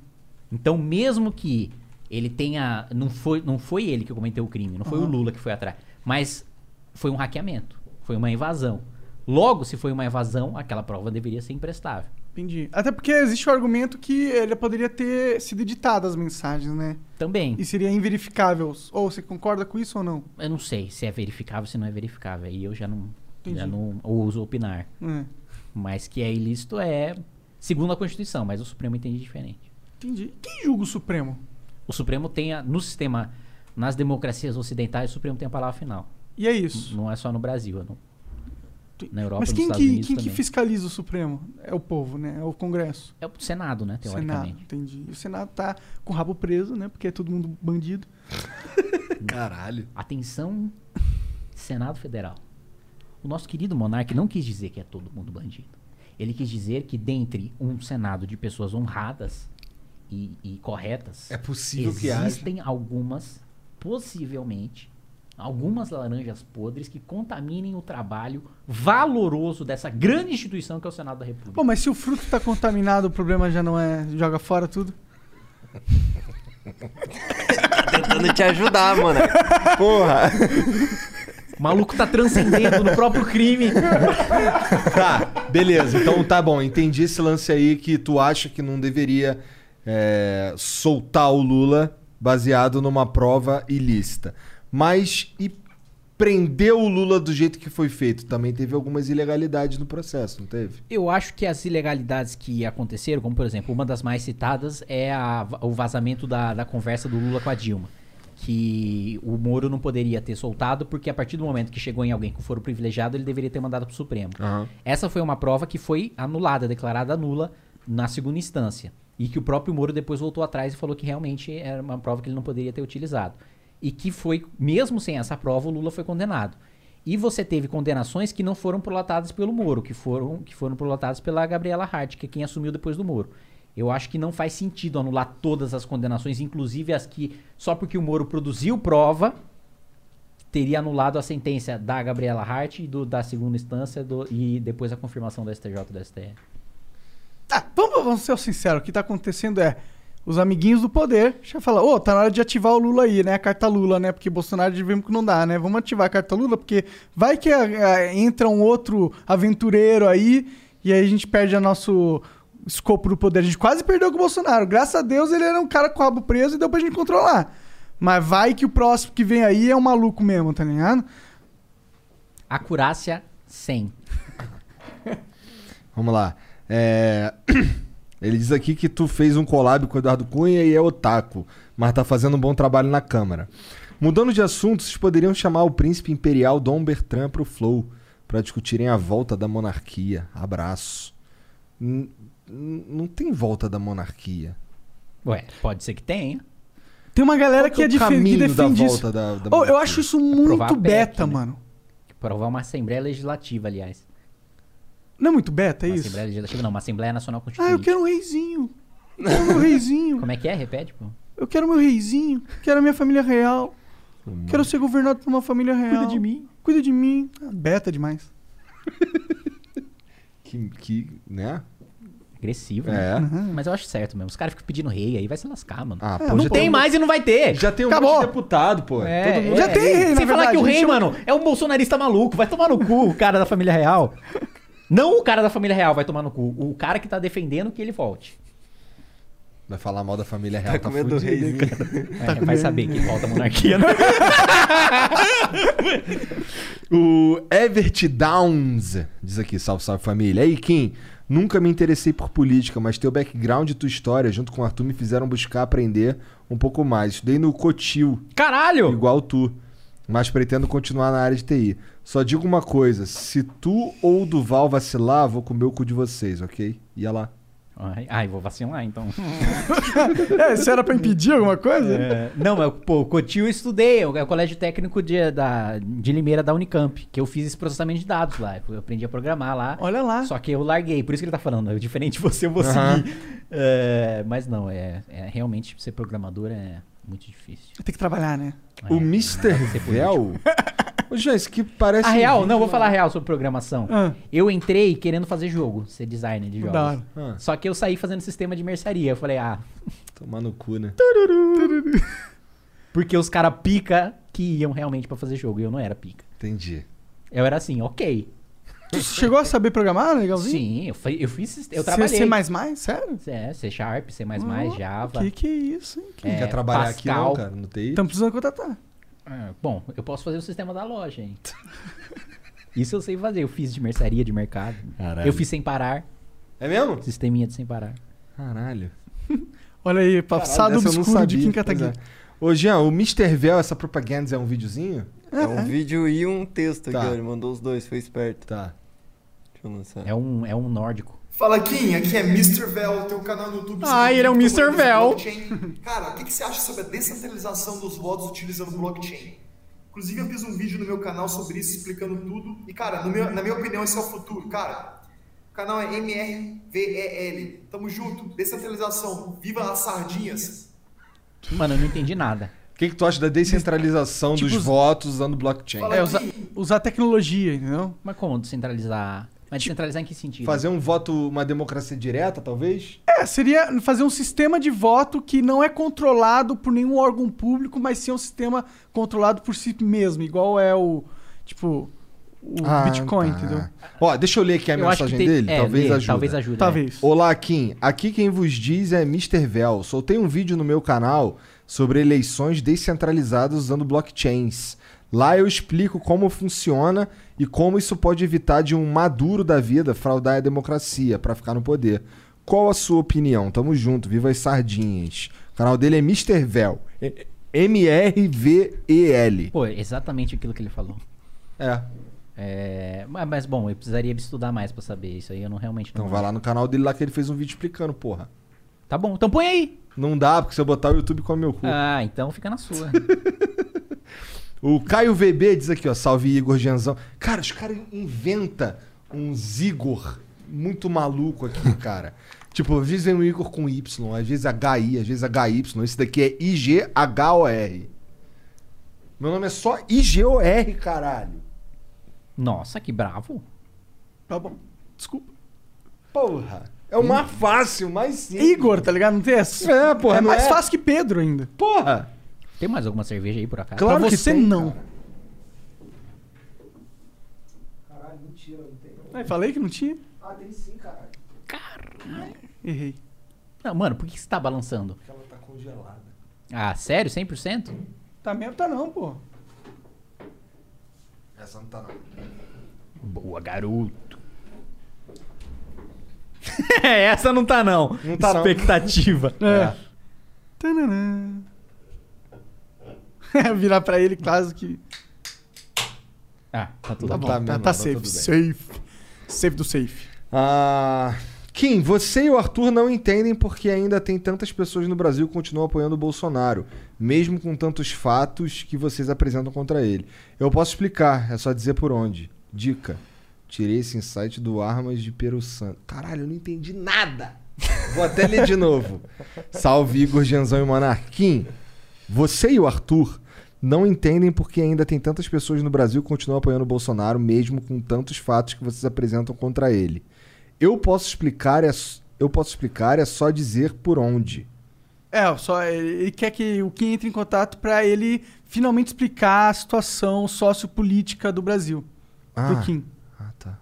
S4: Então, mesmo que ele tenha. Não foi, não foi ele que cometeu o crime, não foi o
S2: Aham.
S4: Lula que foi atrás. Mas foi um hackeamento. Foi uma invasão. Logo, se foi uma invasão, aquela prova deveria ser imprestável.
S2: Entendi. Até porque existe o argumento que ele poderia ter sido editado as mensagens, né?
S4: Também.
S2: E seria inverificável. Ou você concorda com isso ou não?
S4: Eu não sei se é verificável, se não é verificável. Aí eu já não, já
S2: Entendi.
S4: não ouso opinar.
S2: É.
S4: Mas que é ilícito é segundo a Constituição, mas o Supremo entende diferente.
S2: Entendi. Quem julga o Supremo?
S4: O Supremo tem, a- no sistema, nas democracias ocidentais, o Supremo tem a palavra final.
S2: E é isso.
S4: Não é só no Brasil, é no- na Europa,
S2: Mas
S4: nos
S2: quem,
S4: Estados
S2: que,
S4: Unidos
S2: quem que
S4: também.
S2: fiscaliza o Supremo? É o povo, né? É o Congresso.
S4: É o Senado, né?
S2: Senado,
S4: Teoricamente.
S2: entendi. E o Senado tá com o rabo preso, né? Porque é todo mundo bandido.
S4: Caralho. Atenção, Senado Federal. O nosso querido monarca não quis dizer que é todo mundo bandido. Ele quis dizer que dentre um Senado de pessoas honradas e, e corretas...
S3: É possível que haja.
S4: Existem algumas, possivelmente, algumas laranjas podres que contaminem o trabalho valoroso dessa grande instituição que é o Senado da República.
S2: Pô, mas se o fruto tá contaminado, o problema já não é. joga fora tudo?
S5: Tentando te ajudar, mano. Porra.
S4: O maluco tá transcendendo no próprio crime.
S3: Tá, beleza. Então tá bom, entendi esse lance aí que tu acha que não deveria é, soltar o Lula baseado numa prova ilícita. Mas e prender o Lula do jeito que foi feito? Também teve algumas ilegalidades no processo, não teve?
S4: Eu acho que as ilegalidades que aconteceram, como por exemplo, uma das mais citadas é a- o vazamento da, da conversa do Lula com a Dilma. Que o Moro não poderia ter soltado, porque a partir do momento que chegou em alguém com foro privilegiado, ele deveria ter mandado pro Supremo. Essa foi uma prova que foi anulada, declarada nula na segunda instância. E que o próprio Moro depois voltou atrás e falou que realmente era uma prova que ele não poderia ter utilizado. E que foi, mesmo sem essa prova, o Lula foi condenado. E você teve condenações que não foram prolatadas pelo Moro, que foram, que foram prolatadas pela Gabriela Hart, que é quem assumiu depois do Moro. Eu acho que não faz sentido anular todas as condenações, inclusive as que, só porque o Moro produziu prova, teria anulado a sentença da Gabriela Hart e do- da segunda instância do- e depois a confirmação do STJ e do STF.
S2: Ah, vamos, vamos ser sinceros, o que tá acontecendo é. Os amiguinhos do poder já falam, ô, tá na hora de ativar o Lula aí, né? A carta Lula, né? Porque Bolsonaro devemos que não dá, né? Vamos ativar a carta Lula, porque vai que ah, ah, entra um outro aventureiro aí e aí a gente perde o nosso escopo do poder. A gente quase perdeu com o Bolsonaro. Graças a Deus ele era um cara com o rabo preso e deu pra gente controlar. Mas vai que o próximo que vem aí é um maluco mesmo, tá ligado?
S4: Acurácia 100.
S3: Vamos lá. É, Ele diz aqui que tu fez um collab com o Eduardo Cunha e é otaku, mas tá fazendo um bom trabalho na Câmara. Mudando de assunto, vocês poderiam chamar o príncipe imperial Dom Bertrand pro Flow pra discutirem a volta da monarquia. Abraço. N- n- não tem volta da monarquia.
S4: Ué, pode ser que tenha.
S2: Tem uma galera que,
S3: Qual que é
S2: é
S3: o
S2: defen- que
S3: caminho da
S2: defende
S3: volta
S2: isso.
S3: da-
S2: Ô,
S3: da
S2: eu
S3: monarquia?
S2: acho isso muito
S4: Aprovar a PEC,
S2: beta,
S4: né?
S2: mano.
S4: Provar é uma Assembleia Legislativa, aliás.
S2: Não é muito beta
S4: uma
S2: isso?
S4: Assembleia Legislativa não, uma Assembleia Nacional
S2: Ah, eu
S4: Constituinte.
S2: quero um reizinho. Eu quero meu reizinho.
S4: Como é que é? Repete, pô.
S2: Eu quero meu reizinho. Quero a minha família real.
S4: é?
S2: Quero ser governado por uma família real.
S15: de mim.
S2: Cuida de mim. Ah, beta demais.
S3: Que, que né?
S4: Agressivo,
S3: É.
S4: né? Mas eu acho certo mesmo. Os caras ficam pedindo rei aí, vai se lascar, mano.
S3: Ah,
S4: Ah,
S3: pô,
S4: não
S3: já
S4: tem
S3: tem-
S4: mais e não vai ter.
S3: Já tem um
S4: Acabou.
S3: monte de deputado, pô.
S4: É,
S3: Todo mundo
S4: é,
S3: é rei.
S4: Sem
S2: na
S4: falar
S2: verdade,
S4: que o
S2: a gente
S4: rei,
S2: chama-
S4: mano, é um bolsonarista maluco. Vai tomar no cu o cara da família real. Não o cara da família real vai tomar no cu. O cara que tá defendendo que ele volte.
S3: Vai falar mal da família real.
S5: Tá com medo do
S3: fudido,
S5: reizinho.
S3: hein, cara?
S4: É, vai saber que volta a monarquia. né?
S3: O Evert Downs diz aqui, salve, salve família. Ei, Kim, nunca me interessei por política, mas teu background e tua história, junto com o Arthur, me fizeram buscar aprender um pouco mais. Estudei no Cotil.
S4: Caralho!
S3: Igual tu. Mas pretendo continuar na área de TI. Só digo uma coisa: se tu ou o Duval vacilar, vou comer o cu de vocês, ok? Ia lá.
S4: Ai, ai, vou vacilar então.
S2: é, isso era pra impedir alguma coisa?
S4: É, não, mas, pô, o Cotil eu estudei, é o colégio técnico de, da, de Limeira da Unicamp, que eu fiz esse processamento de dados lá. Eu aprendi a programar lá.
S2: Olha lá.
S4: Só que eu larguei, por isso que ele tá falando, eu, diferente de você, eu vou
S3: Aham.
S4: seguir. É, mas não, é, é realmente ser programador é muito difícil.
S2: Tem que trabalhar, né?
S4: É,
S3: O Mr. Vel. Ô, Jean, isso que parece.
S4: a real,
S3: um
S4: não, vou
S3: vídeo-
S4: falar a real sobre programação.
S2: Ah.
S4: Eu entrei querendo fazer jogo, ser designer de
S2: Da
S4: jogos.
S2: hora.
S3: Ah.
S4: Só que eu saí fazendo sistema de mercearia. Eu falei, ah,
S3: Tomar no cu, né?
S4: porque os caras pica que iam realmente pra fazer jogo. E eu não era pica.
S3: Entendi.
S4: Eu era assim, ok.
S2: Tu chegou a saber programar, legalzinho?
S4: Sim, eu, fui, eu fiz. sist- Eu
S2: C-
S4: trabalhei.
S2: C++? um? Sério?
S4: É, C Sharp, C,
S2: Oh,
S4: Java.
S2: Que que é isso, hein?
S4: É,
S3: quer trabalhar aqui não,
S4: Pascal.
S3: cara, no TI?
S2: Estamos precisando contratar.
S4: Ah, bom, eu posso fazer o sistema da loja, hein? Isso eu sei fazer. Eu fiz de mercearia, de mercado.
S3: Caralho.
S4: Eu fiz sem parar.
S3: É mesmo?
S4: Sisteminha de sem parar.
S3: Caralho.
S2: Olha aí,
S3: Caralho,
S2: passado
S3: Ah, dessa eu não
S2: obscuro de
S3: sabia,
S2: Kim
S3: pois
S2: Kataguiri.
S3: é. Ô, Jean, o Mr. Vel, essa propaganda é um videozinho?
S5: É um vídeo e um texto
S3: Tá.
S5: aqui, ó. Ele mandou os dois, foi esperto.
S3: Tá.
S5: Deixa eu lançar.
S4: É um, é um nórdico.
S18: Fala, Kim, aqui é Mr. Vel, tem um canal no YouTube.
S2: Ah, ele é um Mr.
S18: Vel.
S2: Vel.
S18: Cara, o que, que você acha sobre a descentralização dos votos utilizando blockchain? Inclusive, eu fiz um vídeo no meu canal sobre isso, explicando tudo. E, cara, no meu- na minha opinião, esse é o futuro. Cara, o canal é MRVEL. Tamo junto, descentralização. Viva as sardinhas.
S4: Mano, eu não entendi nada.
S3: O que, que tu acha da descentralização
S2: Tipo
S3: dos
S2: os-
S3: votos usando blockchain?
S2: É, usa- usar tecnologia, entendeu?
S4: Mas como descentralizar? Mas descentralizar em que sentido?
S3: Tipo, Fazer um voto, uma democracia direta, talvez?
S2: É, seria fazer um sistema de voto que não é controlado por nenhum órgão público, mas sim é um sistema controlado por si mesmo, igual é o, tipo, o
S3: Ah,
S2: Bitcoin,
S3: tá.
S2: entendeu?
S3: Ó, deixa eu ler aqui a
S2: Eu acho
S3: mensagem
S2: que tem-
S3: dele,
S2: é,
S3: talvez,
S2: lê,
S3: ajude.
S4: talvez ajude, né?
S2: Talvez.
S3: Olá, Kim. Aqui quem vos diz é Mr. Vel. Soltei um vídeo no meu canal sobre eleições descentralizadas usando blockchains. Lá eu explico como funciona e como isso pode evitar de um maduro da vida fraudar a democracia pra ficar no poder. Qual a sua opinião? Tamo junto, viva as sardinhas. O canal dele é Mr. Vel. É- M-R-V-E-L.
S4: Pô, exatamente aquilo que ele falou.
S3: É.
S4: ma- mas, bom, eu precisaria estudar mais pra saber isso aí. Eu não realmente não.
S3: Então vai lá no canal dele lá que ele fez um vídeo explicando, porra.
S4: Tá bom, então põe aí.
S3: Não dá, porque se eu botar o YouTube come meu cu.
S4: Ah, então fica na sua.
S3: O Caio VB diz aqui, ó, salve Igor Genzão. Cara, os caras inventam uns Igor muito maluco aqui, cara. tipo, às vezes vem um Igor com Y, às vezes HI, às vezes HY. Esse daqui é I-G-H-O-R. Meu nome é só I-G-O-R, caralho.
S4: Nossa, que bravo.
S2: Tá bom. Desculpa.
S3: Porra. É o mais fácil, mais simples.
S2: Igor, tá ligado? Não tem essa.
S3: É, porra,
S2: É
S3: não
S2: mais
S3: é?
S2: fácil que Pedro ainda.
S3: Porra.
S4: Tem mais alguma cerveja aí por acaso?
S2: Claro
S4: Pra
S2: que
S4: você
S2: tem, não.
S18: Caralho, mentira, não tem.
S2: Aí, É, falei que não tinha?
S18: Ah, tem sim, caralho.
S2: Errei.
S4: Não, mano, por que que você tá balançando?
S18: Porque ela tá congelada.
S4: Ah, sério? 100%?
S2: Tá mesmo, tá não, pô.
S3: Essa não tá não.
S4: Boa, garoto. Essa não tá não.
S3: Não tá não.
S4: Expectativa.
S2: É. Tananã. Virar pra ele quase que.
S4: Ah, tá tudo
S2: Tá bom,
S4: bom.
S2: tá,
S3: Tá
S2: tá
S3: mesmo, tá
S2: safe.
S3: tudo bem.
S2: safe. Safe do safe.
S3: Ah, Kim, você e o Arthur não entendem porque ainda tem tantas pessoas no Brasil que continuam apoiando o Bolsonaro, mesmo com tantos fatos que vocês apresentam contra ele. Eu posso explicar, é só dizer por onde. Dica: tirei esse insight do Armas de Peru Santo. Caralho, eu não entendi nada. Vou até ler de novo. Salve Igor, Genzão e Monarquim. Você e o Arthur não entendem porque ainda tem tantas pessoas no Brasil que continuam apoiando o Bolsonaro, mesmo com tantos fatos que vocês apresentam contra ele. Eu posso explicar, é, s- eu posso explicar, é só dizer por onde.
S2: É, só ele ele quer que o Kim entre em contato pra ele finalmente explicar a situação sociopolítica do Brasil.
S3: Ah.
S2: Do Kim.
S3: Ah, tá.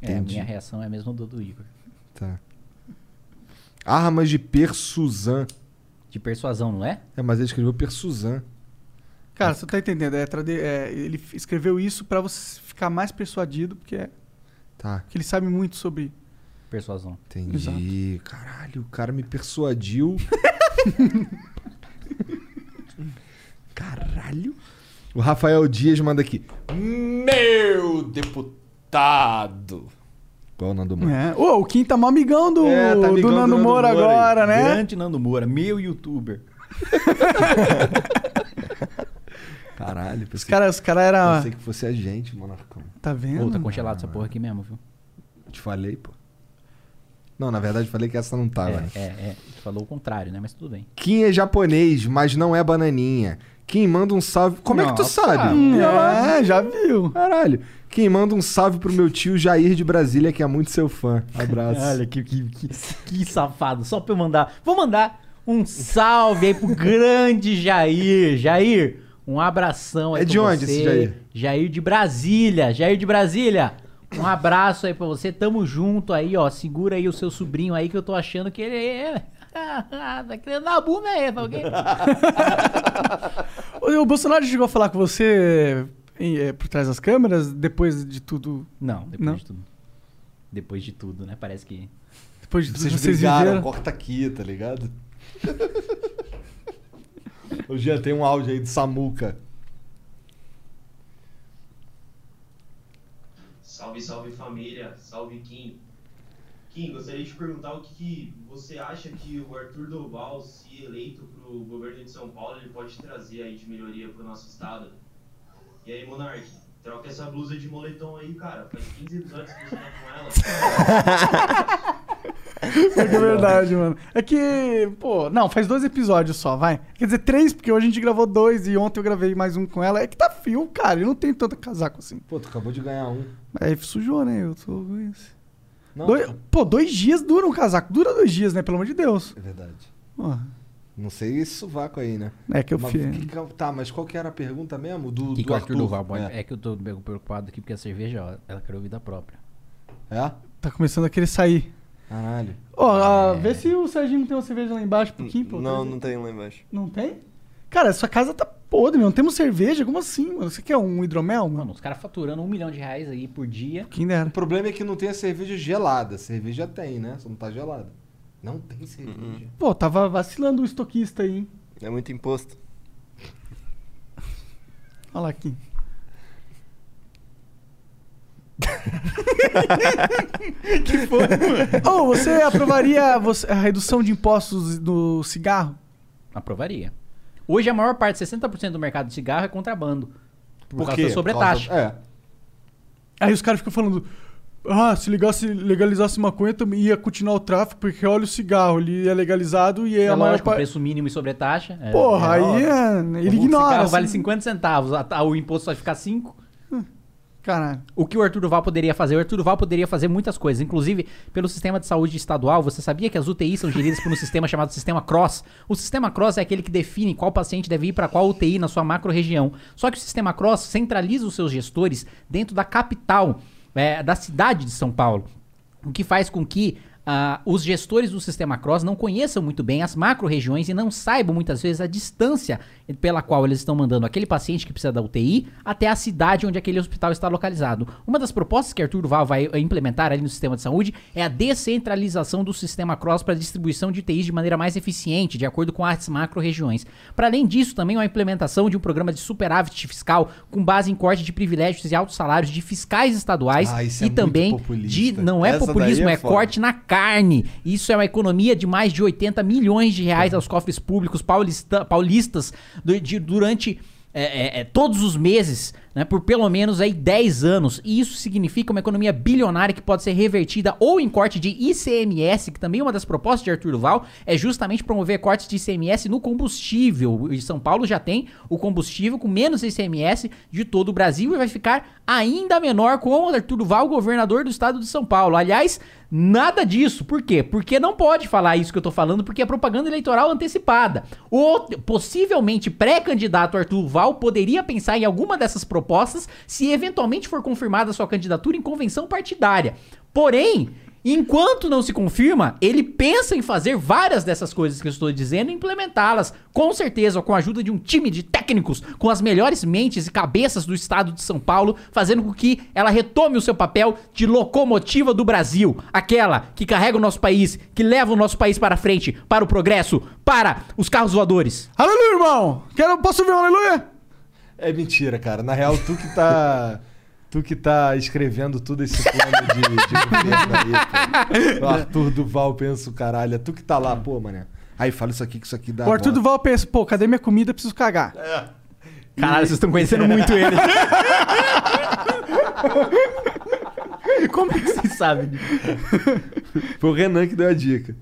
S4: É, a
S3: Entendi.
S4: minha reação é a mesma do, do Igor.
S3: Tá. Armas de Persuzan.
S4: De persuasão, não é?
S3: É, mas ele escreveu Persuzan.
S2: Cara, você tá entendendo? é trad- é, ele f- escreveu isso pra você ficar mais persuadido, porque, é,
S3: Tá.
S2: porque ele sabe muito sobre.
S4: Persuasão.
S3: Entendi. Caralho, o cara me persuadiu. Caralho. O Rafael Dias manda aqui. Meu deputado. Qual o nome do mano?
S2: É. Ô, o Kim tá mó amigão do,
S3: É, tá
S2: do
S3: amigão do
S2: Nando
S3: Nando
S2: Moura
S3: Moura aí.
S2: agora, né?
S15: Grande Nando Moura, meu youtuber.
S3: É. Caralho,
S2: Os caras os cara era.
S3: Pensei que fosse a gente, monarcão.
S2: Tá vendo?
S4: Pô, tá congelado essa porra aqui mesmo, viu?
S3: Te falei, pô. Não, na verdade falei que essa não tava. né?
S4: É, é, é. Tu falou o contrário, né? Mas tudo bem.
S3: Kim é japonês, mas não é bananinha. Kim manda um salve. Como é que tu
S4: Nossa.
S3: sabe?
S4: Hum,
S3: Olha lá.
S2: É, já viu.
S3: Caralho. Kim manda um salve pro meu tio Jair de Brasília, que é muito seu fã. Abraço.
S4: Olha que, que, que, que safado. Só pra eu mandar. Vou mandar um salve aí pro grande Jair. Jair, Um abração aí
S19: É
S4: pra
S19: de onde
S4: você.
S19: esse Jair?
S4: Jair de Brasília. Jair de Brasília. Um abraço aí pra você. Tamo junto aí, ó. Segura aí o seu sobrinho aí que eu tô achando que ele é. tá querendo dar a bunda aí, tá ok?
S2: O, o Bolsonaro chegou a falar com você em- eh, por trás das câmeras, depois de tudo.
S4: Não, depois de tudo. Depois de tudo, né? Parece que.
S2: Depois de tudo
S3: Vocês,
S2: vocês,
S3: brigaram,
S2: viveram.
S3: corta aqui, tá ligado? Ô Jean, tem um áudio aí de Samuca.
S12: Salve, salve família, salve Kim. Kim, gostaria de perguntar o que, que você acha que o Arthur Doval, se eleito para o governo de São Paulo, ele pode trazer aí de melhoria para o nosso estado? E aí, Monark, troca essa blusa de moletom aí, cara. Faz 15 episódios que você tá com
S2: É
S12: ela.
S2: que é verdade, mano. É que, pô, não, faz dois episódios só, vai. Quer dizer, três, porque hoje a gente gravou dois e ontem eu gravei mais um com ela. É que tá fio, cara. Eu não tenho tanto casaco assim.
S3: Pô, tu acabou de ganhar um.
S2: Aí sujou, né? Eu tô com isso.
S3: Não,
S2: Dois-
S3: cara.
S2: pô, dois dias dura um casaco. Dura dois dias, né? Pelo amor de Deus.
S3: É verdade.
S2: Porra.
S3: Não sei esse sovaco aí, né?
S2: É que eu
S3: Mas
S2: fiz.
S3: que que- Tá, mas qual que era a pergunta mesmo? Do,
S4: O que,
S3: do
S4: que o Arthur Duval pode-
S3: É.
S4: é. que eu tô meio preocupado aqui, porque a cerveja, ó, ela criou vida própria.
S3: É?
S2: Tá começando a querer sair.
S3: Caralho.
S2: Ó, ah, vê se o Serginho tem uma cerveja lá embaixo, um pouquinho, pô.
S5: Não,
S2: Tá-
S5: não tem lá embaixo.
S2: Não tem? Cara, sua casa tá podre, meu. Não temos cerveja? Como assim, mano? Você quer um hidromel, mano?
S4: Os caras faturando um milhão de reais aí por dia.
S2: Quem dera.
S3: O problema é que não tem a cerveja gelada. Cerveja tem, né? Só não tá gelada. Não tem cerveja.
S2: Pô, tava vacilando o estoquista aí, hein?
S5: É muito imposto.
S2: Olha lá aqui. que foi, mano? Ô, você aprovaria você- a redução de impostos do cigarro?
S4: Aprovaria. Hoje a maior parte, 60% do mercado de cigarro é contrabando. Por, causa da sobretaxa.
S3: É.
S2: Aí os caras ficam falando. Ah, se ligasse, legalizasse maconha, também ia continuar o tráfico, porque olha o cigarro, ele é legalizado e é,
S4: É
S2: a maior
S4: lógico,
S2: parte.
S4: preço mínimo e sobretaxa. é-
S2: Porra,
S4: é da
S2: aí
S4: hora.
S2: é- ele
S4: O
S2: ignora,
S4: cigarro
S2: assim.
S4: vale 50 centavos, a- a- o imposto vai ficar 5.
S2: Caralho.
S4: O que o Arthur Duval poderia fazer? O Arthur Duval poderia fazer muitas coisas. Inclusive, pelo sistema de saúde estadual, você sabia que as UTIs são geridas por um sistema chamado sistema CROSS? O sistema CROSS é aquele que define qual paciente deve ir para qual UTI na sua macro-região. Só que o sistema CROSS centraliza os seus gestores dentro da capital, é, da cidade de São Paulo. O que faz com que ah, os gestores do sistema Cross não conheçam muito bem as macro-regiões e não saibam muitas vezes a distância pela qual eles estão mandando aquele paciente que precisa da UTI até a cidade onde aquele hospital está localizado. Uma das propostas que Arthur Duval vai eh, implementar ali no sistema de saúde é a descentralização do sistema Cross para a distribuição de UTIs de maneira mais eficiente, de acordo com as macro-regiões. Para além disso, também a implementação de um programa de superávit fiscal com base em corte de privilégios e altos salários de fiscais estaduais
S3: Ah, isso é
S4: e
S3: muito
S4: também de
S3: populista.
S4: não é
S3: Essa daí
S4: populismo,
S3: é
S4: é,
S3: foda.
S4: corte corte na carne. Isso é uma economia de mais de 80 milhões de reais aos cofres públicos paulista- paulistas du- de- durante é, é, é, todos os meses, né, por pelo menos aí 10 anos. E isso significa uma economia bilionária que pode ser revertida ou em corte de ICMS, que também é uma das propostas de Arthur Duval, é justamente promover cortes de ICMS no combustível. E São Paulo já tem o combustível com menos ICMS de todo o Brasil e vai ficar ainda menor com o Arthur Duval, governador do estado de São Paulo. Aliás, nada disso. Por quê? Porque não pode falar isso que eu tô falando, porque é propaganda eleitoral antecipada. O possivelmente pré-candidato Arthur Duval poderia pensar em alguma dessas propostas se eventualmente for confirmada sua candidatura em convenção partidária. Porém, Enquanto não se confirma, ele pensa em fazer várias dessas coisas que eu estou dizendo e implementá-las, com certeza, com a ajuda de um time de técnicos, com as melhores mentes e cabeças do estado de São Paulo, fazendo com que ela retome o seu papel de locomotiva do Brasil, aquela que carrega o nosso país, que leva o nosso país para frente, para o progresso, para os carros voadores.
S2: Aleluia, irmão! Quero, posso ouvir um aleluia?
S3: É mentira, cara. Na real, tu que tá. tu que tá escrevendo tudo esse plano de, de governo aí, pô. O Arthur Duval pensa o caralho. É tu que tá lá, pô, mané. Aí fala isso aqui, que isso aqui
S4: Tá
S3: dá.
S2: o Arthur
S3: bosta.
S2: Duval pensa, pô, cadê minha comida? Preciso cagar.
S4: Caralho, vocês estão conhecendo muito ele. Como é que vocês sabem?
S3: Foi o Renan que deu a dica.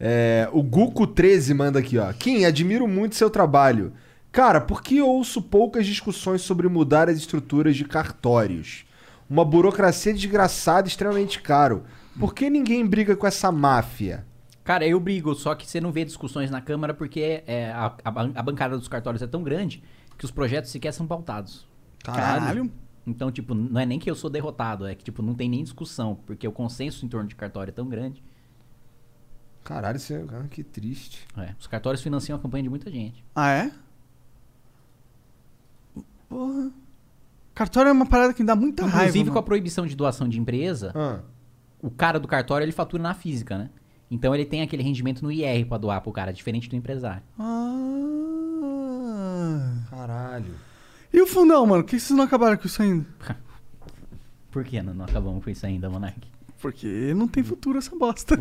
S3: É, o Guco13 manda aqui, ó. Kim, admiro muito seu trabalho. Cara, por que ouço poucas discussões sobre mudar as estruturas de cartórios? Uma burocracia desgraçada e extremamente caro. Por que ninguém briga com essa máfia?
S4: Cara, eu brigo, só que você não vê discussões na Câmara porque é, a, a ban- a bancada dos cartórios é tão grande que os projetos sequer são pautados.
S2: Caralho.
S4: Então, tipo, não é nem que eu sou derrotado, é que, tipo, não tem nem discussão, porque o consenso em torno de cartório é tão grande.
S3: Caralho, isso é... cara, que triste.
S4: É, os cartórios financiam a campanha de muita gente.
S2: Ah, é? Porra. Cartório é uma parada que dá muita raiva.
S4: Inclusive, com a
S2: mano.
S4: proibição de doação de empresa,
S3: Ah,
S4: o cara do cartório, ele fatura na física, né? Então, ele tem aquele rendimento no IR pra doar pro cara, diferente do empresário.
S2: Ah.
S3: Caralho.
S2: E o fundão, mano? Por que vocês não acabaram com isso ainda?
S4: Por que não, não acabamos com isso ainda, Monark?
S2: Porque não tem futuro essa bosta.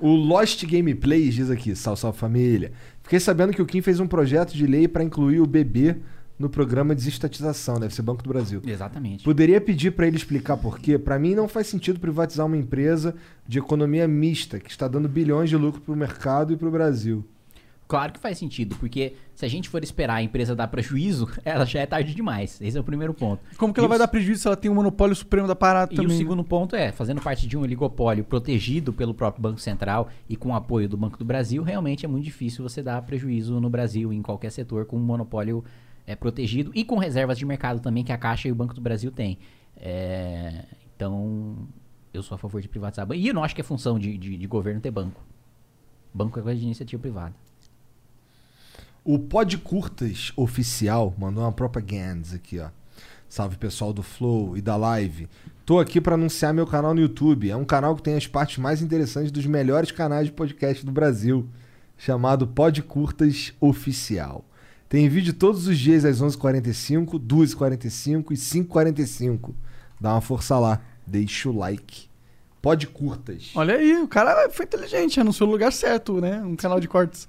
S3: O Lost Gameplays diz aqui, sal, sal família. Fiquei sabendo que o Kim fez um projeto de lei para incluir o bebê no programa de desestatização, deve ser Banco do Brasil.
S4: Exatamente.
S3: Poderia pedir para ele explicar por quê? Para mim não faz sentido privatizar uma empresa de economia mista que está dando bilhões de lucro para o mercado e para o Brasil.
S4: Claro que faz sentido, porque se a gente for esperar a empresa dar prejuízo, ela já é tarde demais. Esse é o primeiro ponto.
S2: Como que
S4: E
S2: ela
S4: o
S2: vai dar prejuízo se ela tem o monopólio supremo da parada
S4: E
S2: também?
S4: o segundo ponto é, fazendo parte de um oligopólio protegido pelo próprio Banco Central e com o apoio do Banco do Brasil, realmente é muito difícil você dar prejuízo no Brasil, em qualquer setor, com um monopólio é, protegido e com reservas de mercado também que a Caixa e o Banco do Brasil têm. É, então, eu sou a favor de privatizar banco. E eu não acho que é função de, de- de governo ter banco. Banco é coisa de iniciativa privada.
S3: O Pod Curtas Oficial mandou uma propaganda aqui, ó. Salve pessoal do Flow e da Live. Tô aqui pra anunciar meu canal no YouTube. É um canal que tem as partes mais interessantes dos melhores canais de podcast do Brasil, chamado Pod Curtas Oficial. Tem vídeo todos os dias às 11h45, 2h45 e 5h45. Dá uma força lá, deixa o like. Pod Curtas.
S2: Olha aí, o cara foi inteligente, anunciou o lugar certo, né? Um canal de cortes.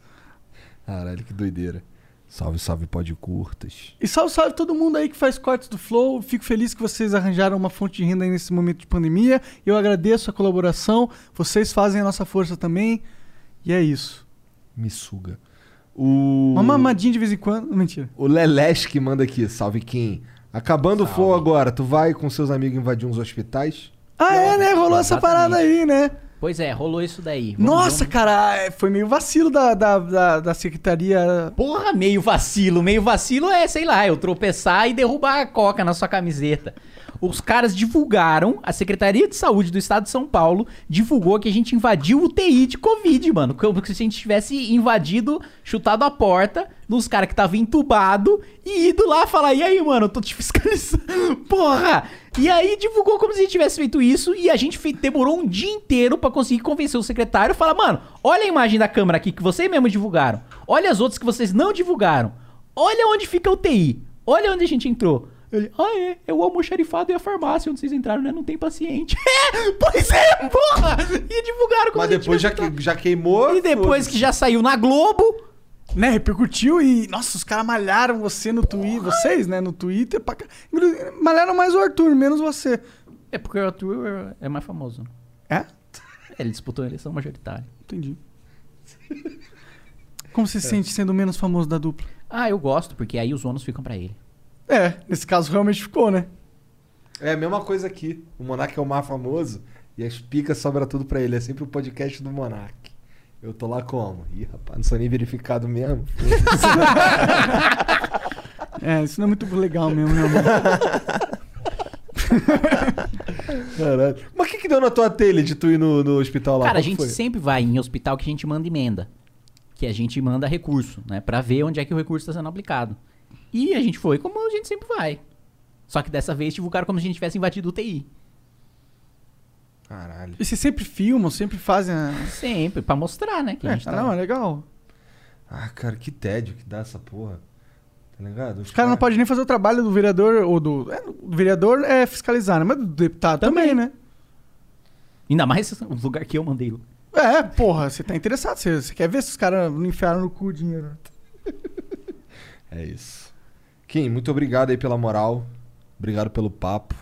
S3: Caralho, que doideira. Salve, salve, Pod Curtas.
S2: E salve, salve todo mundo aí que faz cortes do Flow. Fico feliz que vocês arranjaram uma fonte de renda aí nesse momento de pandemia. Eu agradeço a colaboração. Vocês fazem a nossa força também. E é isso.
S3: Me suga. O...
S4: Uhum.
S2: Uma mamadinha de vez em quando. Mentira.
S3: O Lelesh que manda aqui, salve Kim. Acabando o flow agora, tu vai com seus amigos invadir uns hospitais?
S2: Ah, é, né? Rolou essa
S4: Exatamente.
S2: parada aí, né?
S4: Pois é, rolou isso daí. Vamos-
S2: Nossa, cara, é, foi meio vacilo da, da, da, da secretaria.
S4: Porra, meio vacilo. Meio vacilo é, sei lá, eu tropeçar e derrubar a coca na sua camiseta. Os caras divulgaram, a Secretaria de Saúde do Estado de São Paulo divulgou que a gente invadiu o TI de Covid, mano. Como se a gente tivesse invadido, chutado a porta dos caras que estavam entubado e ido lá falar, e aí, mano, eu tô te fiscalizando. Porra! E aí divulgou como se a gente tivesse feito isso e a gente fe- demorou um dia inteiro pra conseguir convencer o secretário e falar, mano, olha a imagem da câmera aqui que vocês mesmos divulgaram. Olha as outras que vocês não divulgaram. Olha onde fica o TI. Olha onde a gente entrou. Ele, ah, é, é o almoxarifado e a farmácia onde vocês entraram, né? Não tem paciente. É, pois é, porra! E divulgaram como
S3: Mas
S4: se a gente
S3: depois já,
S4: tivesse-
S3: que- já queimou.
S4: E depois que já saiu na Globo,
S2: Né, repercutiu e. Nossa, os caras malharam você no Twitter. Vocês, né? No Twitter. Pra... ca- Inclusive, Malharam mais o Arthur, menos você.
S4: É porque o Arthur é mais famoso.
S2: É?
S4: Ele disputou a eleição majoritária.
S2: Entendi. Como se sente sendo o menos famoso da dupla?
S4: Ah, eu gosto, porque aí os ônus ficam pra ele.
S2: É, nesse caso realmente ficou, né?
S3: É a mesma coisa aqui. O Monark é o mais famoso e as picas sobra tudo pra ele. É sempre o podcast do Monark. Eu tô lá como? Ih, rapaz, não sou nem verificado mesmo.
S2: É, isso não é muito legal mesmo, realmente.
S3: Caralho. Mas o que, que deu na tua telha de tu ir no, no hospital lá?
S4: Cara, a
S3: Qual que
S4: gente
S3: foi?
S4: sempre vai em hospital que a gente manda emenda. Que a gente manda recurso, né? Pra ver onde é que o recurso tá sendo aplicado. E a gente foi como a gente sempre vai. Só que dessa vez divulgaram como se a gente tivesse invadido o TI.
S3: Caralho.
S2: E vocês sempre filmam, sempre fazem. A...
S4: Sempre, pra mostrar, né? Que a
S2: É,
S4: gente tá
S2: não,
S4: lá.
S2: é legal.
S3: Ah, cara, que tédio que dá essa porra. Tá ligado?
S2: Os caras não podem nem fazer o trabalho do vereador ou do. É, o vereador é fiscalizar, né? Mas do deputado também, né?
S4: Ainda mais o lugar que eu mandei. Lu.
S2: É, porra, você tá interessado. Você, você quer ver se os caras não enfiaram no cu o dinheiro. né?
S3: É isso. Kim, muito obrigado aí pela moral. Obrigado pelo papo.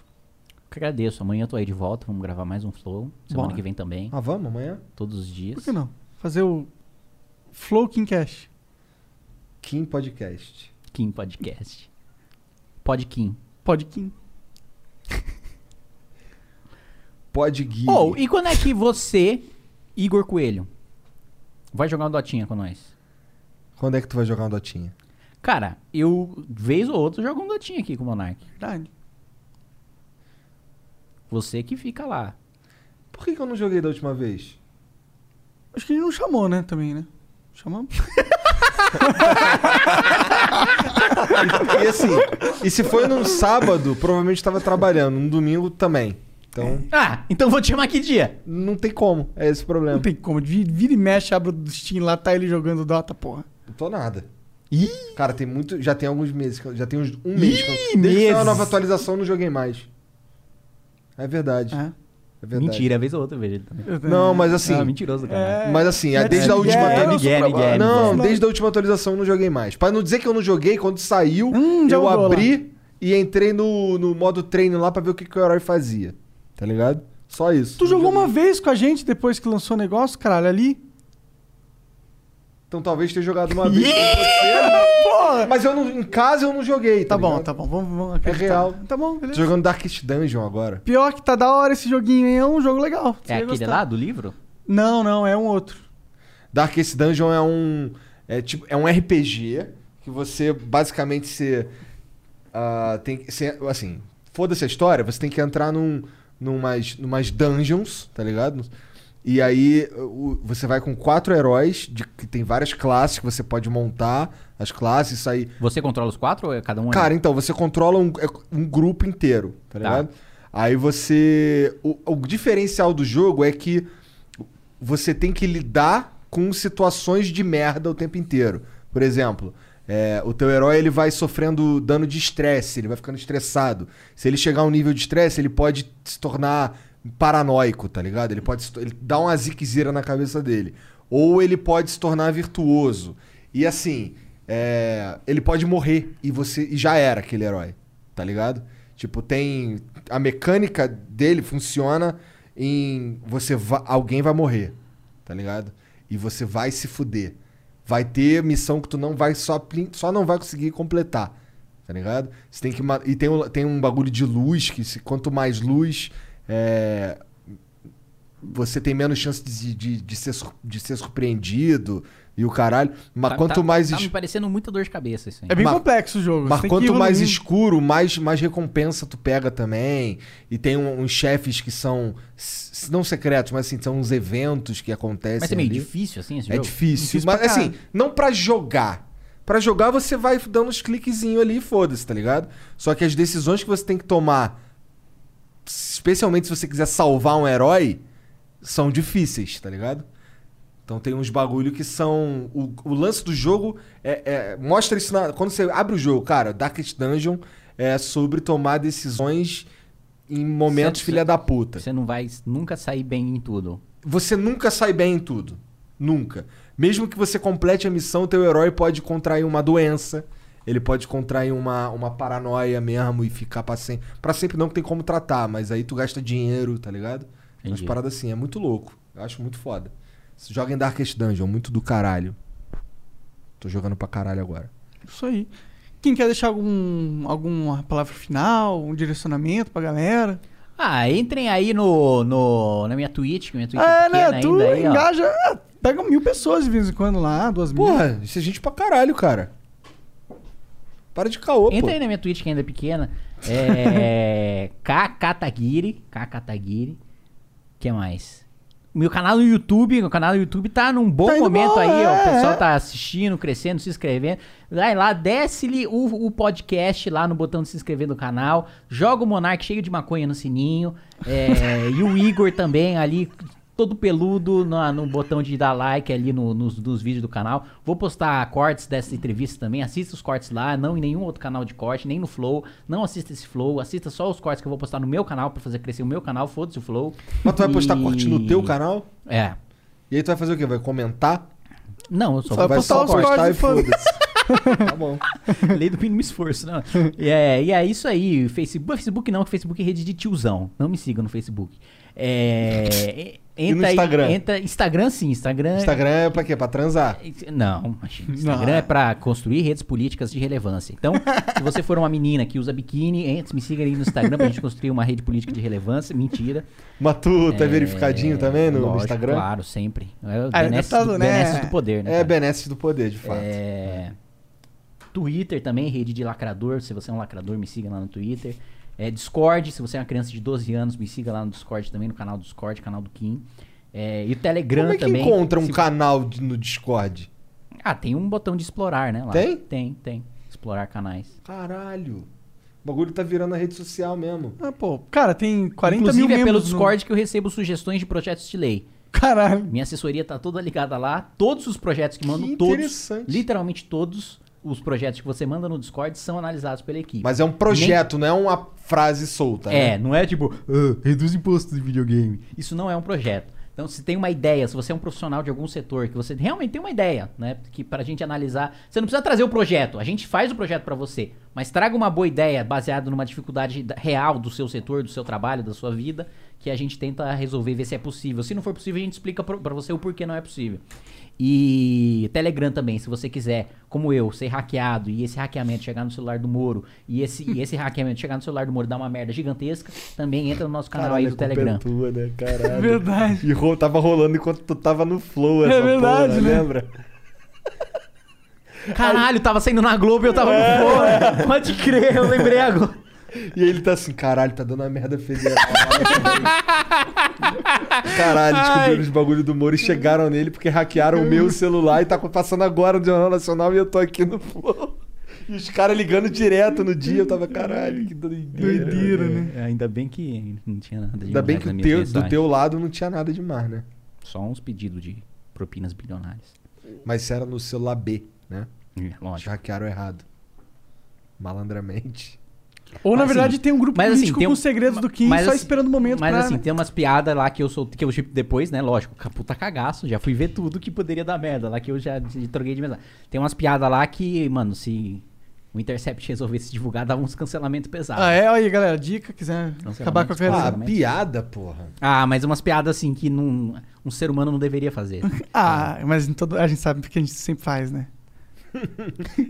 S4: Que agradeço. Amanhã eu tô aí de volta, vamos gravar mais um Flow. Semana
S2: Bora.
S4: que vem também.
S3: Ah, vamos amanhã?
S4: Todos os dias.
S2: Por que não? Fazer o Flow King Cash.
S3: Kim Podcast.
S4: Kim Podcast. Pod Kim.
S2: Pode Kim.
S3: Pod Gui.
S4: Ou, e quando é que você, Igor Coelho, vai jogar um Dotinha com nós?
S3: Quando é que tu vai jogar um Dotinha?
S4: Cara, eu, vez ou outra, jogo um dotinho aqui com o Monark.
S2: Verdade.
S4: Você que fica lá.
S3: Por que, que eu não joguei da última vez?
S2: Acho que ele não chamou, né? Também, né? Chamamos?
S3: E assim, e se foi num sábado, provavelmente tava trabalhando. Num domingo também. Então.
S4: Ah, então vou te chamar que dia?
S3: Não tem como, é esse o problema.
S2: Não tem como. Vi- Vira e mexe, abre o Steam lá, tá ele jogando Dota, porra.
S3: Não tô nada. Cara, tem muito. Já tem alguns meses. que eu- Já tem uns um mês. que eu-
S2: Ih,
S3: Desde que saiu a
S2: meses.
S3: nova atualização, eu não joguei mais. É verdade.
S2: É,
S3: verdade.
S4: Mentira, vez ou outra eu vejo ele também.
S3: Não, mas assim.
S4: Ah, mentiroso, cara.
S3: Mas assim, é desde a última
S4: É, Miguel, Miguel, Miguel.
S3: Não, desde a última atualização eu não joguei mais. Pra não dizer que eu não joguei, quando saiu,
S2: já
S3: eu
S2: mudou
S3: abri e entrei no, no modo treino lá pra ver o que, que o herói fazia. Tá ligado? Só isso.
S2: Tu jogou uma vez com a gente depois que lançou o negócio, caralho, ali?
S3: Então talvez tenha jogado uma vez. É. Mas eu não, em casa eu não joguei. Tá, bom, tá
S2: bom. Vamos,
S3: é
S2: acreditar.
S3: real.
S2: Tá bom,
S3: Tô
S2: beleza.
S3: jogando Darkest Dungeon agora.
S2: Pior que tá da hora esse joguinho, hein? É um jogo legal. Você
S3: É
S2: vai
S3: aquele
S2: gostar.
S3: lá
S4: do livro?
S2: Não, não, é um outro.
S3: Darkest Dungeon é um é tipo é um RPG que você basicamente se ah, tem que cê- assim foda-se a história você tem que entrar num numas numas dungeons tá ligado e aí o- você vai com quatro heróis de, que tem várias classes que você pode montar as classes sair
S4: Você controla os quatro ou é cada um?
S3: Cara, então, você controla um, é um grupo inteiro, tá, ligado? Aí você. O, o diferencial do jogo é que você tem que lidar com situações de merda o tempo inteiro. Por exemplo, é, o teu herói ele vai sofrendo dano de estresse, ele vai ficando estressado. Se ele chegar a um nível de estresse, ele pode se tornar paranoico, tá ligado? Ele pode se to- ele dá uma ziquezira na cabeça dele. Ou ele pode se tornar virtuoso. E assim, é, ele pode morrer e você e já era aquele herói, tá ligado? Tipo, tem a mecânica dele funciona em você va- alguém vai morrer, tá ligado? E você vai se fuder. Vai ter missão que tu não vai só plin- só não vai conseguir completar, tá ligado? Você tem que ma- e tem um, tem um bagulho de luz que se, quanto mais luz é, você tem menos chance de, de, de ser, sur- de ser surpreendido e o caralho. Mas
S4: Tá-
S3: então, quanto
S4: tá-
S3: mais
S4: Tá
S3: es-
S4: me parecendo muita dor de cabeça isso aí.
S3: É bem Mas-
S2: complexo o jogo.
S3: mas
S2: você tem que ir
S3: quanto mais
S2: evoluindo.
S3: escuro, mais, mais recompensa tu pega também. E tem um- uns chefes que são. s- Não secretos, mas assim, são uns eventos que acontecem.
S4: Mas é meio
S3: ali.
S4: difícil, assim, esse
S3: É
S4: jogo?
S3: difícil.
S4: Difícil
S3: mas
S4: pra
S3: assim,
S4: caralho.
S3: não pra jogar. Pra jogar você vai dando uns cliquezinhos ali e foda-se, tá ligado? Só que as decisões que você tem que tomar, especialmente se você quiser salvar um herói, são difíceis, tá ligado? Então tem uns bagulho que são. O, o lance do jogo é, é- mostra isso na- quando você abre o jogo, cara. Darkest Dungeon é sobre tomar decisões em momentos
S4: Certo,
S3: filha da puta.
S4: Você não vai nunca sair bem em tudo.
S3: Você nunca sai bem em tudo. Nunca. Mesmo que você complete a missão, teu herói pode contrair uma doença. Ele pode contrair uma, uma paranoia mesmo e ficar pra sempre. Pra sempre não que tem como tratar, mas aí tu gasta dinheiro, tá ligado? Umas
S4: Entendi.
S3: paradas assim, é muito louco. Eu acho muito foda. Se joga em Darkest Dungeon, muito do caralho. Tô jogando pra caralho agora.
S2: Isso aí. Quem quer deixar algum, alguma palavra final, um direcionamento pra galera?
S4: Ah, entrem aí no, no, na minha Twitch, que minha Twitch é
S2: É,
S4: pequena
S2: né? Tu
S4: ainda aí, ó.
S2: engaja. é, Pega mil pessoas de vez em quando lá, duas mil.
S3: Porra, isso é gente pra caralho, cara. Para de caô, pô.
S4: Entra aí na minha Twitch que ainda é pequena. É. Kakatagiri. Kakatagiri. O que mais? Meu canal no YouTube, meu canal no YouTube tá num bom
S2: Tá indo
S4: momento
S2: bom,
S4: aí, ó.
S2: é,
S4: O pessoal
S2: é.
S4: tá assistindo, crescendo, se inscrevendo. Vai lá, desce-lhe o, o podcast lá no botão de se inscrever no canal. Joga o Monark cheio de maconha no sininho. É, e o Igor também ali, todo peludo na- no, botão de dar like ali no- nos, nos vídeos do canal. Vou postar cortes dessa entrevista também. Assista os cortes lá, não em nenhum outro canal de corte, nem no Flow. Não assista esse Flow, assista só os cortes que eu vou postar no meu canal pra fazer crescer o meu canal. Foda-se o Flow.
S3: Mas tu vai postar
S4: E-
S3: corte no teu canal?
S4: É.
S3: E aí tu vai fazer o quê? Vai comentar?
S4: Não, eu só
S3: vai só postar e foda-se.
S4: tá bom. Lei do mínimo esforço, não. É, e é isso aí. Facebook, Facebook não, que Facebook é rede de tiozão. Não me siga no Facebook. É, Entra
S3: E no
S4: aí-
S3: Instagram?
S4: entra, Instagram sim, Instagram.
S3: Instagram é pra quê? Pra transar?
S4: Não, imagina. Instagram é pra construir redes políticas de relevância. Então, se você for uma menina que usa biquíni, entra, me siga aí no Instagram pra gente construir uma rede política de relevância. Mentira. É,
S3: Mas tu tá verificadinho também no
S4: lógico,
S3: Instagram?
S4: Claro, sempre. É o
S3: Ah, é
S4: benesses
S3: deputado,
S4: do,
S3: né?
S4: benesses do poder, né?
S3: É, benesses do poder, de fato.
S4: É... Twitter também, rede de lacrador. Se você é um lacrador, me siga lá no Twitter. É, Discord, se você é uma criança de 12 anos, me siga lá no Discord também, no canal do Discord, canal do Kim. É, e o Telegram
S3: Como é que
S4: também.
S3: encontra um
S4: se-
S3: canal de- no Discord?
S4: Ah, tem um botão de explorar, né? Lá.
S3: Tem?
S4: Tem, tem. Explorar canais.
S3: Caralho. O bagulho tá virando a rede social mesmo.
S2: Ah, pô. Cara, tem 40
S4: Inclusive,
S2: mil
S4: é pelo
S2: membros no-
S4: Discord que eu recebo sugestões de projetos de lei.
S2: Caralho.
S4: Minha assessoria tá toda ligada lá. Todos os projetos que mando, todos,
S3: interessante.
S4: literalmente todos os projetos que você manda no Discord são analisados pela equipe.
S3: Mas é um projeto, não é uma frase solta. né?
S4: É, não é tipo, "Ah, reduz imposto de videogame. Isso não é um projeto. Então, se tem uma ideia, se você é um profissional de algum setor, que você realmente tem uma ideia, né? Que pra gente analisar. Você não precisa trazer o projeto, a gente faz o projeto pra você. Mas traga uma boa ideia baseada numa dificuldade da- real do seu setor, do seu trabalho, da sua vida, que a gente tenta resolver, ver se é possível. Se não for possível, a gente explica pro- pra você o porquê não é possível. E Telegram também, se você quiser, como eu, ser hackeado e esse hackeamento chegar no celular do Moro e esse, e esse hackeamento chegar no celular do Moro dar uma merda gigantesca, também entra no nosso canal aí do Telegram.
S3: Tua, né? Caralho.
S2: Verdade.
S3: E ro- tava rolando enquanto tu tava no flow
S4: É
S3: essa
S4: verdade,
S3: porra,
S4: né?
S3: lembra?
S4: Caralho, tava saindo na Globo e eu tava
S2: É.
S4: no fora. Pode crer, eu lembrei agora.
S3: E aí ele tá assim, caralho, tá dando uma merda federal. caralho, descobriram os bagulho do Moro e chegaram nele porque hackearam o meu celular e tá passando agora no Jornal Nacional e eu tô aqui no flow. E os caras ligando direto no dia, eu tava, caralho, que doideira.
S20: Doideira,
S3: né?
S4: É, ainda bem que não tinha nada de
S3: Ainda bem que
S4: na
S3: o
S4: minha
S3: teu, do
S4: mensagem.
S3: teu lado não tinha nada demais, né?
S4: Só uns pedidos de propinas bilionárias.
S3: Mas isso era no celular B, né?
S4: Lógico.
S3: Hackearam errado. Malandramente.
S2: Ou, na
S4: Mas,
S2: verdade,
S4: assim,
S2: tem um grupo
S4: mas, assim,
S2: político
S4: tem um-
S2: com os segredos do Kim,
S4: mas,
S2: só
S4: assim,
S2: esperando o momento
S4: Mas
S2: pra...
S4: assim, tem umas piadas lá que eu sou que eu chip depois, né? Lógico, ca- puta cagaço, já fui ver tudo que poderia dar merda lá que eu já de- troquei de mesa. Tem umas piadas lá que, mano, se o Intercept resolvesse divulgar, dava uns cancelamentos pesados.
S2: Ah, é? Olha aí, galera, dica, quiser
S4: Cancelamentos,
S2: acabar com a carreira.
S4: cancelamentos.
S3: Ah, piada, porra.
S4: Ah, mas umas piadas assim que não, um ser humano não deveria fazer.
S2: Ah, mas em todo... a gente sabe porque a gente sempre faz, né?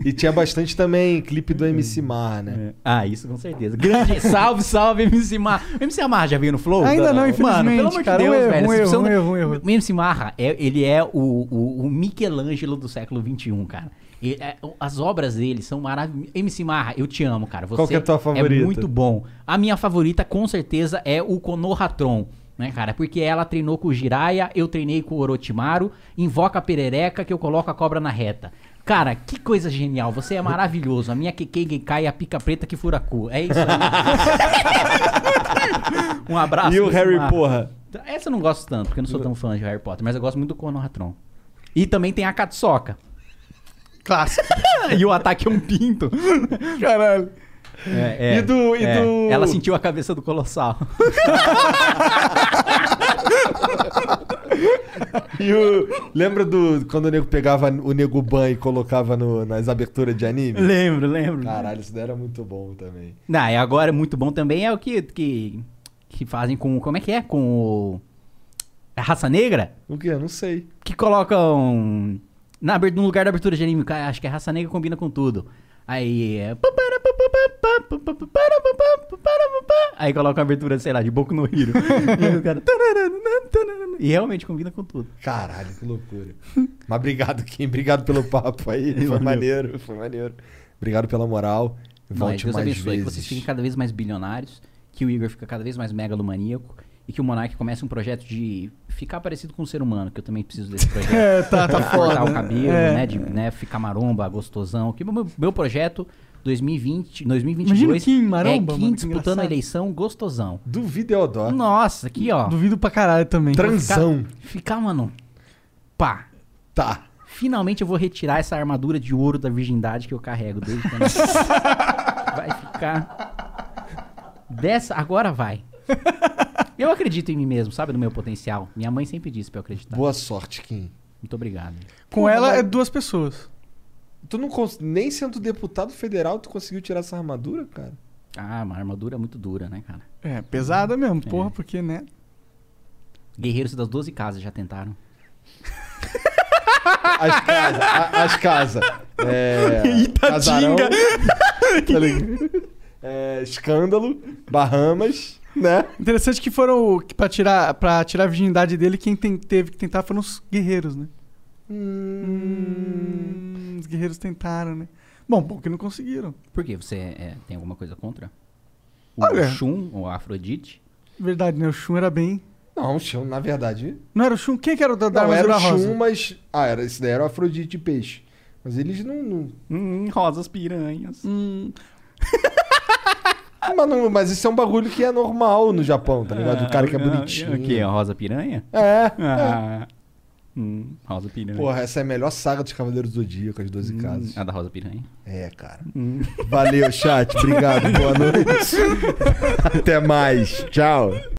S3: E tinha bastante também clipe do MC Mar, né?
S4: Ah, isso com certeza. Grande salve, salve, MC Marra. O MC Marra já veio no Flow?
S2: Ainda não, infelizmente,
S4: Mano, pelo amor
S2: cara,
S4: de
S2: um
S4: Deus,
S2: erro,
S4: velho.
S2: um
S4: vocês
S2: erro,
S4: precisam-
S2: um erro, um erro.
S4: O MC Marra, é- ele é o, o, o Michelangelo do século XXI, cara. Ele é- as obras dele são maravilhosas. MC Marra, eu te amo, cara. Você
S3: Qual que é a tua favorita?
S4: muito bom. A minha favorita, com certeza, é o Konohatron. Né, cara? Porque ela treinou com o Jiraiya, eu treinei com o Orochimaru, invoca a perereca que eu coloco a cobra na reta. Cara, que coisa genial, você é maravilhoso. A minha Kekei Genkai é a pica preta que fura cu. É isso aí. um abraço.
S3: E o Harry
S4: Simar.
S3: Porra?
S4: Essa eu não gosto tanto, porque eu não sou tão fã de Harry Potter, mas eu gosto muito do Konohatron. E também tem a Katsoka.
S2: Clássico.
S4: e o ataque é um pinto.
S2: Caralho.
S4: É, é,
S2: E do- e
S4: é.
S2: do-
S4: Ela sentiu a cabeça do Colossal.
S3: E o... Lembra do quando o nego pegava o nego ban e colocava no- nas aberturas de anime?
S4: Lembro, lembro.
S3: Caralho, isso daí era muito bom também.
S4: Não, e agora é muito bom também é o que, que, que fazem com. Como é que é? Com o. é A raça negra?
S3: O que? Eu não sei.
S4: Que colocam. Na, abertu- no lugar da abertura de anime, ca- acho que a raça negra combina com tudo. Aí é. Aí coloca a abertura, sei lá, de Boku no Hiro. e, o cara... e realmente combina com tudo.
S3: Caralho, que loucura. Mas obrigado, Kim. Obrigado pelo papo aí. Foi
S4: Valeu.
S3: maneiro, foi maneiro. Obrigado pela moral.
S4: Não, é,
S3: Volte
S4: Deus
S3: mais
S4: abençoe
S3: vezes.
S4: que vocês fiquem cada vez mais bilionários, que o Igor fica cada vez mais megalomaníaco e que o Monark comece um projeto de ficar parecido com um ser humano, que eu também preciso desse projeto.
S2: É, tá- tá
S4: De cortar
S2: foda,
S4: o cabelo,
S2: é.
S4: né, de né, ficar maromba, gostosão. Que meu, meu projeto 2020, 2022
S2: Imagina o Kim maromba,
S4: é
S2: mano,
S4: Kim
S2: que
S4: disputando a
S2: engraçado.
S4: eleição gostosão.
S3: Duvido eu adoro.
S4: Nossa, aqui ó.
S2: Duvido pra caralho também.
S4: Transão. Ficar, mano. Pá.
S3: Tá.
S4: Finalmente eu vou retirar essa armadura de ouro da virgindade que eu carrego desde quando. vai ficar. Dessa. Agora vai. Eu acredito em mim mesmo, sabe? No meu potencial. Minha mãe sempre disse pra eu acreditar.
S3: Boa sorte, Kim.
S4: Muito obrigado.
S2: Com ela
S4: né?
S2: é duas pessoas.
S3: Tu não cons... nem sendo deputado federal tu conseguiu tirar essa armadura, cara?
S4: Ah, uma armadura muito dura, né, cara?
S2: É, pesada mesmo, porra, porque, né?
S4: Guerreiros das 12 casas já tentaram.
S3: As casas. a- As casas. É, Casarão,
S21: Itatinga.
S3: tá ligado? É, escândalo, Bahamas, né?
S2: Interessante que foram. o- Que pra, tirar, pra tirar a virgindade dele, quem tem- teve que tentar foram os guerreiros, né? Hum, os guerreiros tentaram, né? Bom, bom que não conseguiram.
S4: Por quê? Você é, tem alguma coisa contra? O
S2: Olha.
S4: Shun ou a Afrodite?
S2: Verdade, né? O Shun era bem.
S3: Não, o Shun, na verdade.
S2: Não era o Shun? Quem que era o da da
S3: Não, era
S2: armadura
S3: o
S2: rosa?
S3: Shun, mas. Ah, era, esse daí era o Afrodite de peixe. Mas eles não. não...
S21: Hum, rosas piranhas.
S2: Hum.
S3: mas, não- mas isso é um bagulho que é normal no Japão, tá ligado? O cara que é
S21: Ah, ah,
S3: bonitinho.
S21: O quê? A rosa piranha?
S3: É.
S21: Ah, hum, rosa piranha.
S3: Porra, essa é a melhor saga dos Cavaleiros do Zodíaco, as 12 casas.
S4: A da Rosa Piranha.
S3: É, cara. Valeu, chat. Obrigado. Boa noite. Até mais. Tchau.